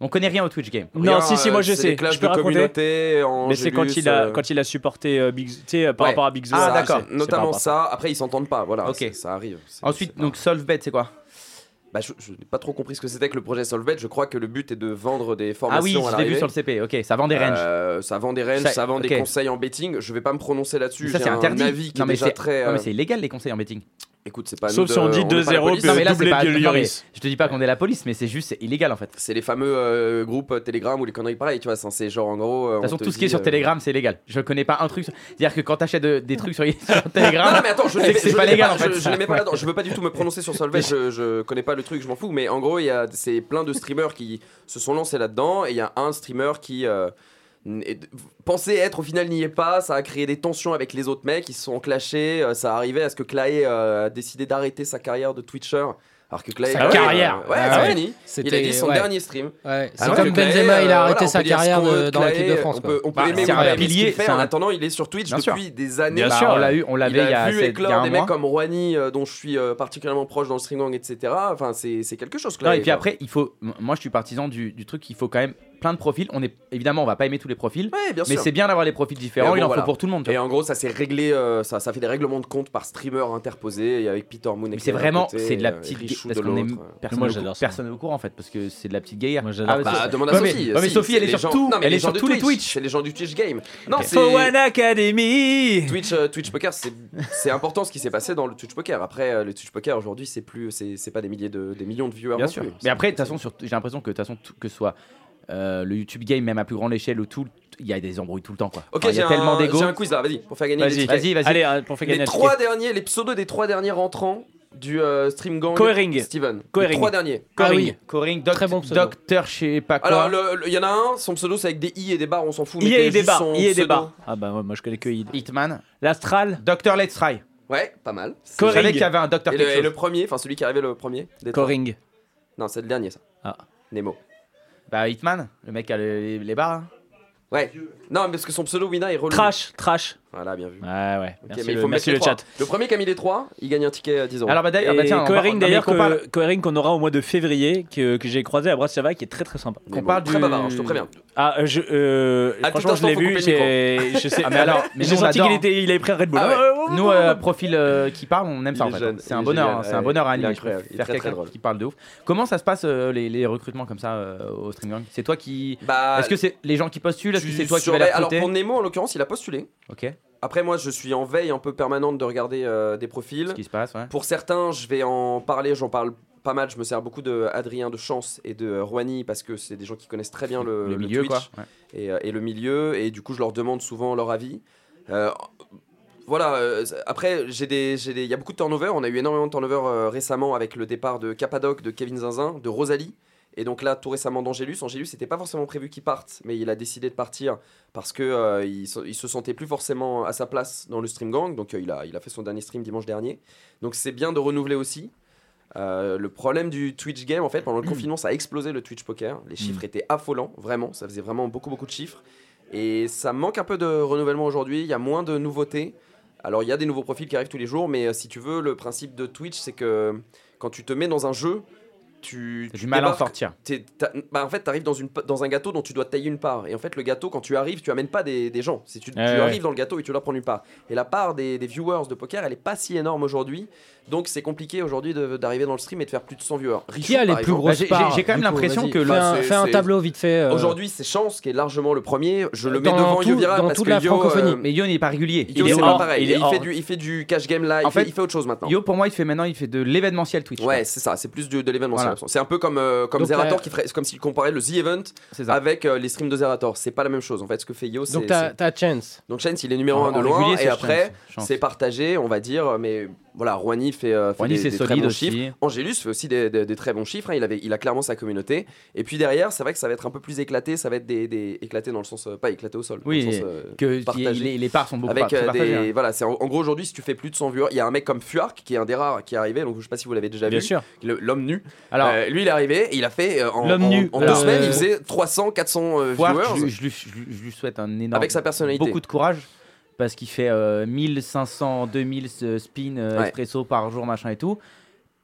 S6: On connaît rien au Twitch Game.
S5: Non,
S10: Rien,
S5: si, si, moi,
S10: euh,
S5: je
S10: c'est
S5: sais.
S10: des clashs
S5: Je peux
S10: de
S5: raconter.
S10: communauté,
S5: Mais c'est quand
S10: Angelus,
S5: il a
S10: euh,
S5: quand il a supporté euh, Big, Z- tu sais, euh, par
S10: Ouais.
S5: rapport à Big Zo.
S6: Ah,
S5: tu sais,
S6: d'accord.
S5: c'est par
S10: Notamment
S5: rapport à
S10: ça. Après, ils s'entendent pas. Voilà,
S6: Ok.
S10: c'est- ça arrive. C'est-
S6: Ensuite,
S10: c'est
S6: donc SolveBet, c'est quoi
S10: Bah, je je n'ai pas trop compris ce que c'était que le projet Solvet. Je crois que le but est de vendre des
S6: Ah oui,
S10: formations à
S6: je l'ai vu
S10: l'arrivée.
S6: sur le CP. Ok, ça vend des ranges.
S10: Euh, ça vend des ranges,
S6: Ça-
S10: ça, vend
S6: ok.
S10: des conseils en betting. Je vais pas me prononcer là-dessus.
S6: Mais ça,
S10: J'ai
S6: c'est
S10: un
S6: interdit.
S10: avis qui
S6: non,
S10: est
S6: mais
S10: déjà
S6: c'est-
S10: très.
S6: non, mais
S10: euh,
S6: c'est illégal les conseils en betting.
S10: Écoute, c'est pas.
S5: Sauf
S10: nous
S5: si on
S10: de-
S5: dit
S10: n'est pas la
S5: 2-0,
S10: police.
S5: puis-
S6: Non, mais là, c'est
S5: doublé
S6: pas.
S5: de
S6: non, mais
S5: Lloris.
S6: je te dis pas qu'on est la police, mais c'est juste, c'est illégal en fait. De
S10: C'est les fameux euh, groupes euh, Telegram ou les conneries pareilles, tu vois. c'est- C'est genre en gros. euh, De
S6: toute façon, tout ce qui est sur Telegram, c'est légal. Je connais pas un truc. sur- C'est-à-dire que quand t'achètes de- des trucs sur, <laughs> sur
S10: euh, Non,
S6: Telegram,
S10: non, mais attends, je
S6: c'est
S10: ne
S6: que c'est pas légal en fait.
S10: Je, je les mets pas là-dedans. Je veux pas du tout me prononcer sur Solvay. Je, je connais pas le truc, je m'en fous. Mais en gros, il y a c'est plein de streamers qui se sont lancés là-dedans et il y a un streamer qui euh, n- est- pensait être au final n'y est pas. Ça a créé des tensions avec les autres mecs. Ils se sont clashés. euh, Ça arrivait à ce que Clay euh, a décidé d'arrêter sa carrière de Twitcher. Alors que Clay,
S11: Sa
S10: Ah ouais,
S11: carrière.
S10: euh, ouais,
S11: Ah
S10: c'est
S11: ouais.
S10: fini. Il a
S11: C'était-
S10: dit son
S11: ouais.
S10: dernier stream.
S11: Ouais, c'est
S10: Alors
S11: comme
S10: que Clay,
S11: Benzema, il
S10: euh,
S11: a arrêté
S10: voilà, on
S11: sa
S10: peut dire ce
S11: carrière
S10: qu'on
S11: de-
S10: veut,
S11: dans l'équipe de
S10: Clay,
S11: France.
S10: On
S11: quoi.
S10: peut, on peut
S6: Bah,
S10: aimer
S6: c'est
S10: ou
S6: un
S10: pas aimer ce
S6: pilier,
S10: qu'il fait.
S6: c'est
S10: En
S6: un-
S10: attendant, il est sur Twitch
S6: Bien sûr.
S10: depuis des années.
S6: Bah, on l'a eu, on
S10: Il
S6: l'avait il y
S10: a
S6: a,
S10: vu
S6: sept- il y a
S10: éclore
S6: un
S10: des
S6: mois.
S10: mecs comme Rouhani, euh, dont je suis euh, particulièrement proche dans le string gang, etc. Enfin, c'est c'est quelque chose.
S6: Non,
S10: Clay,
S6: et puis
S10: genre.
S6: après, il faut. m- Moi, je suis partisan du, du truc. Il faut quand même plein de profils. On est évidemment, on va pas aimer tous les profils,
S10: Ouais, bien
S6: mais
S10: sûr.
S6: c'est bien d'avoir les profils différents.
S10: Mais
S6: il
S10: euh, bon,
S6: en
S10: voilà.
S6: faut pour tout le monde. tu vois.
S10: Et en gros, ça s'est réglé, euh, ça, ça fait des règlements de compte par streamer interposé et avec Peter Moon.
S6: Mais c'est vraiment, c'est
S10: euh,
S6: de la petite gue- parce qu'on est personne,
S5: Moi,
S6: au cou-
S5: j'adore ça.
S6: personne au courant en fait, parce que c'est de la petite guerre.
S5: Moi, j'adore
S6: Ah,
S10: Bah,
S6: c'est-
S10: demande à
S6: Ouais, mais-
S10: Sophie.
S6: ouais, mais
S10: si,
S6: Sophie,
S10: c'est
S6: elle est sur
S10: gens-
S6: tout.
S10: non, mais
S6: Elle
S10: les
S6: est
S10: gens
S6: sur
S10: de
S6: tous les Twitch.
S10: C'est les gens du Twitch Game. Non,
S6: Ok.
S10: c'est
S5: Fowan Academy.
S10: Twitch, euh, Twitch Poker, c'est c'est important ce qui s'est passé dans le Twitch Poker. Après, euh, le Twitch Poker aujourd'hui, c'est plus, c'est c'est pas des milliers de, des millions de viewers.
S6: Bien
S10: non
S6: sûr.
S10: plus.
S6: Mais après, de toute façon, sur- j'ai l'impression que de toute façon, tout- que ce soit euh, le YouTube game, même à plus grande échelle ou tout, il y a des embrouilles tout le temps quoi.
S10: Ok,
S6: Enfin, Ah, il y
S10: j'ai
S6: a tellement
S10: un,
S6: d'ego.
S10: j'ai un quiz là, vas-y, pour faire gagner.
S6: Vas-y,
S10: les euh,
S6: vas-y, vas-y.
S5: Allez, hein, pour faire gagner
S10: Les
S5: un
S10: trois
S5: ticket.
S10: derniers, les pseudos des trois derniers rentrants du euh, Stream Gang.
S5: Coering.
S10: Steven.
S5: Coering.
S10: Les trois derniers.
S11: Ah
S6: Coring,
S11: oui.
S6: Coring, doc-
S11: Très bon pseudo.
S6: docteur, je sais pas quoi.
S10: Alors, le- le- il y en a un, son pseudo c'est avec des i et des barres, on s'en fout.
S5: Il y
S10: mettez
S5: a des
S10: juste
S5: bars.
S10: son
S5: Il y a des
S10: pseudo.
S5: bars. Ah bah ouais, moi je connais que Id.
S6: Hitman,
S5: L'Astral.
S6: docteur, let's try.
S10: Ouais, pas mal.
S6: Je
S5: Coring.
S6: savais qu'il y avait un docteur
S10: Et le,
S6: quelque
S10: et
S6: chose.
S10: le premier, enfin celui qui est arrivé le premier. des trois.
S5: Coring.
S10: Non, c'est le dernier ça.
S5: Ah.
S10: Nemo.
S6: Bah Hitman, le mec a le- les barres. hein.
S10: Ouais. Non, mais parce que son pseudo Wina est relou.
S5: Trash. Trash.
S10: Voilà, bien vu.
S5: Ouais, ouais.
S10: Ok,
S5: Merci
S10: mais il
S5: le-
S10: faut mettre
S5: merci
S10: les
S5: le
S10: trois.
S5: chat.
S10: Le premier qui a mis les trois, il gagne un ticket à 10 euros.
S6: Alors bah, d'ailleurs, bah,
S5: Et
S6: tiens, on
S5: Coering,
S6: parle- non, mais
S5: d'ailleurs
S6: qu'on parle-
S5: que Coering qu'on aura au mois de février que, que j'ai croisé à Bratislava qui est très très sympa.
S10: Mais
S6: qu'on
S10: bon,
S6: parle
S10: très
S6: du-
S10: bavard, hein, je te préviens.
S5: Ah euh, je euh,
S10: À tout
S5: franchement je
S10: instant,
S5: l'ai
S10: faut
S5: vu
S10: couper le
S5: j'ai je sais
S6: Ah, mais alors, mais
S5: j'ai
S6: nous, on
S5: senti
S6: adore,
S5: qu'il était il avait pris un Red Bull.
S10: Ah ouais.
S5: Ah ouais, ouais,
S6: Nous,
S5: ouais,
S6: euh,
S5: ouais.
S6: profil euh, qui parle, on aime ça
S10: Il
S6: en
S10: est
S6: fait.
S10: jeune,
S6: C'est
S10: il
S6: un
S10: est
S6: bonheur,
S10: génial,
S6: hein, c'est un
S10: ouais,
S6: bonheur à
S10: il est
S6: animer.
S10: incroyable, il est
S6: Faire
S10: très, très
S6: quelqu'un
S10: drôle.
S6: qui parle de ouf. Comment ça se passe euh, les, les recrutements comme ça euh, au StreamYard C'est toi qui.
S10: Bah,
S6: Est-ce que c'est les gens qui postulent Est-ce que
S10: tu
S6: c'est toi qui vas
S10: saurais-
S6: la
S10: Alors
S6: recruter
S10: pour Nemo, en l'occurrence, il a postulé.
S6: Ok,
S10: Après, moi, je suis en veille un peu permanente de regarder euh, des
S6: ce
S10: profils.
S6: qui se passe, ouais.
S10: Pour certains, je vais en parler, j'en parle pas mal. Je me sers beaucoup de Adrien de Chance et de euh, Rouhani parce que c'est des gens qui connaissent très bien le,
S6: Le
S10: le
S6: milieu,
S10: Twitch
S6: quoi,
S10: Et, euh, et le milieu. Et du coup, je leur demande souvent leur avis. Euh, voilà, euh, c'est- après, j'ai des- j'ai des- il y a beaucoup de turnover. On a eu énormément de turnover euh, récemment avec le départ de Capadoc, de Kevin Zinzin, de Rosalie. Et donc là, tout récemment d'Angelus. Angelus, c'était pas forcément prévu qu'il parte, mais il a décidé de partir parce que euh, il, se, il se sentait plus forcément à sa place dans le stream gang. Donc euh, il, a, il a fait son dernier stream dimanche dernier. Donc c'est bien de renouveler aussi. Euh, le problème du Twitch game, en fait, pendant le confinement, ça a explosé le Twitch poker. Les chiffres étaient affolants, vraiment. Ça faisait vraiment beaucoup, beaucoup de chiffres. Et ça manque un peu de renouvellement aujourd'hui. Il y a moins de nouveautés. Alors, il y a des nouveaux profils qui arrivent tous les jours, mais euh, si tu veux, le principe de Twitch, c'est que quand tu te mets dans un jeu, tu.
S6: Du
S10: tu
S6: mal à en
S10: débarques-
S6: sortir.
S10: t'es- t'as- bah, en fait, tu arrives dans, une, pa- dans un gâteau dont tu dois tailler une part. Et en fait, le gâteau, quand tu arrives, tu amènes pas des, des gens. Si tu, tu
S6: Ouais, ouais.
S10: arrives dans le gâteau et tu leur prends une part. Et la part des, des viewers de poker, elle est pas si énorme aujourd'hui. Donc, c'est compliqué aujourd'hui de- d'arriver dans le stream et de faire plus de 100 viewers. Richou,
S11: Qui a les
S10: par
S11: plus
S10: exemple-
S11: grosses Bah, j'ai- parts,
S6: j'ai quand même du coup, l'impression vas-y. que
S11: Fais un-
S10: c'est-
S11: fais un
S10: c'est-
S11: tableau vite fait, euh,
S10: Aujourd'hui, c'est Chance qui est largement le premier. Je le mets
S11: Dans
S10: devant
S11: tout-
S10: Yo Viral
S11: dans
S10: parce
S11: toute
S10: que
S11: la
S10: Yo, euh,
S11: francophonie.
S6: Mais Yo n'est pas régulier.
S10: Yo, c'est pas pareil. Il, fait du, il fait du cash game là, il,
S6: En
S10: fait,
S6: fait,
S10: il fait autre chose maintenant.
S6: Yo, pour moi, il fait maintenant, il fait de l'événementiel Twitch.
S10: Ouais, c'est ça, c'est plus du- de l'événementiel.
S6: Voilà.
S10: absolument. C'est un peu comme, euh, comme
S6: Donc,
S10: Zerator
S6: euh,
S10: qui ferait, c'est comme s'il comparait le The Event avec euh, les streams de Zerator. C'est pas la même chose. En fait, ce que fait Yo, c'est.
S11: Donc t'as
S10: c'est-
S11: t'as Chance.
S10: Donc Chance, il est numéro
S11: En-
S10: 1 de
S11: en
S10: loin.
S11: régulier,
S10: et
S11: c'est
S10: après,
S11: Chance, Chance.
S10: c'est partagé, on va dire. Mais voilà, Rouhani fait, euh, fait
S6: Rouhani,
S10: des,
S6: c'est
S10: des très
S6: solide
S10: bons
S6: aussi.
S10: chiffres. Angelus fait aussi des, des- des très bons chiffres. hein. Il, avait, il a clairement sa communauté. Et puis derrière, c'est vrai que ça va être un peu plus éclaté. Ça va être des, des- éclaté dans le sens. euh, pas éclaté au sol. dans
S6: Oui,
S10: le sens, euh,
S6: que y-
S10: partagé.
S6: les- les parts sont beaucoup
S10: Avec
S6: par-
S10: euh,
S6: très partagées,
S10: des-
S6: hein.
S10: voilà, c'est en, en gros aujourd'hui, si tu fais plus de 100 viewers, il y a un mec comme Fuark qui est un des rares qui est arrivé. Donc je sais pas si vous l'avez déjà
S6: Bien
S10: vu.
S6: sûr.
S10: Le- L'homme nu.
S6: Alors-
S10: Euh, lui, il est arrivé. Il a fait euh, en,
S6: L'homme
S10: en-
S6: nu.
S10: en deux
S6: Alors,
S10: semaines,
S6: euh,
S10: il faisait 300, 400 euh,
S6: Voir,
S10: viewers.
S6: je, lui- je lui, je lui- je lui souhaite un énorme.
S10: Avec sa personnalité.
S6: Beaucoup de courage. Parce qu'il fait euh, 1500, 2000 euh, spin euh,
S10: Ouais.
S6: espresso par jour, machin et tout.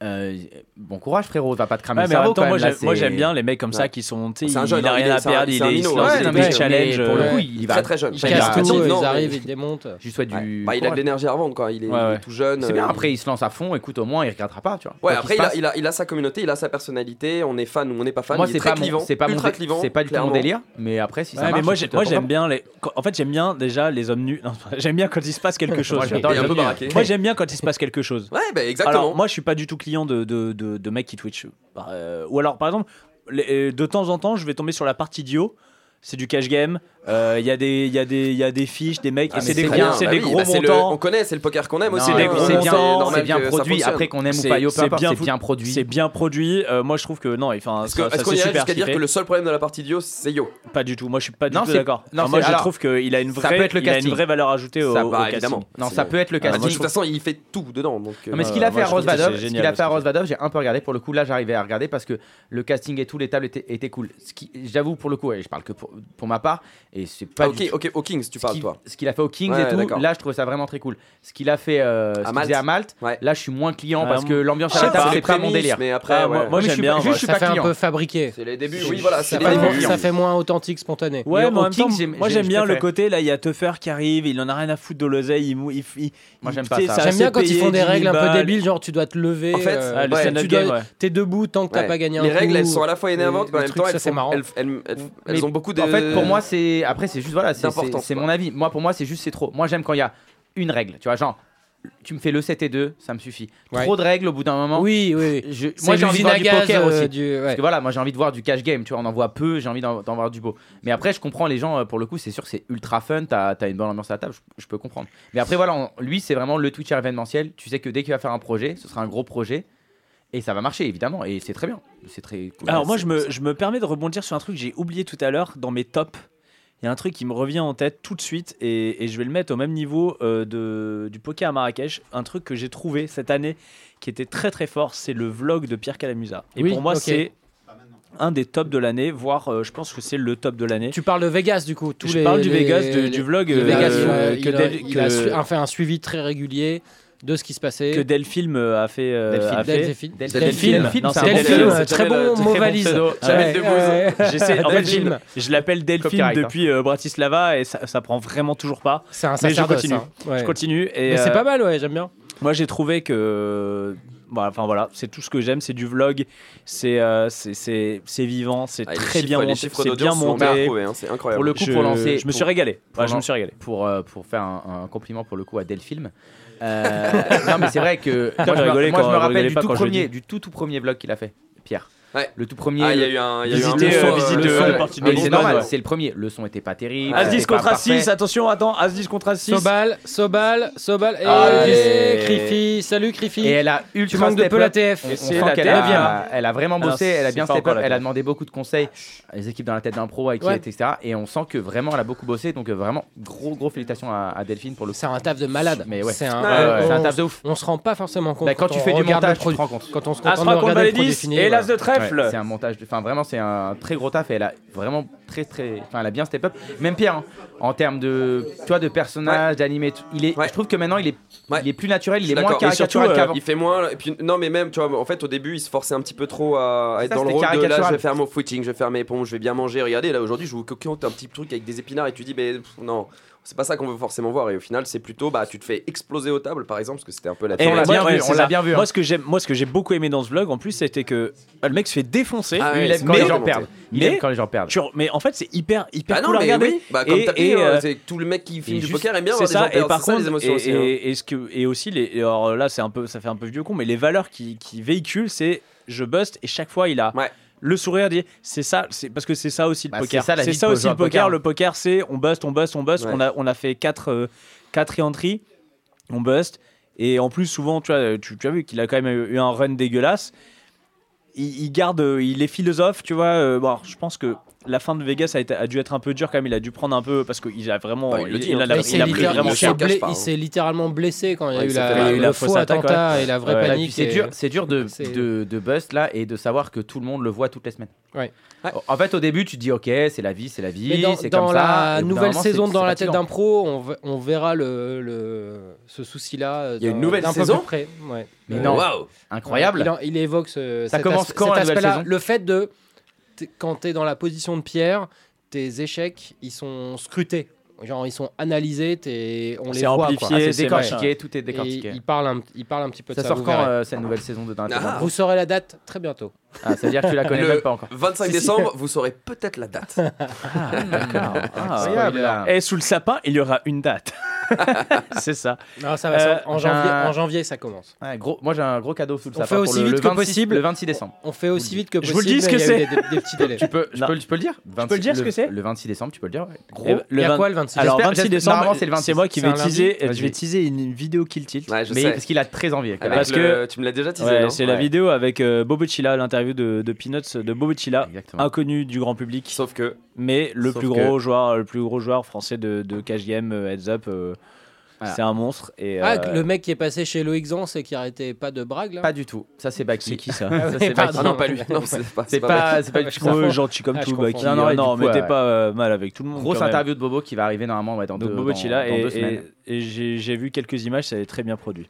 S6: Euh, bon courage, frérot. Va pas te cramer
S5: Ouais,
S6: le
S5: mais en
S6: cerveau.
S5: même temps,
S6: quand
S5: moi,
S6: là,
S5: j'aime- moi,
S6: c'est-
S5: j'aime bien les mecs comme ça
S6: Ouais.
S5: qui sont. tu sais,
S6: C'est un
S5: il
S6: jeune,
S5: n'a
S6: hein, il
S5: rien
S6: est-
S5: à
S6: c'est un-
S5: perdre, il
S6: c'est un
S5: est il se
S6: minot,
S5: lance
S6: hein,
S5: des
S6: non, mais-
S5: petits challenges.
S6: mais pour le
S5: euh,
S6: coup, il va-
S10: Très, très jeune.
S6: Il
S10: Enfin,
S6: casse
S10: a-
S6: tout,
S10: Non,
S6: ils
S10: mais-
S6: arrivent,
S11: Il démonte.
S6: Je lui souhaite du.
S10: Bah, il a de
S6: courage.
S10: l'énergie à revendre, quoi. Il est,
S6: Ouais,
S10: il est
S6: ouais.
S10: tout jeune.
S6: C'est bien,
S10: euh, il-
S6: après, il se lance à fond. Écoute, au moins, il regardera pas, tu vois.
S10: Ouais,
S6: Quoi
S10: après,
S6: qu'il
S10: il a,
S6: se
S10: il, a, il a sa communauté, il a sa personnalité. On est fan ou on n'est pas fan.
S6: Moi,
S10: il est,
S6: c'est
S10: très
S6: pas mon-
S10: clivant.
S6: c'est pas mon
S10: ultra
S6: dé-
S10: clivant.
S6: c'est pas du tout mon
S10: clairement.
S6: délire, mais après, si ça
S5: Ouais, mais
S6: marche,
S5: moi,
S6: c'est
S5: j'ai-
S6: plutôt
S5: moi j'aime
S6: important.
S5: bien les. quand- En fait, j'aime bien déjà les hommes nus. Non, <laughs> j'aime bien quand il se passe quelque chose.
S10: Moi, j'adore les Il est un peu hommes nus. baraqué.
S5: Moi, j'aime bien quand il se passe quelque chose.
S10: Ouais, bah, exactement.
S5: Alors, moi, je suis pas du tout client de, de, de, de mecs qui Twitch. Par- euh, ou alors, par exemple, les- euh, de temps en temps, je vais tomber sur la partie d'Io. C'est du cash game. Euh, Il y, a des- il y, a des- il y a des fiches, des mecs.
S10: Ah,
S5: et
S10: mais
S5: c'est des,
S10: très
S5: gros-
S10: bien,
S5: c'est
S10: bah
S5: des
S10: oui,
S5: gros
S10: bah, c'est le-
S5: montants.
S10: on connaît, c'est le poker qu'on aime
S5: Non,
S10: aussi.
S5: C'est
S10: hein,
S5: des gros
S10: c'est bien-
S5: montants,
S10: normal
S5: c'est bien
S10: que ça
S5: produit.
S10: fonctionne.
S5: Après qu'on aime ou
S10: C'est-
S5: pas, yo, peu
S10: c'est
S5: importe,
S10: bien
S5: c'est
S10: fou-
S5: bien produit. C'est bien produit. Euh, moi, je trouve que non, enfin,
S10: Est-ce que-
S5: ça-
S10: est-ce
S5: ça,
S10: qu'on
S5: c'est
S10: irait
S5: super
S10: jusqu'à dire
S5: chiffré.
S10: que le seul problème de la partie d'Io, c'est Yo
S5: Pas du tout. Moi, je suis pas du
S10: Non,
S5: tout
S10: c'est-
S5: d'accord.
S10: non,
S5: Enfin, moi,
S10: c'est-
S5: je
S10: alors,
S5: trouve qu'il a une
S10: ça
S5: vraie,
S10: peut être le
S5: il a une
S10: casting.
S5: vraie valeur ajoutée au,
S10: Ça,
S5: au
S10: bah,
S5: casting.
S10: évidemment.
S6: Non, ça peut être le
S10: Ah, moi,
S6: casting.
S10: De toute façon, il fait tout dedans. donc,
S6: Non, mais ce
S10: euh,
S6: qu'il a
S10: moi,
S6: fait à
S10: je trouve
S6: Rose
S10: que c'est
S6: Vadov, ce
S10: génial,
S6: qu'il a
S10: ce
S6: fait à Rose Vadov, j'ai un peu regardé pour le coup. Là, j'arrivais à regarder parce que le casting et tout, les tables étaient, étaient cool. Ce qui, j'avoue pour le coup, et je parle que pour, pour ma part, et c'est pas.
S10: Ah, ok, ok, au Kings, tu parles, toi.
S6: Ce qu'il a fait au Kings
S10: Ouais,
S6: et tout,
S10: d'accord.
S6: là, je trouvais ça vraiment très cool. Ce qu'il a fait euh, ce
S10: À
S6: qu'il
S10: Malte.
S6: faisait à Malte, là, je suis moins client parce que l'ambiance
S10: je
S6: à
S10: sais
S6: la table,
S10: pas,
S6: c'est pas mon
S10: prémices,
S6: délire.
S10: Mais après,
S11: Ah,
S10: ouais.
S6: moi, je suis pas, juste, je suis
S11: ça
S6: pas
S11: fait
S6: client.
S11: un peu fabriqué.
S10: C'est les débuts,
S11: Je-
S10: oui, voilà,
S11: Ça,
S10: c'est
S11: fait
S10: les
S11: moins-
S10: débuts.
S11: ça fait moins authentique, spontané.
S5: Ouais, mais en même temps, moi j'aime bien le
S11: côté
S5: côté là, il y a Teffer qui arrive, il en a rien à foutre de l'oseille, il, mou- il, il-
S6: Moi,
S5: il-
S6: j'aime pas
S5: tu sais,
S6: ça.
S5: c'est
S6: J'aime
S11: J'aime
S5: assez
S11: bien quand ils
S5: payé,
S11: font des
S5: 10 000
S11: règles un peu
S5: balles.
S11: débiles, genre tu dois te lever.
S10: En fait,
S5: ah, le stand-up
S11: tu
S5: game,
S11: dois-
S5: ouais.
S11: t'es debout tant que t'as
S10: Ouais.
S11: pas gagné un
S10: Les règles,
S11: coup.
S10: elles sont à la fois énervantes,
S11: Le
S10: mais en même
S11: truc,
S10: temps,
S11: ça,
S10: elles
S11: c'est
S10: font-
S11: marrant.
S10: elles- elles- elles-
S6: Mais
S10: elles ont beaucoup de.
S6: En fait, pour moi, c'est. Après, c'est juste. Voilà, c'est- c'est
S10: D'importance,
S6: c'est
S10: quoi.
S6: mon avis. Moi, pour moi, c'est juste, c'est trop. Moi, j'aime quand il y a une règle. Tu vois, genre. Tu me fais le 7 et 2, ça me suffit.
S11: Ouais.
S6: Trop de règles au bout d'un moment.
S11: Oui, oui.
S6: Je-
S11: C'est
S6: moi j'ai envie
S11: l'usine
S6: de voir
S11: à
S6: du
S11: gaz,
S6: poker
S11: euh,
S6: aussi.
S11: du- ouais.
S6: Parce que voilà, moi j'ai envie de voir du cash game. Tu vois, on en voit peu, j'ai envie d'en d'en voir du beau. Mais après, je comprends les gens. euh, Pour le coup, c'est sûr que c'est ultra fun. T'as as une bonne ambiance à la table. Je, je peux comprendre. Mais après, voilà, on- lui, c'est vraiment le Twitcher événementiel. Tu sais que dès qu'il va faire un projet, ce sera un gros projet. Et ça va marcher, évidemment. Et c'est très bien. C'est très cool.
S5: Alors moi je me, je me permets de rebondir sur un truc que j'ai oublié tout à l'heure dans mes tops. Il y a un truc qui me revient en tête tout de suite et, et je vais le mettre au même niveau euh, de, du poker à Marrakech. Un truc que j'ai trouvé cette année qui était très très fort, c'est le vlog de Pierre Calamusa. Et
S11: Oui,
S5: pour moi
S11: ok.
S5: c'est un des tops de l'année, voire euh, je pense que c'est le top de l'année.
S11: Tu parles de Vegas du coup. Tous
S5: Je
S11: les-
S5: parle du
S11: les-
S5: Vegas, de-
S11: les-
S5: du vlog,
S11: les
S5: euh,
S11: Vegas,
S5: que-
S11: il a- il
S5: que
S11: a-
S5: Del-
S11: il a
S5: que-
S11: su- a fait un suivi très régulier de ce qui se passait.
S5: que Delphilm euh, a fait. euh,
S11: Delphine.
S5: a fait.
S11: Delphine. Delphine. Delphine,
S5: Non,
S11: c'est
S5: c'est
S11: un bon
S5: Delphine.
S11: pseudo, c'est très bon mot valise. Jamel Debbouze.
S5: J'essaie- en fait, je-
S11: Delphine.
S5: je l'appelle Delphine
S11: Copyright, hein.
S5: depuis euh, Bratislava et ça, ça prend vraiment toujours pas.
S11: C'est un
S5: Mais je
S11: sacerdoce,
S5: continue.
S11: hein. Ouais.
S5: Je continue. Et,
S11: Mais c'est
S5: euh,
S11: pas mal, ouais, j'aime bien.
S5: Moi, j'ai trouvé que. Bon, Enfin voilà, c'est tout ce que j'aime, c'est du vlog, c'est euh, c'est- c'est c'est vivant, c'est
S10: Ah, et les
S5: très
S10: chiffres-
S5: bien
S10: les
S5: monté,
S10: chiffres
S5: c'est bien
S10: d'audience sont
S5: monté.
S10: bien prouvés, hein, c'est incroyable.
S6: Pour le coup,
S5: Je-
S6: pour lancer.
S5: je me suis
S6: pour-
S5: régalé.
S6: pour
S5: Ouais, je
S6: lan-
S5: me suis régalé.
S6: Pour, euh, pour faire un, un compliment pour le coup à Delphine. Euh, <laughs> non, mais c'est vrai que.
S5: Putain,
S6: moi, je
S5: j'ai
S6: me-
S5: rigolé
S6: moi, je
S5: quand-
S6: me
S5: je
S6: rappelle
S5: rigolais
S6: du
S5: pas
S6: tout,
S5: quand je le
S6: premier,
S5: dis.
S6: du tout, tout premier vlog qu'il a fait, Pierre.
S10: Ouais.
S6: Le tout premier.
S10: Ah, il y a
S6: le-
S10: eu un- il y a eu un
S6: visiter,
S10: bon
S6: euh,
S10: son,
S6: visiter
S10: euh,
S6: le
S10: le
S6: son,
S10: son est parti
S6: mais
S10: du bon
S6: c'est normal,
S10: bord, ouais.
S6: c'est le premier. Le son était pas
S10: Ah,
S6: terrible.
S5: As 10
S6: c'était pas
S5: contre As
S6: parfait.
S5: 6, attention, attends, As 10 contre As 6.
S11: Sobal, Sobal, Sobal et
S6: Allez.
S11: Crifi. Salut Crifi.
S6: Et elle a
S11: Tu
S6: ultra
S11: manques de
S6: step
S11: peu la
S6: up.
S11: TF.
S6: On, on sent qu'elle a, Ah, elle a vraiment bossé,
S11: Alors,
S6: elle a
S11: Ah, c'est
S6: bien
S11: pas
S6: step
S11: encore
S6: up,
S11: la
S6: elle a
S11: TF.
S6: demandé beaucoup de conseils à les équipes dans la tête d'un pro, avec qui
S11: Ouais.
S6: elle était, etc. Et on sent que vraiment elle a beaucoup bossé, donc euh, vraiment gros gros félicitations à, à Delphine pour le.
S11: C'est un taf de malade.
S6: Mais ouais.
S11: C'est un,
S6: Ouais, ouais.
S11: on-
S6: C'est un taf de ouf.
S11: On se rend pas forcément compte.
S6: Bah, quand, tu
S11: on
S6: fais du
S11: regarde le
S6: montage, tu te
S11: produit-
S6: rends compte.
S11: Quand on se contente de regarder le produit fini,
S5: et l'as de
S6: voilà.
S5: trèfle.
S6: Ouais, c'est un montage. de- Enfin, vraiment, c'est un très gros taf. Et elle a vraiment très, très. Enfin, elle a bien step up. Même Pierre, hein, en termes de, tu vois, de personnages, d'animé, tout- il est. Je trouve que maintenant, il est, il est plus naturel, il est moins
S10: D'accord. Et surtout,
S6: caricatural
S10: euh,
S6: qu'avant.
S10: il fait moins. Et puis, non, mais même, tu vois, en fait, au début, il se forçait un petit peu trop à, à être
S6: Ça,
S10: dans le rôle
S6: c'était
S10: de là, je vais
S6: caricatural.
S10: faire mon footing, je vais faire mes pompes, je vais bien manger. Regardez, là, aujourd'hui, je vous coquante un petit truc avec des épinards et tu dis, mais pff, non, c'est pas ça qu'on veut forcément voir. Et au final, c'est plutôt, bah, tu te fais exploser aux tables, par exemple, parce que c'était un peu la
S5: Et
S10: tendance.
S5: moi- ouais, c'est ça.
S6: vu,
S5: Moi,
S10: hein.
S5: ce que j'aime, moi, ce que j'ai beaucoup aimé dans ce vlog, en plus, c'était que bah, le mec se fait défoncer.
S10: Ah ouais,
S6: il aime quand les gens perdent. Il aime quand les gens perdent.
S5: tu re- mais en fait, c'est hyper, hyper
S10: Ah non,
S5: cool à
S10: mais
S5: regarder.
S10: oui. Bah, comme t'as dit, hein,
S5: euh,
S10: c'est tout le mec qui filme
S5: et
S10: du
S5: juste-
S10: poker aime bien
S5: c'est
S10: voir des gens
S5: ça. Et
S10: perdre.
S5: par
S10: C'est ça,
S5: contre,
S10: les émotions
S5: et,
S10: aussi,
S5: et-
S10: hein.
S5: et ce que, et aussi les. et Alors là, c'est un peu, ça fait un peu vieux con, mais les valeurs qui, qui véhiculent, c'est je buste et chaque fois il a. Le sourire il dit c'est ça c'est parce que c'est ça aussi le
S6: Bah,
S5: poker
S6: c'est ça, la vie de
S5: aussi
S6: joueur
S5: le
S6: de poker.
S5: poker le poker c'est on bust on bust on bust
S6: Ouais.
S5: on a on a fait 4 4 entries on bust. Et en plus, souvent, tu, vois, tu, tu as vu qu'il a quand même eu un run dégueulasse. Il, il garde, euh, il est philosophe, tu vois. euh, bon, alors, je pense que la fin de Vegas a, été- a dû être un peu dure quand même. Il a dû prendre un peu parce qu'il a vraiment,
S10: Bah, il le dit, hein,
S5: a,
S10: il
S5: il a
S10: s'est
S5: pris
S10: littér-
S5: vraiment
S10: il
S5: cher.
S10: s'est blé-
S11: il s'est littéralement blessé quand il y a
S5: Ouais,
S11: eu
S5: il s'est fait
S11: la,
S5: mal.
S11: le
S5: La
S11: faux
S5: fausse attaque,
S11: attentat
S5: ouais.
S11: et la vraie
S5: Ouais.
S6: Et puis
S11: panique.
S6: c'est
S11: et-
S6: dur, c'est dur de,
S11: c'est-
S6: de, de bust là et de savoir que tout le monde le voit toutes les semaines.
S11: Ouais.
S6: En fait, au début, tu te dis ok, c'est la vie, c'est la
S11: Mais
S6: vie,
S11: dans,
S6: c'est
S11: dans
S6: comme
S11: la
S6: ça. Et au bout d'un
S11: nouvelle
S6: moment,
S11: saison
S6: c'est-
S11: dans
S6: c'est
S11: la tête
S6: fatigant.
S11: d'un pro, on, ve- on verra le, le- ce souci-là. euh,
S6: Il y a une
S11: d'un-
S6: nouvelle
S11: d'un peu
S6: saison
S11: plus près. Ouais.
S6: Mais non. Waouh. Incroyable.
S11: Il, en- il évoque ce,
S6: Ça
S11: cet
S6: commence
S11: aspe-
S6: quand,
S11: cet
S6: la nouvelle
S11: aspect-là.
S6: saison
S11: Le fait de t'es- quand t'es dans la position de Pierre, tes échecs ils sont scrutés. Genre ils sont analysés, t'es- on les
S6: C'est
S11: voit. quoi.
S6: amplifié, Ah, c'est c'est décortiqué, machin. tout est décortiqué.
S11: Et Il parle un, il parle un petit peu
S6: Ça
S11: de ça.
S6: sort
S11: vous
S6: quand,
S11: verrez.
S6: euh, cette nouvelle saison de Dans la tête d'un pro
S11: Vous saurez la date très bientôt.
S6: Ah, c'est-à-dire que tu la connais même pas encore.
S10: 25
S11: Si, si.
S10: décembre, vous saurez peut-être la <laughs> date. Ah,
S5: D'accord. Ah,
S11: Incroyable.
S5: voilà. Et sous le sapin, il y aura une date. <laughs> c'est ça. Euh,
S11: Non, ça va sortir en
S6: j'ai
S11: janvier-
S6: un-
S11: en janvier, ça commence.
S6: Ouais, gros, moi j'ai un gros cadeau sous le
S11: On
S6: sapin
S11: fait
S6: pour
S11: aussi
S6: le- le
S11: vite que
S6: 26
S11: possible.
S6: Le 26 décembre.
S11: On fait aussi vite que
S6: Je
S11: possible.
S6: vous le dis ce
S11: mais
S6: que
S11: il y a eu
S6: c'est.
S11: Des, des- des petits délais.
S6: Tu peux, je, peux, je peux le dire
S5: peux le dire ce que c'est
S6: Le 26 décembre, tu peux le dire. ouais. Gros,
S5: Eh ben,
S6: Il y a
S5: vingt-
S6: quoi le 26
S5: Alors,
S6: J'espère-
S5: 26
S6: j'espère-
S5: décembre,
S6: normalement, c'est le 26.
S5: moi qui vais
S6: un lundi.
S5: teaser,
S6: Vas-y.
S5: je vais teaser une vidéo Kill Tilt.
S10: Ouais, je
S5: mais
S10: sais.
S5: parce
S6: qu'il a très envie.
S10: Avec
S5: parce
S10: le-
S5: que
S10: tu me l'as déjà teasé,
S5: Ouais,
S10: non
S5: c'est la
S10: Ouais.
S5: vidéo avec euh, Bobocilla, l'interview de, de Peanuts de Bobocilla, inconnu du grand public.
S10: Sauf que.
S5: Mais le
S10: Sauf
S5: plus
S10: que-
S5: gros joueur, le plus gros joueur français de, de cash game, euh, heads up. euh,
S6: Voilà.
S5: C'est un monstre et
S11: Ah,
S5: euh,
S11: le mec qui est passé chez Loïc Zance et qui arrêtait pas de brague là
S6: Pas du tout. Ça, c'est Baki.
S5: C'est qui,
S6: <laughs>
S5: ça
S6: Ça, c'est Baki.
S11: pardon.
S10: Ah non, pas lui. Non, c'est pas-
S6: C'est
S10: pas
S6: pas,
S10: Baki.
S6: c'est pas du
S5: Je
S6: tout.
S5: confonds. Ouais, gentil comme
S6: Ah, je
S5: tout,
S6: confonds.
S5: Baki.
S6: Non, non,
S5: Non,
S6: et du
S5: non,
S6: coup,
S5: mettez
S6: ouais.
S5: pas, euh, mal avec tout le monde,
S6: Grosse
S5: quand même.
S6: interview de Bobo qui va arriver normalement ouais, dans,
S5: donc
S6: deux,
S5: Bobocilla
S6: dans, dans
S5: et,
S6: deux semaines.
S5: et- et j'ai j'ai vu quelques images, ça est très bien produit.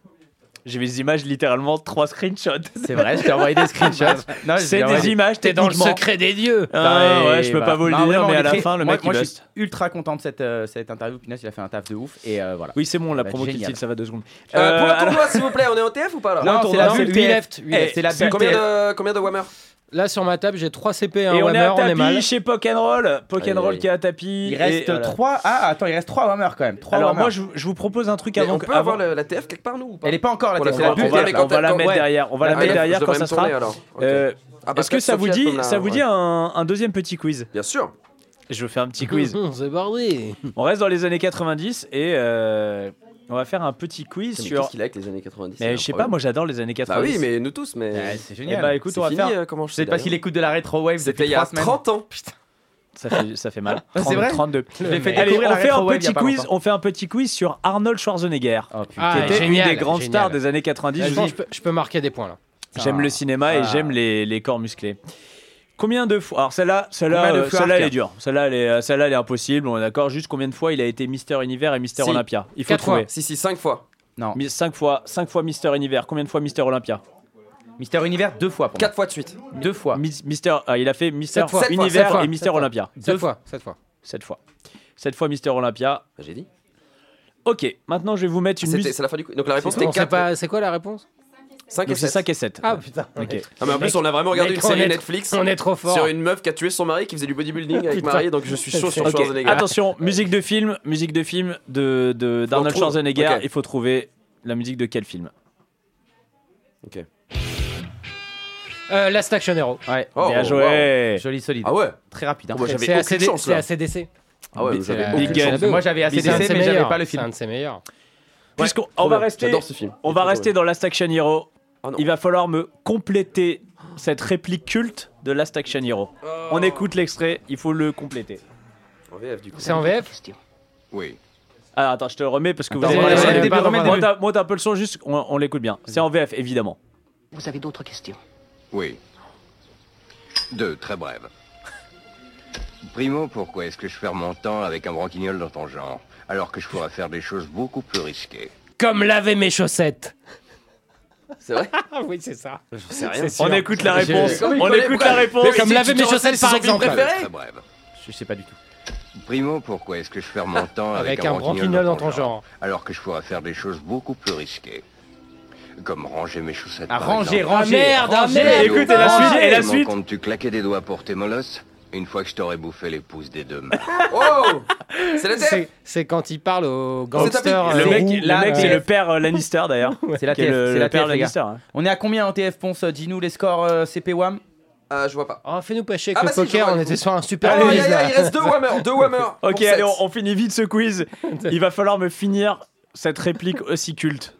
S5: J'ai vu des images littéralement trois screenshots.
S6: C'est vrai, je t'ai envoyé
S5: <laughs>
S6: des screenshots. Non, je
S5: C'est
S6: t'ai
S5: des
S6: envoyé-
S5: images, t'es dans le secret
S11: des dieux.
S5: Ah, ouais, je peux
S6: voilà.
S5: pas vous le
S6: Non,
S5: dire,
S6: vraiment, bah. on
S5: mais
S6: est
S5: à la
S6: très-
S5: fin, le
S6: moi-
S5: mec
S6: moi,
S5: il
S6: je
S5: buste.
S6: suis ultra content de cette, euh, cette interview. Pinas, il a fait un taf de ouf. Et euh, voilà.
S5: Oui, c'est bon, la promo
S6: génial.
S5: Kill Tilt, ça va deux secondes.
S10: Euh, pour
S5: Euh,
S10: le
S6: <laughs>
S10: tournoi,
S5: alors-
S10: s'il vous
S5: <laughs>
S10: plaît, on est en TF ou pas là
S5: Non, Non, c'est la bulle
S11: huit left, huit left.
S10: C'est la
S11: bulle
S10: Combien
S11: TF.
S10: de, combien de Whammer
S11: Là sur ma table, j'ai 3 CP et un
S5: Et on est
S11: Whammer,
S5: à
S11: on est mal.
S5: tapis chez Pokenroll.
S11: Aïe,
S5: Pokenroll
S11: aïe.
S5: qui est à tapis.
S6: Il
S5: et euh,
S6: reste
S5: voilà.
S6: 3. Ah, attends, il reste 3 Whammer quand même. Trois
S5: Alors
S6: Whammer.
S5: moi, je, je vous propose un truc
S6: Mais
S5: avant.
S6: on peut
S5: que- avant-
S6: avoir le-
S10: La TF quelque part, nous ou pas
S6: Elle est pas encore la
S5: On va-
S6: TF.
S5: on va- on va la mettre derrière. On va la mettre derrière quand ça sera. Euh,
S10: Ah, bah,
S5: Est-ce que
S10: peut-être
S5: ça vous
S10: Sophia
S5: dit,
S10: peut me la-
S5: ça vous dit
S10: ouais.
S5: un, un deuxième petit quiz
S10: Bien sûr.
S5: Je fais un
S6: <laughs>
S5: petit <laughs> quiz.
S11: C'est bardé.
S5: On reste dans les années 90 et euh, on va faire un petit quiz
S10: Mais
S5: sur.
S10: Qu'est-ce qu'il a avec les années 90
S5: Mais je sais pas, moi j'adore les années 90.
S10: Bah oui, mais
S5: <laughs>
S10: nous tous, mais.
S6: Ouais, c'est génial.
S5: Eh bah, écoute,
S10: C'est
S5: on va
S10: fini,
S5: faire-
S10: euh, comment je
S6: Je sais pas s'il écoute de la rétro wave.
S10: C'était il y a 30 ans. Putain.
S5: Ça fait, ça fait mal.
S6: Ah, C'est
S5: 30,
S6: vrai
S5: 32.
S6: Je l'ai fait
S5: Allez,
S6: découvrir
S5: on
S6: la
S5: fait, un
S6: rétro-wave il y a
S5: petit
S6: pas
S5: quiz,
S6: longtemps.
S5: on fait un petit quiz sur Arnold Schwarzenegger,
S11: Ah,
S5: qui était
S11: génial,
S5: une des grandes
S11: génial.
S5: stars des années 90.
S11: Je
S5: Je vous
S11: pense
S5: dis-
S11: que je peux- je peux marquer des points là.
S5: J'aime le cinéma et
S11: Ah.
S5: j'aime les, les corps musclés. Combien de fois Alors celle-là, celle-là,
S6: Combien de
S5: euh,
S6: fois
S5: celle-là, elle est
S6: Arc
S5: dure. Celle-là, elle est, euh, celle-là, elle est impossible. On est d'accord. Juste combien de fois il a été Mister Univers et Mister
S10: Si.
S5: Olympia Il faut
S10: Quatre
S5: trouver.
S10: fois. Si, si, 5 fois.
S6: Non.
S5: 5 fois, 5 fois Mister Univers. Combien de fois Mister Olympia
S6: Mister Univers, deux fois. pour moi.
S10: 4 fois de suite.
S6: Deux fois.
S5: Mis- Mister, ah, il a fait Mister
S11: Sept fois. Sept fois,
S5: Univers
S11: sept fois,
S5: et Mister
S11: sept fois.
S5: Olympia.
S11: Cette fois, cette fois.
S5: 7 fois. 7 fois Mister Olympia.
S10: J'ai dit.
S5: Ok, maintenant je vais vous mettre une
S10: Bah, Ah, C'était-
S5: musique.
S10: c'est la fin du quiz. Donc la réponse
S5: C'est-
S10: était
S5: on sait
S10: quatre.
S5: pas-
S11: C'est quoi la réponse
S10: 5 et
S5: Donc c'est
S10: 7.
S5: 5 et 7.
S11: Ah putain.
S5: Ok.
S10: Ah, mais en plus, on a vraiment regardé
S11: Mec,
S10: une
S11: on
S10: série
S11: est-
S10: Netflix.
S11: on est trop fort.
S10: Sur une meuf qui a tué son mari qui faisait du bodybuilding avec
S5: Putain.
S10: Marie, donc je
S5: <laughs>
S10: suis chaud sur
S5: Ok,
S10: Schwarzenegger.
S5: Attention, musique de film, musique de film de de- d'Arnold
S10: trouve.
S5: Schwarzenegger.
S10: Ok.
S5: Il faut trouver la musique de quel film
S10: Ok.
S11: Euh, Last Action Hero.
S5: Ouais.
S10: Oh,
S5: Bien joué.
S6: wow. Joli, solide.
S10: Ah ouais
S6: Très rapide. hein.
S10: Ah, moi, j'avais
S11: C'est
S10: aucune
S11: ACD
S10: chance,
S11: c'est
S10: là.
S11: ACDC.
S10: Ah ouais,
S11: Big-
S10: j'avais
S11: c'est
S10: aucune
S11: la-
S10: chance.
S6: Moi, j'avais ACDC,
S11: C'est un de ses
S6: mais j'avais
S11: meilleurs.
S6: pas le film.
S11: C'est un de ses meilleurs.
S5: Puisqu'on
S10: trop
S5: on va
S10: bien.
S5: rester,
S10: J'adore ce film.
S5: on
S10: Il
S5: va
S10: est trop
S5: rester dans Last Action Hero.
S10: Ah, non.
S5: Il va falloir me compléter cette réplique culte de Last Action Hero.
S10: Oh.
S5: On écoute l'extrait, il faut le compléter.
S10: En VF, du coup.
S11: C'est en VF
S10: Oui.
S5: Alors Ah, attends, je te le remets parce que vous
S11: Attends,
S5: avez-
S11: remets-
S5: Ouais,
S11: remets-
S5: ouais,
S11: remets-
S5: monte-
S11: remets-
S5: monte un- Monte un peu le son, juste on, on l'écoute bien. C'est en VF évidemment.
S6: <laughs>
S13: Vous avez d'autres questions
S15: Oui. Deux, très brèves. Primo, pourquoi est-ce que je perds mon temps avec un branquignol dans ton genre, alors que je pourrais faire des choses beaucoup plus risquées
S11: Comme laver mes chaussettes.
S10: C'est vrai
S11: Ah oui, c'est ça.
S10: J'en sais rien.
S11: C'est sûr.
S5: On écoute la
S11: J'ai-
S5: réponse.
S11: Comment il
S5: On
S11: connaît-
S5: écoute la
S11: Ouais.
S5: réponse.
S11: Comme laver mes chaussettes par exemple.
S10: préféré
S15: Très brève.
S6: Je sais pas du tout.
S15: Primo, pourquoi est-ce que je perds mon temps
S10: Ah,
S15: avec,
S11: Avec un branquignol dans ton genre.
S15: alors que je pourrais faire des choses beaucoup plus risquées comme ranger mes chaussettes.
S6: Ah,
S15: par
S6: ranger,
S15: exemple.
S6: ranger, Ah, merde, ranger. ah, merde.
S15: Idiot.
S6: Écoute, et la
S15: Ranger.
S6: suite, et la
S15: Comment
S6: suite.
S15: comptes-tu claquer des doigts pour tes molosses une fois que je t'aurai bouffé les pouces des deux mains
S6: Ah.
S10: Oh C'est la
S11: C'est-
S10: tête
S11: C'est quand il parle au gangster. euh,
S5: Le mec, le mec, c'est le père euh, Lannister d'ailleurs.
S6: C'est la
S5: Qui est
S6: TF,
S5: le-
S6: c'est
S5: le
S6: la
S5: père
S6: TF, les gars.
S5: Lannister, hein.
S6: On est à combien en TF Ponce Dis-nous les scores euh, CP WAM
S10: Ah, je vois pas.
S11: Oh, fais-nous pas chier
S10: Ah,
S11: avec
S10: bah
S11: le
S10: si, je
S11: poker,
S10: vois,
S11: on
S10: du
S11: était
S10: coup.
S11: sur un super
S10: Aïe, aïe,
S11: quiz, là.
S10: aï, il reste
S6: <laughs>
S10: deux Whammer, deux Whammer. pour
S5: Ok,
S10: sept.
S5: allez, on, on finit vite ce quiz. Il va falloir me finir cette réplique aussi culte.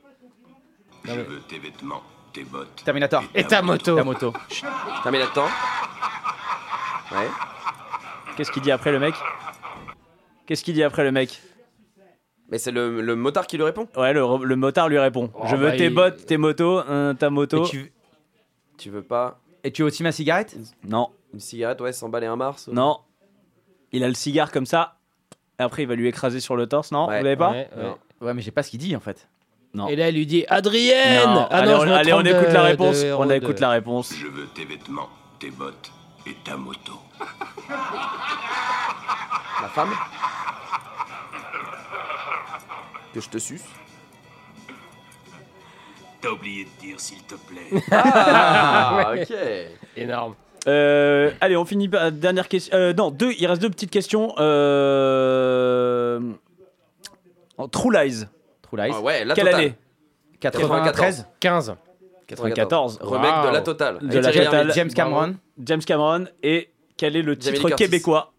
S15: Je veux tes vêtements, tes bottes.
S6: Terminator.
S11: Et ta moto.
S6: Ta moto.
S10: T'as mis là-dedans Ouais.
S5: Qu'est-ce qu'il dit après le mec Qu'est-ce qu'il dit après le mec
S10: Mais c'est le, le motard qui lui répond.
S5: Ouais, le, le motard lui répond.
S11: Oh,
S5: Je veux
S11: bah,
S5: tes
S11: il-
S5: bottes, tes motos, hein, ta moto.
S6: Et tu,
S10: Tu veux pas
S6: et tu veux aussi ma cigarette
S5: Non,
S10: une cigarette, ouais, 100 balles et un mars. euh, ou-
S5: non. Il a le cigare comme ça. Après, il va lui écraser sur le torse, non
S10: Ouais.
S5: Vous l'avez pas
S11: Ouais, ouais.
S10: Non.
S6: Ouais, mais j'ai pas ce qu'il dit en fait.
S11: Et là, elle lui dit Adrienne
S5: Non.
S11: Ah
S5: allez,
S11: non,
S5: on,
S11: je me
S5: allez, on
S11: trompe
S5: écoute
S11: de-
S6: Euh,
S5: la réponse.
S11: de-
S5: on
S11: de-
S5: écoute la réponse.
S15: Je veux tes vêtements, tes bottes et ta moto.
S10: <laughs> La femme Que je te suce
S15: T'as oublié de dire s'il te plaît.
S1: <laughs>
S16: <laughs>
S10: Ah,
S11: Ouais.
S10: ok.
S11: Énorme.
S5: Euh, allez, on finit par dernière question. Euh, non, deux. Il reste deux petites questions. Euh... en True Lies.
S6: True Lies.
S10: Ah ouais, la
S5: Quelle
S10: totale.
S5: année
S6: 93
S11: 15.
S5: 94.
S10: Remake
S11: Wow.
S10: de la totale.
S5: De
S10: Avec
S5: la
S10: Thierry
S5: totale.
S10: Hermite.
S6: James Cameron.
S5: James Cameron. Et quel est le
S10: Jamie
S5: titre
S10: Lee Curtis.
S5: québécois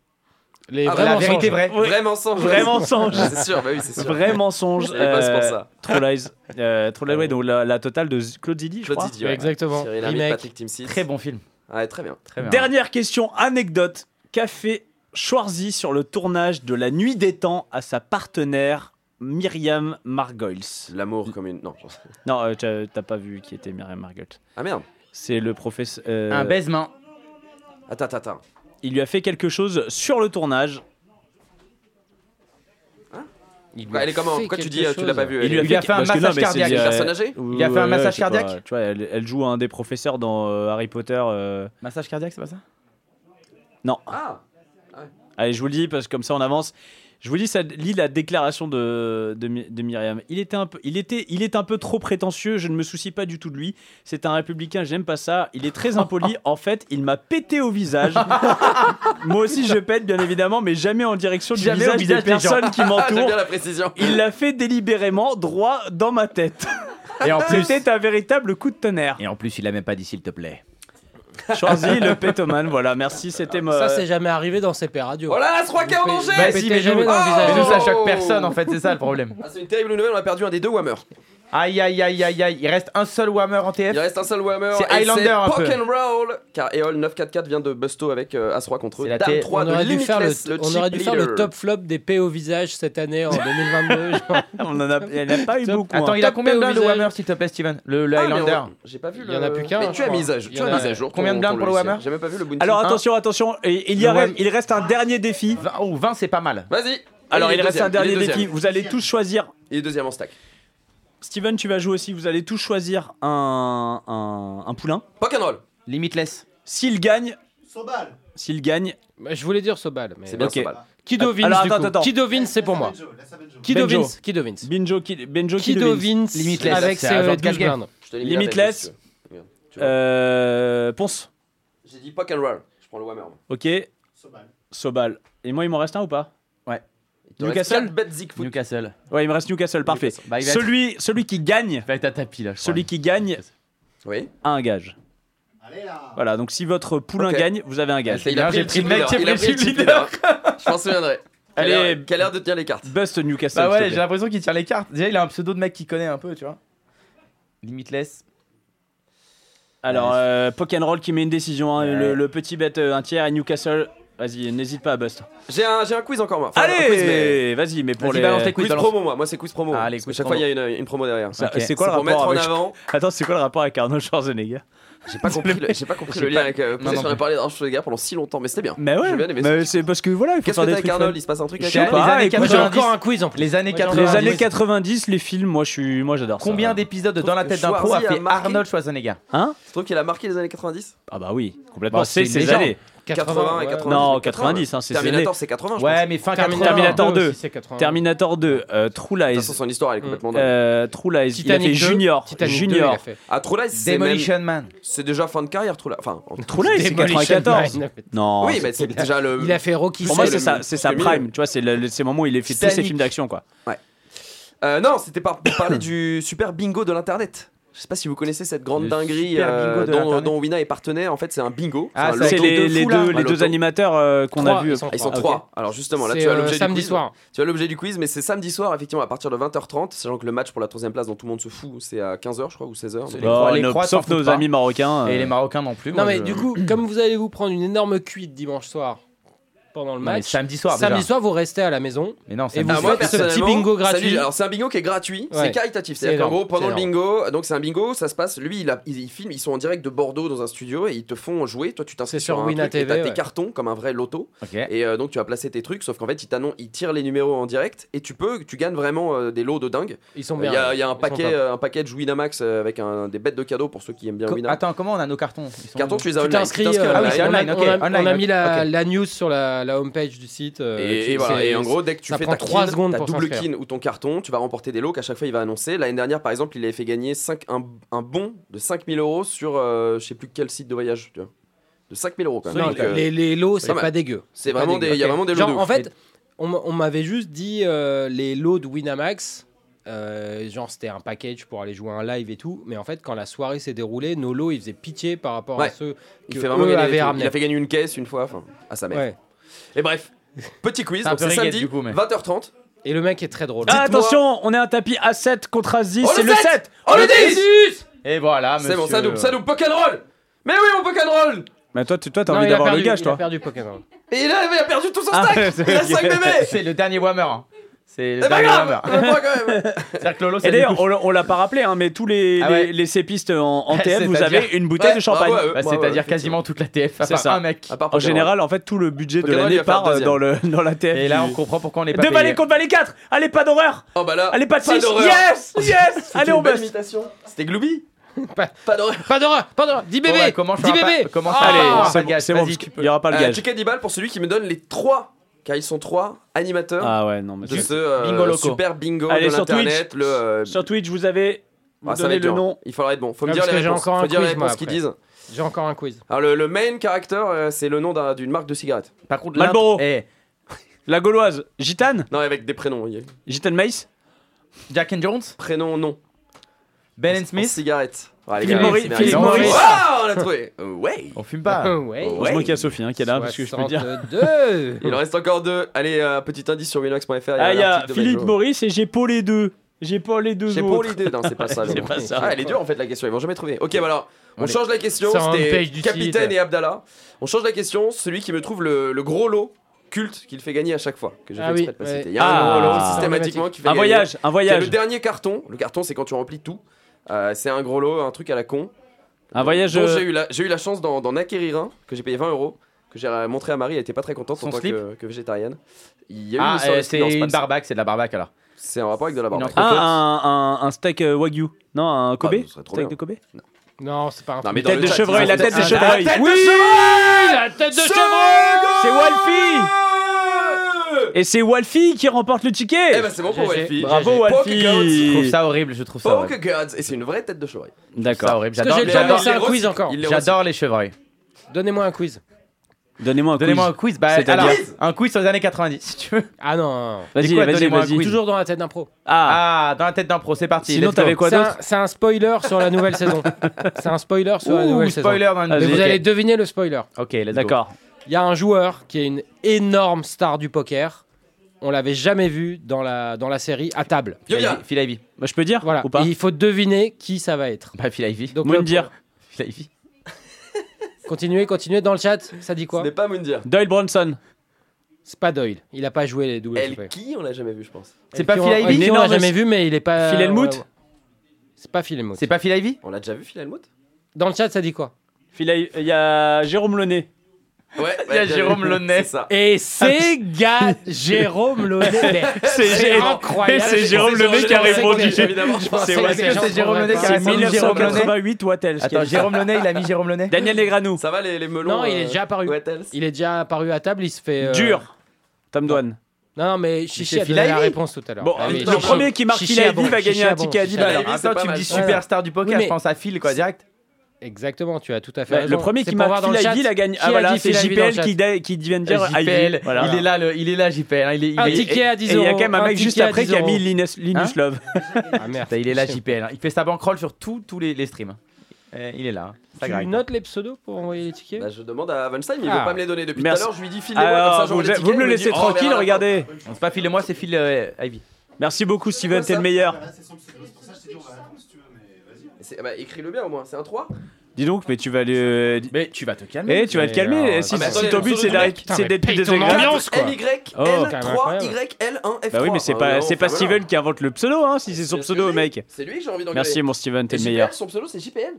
S11: Les
S10: Ah,
S11: vrais
S10: la
S6: La vérité
S11: mensonges.
S6: vraie.
S5: Ouais.
S10: Vrai mensonge.
S5: Vrai mensonge.
S10: Ah, c'est sûr, bah oui, c'est sûr.
S5: Vrai mensonge.
S10: J'avais pas ce pour ça.
S5: True Lies. Euh, True Lies, ouais, donc la, la totale de Z- Claude Zidi, je
S10: Claude
S5: crois.
S10: Didier, ouais.
S11: Exactement.
S10: Thierry Lhermitte,
S11: Remake.
S10: Patrick Timsit.
S6: Très bon film.
S10: Ouais, très bien.
S6: Très bien.
S5: Dernière question, anecdote. Qu'a fait Schwarzy sur le tournage de La Nuit des Temps à sa partenaire Myriam Margolis
S10: L'amour comme une. Non.
S5: Non, euh, t'as- t'as pas vu qui était Myriam Margolis.
S10: Ah merde.
S5: C'est le professeur. euh,
S6: Un baisement.
S10: Attends, attends, attends.
S5: Il lui a fait quelque chose sur le tournage.
S11: Il
S10: Ouais,
S11: lui a
S10: Bah, elle est comment
S11: fait
S10: Pourquoi tu
S11: quelque
S10: dis euh, tu l'as
S11: chose.
S10: pas vu elle
S6: lui a
S10: est-
S6: fait un
S5: parce que non,
S6: massage
S5: mais c'est-
S6: cardiaque.
S5: euh,
S10: Une personne âgée
S5: ouais,
S6: Il lui a fait un
S5: ouais,
S6: massage
S5: je sais pas,
S6: cardiaque
S5: tu vois, elle, elle joue un des professeurs dans euh, Harry Potter. euh,
S6: Massage cardiaque, c'est pas ça
S5: Non.
S10: Ah
S5: Allez, je vous le dis, parce que comme ça on avance. Je vous dis, ça lit la déclaration de, de, My- de Myriam. Il était, un peu, il, était, il est un peu trop prétentieux, je ne me soucie pas du tout de lui. C'est un républicain, j'aime pas ça. Il est
S10: <laughs>
S5: très impoli. En fait, il m'a pété au visage. Moi aussi, je pète, bien évidemment, mais jamais en direction du
S6: Jamais au
S5: visage,
S6: visage
S5: des
S6: des gens.
S5: personnes
S10: <laughs>
S5: qui
S10: Ah, j'aime
S5: m'entourent.
S10: bien la précision.
S5: Il l'a fait délibérément, droit dans ma tête.
S6: Et en plus,
S5: C'était un véritable coup de tonnerre.
S6: et en plus, il a même pas dit s'il te plaît.
S10: <laughs>
S5: Choisi le pétoman, voilà, merci, c'était ma...
S11: Ça,
S10: euh,
S11: c'est jamais arrivé dans CP Radio.
S10: Oh là là, ce roi qui est en
S11: Vous
S10: danger
S11: pé-
S6: Bah
S11: vous
S6: si,
S11: pétez
S6: mais nous,
S11: jamais dans le
S10: Oh
S6: mais nous,
S11: visage.
S6: ça choque personne en fait, c'est ça le problème.
S10: Ah, c'est une terrible nouvelle, on a perdu un des deux Whammer.
S6: Aïe aïe aïe aïe aïe, il reste un seul Whammer en
S10: Il
S6: TF.
S10: reste un seul Whammer.
S6: C'est
S10: et
S6: Highlander, un
S10: Pock
S6: peu.
S10: and roll Car Eol 944 vient de Busto avec euh, As-3 contre
S6: C'est
S10: <laughs>
S6: la
S10: Dame
S6: thé-
S10: 3
S11: On
S10: de
S11: aurait, dû faire le,
S10: Limitless, le,
S11: on aurait
S10: cheap
S11: dû faire le
S10: leader.
S11: top flop des P au visage cette
S10: <laughs>
S11: année en 2022. genre.
S5: <laughs> On en a, il n'y en a pas eu
S11: Top.
S5: beaucoup. hein.
S6: Attends, il a
S11: Tapé
S6: combien de
S11: au
S6: blindes le
S11: visage.
S6: Whammer s'il te plaît Steven Le, le
S10: Ah, mais
S6: Highlander.
S10: on- J'ai pas vu
S11: Il
S10: le.
S11: y en
S6: euh,
S11: a plus qu'un,
S10: Mais
S11: je
S10: tu as
S11: crois.
S10: mis à jour.
S11: Il y
S10: Tu
S11: en
S10: as
S11: a-
S10: mis à jour.
S6: Combien de blindes pour le
S10: logiciel.
S6: Whammer
S10: J'ai même pas vu le bounty.
S5: Alors
S10: Un.
S5: attention, attention, et il, y
S6: Le
S5: a-
S6: web-
S5: il reste un dernier défi.
S6: 20, oh, 20 c'est pas mal.
S10: Vas-y.
S5: Alors il
S10: est
S5: reste
S10: deuxième,
S5: un
S10: il
S5: dernier
S10: est
S5: défi,
S10: deuxième.
S5: vous allez tous choisir.
S10: Il est deuxième en stack.
S5: Steven, tu vas jouer aussi, vous allez tous choisir un, un, un poulain.
S10: Pock and roll.
S6: Limitless.
S5: S'il gagne,
S13: Sobal
S5: s'il gagne,
S11: Bah, Je voulais dire Sobal, mais
S10: C'est bien
S5: Ok.
S10: ce bal.
S11: Qui devine
S5: Alors,
S11: du
S5: attends,
S11: coup
S5: attends.
S11: Qui devine, c'est pour moi. Qui
S5: Benjo.
S11: devine Qui devine
S5: Benjo qui, Benjo
S11: Qui devine avec ses euh, 12 blindes
S5: Limitless. Euh, Ponce.
S10: J'ai dit Pock and Roll. Je prends le Whammer.
S5: Ok. Sobal. Et moi, il m'en reste un ou pas
S6: Ouais.
S10: te reste quatre bêtes Zigfoot.
S6: Newcastle.
S5: Ouais, il me reste Newcastle, parfait.
S6: Bah, il va être-
S5: celui, celui qui gagne.
S6: Va être à tapis là.
S5: Celui qui gagne.
S10: Oui.
S5: A un gage. Voilà, donc si votre poulain
S10: Ok.
S5: gagne, vous avez un gage.
S10: Ah, Il a pris petit leader. Il a pris le petit leader. Je m'en <laughs> souviendrai.
S5: Allez.
S10: Allez, quelle l'air de tenir les cartes
S5: Bust Newcastle.
S6: Bah
S5: s'il te
S6: ouais, j'ai
S5: plaît.
S6: l'impression qu'il tire les cartes. Déjà, il a un pseudo de mec qui connaît un peu, tu vois. Limitless.
S5: Alors, euh, Pock and Roll qui met une décision. hein, le, le petit bet euh, un tiers et Newcastle. Vas-y, n'hésite pas à bust.
S10: J'ai un, j'ai un quiz encore moi. Enfin, un quiz, mais-
S5: Allez, vas-y, mais pour
S10: Vas-y,
S5: les.
S10: balance tes quiz, Quiz balance. promo, moi. Moi, c'est quiz promo. Parce que chaque fois, il y a une- une promo derrière.
S5: Ça-
S10: Ok.
S5: C'est quoi
S10: C'est
S5: le
S10: pour
S5: rapport
S10: mettre en
S5: avec-
S10: avant.
S5: Attends, c'est quoi le rapport avec Arnold Schwarzenegger
S10: J'ai <laughs> pas compris le, j'ai pas compris le lien avec. Euh, parce qu'on a parlé d'Arnold Schwarzenegger pendant si longtemps, mais c'était bien.
S5: Mais ouais,
S10: J'ai bien aimé.
S5: mais c'est parce que voilà, il faut
S10: Qu'est-ce
S5: faire
S10: que t'as
S5: des
S10: avec
S5: trucs
S10: Arnold
S5: fun.
S10: Il se passe un truc
S5: Je
S10: avec
S5: sais
S10: Arnold
S5: pas,
S10: Les années
S5: écoute,
S10: 90.
S5: j'ai encore
S11: un quiz en plus.
S6: Les années
S10: Moi,
S6: 90.
S5: Les années 90, les films, moi je suis, moi j'adore. ça.
S6: Combien d'épisodes dans la
S10: que
S6: tête d'un pro a
S10: Schwarzy a
S6: fait
S10: marqué
S6: Arnold Schwarzenegger
S5: Hein
S10: Tu trouves qu'il a marqué les années 90
S5: Ah bah oui, complètement.
S6: Bah,
S5: c'est
S6: c'est
S5: ces
S6: une légende.
S5: années.
S10: 80 et 90.
S5: Non, 90, hein, c'est ces
S10: Terminator,
S5: années.
S10: c'est 80. Je
S6: Ouais,
S10: pense.
S6: mais fin
S11: Terminator.
S6: 80.
S5: Terminator 2,
S11: aussi, c'est 80.
S5: Terminator 2, euh, True Lies.
S10: De toute façon, son histoire, elle est complètement dingue.
S5: Euh, True Lies, il a
S11: Titanic
S5: fait
S11: 2,
S5: Junior.
S11: Titanic 2, il
S5: junior.
S11: a fait.
S10: Ah, True Lies, c'est
S6: Demolition
S10: même-
S6: Man.
S10: C'est déjà fin de carrière, True Lies. Enfin, en-
S5: True Lies, c'est
S11: Demolition
S5: 94.
S11: Man.
S5: Non.
S10: oui, mais c'est déjà le.
S11: Il a fait Rocky
S5: Pour moi,
S11: VII.
S5: c'est sa, c'est sa
S10: le
S5: prime.
S10: milieu.
S5: Tu vois, c'est le- le- ces moments où il a fait tous ses
S10: Titanic.
S5: films d'action, quoi.
S10: Oh, Euh, non, c'était par- pour parler du super bingo de l'internet. Je sais pas si vous connaissez cette grande
S6: Le
S10: dinguerie
S6: super
S10: euh,
S6: bingo de
S10: dont,
S6: l'Internet.
S10: dont Wina est partenaire. En fait, c'est un bingo.
S6: Ah,
S10: un
S6: ça,
S5: C'est
S10: loto de
S5: les, les
S10: fou, là.
S5: deux, les
S10: Un
S5: deux
S10: loto.
S5: animateurs euh, qu'on a
S11: Trois,
S5: vus.
S11: ils sont
S10: Ah, Ils sont
S5: Ah, ok.
S10: trois. Alors justement, là
S11: C'est,
S10: tu as
S11: euh,
S10: l'objet du
S11: samedi
S10: quiz.
S11: soir.
S10: Tu as l'objet du quiz, mais c'est samedi soir, effectivement, à partir de 20h30. Sachant que le match pour la troisième place dont tout le monde se fout, c'est à 15h, je crois, ou 16h.
S6: les
S5: Bon,
S6: Croates, les
S5: nos-
S6: Croates
S5: sauf
S6: s'en foutent
S5: nos
S6: pas.
S5: amis marocains.
S6: Et
S5: euh,
S6: les Marocains non plus.
S11: Non,
S6: moi,
S11: mais
S6: je-
S11: du coup, comme vous allez vous prendre une énorme cuite dimanche soir pendant le
S6: Non, mais
S11: match,
S6: samedi soir.
S11: samedi
S6: déjà.
S11: soir, vous restez à la maison.
S6: Mais non,
S11: Et
S6: samedi
S11: vous
S6: soir.
S10: moi,
S11: faites ce petit
S10: personnellement,
S11: bingo
S10: ça
S11: gratuit.
S10: lui- alors c'est un bingo qui est gratuit,
S11: Ouais.
S10: c'est caritatif.
S11: C'est
S10: C'est-à-dire qu'en
S11: énorme,
S10: gros, pendant le
S11: c'est
S10: bingo, donc c'est un bingo, ça se passe. Lui, il, a- il, il filme, ils sont en direct de Bordeaux dans un studio et ils te font jouer. Toi, tu t'inscris
S11: C'est sur
S10: sur, un
S11: Wina
S10: truc et
S11: TV,
S10: t'as
S11: ouais.
S10: tes cartons comme un vrai loto.
S6: Ok.
S10: Et euh, donc tu vas placer tes trucs, sauf qu'en fait ils t'annoncent, ils tirent les numéros en direct et tu peux, tu gagnes vraiment euh, des lots de dingue.
S11: Ils sont
S10: Il
S11: bien.
S10: y, a- il y a un
S11: Ils sont
S10: paquet,
S11: top.
S10: euh, un package Winamax euh, avec un, des bêtes de cadeaux pour ceux qui aiment bien
S6: Co-
S10: Winamax.
S6: Attends, comment on a nos cartons Ils sont
S10: Carton,
S6: où
S10: tu les as
S11: Tu
S10: online.
S11: t'inscris,
S10: Tu t'inscris
S11: euh,
S6: Ah oui,
S10: online.
S6: c'est
S11: on a-
S6: online,
S11: on a-
S6: ok,
S11: on a mis
S6: online,
S11: la,
S6: ok.
S11: la news sur la, la homepage du site. euh,
S10: Et,
S11: tu-
S10: et voilà.
S11: c'est-
S10: Et en gros, dès que tu
S11: ça
S10: fais
S11: prend
S10: ta,
S11: trois
S10: kin,
S11: secondes
S10: ta
S11: pour
S10: double
S11: s'inscrire.
S10: kin ou ton carton, tu vas remporter des lots qu'à chaque fois il va annoncer. L'année dernière, par exemple, il avait fait gagner cinq- un, un bon de 5000 euros sur euh, je sais plus quel site de voyage. Tu vois. De 5000 euros quand même.
S11: Non,
S10: Donc, euh,
S11: les, les lots,
S10: c'est
S11: c'est
S10: pas
S11: pas
S10: mal.
S11: dégueu.
S10: C'est
S11: pas
S10: vraiment
S11: dégueu.
S10: des- il y a
S11: Ok.
S10: vraiment des lots de
S11: Genre, en
S10: ouf.
S11: fait, on m'a- on m'avait juste dit euh, les lots de Winamax. euh, genre c'était un package pour aller jouer un live et tout mais en fait quand la soirée s'est déroulée nos lots ils faisaient pitié par rapport à
S10: Ouais.
S11: ceux
S10: il,
S11: que
S10: fait vraiment
S11: eux
S10: gagner des
S11: avaient
S10: trucs.
S11: ramenés
S10: Il a fait gagner une caisse une fois enfin, à sa mère.
S11: Ouais.
S10: Et bref, petit quiz.
S6: C'est un
S10: donc
S6: peu
S10: C'est
S6: reggae,
S10: samedi,
S6: du coup, mais-
S10: 20h30.
S11: et le mec est très drôle
S5: Ah,
S10: Dites-moi.
S5: attention, on est un tapis A7 contre A10.
S10: Oh,
S5: C'est
S10: le
S5: le
S10: 7
S5: 7
S10: Oh le 10
S6: Et voilà, monsieur.
S10: C'est bon, ça double, ça double. Pock and roll Mais oui, mon poke and roll
S5: Mais toi, tu- toi, t'as
S11: Non, il
S5: envie
S11: a
S5: d'avoir le
S11: perdu,
S6: <laughs>
S5: gage,
S11: il
S5: toi.
S11: a perdu Pokémon
S10: Et là, il a perdu tout son
S5: Ah,
S10: stack
S11: <laughs>
S5: c'est
S10: Il a
S5: ok.
S10: 5 bébés
S6: C'est le dernier Whammer. hein. C'est le
S10: C'est pas
S6: dernier
S10: Eh ben, grave on <laughs>
S6: Whammer.
S10: le prend
S6: <laughs>
S10: quand même.
S6: C'est-à-dire que Lolo, c'est
S5: Et
S6: du
S5: d'ailleurs,
S6: coup-
S5: on, l'a- on l'a pas rappelé, hein, mais tous les,
S6: Ah ouais.
S5: les, les sépistes
S6: <laughs>
S5: en, en TF, vous
S6: C'est-à-dire-
S5: avez une bouteille
S10: Ouais,
S5: de champagne.
S10: bravo à eux.
S6: Bah,
S10: Moi, ouais,
S6: C'est-à-dire
S10: effectivement.
S6: quasiment toute la TF, à
S5: C'est
S6: part
S5: ça.
S6: un mec.
S10: À part
S5: En
S10: Pokémon.
S5: général, en fait, tout le budget de
S10: Pokémon, il
S5: l'année
S10: va faire
S5: part euh,
S10: deuxième.
S5: dans, le, dans la TF.
S6: Et là, on comprend pourquoi on est pas
S5: Deux
S6: payé.
S5: balais contre balais 4 Allez, pas d'horreur
S10: Oh bah là,
S5: Allez, pas de 6
S10: d'horreur.
S5: Yes Yes
S10: <laughs> C'était
S5: Allez,
S10: une
S5: on
S10: belle
S5: bosse
S10: imitation. C'était Glooby
S11: Pas-
S10: <laughs> Pas d'horreur
S11: pas d'horreur pas d'horreur 10
S6: Bon,
S11: bébés
S6: bah, comment je
S11: 10
S6: fais un pa-
S11: bébés
S6: comment je fais un
S11: Ah
S6: pa-
S5: Euh, Allez, c'est
S6: pas de
S5: bon,
S6: gage,
S5: c'est
S6: vas-y,
S5: bon, parce
S6: tu
S5: qu'il
S6: peux.
S5: y aura pas le
S10: Euh,
S5: gage.
S10: Chicken Dibal pour celui qui me donne les 3 car ils sont 3 animateurs
S5: Ah ouais, non, mais
S10: de
S5: sur-
S10: ce euh,
S6: Bingo loco.
S10: super bingo
S5: Allez,
S10: de
S5: sur
S10: l'internet.
S5: Twitch.
S10: Le, euh,
S5: sur Twitch, vous avez. Vous
S10: ah, ça va
S5: donnez
S10: être
S5: le
S10: dur.
S5: nom.
S10: Il faudra être bon. Faut
S11: Ah,
S10: me dire
S11: parce
S10: les
S11: que j'ai
S10: réponses.
S11: encore un
S10: Faut dire les
S11: quiz, moi,
S10: réponses qu'ils
S11: après.
S10: disent.
S11: j'ai encore un quiz
S10: Alors le, le main caractère euh, c'est le nom d'un- d'une marque de cigarette.
S6: Par contre,
S5: Marlboro.
S6: l'intro- Eh,
S5: <laughs> La Gauloise, Gitane
S10: Non avec des prénoms. il y a-
S5: Gitane Maïs
S6: Jack and Jones,
S10: Prénom non.
S6: Ben and
S10: En
S6: Smith.
S10: Cigarette. Ah, les
S5: Phil
S10: gars,
S5: Morris-
S10: c'est merveilleux.
S5: Philippe
S6: Non,
S5: Maurice
S6: Maurice.
S10: Ah, on l'a trouvé. Euh, Ouais.
S6: On fume
S5: <laughs>
S6: pas.
S11: ouais
S5: Heureusement qu'il y a Sophie hein, qui est là, parce que je peux dire.
S11: 62.
S10: Il en reste encore deux. Allez, euh, petit indice sur winox.fr.
S5: Ah, il y a
S10: l'article de
S5: Philippe
S10: Benjo.
S5: Maurice et j'ai pas les deux. J'ai pas les deux.
S10: J'ai pas
S5: autres.
S10: l'idée, non, c'est pas
S5: <laughs>
S10: ça. le
S5: C'est
S10: nom.
S5: pas ça.
S10: Ah, elle est dure en fait la question, ils vont jamais trouver. Ok, bah alors, on
S6: Allez.
S10: change la question.
S11: Ça, on
S10: C'était
S11: pêche du
S10: Capitaine
S11: site.
S10: et Abdallah. On change la question, celui qui me trouve le, le gros lot culte qu'il fait gagner à chaque fois. Que j'ai
S11: Ah
S10: fait
S11: oui,
S10: exprès de passer.
S11: ouais.
S10: Il y a un
S5: Ah.
S10: gros lot systématiquement qui fait
S5: Un
S10: gagner.
S5: voyage, un
S10: C'est le
S5: voyage.
S10: dernier carton. Le carton, c'est quand tu remplis tout. Euh, c'est un gros lot, un truc à la con.
S5: Un voyage.
S10: Dont
S5: euh,
S10: J'ai eu, la- j'ai eu la chance d'en d'en acquérir un que j'ai payé 20 euros. Que j'ai montré à Marie, elle était pas très contente
S6: Son
S10: en tant
S6: slip
S10: que, que végétarienne. Il y a eu
S6: Ah,
S10: une histoire
S6: euh,
S10: de slip, non,
S6: c'est
S10: pas
S6: une
S10: de slip.
S6: barbac, c'est de la barbac alors.
S10: C'est un rapport avec de la barbe.
S6: entre-
S5: Ah, un, un, un steak euh, wagyu. Non, un Kobe
S10: Ah, ce serait trop
S5: Steak
S10: bien.
S5: de Kobe
S11: non c'est pas un
S10: Non,
S11: truc.
S10: mais dans
S5: ah. Tête
S10: le
S5: de
S10: chat,
S5: chevreuil,
S10: ils
S5: la
S10: ont-
S5: tête de
S10: Ah,
S5: chevreuil.
S10: tête de
S5: Oui
S10: chevreuil
S11: la tête de chevreuil
S5: C'est Walfi
S10: Euh
S5: Et c'est Walfi qui remporte le ticket.
S10: Eh ben, c'est bon pour
S5: GG.
S10: Walfi.
S5: Bravo
S10: GG.
S5: Walfi.
S10: Poke Gods.
S6: Je trouve ça horrible, je trouve ça.
S10: Poke
S6: horrible.
S10: Gods. Et c'est une vraie tête de chevreuil.
S5: D'accord.
S6: Ça, horrible. J'adore
S10: Est-ce que j'ai le temps de
S6: j'adore-
S10: lancer un quiz encore Il les
S6: J'adore les chevreuils.
S11: Donnez-moi un quiz.
S5: Donnez-moi un quiz.
S6: Donnez-moi un quiz. Bah,
S5: C'est-à-dire-
S6: alors, un quiz sur les années 90, si tu veux.
S11: Ah non.
S6: Vas-y,
S11: C'est quoi,
S6: vas-y,
S11: donnez-moi un
S6: vas-y.
S11: quiz Toujours dans la tête d'un pro.
S6: Ah, dans la tête d'un pro, c'est parti.
S11: Sinon,
S6: let's go.
S11: t'avais quoi C'est d'autre un- c'est un spoiler sur la nouvelle saison. C'est un spoiler sur la
S6: Ouh,
S11: nouvelle
S6: spoiler
S11: saison.
S6: dans une
S11: Mais
S6: nouvelle-
S11: vous
S6: Ok.
S11: allez deviner le spoiler.
S6: Ok, let's go.
S5: D'accord.
S11: Il y a un joueur qui est une énorme star du poker. On l'avait jamais vu dans la, dans la série à table.
S6: Phil Ivy. Phil Ivy.
S5: Bah, je peux dire
S11: Voilà.
S5: ou pas
S11: Et il faut deviner qui ça va être.
S6: Bah, Phil Ivy.
S11: Donc, le-
S5: Moundir.
S6: Phil Ivy.
S11: <laughs> Continuez, continuez dans le chat. Ça dit quoi
S10: Ce n'est pas Moundir.
S5: Doyle Bronson.
S11: C'est pas Doyle. Il a pas joué les doubles.
S10: Elle
S11: cheveux.
S10: qui on l'a jamais vu, je pense.
S11: Et puis, on-
S5: Ivy
S11: et puis, On l'a
S5: Énorme-
S11: jamais vu, mais il est pas.
S5: Phil Hellmuth
S11: on l'a- C'est pas Phil Elmout.
S6: C'est pas Phil Ivy
S10: On l'a déjà vu, Phil Hellmuth
S11: Dans le chat, ça dit quoi
S5: Phil Ivy- Il y a Jérôme Launay. <laughs>
S10: Ouais,
S6: Il y a Jérôme <laughs>
S10: <laughs>
S6: Launay. Ah,
S10: C'est ça.
S11: Et c'est gars Jérôme Launay.
S5: <laughs> C'est Jé-
S11: incroyable.
S5: c'est
S11: Je
S5: Jérôme
S11: pensais
S5: Launay
S11: que-
S5: qui a
S11: je pensais
S5: répondu.
S11: que-
S10: Évidemment.
S11: je pensais
S5: C'est
S11: que
S5: ouais,
S11: les
S5: c'est
S11: gens
S6: Jérôme
S11: trouveraient
S6: Launay qui a
S11: pas.
S6: répondu.
S11: C'est 1980.
S5: 1988 Wattels.
S6: Attends, Jérôme Launay, il a mis Jérôme Launay
S5: Daniel Legranou.
S10: Ça va les, les melons
S11: Non, il est
S10: euh,
S11: déjà apparu.
S10: Wattels
S11: Il est déjà apparu à table, il se fait. euh,
S5: Dur. Tom Douane.
S11: Non, non, mais Chichi
S6: c'est
S11: a donné la
S6: Philae.
S11: réponse tout à l'heure.
S5: Bon,
S11: Ah oui,
S5: le
S11: Chichi-
S5: premier qui marque
S11: Chichi
S5: Phil
S11: a
S5: Ivy
S11: bon,
S5: va
S11: Chichi
S5: gagner
S11: a
S5: un
S11: bon,
S5: ticket à
S11: Chichi
S5: 10
S11: a
S5: balles.
S11: bon.
S10: Ivy, c'est
S6: Attends,
S10: pas
S6: tu me
S10: mal.
S6: dis
S11: Ouais.
S6: superstar du poker,
S11: Oui, mais-
S6: je pense à Phil, quoi, direct.
S11: Exactement, tu as tout à fait
S5: Ouais,
S11: raison.
S5: le premier
S11: C'est
S5: qui
S11: pour
S5: marque
S11: voir dans
S5: Phil
S11: le
S5: Ivy,
S11: chat
S5: la gagne.
S11: qui
S5: Ah
S11: a
S5: voilà,
S11: dit
S5: c'est
S11: Phil Ivy
S5: JPL
S11: dans le
S5: qui,
S11: chat.
S5: da- qui vient de dire
S6: JPL,
S5: Ivy. Voilà.
S6: il est là, le, il est là, JPL. hein, il est, il
S11: Un
S6: est-
S11: ticket à 10
S5: Et il
S11: euros.
S5: y a quand même un mec juste
S11: ticket à
S5: après
S11: 10
S5: qui a mis
S11: euros.
S5: Linus, Linus
S6: Hein
S5: Love.
S11: Ah merde.
S6: Putain, il est là, JPL. hein. Il fait sa bankroll sur tous tous les, les streams. Euh, il est là. hein. Ça
S11: Tu
S6: grind.
S11: notes les pseudos pour envoyer les tickets
S10: Bah, je demande à Weinstein, mais il
S11: Ah.
S10: veut pas me les donner depuis
S5: Merci.
S10: tout à l'heure. Je lui dis file les moi comme ça,
S5: Alors,
S10: j'envoie
S5: vous,
S10: les tickets.
S5: vous me
S10: il
S5: le
S10: dit,
S5: laissez
S10: oh,
S5: tranquille,
S10: merde,
S5: regardez.
S6: C'est pas Phil et moi, c'est Phil euh, Ivy.
S5: Merci beaucoup, Steven, t'es le meilleur.
S13: Bah,
S10: C'est- bah, Écris-le bien au moins, c'est un 3
S5: Dis donc, mais tu vas le.
S6: Mais tu vas te calmer.
S5: Eh, tu vas te calmer.
S11: Mais,
S5: eh, Si,
S6: bah,
S10: ah, mais
S5: si
S10: attendez,
S5: ton but
S10: le
S5: c'est
S10: solo
S5: d'arrêter-
S10: du
S11: mec.
S5: c'est
S11: Putain,
S5: d'être
S11: mais
S5: plus
S11: paye ton
S5: désagréable.
S11: ambiance, quoi.
S10: MY,
S11: Oh, quand même incroyable.
S10: L3, Y, L1, F3.
S5: Bah oui, mais c'est
S10: Ah,
S5: pas,
S10: non,
S5: c'est pas
S10: enfin,
S5: Steven
S10: voilà.
S5: qui invente le pseudo, hein, si c'est
S10: C'est
S5: son
S10: ce que
S5: pseudo,
S10: je dis.
S5: mec.
S10: C'est lui que j'ai envie d'engueuler.
S5: Merci, mon Steven, t'es
S10: Et
S5: le
S10: JPL,
S5: meilleur.
S10: Son pseudo, c'est JPL.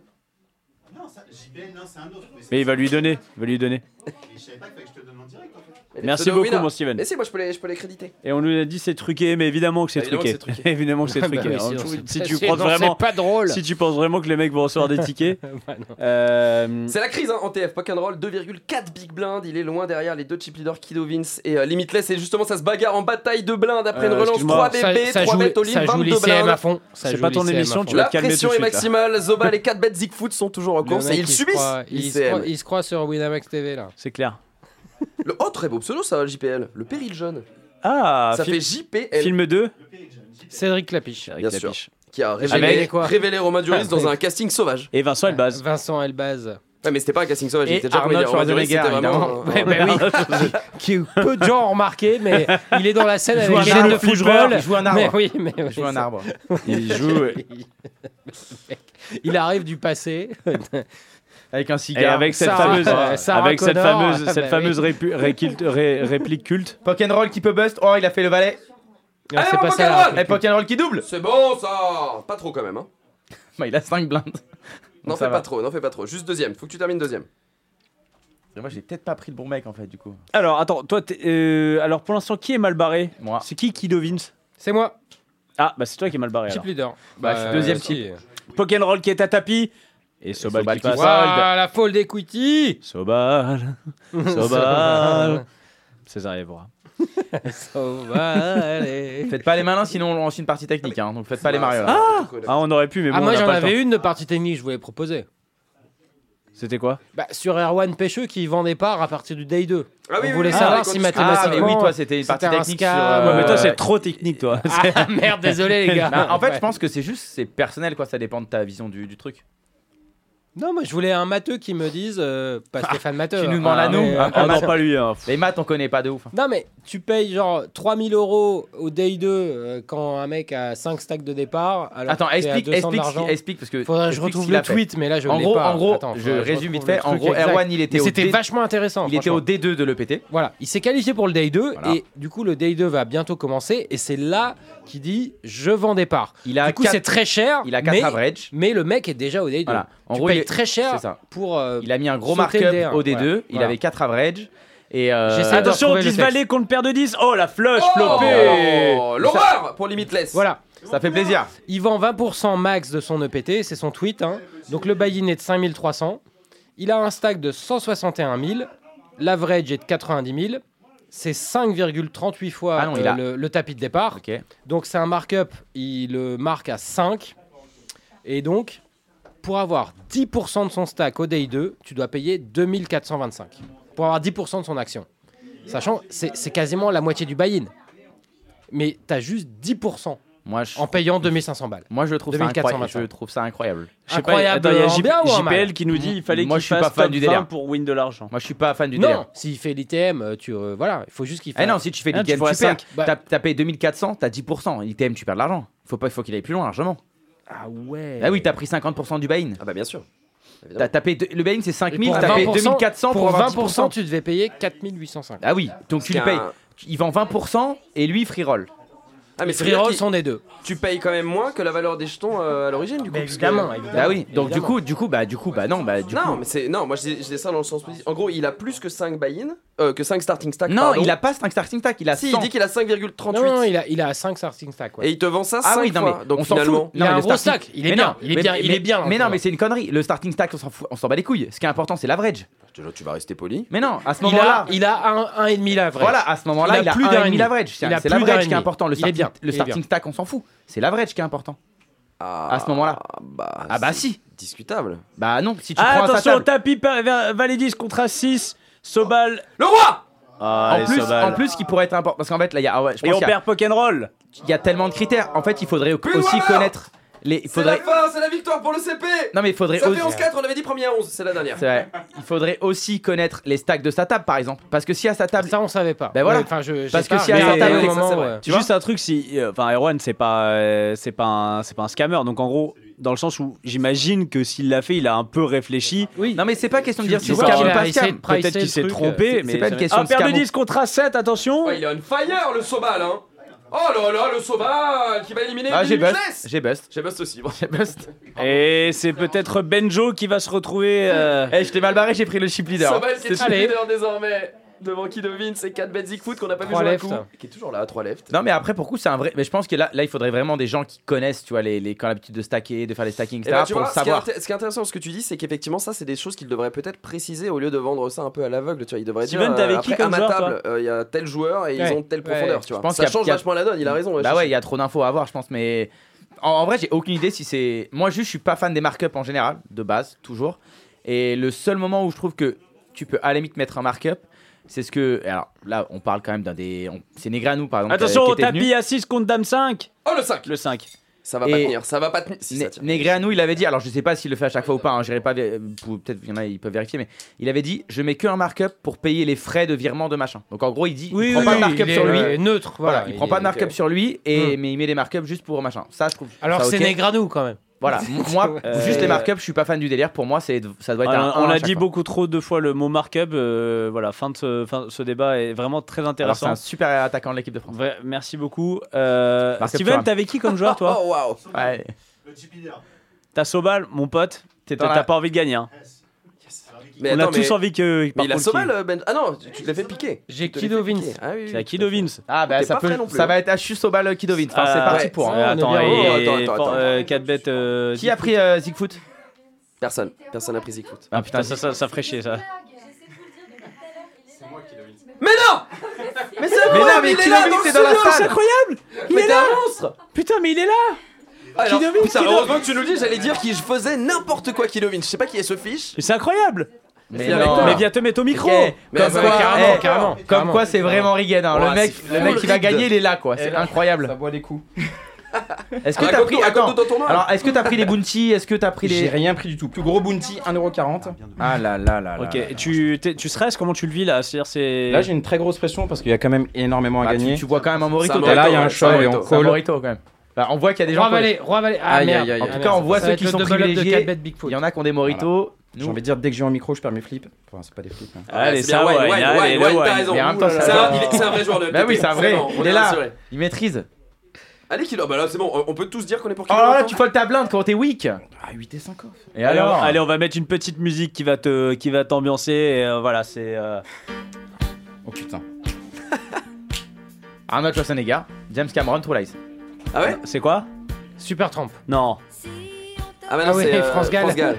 S13: Non, ça, JPN, Eh, non, c'est un autre. Mais, c'est-
S5: Mais il va lui donner, il va lui donner.
S13: mais je savais pas qu'il fallait que je te donne en direct en fait.
S10: Mais le
S5: Merci
S10: pseudo
S5: beaucoup,
S10: Winner.
S5: mon Steven.
S10: Mais si, moi, je peux les, je peux les créditer.
S5: Et on nous a dit c'est truqué, mais évidemment
S6: Bah,
S5: que c'est
S10: Bah, Évidemment
S5: truqué.
S10: que c'est truqué.
S5: <laughs> Évidemment que c'est
S11: Ah bah
S5: truqué.
S11: oui, sinon,
S5: Alors, tu- Si
S11: c'est-
S5: tu
S11: sinon,
S5: penses vraiment,
S11: C'est pas drôle.
S5: si tu penses vraiment que les mecs vont recevoir des tickets,
S11: <laughs> Bah non. Mm.
S5: euh,
S10: C'est la crise hein, en TF, Roll 2,4 big blind, il est loin derrière les deux chip leaders Kido Vince et euh, Limitless et justement ça se bagarre en bataille de blind après
S5: Euh,
S10: une relance
S5: excuse-moi,
S10: 3
S11: Ça-
S10: BB,
S11: ça
S10: 3
S11: joue,
S10: bêtes au
S11: ça
S10: lead,
S11: joue
S10: 22
S11: l'ICM à
S10: blindes.
S11: fond. Ça
S5: C'est
S11: joue
S5: pas ton
S11: l'ICM à
S5: émission,
S11: fond.
S5: tu vas
S10: La
S5: te calmer tout de
S10: pression
S5: suite.
S10: est
S5: là.
S10: maximale, Zoba
S5: <laughs>
S10: les 4 bêtes Zigfoot sont toujours en
S11: Le
S10: course
S11: mec,
S10: et ils
S11: il se
S10: subissent.
S11: croit- Il se
S10: ICM.
S11: croit- il se croit sur Winamax TV là.
S5: C'est clair.
S10: Le oh, très beau pseudo ça JPL, le péril jeune.
S5: Ah,
S10: ça
S5: fil-
S10: fait JPL
S5: film 2
S11: Cédric Lapiche.
S10: bien
S5: la
S10: sûr
S5: piche.
S10: qui a révélé,
S11: Avec quoi
S10: révélé Romain Duris
S11: Ah,
S10: dans
S11: ouais.
S10: un casting sauvage.
S5: Et Vincent Elbaz.
S11: Vincent Elbaz.
S10: Ouais mais c'était pas un casting sauvage, il
S6: Et
S10: était déjà
S6: Arnold
S10: comédien. Romain Duris,
S6: Schwarzenegger,
S10: c'était vraiment euh,
S11: Ouais, bah
S10: <laughs>
S11: oui. qui peu de gens ont remarqué, mais il est dans la scène
S6: joue
S11: avec
S6: un
S11: Hélène de
S6: arbre flipper,
S11: Fougerolles.
S6: il joue un
S11: Mais
S6: arbre.
S11: oui, mais oui,
S6: Je joue un
S11: ça-
S6: arbre.
S5: Il joue
S11: <laughs> Il arrive du passé.
S6: Avec un
S5: et
S6: cigare.
S5: avec cette
S11: Sarah-
S5: fameuse,
S11: euh, Sarah
S5: avec cette
S11: Connor.
S5: fameuse,
S11: Ah,
S5: cette
S11: bah
S5: fameuse répu- réculte- ré- réplique culte.
S6: Roll qui peut bust. Oh, il a fait le valet.
S11: Non,
S10: Allez,
S11: c'est
S10: on
S11: pas
S10: va
S11: ça.
S10: au
S11: la
S10: Roll
S6: Et
S11: réplique.
S6: Roll Eh, qui double.
S10: C'est bon ça Pas trop quand même hein.
S6: Bah, il a 5 blindes.
S10: N'en
S6: Donc,
S10: fais
S6: ça
S10: pas
S6: va.
S10: trop, n'en fais pas trop. Juste deuxième, faut que tu termines deuxième.
S6: Moi, j'ai peut-être pas pris le bon mec en fait, du coup.
S5: Alors attends, toi, t'es- euh, alors pour l'instant, qui est mal barré
S6: Moi.
S5: C'est qui qui devine
S11: C'est moi,
S5: Ah, bah c'est toi qui es mal barré.
S11: chip
S5: Alors.
S11: leader. euh,
S6: Bah, je suis deuxième
S11: si.
S5: Pokéroll qui est à tapis et Sobal,
S6: Sobal
S5: qui
S6: qui
S5: passe.
S6: voit.
S11: Voilà, la fold equity.
S5: Sobal,
S11: <laughs>
S5: <laughs> Sobal, César Evora.
S11: Sauvage.
S6: Faites pas les malins, sinon on lance une partie technique. Hein, donc faites pas les Mario. là.
S10: Ah
S5: Ah, on aurait pu, mais bon,
S11: Ah, moi
S5: on a
S11: j'en
S5: pas le temps.
S11: avais une de partie technique, je voulais proposer.
S5: C'était quoi
S11: Bah, sur Erwan Pêcheux qui vend des parts à partir du day 2.
S10: Ah oui,
S11: On
S10: oui,
S11: voulait
S10: oui,
S11: savoir
S10: oui,
S11: si
S10: oui.
S6: Ah, mais
S11: mathématiquement.
S6: oui, toi, c'était une
S11: c'était
S6: partie
S11: un
S6: technique sur.
S11: scam.
S5: Ouais, mais toi,
S11: Euh,
S6: <laughs>
S5: c'est trop technique, toi.
S11: <laughs> Ah merde, désolé les gars. <laughs>
S6: Bah, en fait,
S11: Ouais.
S6: je pense que c'est juste, c'est personnel, quoi. Ça dépend de ta vision du, du truc.
S11: Non, moi je voulais un matheux qui me dise, euh, pas Stéphane Matheux.
S6: tu nous
S11: hein,
S6: demandes à nous,
S11: mais-
S6: hein,
S5: Ah non, pas lui. hein.
S6: Les maths, on connaît pas de ouf. hein.
S11: Non, mais tu payes genre 3000 euros au day 2 euh, quand un mec a 5 stacks de départ. Alors
S6: Attends,
S11: que t'es à
S6: explique,
S11: 200
S6: explique, ce
S11: d'argent.
S6: qui- explique, parce que.
S11: Faudrait que je
S6: explique ce
S11: retrouve
S6: qu'il
S11: le
S6: a fait.
S11: tweet, mais là je
S6: En
S11: l'ai
S6: gros,
S11: pas.
S6: en gros,
S11: Attends,
S6: je
S11: faudrait que
S6: résume vite
S11: retrouve le
S6: fait. En
S11: truc
S6: gros,
S11: exact.
S6: Erwan, il était
S11: Mais
S6: au
S11: C'était
S6: dé-
S11: vachement intéressant.
S6: Il était
S11: franchement.
S6: au D2 de l'EPT.
S11: Voilà, il s'est qualifié pour le day 2
S6: Voilà.
S11: et du coup le day 2 va bientôt commencer et c'est là qu'il dit je vends des parts.
S6: Il a
S11: du coup
S6: quatre-
S11: c'est très cher,
S6: Il a 4
S11: mais,
S6: average.
S11: mais le mec est déjà au day 2.
S6: Voilà. En
S11: tu
S6: gros,
S11: payes
S6: il est-
S11: très cher
S6: c'est ça.
S11: pour... euh,
S6: Il a mis un gros
S11: Sauter le
S6: markup
S11: dé un,
S6: au D2.
S11: ouais.
S6: Il
S11: Voilà.
S6: avait 4 average. Et euh,
S11: J'essaie de-
S5: Attention,
S11: retrouver le
S5: 10 valets contre paire de 10. Oh, la flush flopée
S10: Oh, L'horreur pour Limitless.
S11: Voilà,
S6: ça fait plaisir.
S11: il vend 20% max de son EPT, c'est son tweet. hein. Donc le buy-in est de 5300. Il a un stack de 161 000. L'average est de 90 000. C'est 5,38 fois
S6: Ah non, il
S11: euh,
S6: a-
S11: le, le tapis de départ. Donc c'est un markup, il le marque à 5. Et donc, pour avoir 10% de son stack au day 2, tu dois payer 2425. Pour avoir 10% de son action. Sachant, c'est c'est quasiment la moitié du buy-in. Mais tu as juste 10%
S6: Moi, je
S11: en payant 2500 balles.
S6: Moi, je trouve, ça incroyable.
S11: 2425.
S6: je trouve ça incroyable.
S5: Je sais pas, attends, il y a J- JPL qui nous dit il fallait
S6: Moi,
S5: qu'il
S6: je suis pas
S5: fasse
S6: fan
S5: top
S6: du délire.
S5: 20 pour win de l'argent.
S6: Moi, je suis pas fan du délire.
S11: Non, s'il fait l'ITM, euh, tu euh, voilà, il faut juste qu'il
S6: Eh
S11: fasse.
S6: non, si tu fais
S11: Ah,
S6: du game,
S11: vois
S6: tu perds.
S11: cinq. Bah,
S6: T'as- T'as payé 2400, t'as 10%. ITM, tu perds de l'argent. Faut pas, faut qu'il aille plus loin, largement.
S11: Ah ouais.
S6: Ah oui, t'as pris 50% du buy-in. Ah
S10: bah bien sûr.
S6: T'as t'as payé deux- le buy-in c'est 5000,
S11: pour
S6: t'as payé
S11: 20%,
S6: 2400 pour,
S11: pour
S6: avoir
S11: 20%,
S6: 10%.
S11: tu devais payer 4850.
S6: Ah oui, donc tu lui
S10: C'est
S6: payes.
S10: un-
S6: Il vend 20% et lui free roll.
S10: Ah, mais
S6: Les
S10: ça veut
S6: free
S10: dire
S6: rolls
S10: qu'il-
S6: sont des deux.
S10: Tu payes quand même moins que la valeur des jetons euh, à l'origine, du coup. parce que-
S6: Bah oui, donc du coup, du coup, bah du coup, bah non, bah du
S10: non,
S6: coup.
S10: mais c'est non, moi je dis, je dis ça dans le sens positif. En gros, il a plus que 5 buy-in, euh, que 5 starting stacks.
S6: Non,
S10: pardon.
S6: il a pas 5 starting tac, il a
S10: Si, il
S6: 100.
S10: dit qu'il a 5,38.
S11: Non, non, il a, il a 5 starting stack. ouais.
S10: Et il te vend ça
S6: Ah
S10: 5
S6: oui, non,
S10: fois.
S6: mais
S10: Donc
S6: on s'en fout.
S10: finalement,
S6: Non,
S11: un
S6: le
S11: gros
S6: starting-
S11: stack, il est
S6: mais
S11: bien,
S6: non,
S11: il est
S6: mais-
S11: bien, il
S6: mais-
S11: est bien,
S6: Mais non,
S11: encore.
S6: mais c'est une connerie. Le starting stack, on s'en fout- on s'en bat les couilles. Ce qui est important, c'est l'average.
S10: tu vas rester poli.
S6: Mais non, à ce
S11: Il a-
S6: moment-là,
S11: il a un, un et demi l'average.
S6: Voilà, à ce moment-là, il a, plus d'un
S11: et demi.
S6: l'average. C'est
S11: Il a
S6: c'est
S11: plus d'un
S6: l'average
S11: et
S6: qui est
S11: demi.
S6: important.
S11: Il
S6: Le
S11: est
S6: starting,
S11: bien. il
S6: le
S11: est bien.
S6: starting stack, on s'en fout. C'est l'average qui est important. à ce moment-là.
S10: Ah, Bah,
S6: ah bah si.
S10: Discutable.
S6: Bah non, si tu
S5: Ah,
S6: prends un
S5: attention,
S6: satable-
S5: tapis pa- va- Validis contre à 6. Sobal.
S10: Le roi
S5: Ah,
S6: en, plus, en plus, qui pourrait être important. Parce qu'en fait, là, il y a. ah ouais, je
S5: Et
S6: pense
S5: on
S6: qu'il y a-
S5: perd Roll.
S6: Il y a tellement de critères. En fait, il faudrait aussi
S10: voilà
S6: connaître. Les, il
S10: C'est la
S6: faudrait.
S10: fin, c'est la victoire pour le CP
S6: Non, mais il faudrait
S10: Ça
S6: oser-
S10: fait 11-4, on avait dit premier à 11, c'est la dernière.
S6: C'est vrai. Il faudrait aussi connaître les stacks de sa table, par exemple. Parce que si à sa table.
S11: Ça, on savait pas.
S6: Ben voilà.
S11: Ouais, enfin, je- j'ai
S6: Parce que
S11: pas
S6: si à sa
S11: regardé
S6: table.
S11: au
S6: les-
S11: moment,
S6: ça, c'est
S11: ouais.
S6: vrai.
S5: Tu Juste un truc, si, euh, enfin, Erwan, c'est pas, euh, c'est pas, un- c'est pas un scammer. Donc en gros, dans le sens où j'imagine que s'il l'a fait, il a un peu réfléchi.
S11: Oui.
S6: Non, mais c'est pas question de
S5: Tu-
S6: dire
S5: tu
S6: si
S5: vois,
S6: scam ou
S5: il a
S6: pas
S5: essayé
S6: scam.
S5: de pricer Peut-être qu'il le s'est truc, trompé, euh, mais
S6: C'est pas
S5: ça
S6: une question
S5: m'a-
S6: de
S5: Ah, perdu
S6: scam.
S5: 10 contre à 7, attention.
S10: Ouais, Ah, il est on fire le Sobal, hein Oh là là, le Sobal qui va éliminer
S6: Ah, j'ai bust.
S10: Luless
S6: J'ai bust.
S10: J'ai bust aussi, bon.
S6: J'ai bust.
S5: Et c'est peut-être Benjo qui va se retrouver. euh,
S6: Eh, je t'ai mal barré, j'ai pris le chip leader.
S10: Sobal qui est
S6: Allez.
S10: leader désormais Devant qui devine, c'est 4 bets Foot qu'on n'a pas vu
S6: Trois
S10: jouer un
S6: left.
S10: coup. Qui est toujours là, 3 left.
S6: Non mais après pour coup c'est un vrai mais je pense que là, là il faudrait vraiment des gens qui connaissent tu vois les, les qui ont l'habitude de stacker de faire les stackings
S10: Eh
S6: etc
S10: ben, tu
S6: pour
S10: vois,
S6: le
S10: ce qui, est
S6: savoir
S10: inté- ce qui est intéressant dans ce que tu dis, c'est qu'effectivement, ça, c'est des choses qu'il devrait peut-être préciser au lieu de vendre ça un peu à l'aveugle. Tu vois, il devrait dire
S5: Steven,
S10: euh,
S5: t'avais qui
S10: après, à
S5: comme
S10: ma
S5: joueur,
S10: table, euh, il y a tel joueur et
S6: Ouais.
S10: ils ont telle
S6: Ouais.
S10: profondeur. Tu vois,
S6: Je pense
S10: ça
S6: qu'il y a-
S10: change
S6: il y a-
S10: vachement la donne. Il a raison. ouais,
S6: bah
S10: je-
S6: ouais il y a trop d'infos à avoir je pense mais en, en vrai j'ai aucune idée si c'est moi juste je suis pas fan des markups en général de base toujours et le seul moment où je trouve que tu peux à la limite mettre un markup c'est ce que alors là on parle quand même d'un des on- c'est Negranou par exemple
S5: attention,
S6: euh, qui
S5: au
S6: était venu.
S5: tapis à 6 contre Dame 5.
S10: Oh, le 5
S5: Le 5.
S10: Ça va pas
S6: Et-
S10: tenir, ça va pas tenir. Si, ça
S6: Ne-
S10: tient.
S6: Negreanu, il avait dit, alors je sais pas s'il le fait à chaque fois ou pas, hein, j'irai pas, vé- pour- peut-être qu'il y en a, ils peuvent vérifier, mais il avait dit, je mets que un markup pour payer les frais de virement de machin. Donc en gros, il dit, il prend pas de markup
S11: il
S6: sur
S11: est,
S6: lui.
S11: euh, neutre. Voilà,
S6: Voilà, il, prend pas de markup sur lui, et,
S5: Hmm.
S6: mais il met les markups juste pour machin. Ça, je trouve.
S11: Alors
S6: ça
S11: c'est
S6: ok.
S11: Negranou quand même. <laughs>
S6: Voilà,
S5: <laughs>
S6: m- moi,
S5: Euh,
S6: juste les markups, je suis pas fan du délire. Pour moi, c'est, ça doit être un.
S5: Ah, on
S6: un à
S5: a
S6: chaque
S5: dit
S6: fois.
S5: beaucoup trop de fois le mot markup. euh, voilà, fin de ce, fin- ce débat est vraiment très
S6: Alors, c'est
S5: intéressant.
S6: un super attaquant de l'équipe de France.
S5: Vrai- merci beaucoup. Euh,
S6: Markup
S5: Steven,
S6: Thuram.
S5: t'avais qui comme joueur, toi
S10: <laughs> Oh, waouh
S6: Ouais.
S13: Le Jupiter.
S5: T'as Sobal, mon pote. T'es-
S6: dans
S5: T'as
S6: la-
S5: pas envie de gagner. hein.
S10: Mais
S5: on
S10: attends,
S5: a tous
S10: mais-
S5: envie que.
S10: Mais
S5: par
S10: il a
S5: contre,
S10: Sobal,
S5: qu'il-
S10: euh, Ben. Ah non, tu tu te l'as fait piquer.
S11: J'ai
S10: Tu te l'as
S11: Kido
S10: fait piquer.
S11: Vince.
S10: Ah oui, oui.
S5: C'est à Kido Vince.
S6: Ah, bah,
S10: T'es
S6: ça,
S10: pas
S6: peut,
S10: frais non plus,
S6: ça
S10: hein.
S6: va être à Sobal Kidovin. Enfin, c'est
S5: Ah,
S6: parti
S10: ouais.
S6: pour. hein.
S5: Euh,
S11: on est
S5: attends,
S11: bien.
S5: et-
S10: Oh, attends, attends,
S5: pour-
S10: attends.
S5: euh, 4 bêtes. euh,
S6: Qui a pris euh, Zigfoot
S10: Personne, personne n'a pris Zigfoot.
S6: Ah,
S5: Putain, ça, ça, ça ferait chier ça.
S10: Mais non Mais c'est
S6: Mais
S10: moi,
S6: non, mais
S10: mais il est
S6: Kido
S10: là
S6: Vince
S10: dans
S6: est dans la
S10: le studio,
S6: salle.
S5: incroyable Il
S10: Mais
S5: est
S10: t'es
S5: là
S10: un monstre
S5: Putain, mais il est là
S10: Alors,
S5: Kido Vince,
S10: putain,
S5: Kido-
S10: heureusement que tu nous le dis, j'allais dire qu'il faisait n'importe quoi Kido Vince. Je sais pas qui est ce fiche.
S5: C'est incroyable
S6: Mais
S10: C'est avec
S6: non.
S10: toi.
S5: Mais viens te mettre au micro
S6: Ok,
S10: Ah. Mais
S6: comme,
S10: ça
S6: quoi,
S10: va carrément,
S6: eh,
S11: carrément,
S6: comme
S11: carrément.
S6: quoi, c'est vraiment Regan. hein.
S10: Ouah,
S6: le mec,
S10: c'est
S6: le mec qui va
S10: full
S6: gagner,
S10: ride.
S6: il est là, quoi. C'est incroyable.
S16: Eh, Ça boit des coups.
S6: Est-ce que
S10: Ah,
S6: t'as
S10: comme
S6: pris
S10: toi, comme
S6: Attends.
S10: toi, ton nom.
S6: Alors, est-ce que t'as pris les bounties Est-ce que t'as pris
S16: J'ai
S6: les
S16: rien pris du tout. Plus gros bounty, 1,40€.
S6: Ah là là là. là
S5: Ok,
S6: là.
S5: et tu, t'es- tu stresses Comment tu le vis là C'est-à-dire, c'est.
S16: Là, j'ai une très grosse pression parce qu'il y a quand même énormément à
S6: Bah, tu-
S16: gagner.
S6: Tu vois quand même un Morito.
S10: Ça
S16: Et là, il y a un
S10: Ouais,
S16: shot
S10: ça,
S16: et on
S10: Morito,
S6: C'est un
S16: call.
S6: Morito quand même. Bah, on voit qu'il y a des gens.
S11: Roi
S6: qui ont-
S11: Valet, Roi Valet. Ah,
S16: Aïe,
S11: merde.
S16: aïe, aïe,
S6: En
S16: aïe.
S6: tout cas, on voit
S11: Ça
S6: ceux
S11: va
S6: qui
S11: être
S6: sont
S11: le double up de
S6: privilégiés.
S11: 4 bet Bigfoot.
S6: Il y en a qui ont des Morito.
S16: J'ai
S6: Nous.
S16: envie de dire, dès que j'ai en micro, je perds mes flips. Enfin, c'est pas des flips. hein.
S5: Allez,
S10: Ah, c'est bien,
S5: ça,
S10: ouais,
S5: ouais,
S10: ouais,
S5: allez,
S10: ouais,
S5: le
S10: ouais,
S5: wine.
S10: t'as raison.
S6: Mais en même temps,
S10: C'est un,
S6: ça.
S10: il est- c'est un vrai joueur de
S6: Bah oui, c'est un vrai.
S10: bon, on
S6: Il est là.
S10: rassurés.
S6: Il maîtrise.
S10: Allez, Kido, bah là c'est bon, on- on peut tous dire qu'on est pour hein.
S6: Oh
S10: Kido.
S6: là là,
S10: maintenant
S6: tu folles ta blinde quand t'es weak.
S16: Ah, 8 et 5 off.
S6: Et
S5: Allez, on-
S6: alors
S5: allez, on va mettre une petite musique qui va te, qui va t'ambiancer. et, euh, voilà, c'est. euh,
S16: Oh putain.
S6: Arnold Schwarzenegger, James Cameron, True Lies.
S10: Ah ouais
S5: C'est quoi
S11: Super Trump.
S5: Non.
S10: Ah bah non,
S11: Ah ouais,
S6: <laughs>
S10: c'est euh,
S5: <laughs>
S11: France Gall.
S10: France Gall.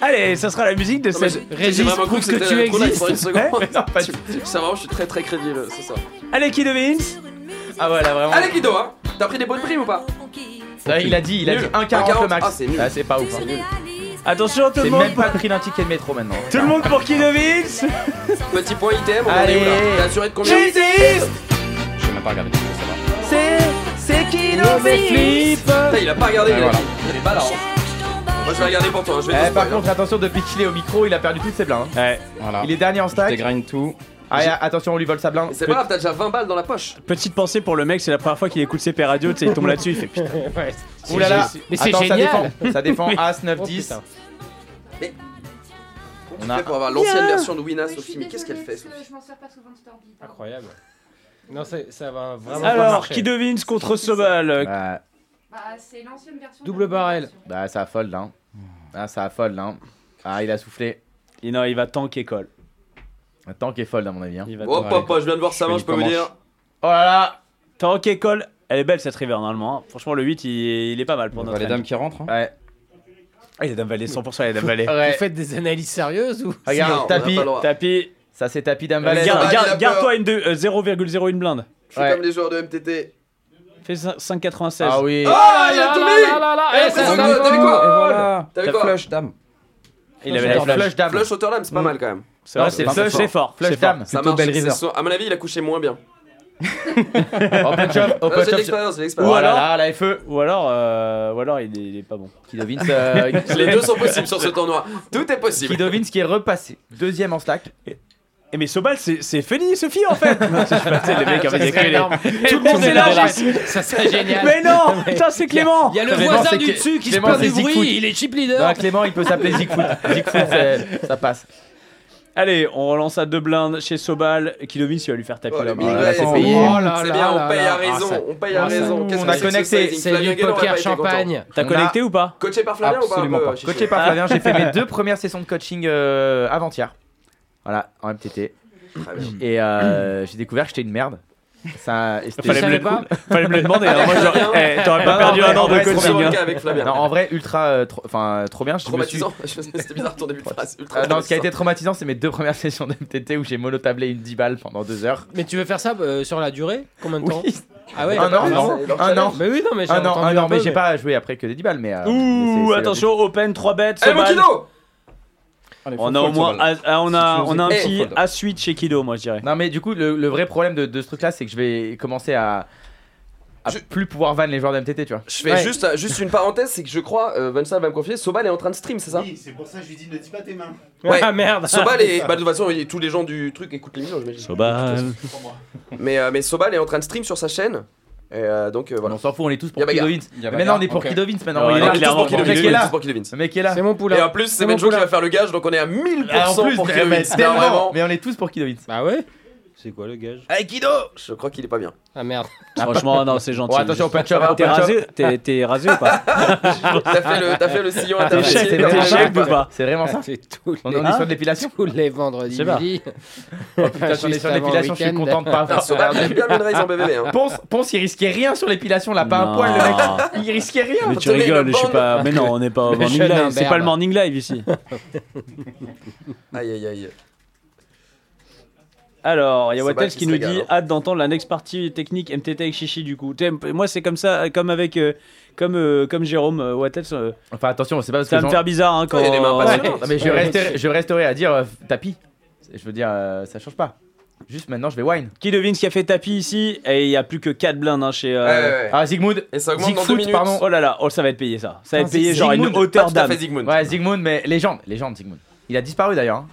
S5: Allez, ça sera la musique de
S10: Non, mais
S5: cette
S10: j'ai- j'ai
S5: Régis
S10: vraiment cru
S5: prouve que,
S10: c'était
S5: tu
S10: la chrono
S5: existes.
S10: pour une seconde. <laughs>
S5: <laughs> Hein
S10: Tu- Ça vraiment, je suis très très crédible, c'est ça.
S5: Allez, qui devine
S6: Ah voilà, vraiment.
S10: Allez Guido, hein T'as pris des bonnes primes ou pas
S6: Ça, il a dit, il a
S10: Nul.
S6: dit 1,40 le max.
S10: Ah, c'est nul.
S6: Ah, c'est pas ouf. hein.
S5: Attention, tout
S6: C'est
S5: le monde.
S6: même pas pris d'un ticket de métro maintenant.
S5: Tout le monde pour qui devine
S10: Petit point item, on en
S6: Allez.
S10: est où là T'as assuré de combien
S6: Jésus
S16: Je vais même pas regarder. ça va.
S6: C'est. C'est qui
S10: nos flips Putain, il a pas regardé,
S6: Ouais,
S10: il a
S6: voilà.
S10: dit. Il est pas là. hein. Moi je vais regarder pour toi, hein, je vais te
S6: Eh, par
S10: spoiler, hein.
S6: contre, attention depuis qu'il est au micro, il a perdu toutes ses blindes. hein.
S5: Ouais.
S16: Voilà.
S6: Il est dernier en stack.
S16: Je dégraine tout.
S6: Allez, attention, on lui vole sa blinde.
S10: C'est pas grave, t'as déjà 20 balles dans la poche.
S5: Petite pensée pour le mec, c'est la première fois qu'il écoute CP Radio, tu sais, il tombe là-dessus, il fait putain.
S6: Ouh là là.
S11: Mais c'est
S6: Attends,
S11: génial.
S6: Ça défend, ça <laughs> défend
S5: Oui.
S6: As 9
S11: Oh,
S6: 10.
S11: putain.
S10: On
S6: a-
S10: a pour avoir l'ancienne
S11: Bien.
S10: version de Wina Sophie, mais qu'est-ce qu'elle fait Sophie
S3: Je m'en sers pas souvent de Storby.
S11: Incroyable. Non, c'est- ça va vraiment pas
S5: Alors,
S11: marcher.
S5: qui devine contre Sobal
S6: Ouais.
S3: Bah, c'est l'ancienne version.
S11: Double barrel.
S6: Bah, ça affole là. hein. Ah, ça affole là. hein. Ah, il a soufflé.
S5: Et non, il va tanker Cole.
S6: Un tank est folle, à mon avis. hein.
S5: va
S10: Hop hop, hop, oh, je viens de voir sa main, je
S6: fais une
S10: peux vous
S6: comanche.
S10: dire.
S6: Oh là là
S5: Tanker Cole, elle est belle cette river normalement. hein. Franchement, le 8, il, il est pas mal pour
S16: On
S5: notre.
S16: voit les
S5: ami.
S16: dames qui rentrent. hein.
S6: Ouais.
S5: Ah, les dames vallées, 100% les
S11: <laughs>
S5: dames vallées.
S6: Ouais.
S11: Vous faites des analyses sérieuses ou
S10: Non, on
S6: Regarde,
S10: n'a pas
S6: tapis.
S10: le droit.
S5: Tapis,
S6: Ça, c'est tapis dame
S5: garde,
S6: Valère.
S10: Ah, il a
S5: garde-
S10: peur.
S5: garde-toi une de- euh, 0,01 blinde.
S10: Je suis
S6: Ouais.
S10: comme les joueurs de MTT.
S5: Fais cin- 5,96.
S6: Ah oui.
S10: Ah, il a tout mis Eh,
S11: ça
S10: présent,
S11: va
S10: t'as vu
S16: Et
S10: quoi
S16: voilà.
S10: T'as vu
S16: La
S10: quoi
S16: flush, dame.
S5: il avait la
S6: Flush,
S5: flush.
S6: flush dame.
S10: Flush auteur lame, c'est pas
S16: Mm.
S10: mal quand même.
S5: C'est vrai,
S6: Non,
S5: c'est
S6: c'est
S5: flush,
S6: fort.
S5: c'est fort.
S6: Flush
S5: c'est fort.
S6: dame.
S10: Ça
S16: Plutôt
S10: marche.
S16: Bell
S10: c'est
S16: River.
S10: son- À mon avis, il a couché moins
S6: <laughs>
S10: bien.
S6: Open shop,
S10: Ah,
S6: open
S10: J'ai de
S6: shop.
S10: l'expérience, j'ai de
S6: Oh
S10: l'expérience.
S6: là là, la FE.
S5: Ou alors, euh, ou alors il, est, il est pas bon.
S6: Qui devine
S5: <laughs>
S6: ça-
S10: Les deux sont possibles sur ce tournoi. Tout est
S6: euh, Qui
S10: possible.
S6: devine ce qui est repassé. Deuxième en stack.
S5: Et mais Sobal, c'est c'est Fanny et Sophie en fait. Non, c'est- je sais pas, tu sais, les mecs
S11: Ça
S5: avec des
S11: serait
S5: queues,
S11: énorme.
S5: les- Tout le monde s'élargit.
S11: Ça serait génial.
S5: Mais non, putain, c'est Clément.
S11: Il y a le
S6: Clément,
S11: voisin
S6: c'est
S11: du
S6: que-
S11: dessus qui se
S6: Clément,
S11: plaint
S6: c'est
S11: du
S6: Siegfried.
S11: bruit, il est chip
S6: Non,
S11: leader.
S6: Clément, il peut s'appeler Zigfoot. Zigfoot, c'est- ça passe.
S5: Allez, on relance à deux blindes chez Sobal. Qui devine si elle va lui faire taper
S10: Oh,
S5: la
S10: le
S5: main. Ah,
S10: mille
S6: là,
S10: balles,
S6: c'est
S10: c'est
S6: payé.
S10: bien.
S11: Oh là
S10: C'est
S11: là
S10: bien,
S11: là
S10: on paye
S11: là.
S10: à
S11: Ah, ça-
S10: raison. On paye à
S11: Ah, ça,
S10: raison.
S11: nous,
S10: Qu'est-ce
S11: on
S10: que
S6: a
S10: c'est que ce
S6: connecté.
S10: sizing
S11: C'est du
S10: Flavien Guénon, on a
S11: poker
S10: pas été content.
S11: champagne.
S5: T'as
S6: On
S5: connecté ou pas
S10: Coaché par Flavien ou pas
S16: Absolument
S10: un peu,
S16: pas.
S10: euh, Chichi
S6: Coaché par Flavien,
S10: <laughs>
S6: j'ai fait mes deux premières sessions de coaching euh, avant-hier. Voilà, en MTT.
S10: Très bien.
S6: Et euh, j'ai découvert que j'étais une merde. Ça, et c'était-
S5: Fallait
S11: Je
S5: me, le...
S11: savais pas.
S5: Fallait me le demander. hein. Moi, j'aurais- eh, T'aurais pas
S6: Non,
S5: perdu
S6: non,
S5: un an de
S10: Ouais, c'est
S5: coaching.
S10: vraiment le
S5: hein.
S10: cas avec Flavien.
S6: Non, en vrai, ultra, euh, trop- enfin, euh, trop bien. Je me suis-
S10: Traumatisant. C'était bizarre ton début de phrase. Ultra
S6: Euh, non, ce qui a été
S10: traumatisant.
S6: traumatisant, c'est mes deux premières <laughs> sessions de MTT où j'ai monotablé une 10 balles pendant deux heures.
S11: Mais tu veux faire ça euh, sur la durée Combien de temps
S6: Oui.
S11: Ah ouais
S6: un an,
S10: vraiment,
S6: non,
S10: c'est leur
S6: un an.
S10: challenge.
S11: Mais oui, non, mais j'ai
S6: Un an,
S11: entendu
S6: un an,
S11: peu,
S6: mais j'ai pas joué après que des 10 balles. Mais, euh, mais
S5: Ouh,
S6: c'est- c'est-
S5: attention, open 3 bets.
S10: Eh, mon
S5: Sobal.
S10: Kido
S11: Eh,
S16: Allez, faut
S5: On a au
S16: fold,
S5: moins,
S16: Sobal.
S5: ah, on
S16: Si
S5: a,
S16: tu nous
S5: on a un
S10: écoutes.
S5: petit
S16: Eh.
S5: à suite chez Kido, moi je dirais.
S6: Non, mais du coup, le, le vrai problème de, de ce truc-là, c'est que je vais commencer à, à
S10: Je-
S6: plus pouvoir van les joueurs de MTT, tu vois.
S10: Je fais
S11: Ouais.
S10: juste, euh, juste une parenthèse, c'est que je crois, euh, Vincent va me confier, Sobal est en train de stream, c'est ça
S13: Oui, c'est pour ça que je lui dis ne dis pas tes mains.
S10: Ouais.
S5: Ah merde.
S10: Sobal est. Bah, de toute façon, il- tous les gens du truc écoutent l'émission, j'imagine.
S5: Sobal.
S10: Mais, euh, mais Sobal est en train de stream sur sa chaîne. Et euh, donc euh, voilà.
S6: On s'en fout, on est tous
S10: Y
S6: pour
S10: a bagarre.
S6: Kidovins.
S16: Il y a
S6: Mais maintenant, on
S16: bagarre,
S6: est pour
S16: ok.
S6: Kidovins maintenant.
S5: Non,
S6: il est là.
S5: on est
S10: Tous pour
S5: clairement
S10: Kido
S6: Le mec
S10: Vince,
S6: est
S10: tous
S6: là.
S10: pour Kido Vince.
S6: Ce mec est là.
S11: C'est mon
S10: Et
S11: poulain.
S10: en plus, c'est
S11: C'est mon
S10: Benjo qui
S11: poulain.
S10: va faire le gage, donc on est à 1000%
S6: Ah, en plus,
S10: pour Kido
S6: eh, mais
S10: Vince. Non,
S6: tellement.
S10: vraiment.
S6: Mais on est tous pour Kidovins.
S11: Bah ouais. C'est quoi le gage
S6: Eh,
S10: Hey, Kido Oh, Je crois qu'il est pas bien.
S11: Ah merde.
S5: Franchement, non, c'est gentil.
S6: Oh, attention, open shop,
S5: T'es
S6: open shop.
S5: rasé, t'es- t'es rasé ou pas
S10: <laughs> T'as fait, le- t'as fait le sillon à ta
S5: T'es
S6: c'est-
S5: chèque,
S6: c'est
S5: t'es
S6: vraiment
S5: chèque
S6: ça.
S5: ou pas
S11: <laughs>
S6: C'est vraiment ça.
S11: Ça fait tous
S6: On
S11: les,
S6: on est sur de l'épilation.
S11: tous les vendredis
S5: Je sais pas.
S11: midi.
S6: Oh putain, si on est
S11: Juste
S6: sur
S11: avant
S6: l'épilation,
S11: le
S6: je suis
S11: week-end.
S6: content de pas
S10: Putain,
S6: avoir.
S10: Sobal aime bien Moonrise en
S6: <laughs>
S10: BBB. Hein.
S6: Ponce, Ponce, il risquait rien sur l'épilation, là, pas un
S5: Non.
S6: poil, le mec. Il risquait rien.
S5: Mais
S10: Parce
S5: tu
S10: que les
S5: rigoles, je suis
S10: bandes-
S5: pas. Mais non, on
S10: <laughs>
S5: n'est pas au
S11: Le
S5: morning
S11: jeune
S5: live.
S11: Humbert,
S5: C'est pas le
S11: là.
S5: morning live ici.
S10: Aïe aïe aïe.
S5: Alors, il y a
S10: C'est
S5: Wattels
S10: Baptiste
S5: qui nous
S10: Régard,
S5: dit
S10: hein.
S5: hâte d'entendre la next partie technique MTT avec Chichi du coup. T'es- Moi, c'est comme ça, comme avec, euh, comme euh, comme Jérôme euh, Wattels. euh,
S6: Enfin, attention, c'est pas parce que.
S5: ça va me
S6: j'en-
S5: faire bizarre hein, quand.
S10: Il y a des mains passionnantes.
S6: Non, mais je resterai, je resterai à dire euh, tapis. Je veux dire, euh, ça change pas. Juste maintenant, je vais wine.
S5: Qui devine ce qui a fait tapis ici Et il y a plus que 4 blindes hein, chez. euh,
S10: Ouais, ouais, ouais.
S6: Ah, Zigmund.
S10: Et ça augmente dans
S6: Zigfoot,
S10: deux minutes.
S6: pardon.
S5: Oh là là, oh ça va être payé ça. Ça va être
S6: Putain,
S5: payé
S6: c'est
S5: genre une
S6: Zygmunt.
S10: Pas
S5: hauteur
S10: tout à
S5: d'âme.
S10: fait Zygmunt.
S6: Ouais, Zigmund, mais légende, légende, Zigmund. Il a disparu d'ailleurs. hein.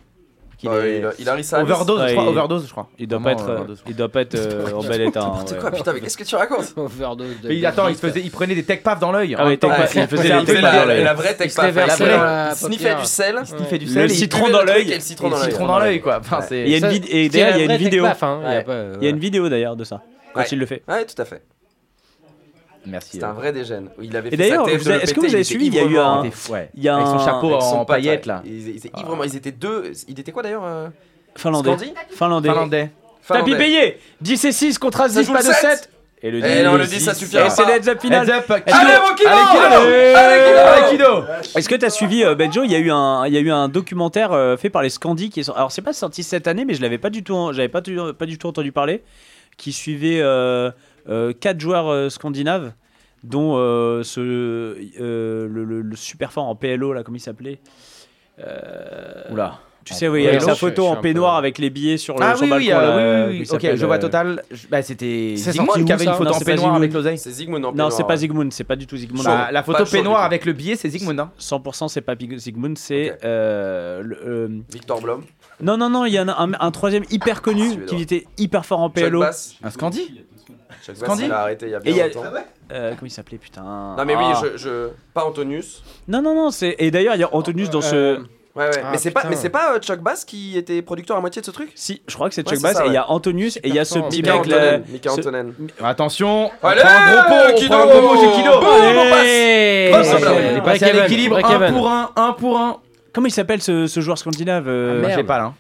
S6: Qu'il
S10: Ouais,
S6: est-
S10: il a- il a ri sa liste.
S6: Overdose,
S5: Ouais,
S6: je crois.
S5: il-
S6: Overdose, je crois.
S5: Il doit pas
S6: Vraiment,
S5: être,
S6: euh,
S5: euh,
S6: overdose.
S5: il doit pas être euh,
S6: <laughs>
S5: en bel état. hein,
S10: C'est
S5: ouais.
S10: quoi putain, mais qu'est-ce que tu racontes
S11: <laughs> Overdose de.
S6: Mais il, attend, il,
S11: Belgique.
S6: faisait, il prenait des tech paf dans l'œil. hein.
S5: Ah oui, tech
S6: Ouais,
S5: paf, il
S6: c'est-
S5: faisait
S6: c'est
S5: des
S6: un peu
S5: tech paf
S6: la-
S5: dans l'œil.
S10: La vraie tech
S11: Il se les
S10: paf. La
S11: versait
S6: vraie-
S11: dans
S10: vraie.
S11: la
S10: Sniffer
S11: paupière.
S10: du sel.
S6: Il fait du
S5: Le
S6: sel. il-
S10: Citron
S5: citron
S10: le
S5: dans
S10: truc
S5: l'œil.
S10: Et le
S6: et
S10: citron
S6: le
S10: dans l'œil.
S6: citron dans l'œil, quoi. Enfin,
S10: Ouais.
S6: c'est-
S5: Il y a une
S11: Ça,
S5: vid- et
S11: c'est
S5: derrière,
S11: la
S5: il y a
S11: vraie
S5: une vidéo.
S11: tech-paf, hein, il y a
S10: Ouais.
S11: pas, euh,
S5: Il y a
S11: voilà.
S5: une vidéo d'ailleurs de ça quand
S10: Ouais.
S5: il le fait.
S10: Ouais, tout à fait.
S6: Merci.
S5: euh.
S10: C'était un vrai dégène. Il avait
S5: Et
S10: fait
S5: d'ailleurs,
S10: sa tête
S5: vous
S10: de
S5: avez-
S10: le
S5: est-ce que
S10: péter,
S5: vous avez
S10: il était
S5: suivi, il y a eu
S10: ivrement.
S5: un-
S6: T'es fou, ouais.
S5: Il y a
S6: Avec son
S5: un-
S6: chapeau
S10: Avec son
S6: en
S10: pote,
S6: paillettes,
S10: ouais.
S6: là.
S10: Ils, ils étaient ivrement. Ils étaient deux. Ils étaient quoi d'ailleurs euh,
S5: Finlandais.
S10: Scandi
S5: Finlandais.
S6: Finlandais.
S5: Tapis
S10: Finlandais.
S5: payé 10 et 6 contre As
S10: Ça
S5: 10,
S10: joue
S5: pas
S10: le
S5: de
S10: sept.
S5: 7 Et le
S10: Eh non, le 10, ça suffira
S5: Et c'est
S10: pas.
S5: le heads up final.
S10: Heads up,
S5: Allez,
S10: Kido.
S5: mon Kido,
S10: Allez, Kido.
S5: allez.
S10: Allez, Kido. Allez, Kido.
S5: Est-ce que t'as suivi euh, Benjo Il y a eu un, il y a eu un documentaire euh, fait par les Scandi qui est sorti- alors c'est pas sorti cette année, mais je l'avais pas du tout, en- j'avais pas, du- pas du tout entendu parler, qui suivait euh, euh, quatre joueurs euh, scandinaves, dont euh, ce, euh, le, le- le super fort en PLO là, comment il s'appelait Euh,
S6: Oula.
S5: Tu
S6: En
S5: sais,
S10: Ah,
S5: oui, avec
S6: PLO,
S5: sa
S6: je- je
S5: photo
S6: suis
S5: en
S6: un
S5: peignoir avec les billets sur le
S6: Ah
S5: son
S6: oui, oui,
S5: balcon,
S6: euh, oui,
S5: là,
S6: oui,
S5: comment
S6: oui.
S5: il
S6: Ok,
S5: s'appelle,
S6: je vois
S5: euh,
S6: total. Je- bah, c'était
S5: C'est
S6: Zygmunt
S5: sorti
S6: qui avait
S5: où,
S6: une
S5: ça
S6: photo
S5: Non,
S6: en
S5: c'est pas
S6: peignoir
S5: Zygmunt.
S6: avec l'oseille.
S10: C'est Zygmunt en
S5: Non, c'est pas
S10: Zygmunt.
S5: Zygmunt, c'est pas du tout Zygmunt.
S6: Bah, la photo peignoir avec le billet, c'est Zygmunt. Hein.
S5: 100% c'est pas Big- Zygmunt, c'est euh, le, euh,
S10: Victor Blom.
S5: Non, non, non, il y en a un, un troisième hyper connu qui était hyper fort en
S10: Chuck
S5: PLO.
S10: Bass.
S6: Un Scandi
S10: Chuck Bass,
S5: Scandi
S10: il a arrêté il y a bien
S5: Et il y a-
S10: longtemps.
S5: Euh, comment il s'appelait, putain
S10: Non, mais oui,
S5: Ah.
S10: je, je- Pas Antonius.
S5: Non, non, non, c'est. Et d'ailleurs, il y a Antonius dans
S10: Euh,
S5: ce.
S10: Ouais, ouais.
S5: Ah,
S10: mais c'est pas,
S5: putain.
S10: mais c'est pas euh, Chuck Bass qui était producteur à moitié de ce truc
S5: Si, je crois que c'est
S10: Ouais,
S5: Chuck
S10: c'est
S5: Bass
S10: ça,
S5: et il y a
S10: ouais.
S5: Antonius et il y a ce
S10: Super
S5: petit
S10: fort.
S5: mec
S10: Mika
S5: là.
S10: Antonen, Mika
S5: ce-
S10: Antonen.
S6: Attention,
S10: Allez,
S6: on prend un gros pot,
S10: Kido.
S6: on prend un gros pot chez Kido.
S10: Boum, on passe.
S6: Allez.
S10: Hop, hop, là.
S6: Il est passé à
S5: Break-even,
S6: l'équilibre, un
S5: break-even.
S6: pour un, un pour un.
S5: Comment il s'appelle ce, ce joueur scandinave euh,
S6: Ah, merde. Je l'ai pas, là. Bah,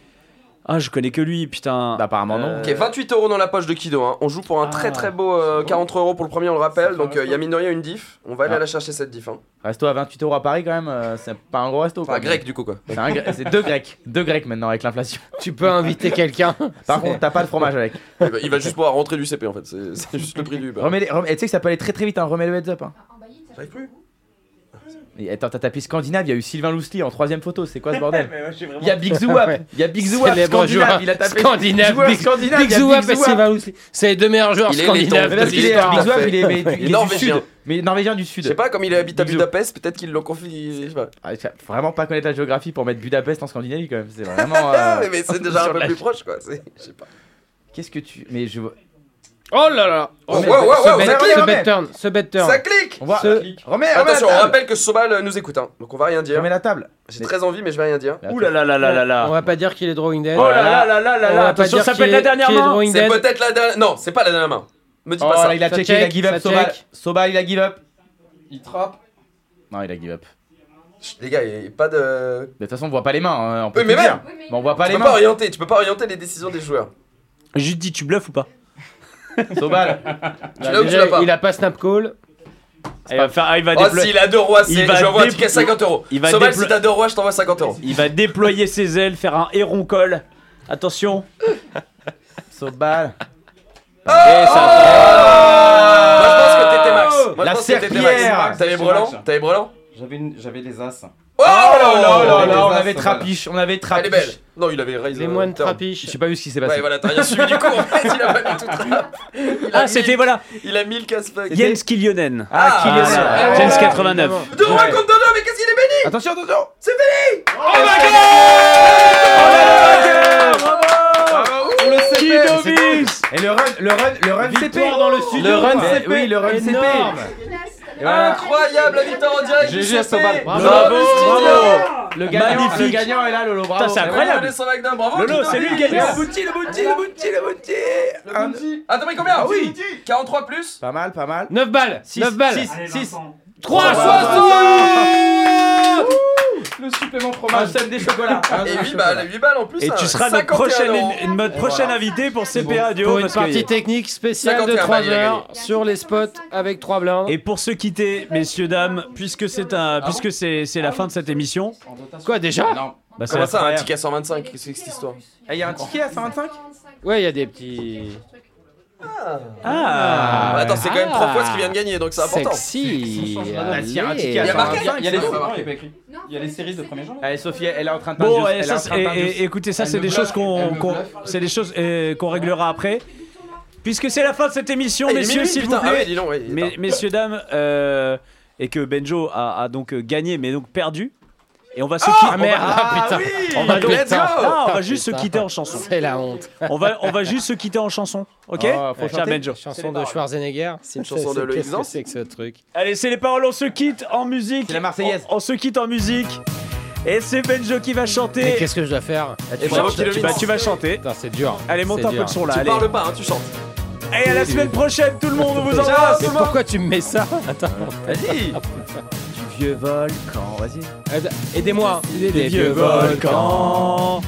S5: Ah, je connais que lui, putain.
S6: apparemment
S10: Ok, 28 euros dans la poche de Kido. hein. On joue pour un
S11: Ah,
S10: très très beau euh, 40 euros pour le premier, on le rappelle. Donc euh, il y a mine de rien une diff. On va aller
S6: Ah.
S10: la chercher cette diff. Hein.
S6: Resto à 28 euros à Paris quand même, euh, c'est pas un gros resto.
S10: Enfin,
S6: quoi.
S10: grec, du coup, quoi.
S6: C'est un grec- c'est deux grecs, deux grecs maintenant avec l'inflation.
S11: <laughs> Tu peux inviter quelqu'un.
S6: <laughs> Par contre, t'as pas de fromage avec.
S10: <laughs> Eh ben, il va
S6: <laughs>
S10: juste pouvoir rentrer du CP en fait. C'est c'est juste le prix du Uber.
S6: Remets les- remets- et tu sais que ça peut aller très très vite, hein, remets le heads up. hein.
S10: J'arrive plus.
S6: Et attends, t'as tapé Scandinave, il y a eu Sylvain Lousli en troisième photo, c'est quoi ce
S5: <laughs>
S6: bordel
S2: Mais moi, j'ai vraiment-
S6: Il y a Big Zoo Up,
S11: Ouais.
S6: il y a Big Zoo Up,
S11: Célèbre
S6: Scandinave,
S11: joueur
S6: il a tapé
S11: Scandinave,
S6: joueur
S11: Big,
S6: Scandinave,
S11: Big
S6: il y a
S11: Zoo Up et
S6: Up.
S11: Sylvain Lousli. C'est les deux meilleurs joueurs
S6: Il est
S11: scandinaves
S6: letton, parce
S11: de
S6: qu'il est- Big Zoo
S11: l'histoire.
S6: Up,
S11: <laughs>
S6: il est- mais- il est
S10: Il est
S6: du
S10: norvégien.
S6: Sud, mais norvégien du Sud.
S10: Je sais pas, comme il habite à
S6: Big Zoo.
S10: Budapest, peut-être qu'ils l'ont confié. Je sais pas.
S6: Ah, tu vas vraiment pas connaître la géographie pour mettre Budapest en Scandinavie quand même,
S10: <laughs>
S6: c'est vraiment. euh,
S10: mais mais c'est déjà un
S6: sur
S10: peu
S6: la-
S10: plus proche quoi. c'est- Je sais pas.
S6: Qu'est-ce que tu. Mais je vois.
S11: Oh là là
S10: Oh, ouais, ouais, ouais,
S11: Ce
S10: ouais,
S11: bad-
S10: ça clique,
S11: ce
S10: remets.
S11: bad turn, ce bad turn.
S10: Ça clique
S6: On va-
S11: Ce-
S6: Remets, remets
S10: Attention,
S6: la
S10: on
S6: table.
S10: rappelle que Sobal euh, nous écoute. hein. Donc on va rien dire.
S6: Remets la table.
S10: J'ai très envie, mais je vais rien dire.
S5: Ouh là là là là là là.
S11: On va pas dire qu'il est drawing dead.
S5: Oh là là là là là
S11: On
S5: là.
S11: va pas
S5: Attention,
S11: dire
S5: ça
S11: qu'il
S5: peut être la
S11: est-
S5: dernière
S11: qu'il est
S5: main.
S11: drawing
S10: C'est
S11: dead.
S10: peut-être la dernière. Non, c'est pas la dernière main. Me dis
S6: Oh
S10: pas ça.
S6: là, il a
S11: Ça
S6: checké, il a
S11: check,
S6: give up,
S11: ça
S6: Sobal.
S11: check.
S6: Sobal, il a give up.
S10: Il trappe.
S6: Non, il a give up.
S10: Les gars, il y a pas de.
S6: De toute façon, on voit pas les mains, hein, on peut
S10: Euh. Oui, mais
S6: tout dire.
S10: même.
S6: Mais on voit pas
S10: tu
S6: les
S10: peux pas
S6: mains.
S10: orienter, tu peux pas orienter les décisions des joueurs.
S5: Juste dis, tu bluffes ou pas
S6: Sobal.
S10: Tu l'as ou tu l'as pas
S11: Il a pas snap call.
S5: Ah, Il va faire, ah, il va
S10: Oh,
S5: déplo-
S10: s'il a deux rois,
S5: Il
S10: c'est-
S5: va
S10: je vois un
S5: déplo-
S10: ticket 50 euros.
S5: Il va
S10: Sobal,
S5: déplo-
S10: si t'as deux rois, je t'envoie 50 euros.
S5: Il va déployer ses ailes, faire un héron col. Attention.
S6: Sobal.
S5: Et ça.
S10: Ah Moi, je pense que t'étais Max. Moi,
S6: Oh La
S10: je pense que t'étais Max.
S6: serpillière.
S10: Max, T'avais Brelan T'avais Brelan
S13: J'avais une- j'avais les as.
S10: Oh
S6: Oh là là là, on
S13: les as,
S6: avait
S13: Sobal.
S6: trapiche, on avait
S10: Elle est
S6: trapiche.
S10: belle. Non, il avait raise.
S11: Les
S10: euh,
S11: moines
S10: turn.
S11: trapiche.
S6: J'ai pas vu ce qui s'est
S10: Ouais,
S6: passé.
S10: voilà, t'as rien suivi
S6: <laughs>
S10: du coup. En fait, il a pas du tout trap. Il a
S5: Ah,
S10: mis-
S5: c'était voilà.
S10: Il a mis le casse-fuck.
S5: Jens Kilionen.
S6: Ah,
S10: Ah,
S6: Kylian.
S10: ah,
S6: Ouais.
S5: Jens 89.
S10: Deux rois contre deux rois, mais qu'est-ce qu'il est béni
S6: Attention, attention.
S10: C'est béni
S5: Oh, Kidovis
S6: Et le run, le run, le run CP.
S5: dans le studio.
S6: Le run
S5: Ouais.
S6: CP, oui, le run CP.
S11: Énorme.
S6: Et voilà.
S10: Incroyable la victoire en direct.
S13: GG à
S10: GG
S13: Sobal.
S5: Bravo,
S10: Bravo,
S5: bravo.
S6: Le gagnant, le
S5: Magnifique.
S6: gagnant est là, Lolo. Bravo.
S5: Putain, c'est incroyable.
S10: Bravo
S5: Lolo, c'est lui le gagnant.
S10: Le bouti, le bouti, le bouti, le bouti Un- Attends, mais combien
S6: Ah oui.
S10: 43 plus
S6: Pas mal, pas mal.
S11: 9 balles.
S6: 6,
S11: 9 balles.
S6: 6,
S11: 360
S13: Le supplément
S6: Un
S13: fromage.
S6: somme des chocolats.
S5: Ah,
S6: Un
S10: Et
S6: somme
S10: 8
S6: des
S10: balles, 8 balles en plus
S5: Et
S10: hein.
S5: tu seras notre
S10: 51
S5: prochaine,
S10: euros.
S5: une, notre prochaine invitée pour CP Radio.
S11: Pour une
S5: parce que-
S11: partie technique spéciale
S10: 51
S11: de 3
S10: balles, il a
S11: heures sur les spots avec 3 blindes.
S5: Et pour se quitter, messieurs, dames, puisque c'est un, puisque c'est c'est la fin de cette émission,
S11: Quoi déjà
S6: Non.
S5: bah, c'est
S10: Comment
S5: la
S10: ça, un
S5: première.
S10: ticket à 125 Qu'est-ce que c'est que cette histoire
S6: Ah, il y a un ticket à 125
S11: Ouais, il y a des petits.
S5: Ah,
S6: Bah,
S10: Ah, Attends, c'est quand même 3
S11: Ah.
S10: fois ce qu'il vient de gagner, donc c'est important.
S11: Sexy.
S6: Ah, si, il y a un
S11: Allez.
S6: ticket à
S10: Il y a marqué
S6: 125,
S13: Il y a les
S10: Non,
S13: il y a pas écrit. Il y a les séries de premier genre.
S6: Allez, Sophie, elle est en train de
S5: Bon,
S6: teindre
S5: et
S6: juste-
S5: ça,
S6: elle est en
S5: c'est-
S6: train de teindre
S5: et-
S6: juste.
S5: et- écoutez, ça,
S13: Elle
S5: c'est
S13: me
S5: des
S13: bluffe,
S5: choses qu'on
S13: elle me
S5: qu'on-
S13: bluffe.
S5: c'est des choses euh, qu'on réglera après. Puisque c'est la fin de cette émission,
S10: Ah, il est
S5: messieurs,
S10: minuit,
S5: s'il vous
S10: putain. Ah ouais,
S5: plaît,
S10: dis donc, ouais, il est
S5: mes-
S10: tard.
S5: messieurs dames, euh, et que Benjo a, a donc euh, gagné, mais donc perdu. Et on va se
S10: Oh
S5: quitter.
S11: Ah merde,
S6: Ah,
S11: putain.
S6: oui
S5: On va donc-
S10: Let's go.
S5: Ah, on va
S11: Putain,
S5: juste se
S11: putain.
S5: quitter en chanson.
S11: C'est la honte. Oh,
S5: On va, on va juste se quitter en chanson, ok
S6: Ah, faut
S5: Cher
S6: chanter.
S5: Benjo.
S11: Chanson de Schwarzenegger.
S10: C'est une chanson de Loïc
S11: Qu'est-ce que
S10: Zance.
S11: c'est que ce truc
S5: Allez, c'est les paroles, on se quitte en musique.
S6: C'est la Marseillaise.
S5: On, on se quitte en musique. Et c'est Benjo qui va
S11: Mais
S5: chanter.
S11: qu'est-ce que je dois faire Ah,
S10: Et bravo,
S5: Tu- tu-
S10: Kilovin.
S5: bah, tu vas chanter.
S11: Putain, c'est dur.
S5: Allez, monte
S11: C'est
S5: un peu
S11: dur.
S5: le son là.
S10: Tu
S5: allez.
S10: parles pas, hein, tu chantes.
S5: Et à la semaine prochaine, tout le monde, on vous
S10: Ciao.
S5: embrasse.
S11: Mais pourquoi tu me mets ça Attends. Ah,
S6: Vas-y Du vieux volcan, vas-y.
S11: Attends, Aidez-moi. Des,
S5: vieux volcans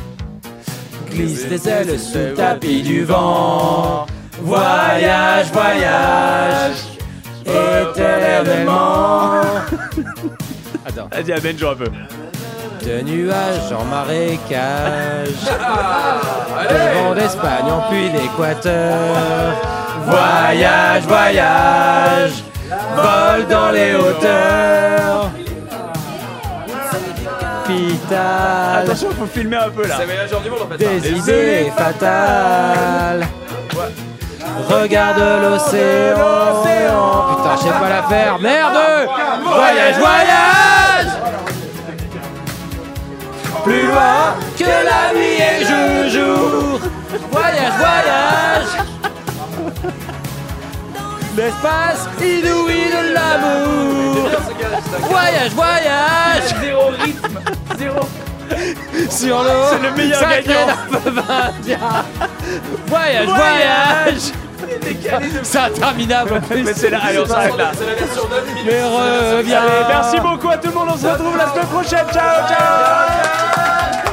S11: glissent des ailes sous le tapis du vent.
S10: Voyage, voyage, éternellement.
S11: Attends.
S5: Vas-y, Abenjo un peu.
S11: De nuages en
S10: <laughs>
S11: marécage,
S10: Ah, allez.
S11: devant d'Espagne en puits d'Équateur.
S10: Voyage, voyage, vol dans les hauteurs.
S5: Pital. Attention, faut filmer un peu là.
S6: C'est Voyageurs du monde en fait. ça.
S10: Des idées fatales. Regarde l'océan.
S11: Putain, je sais pas la faire, merde
S10: Voyage, voyage Plus loin que la nuit et le jour Voyage, voyage L'espace inouï de l'amour Voyage, voyage Zéro rythme Zéro Sur l'eau
S11: C'est le meilleur
S10: sacrée
S11: gagnant.
S10: d'un peuple indien. Voyage, voyage C'est interminable en plus
S5: Mais c'est là, allez, on s'arrête là.
S10: Mais reviens
S5: Allez, merci beaucoup à tout le monde, on se retrouve la semaine prochaine. Ciao, ciao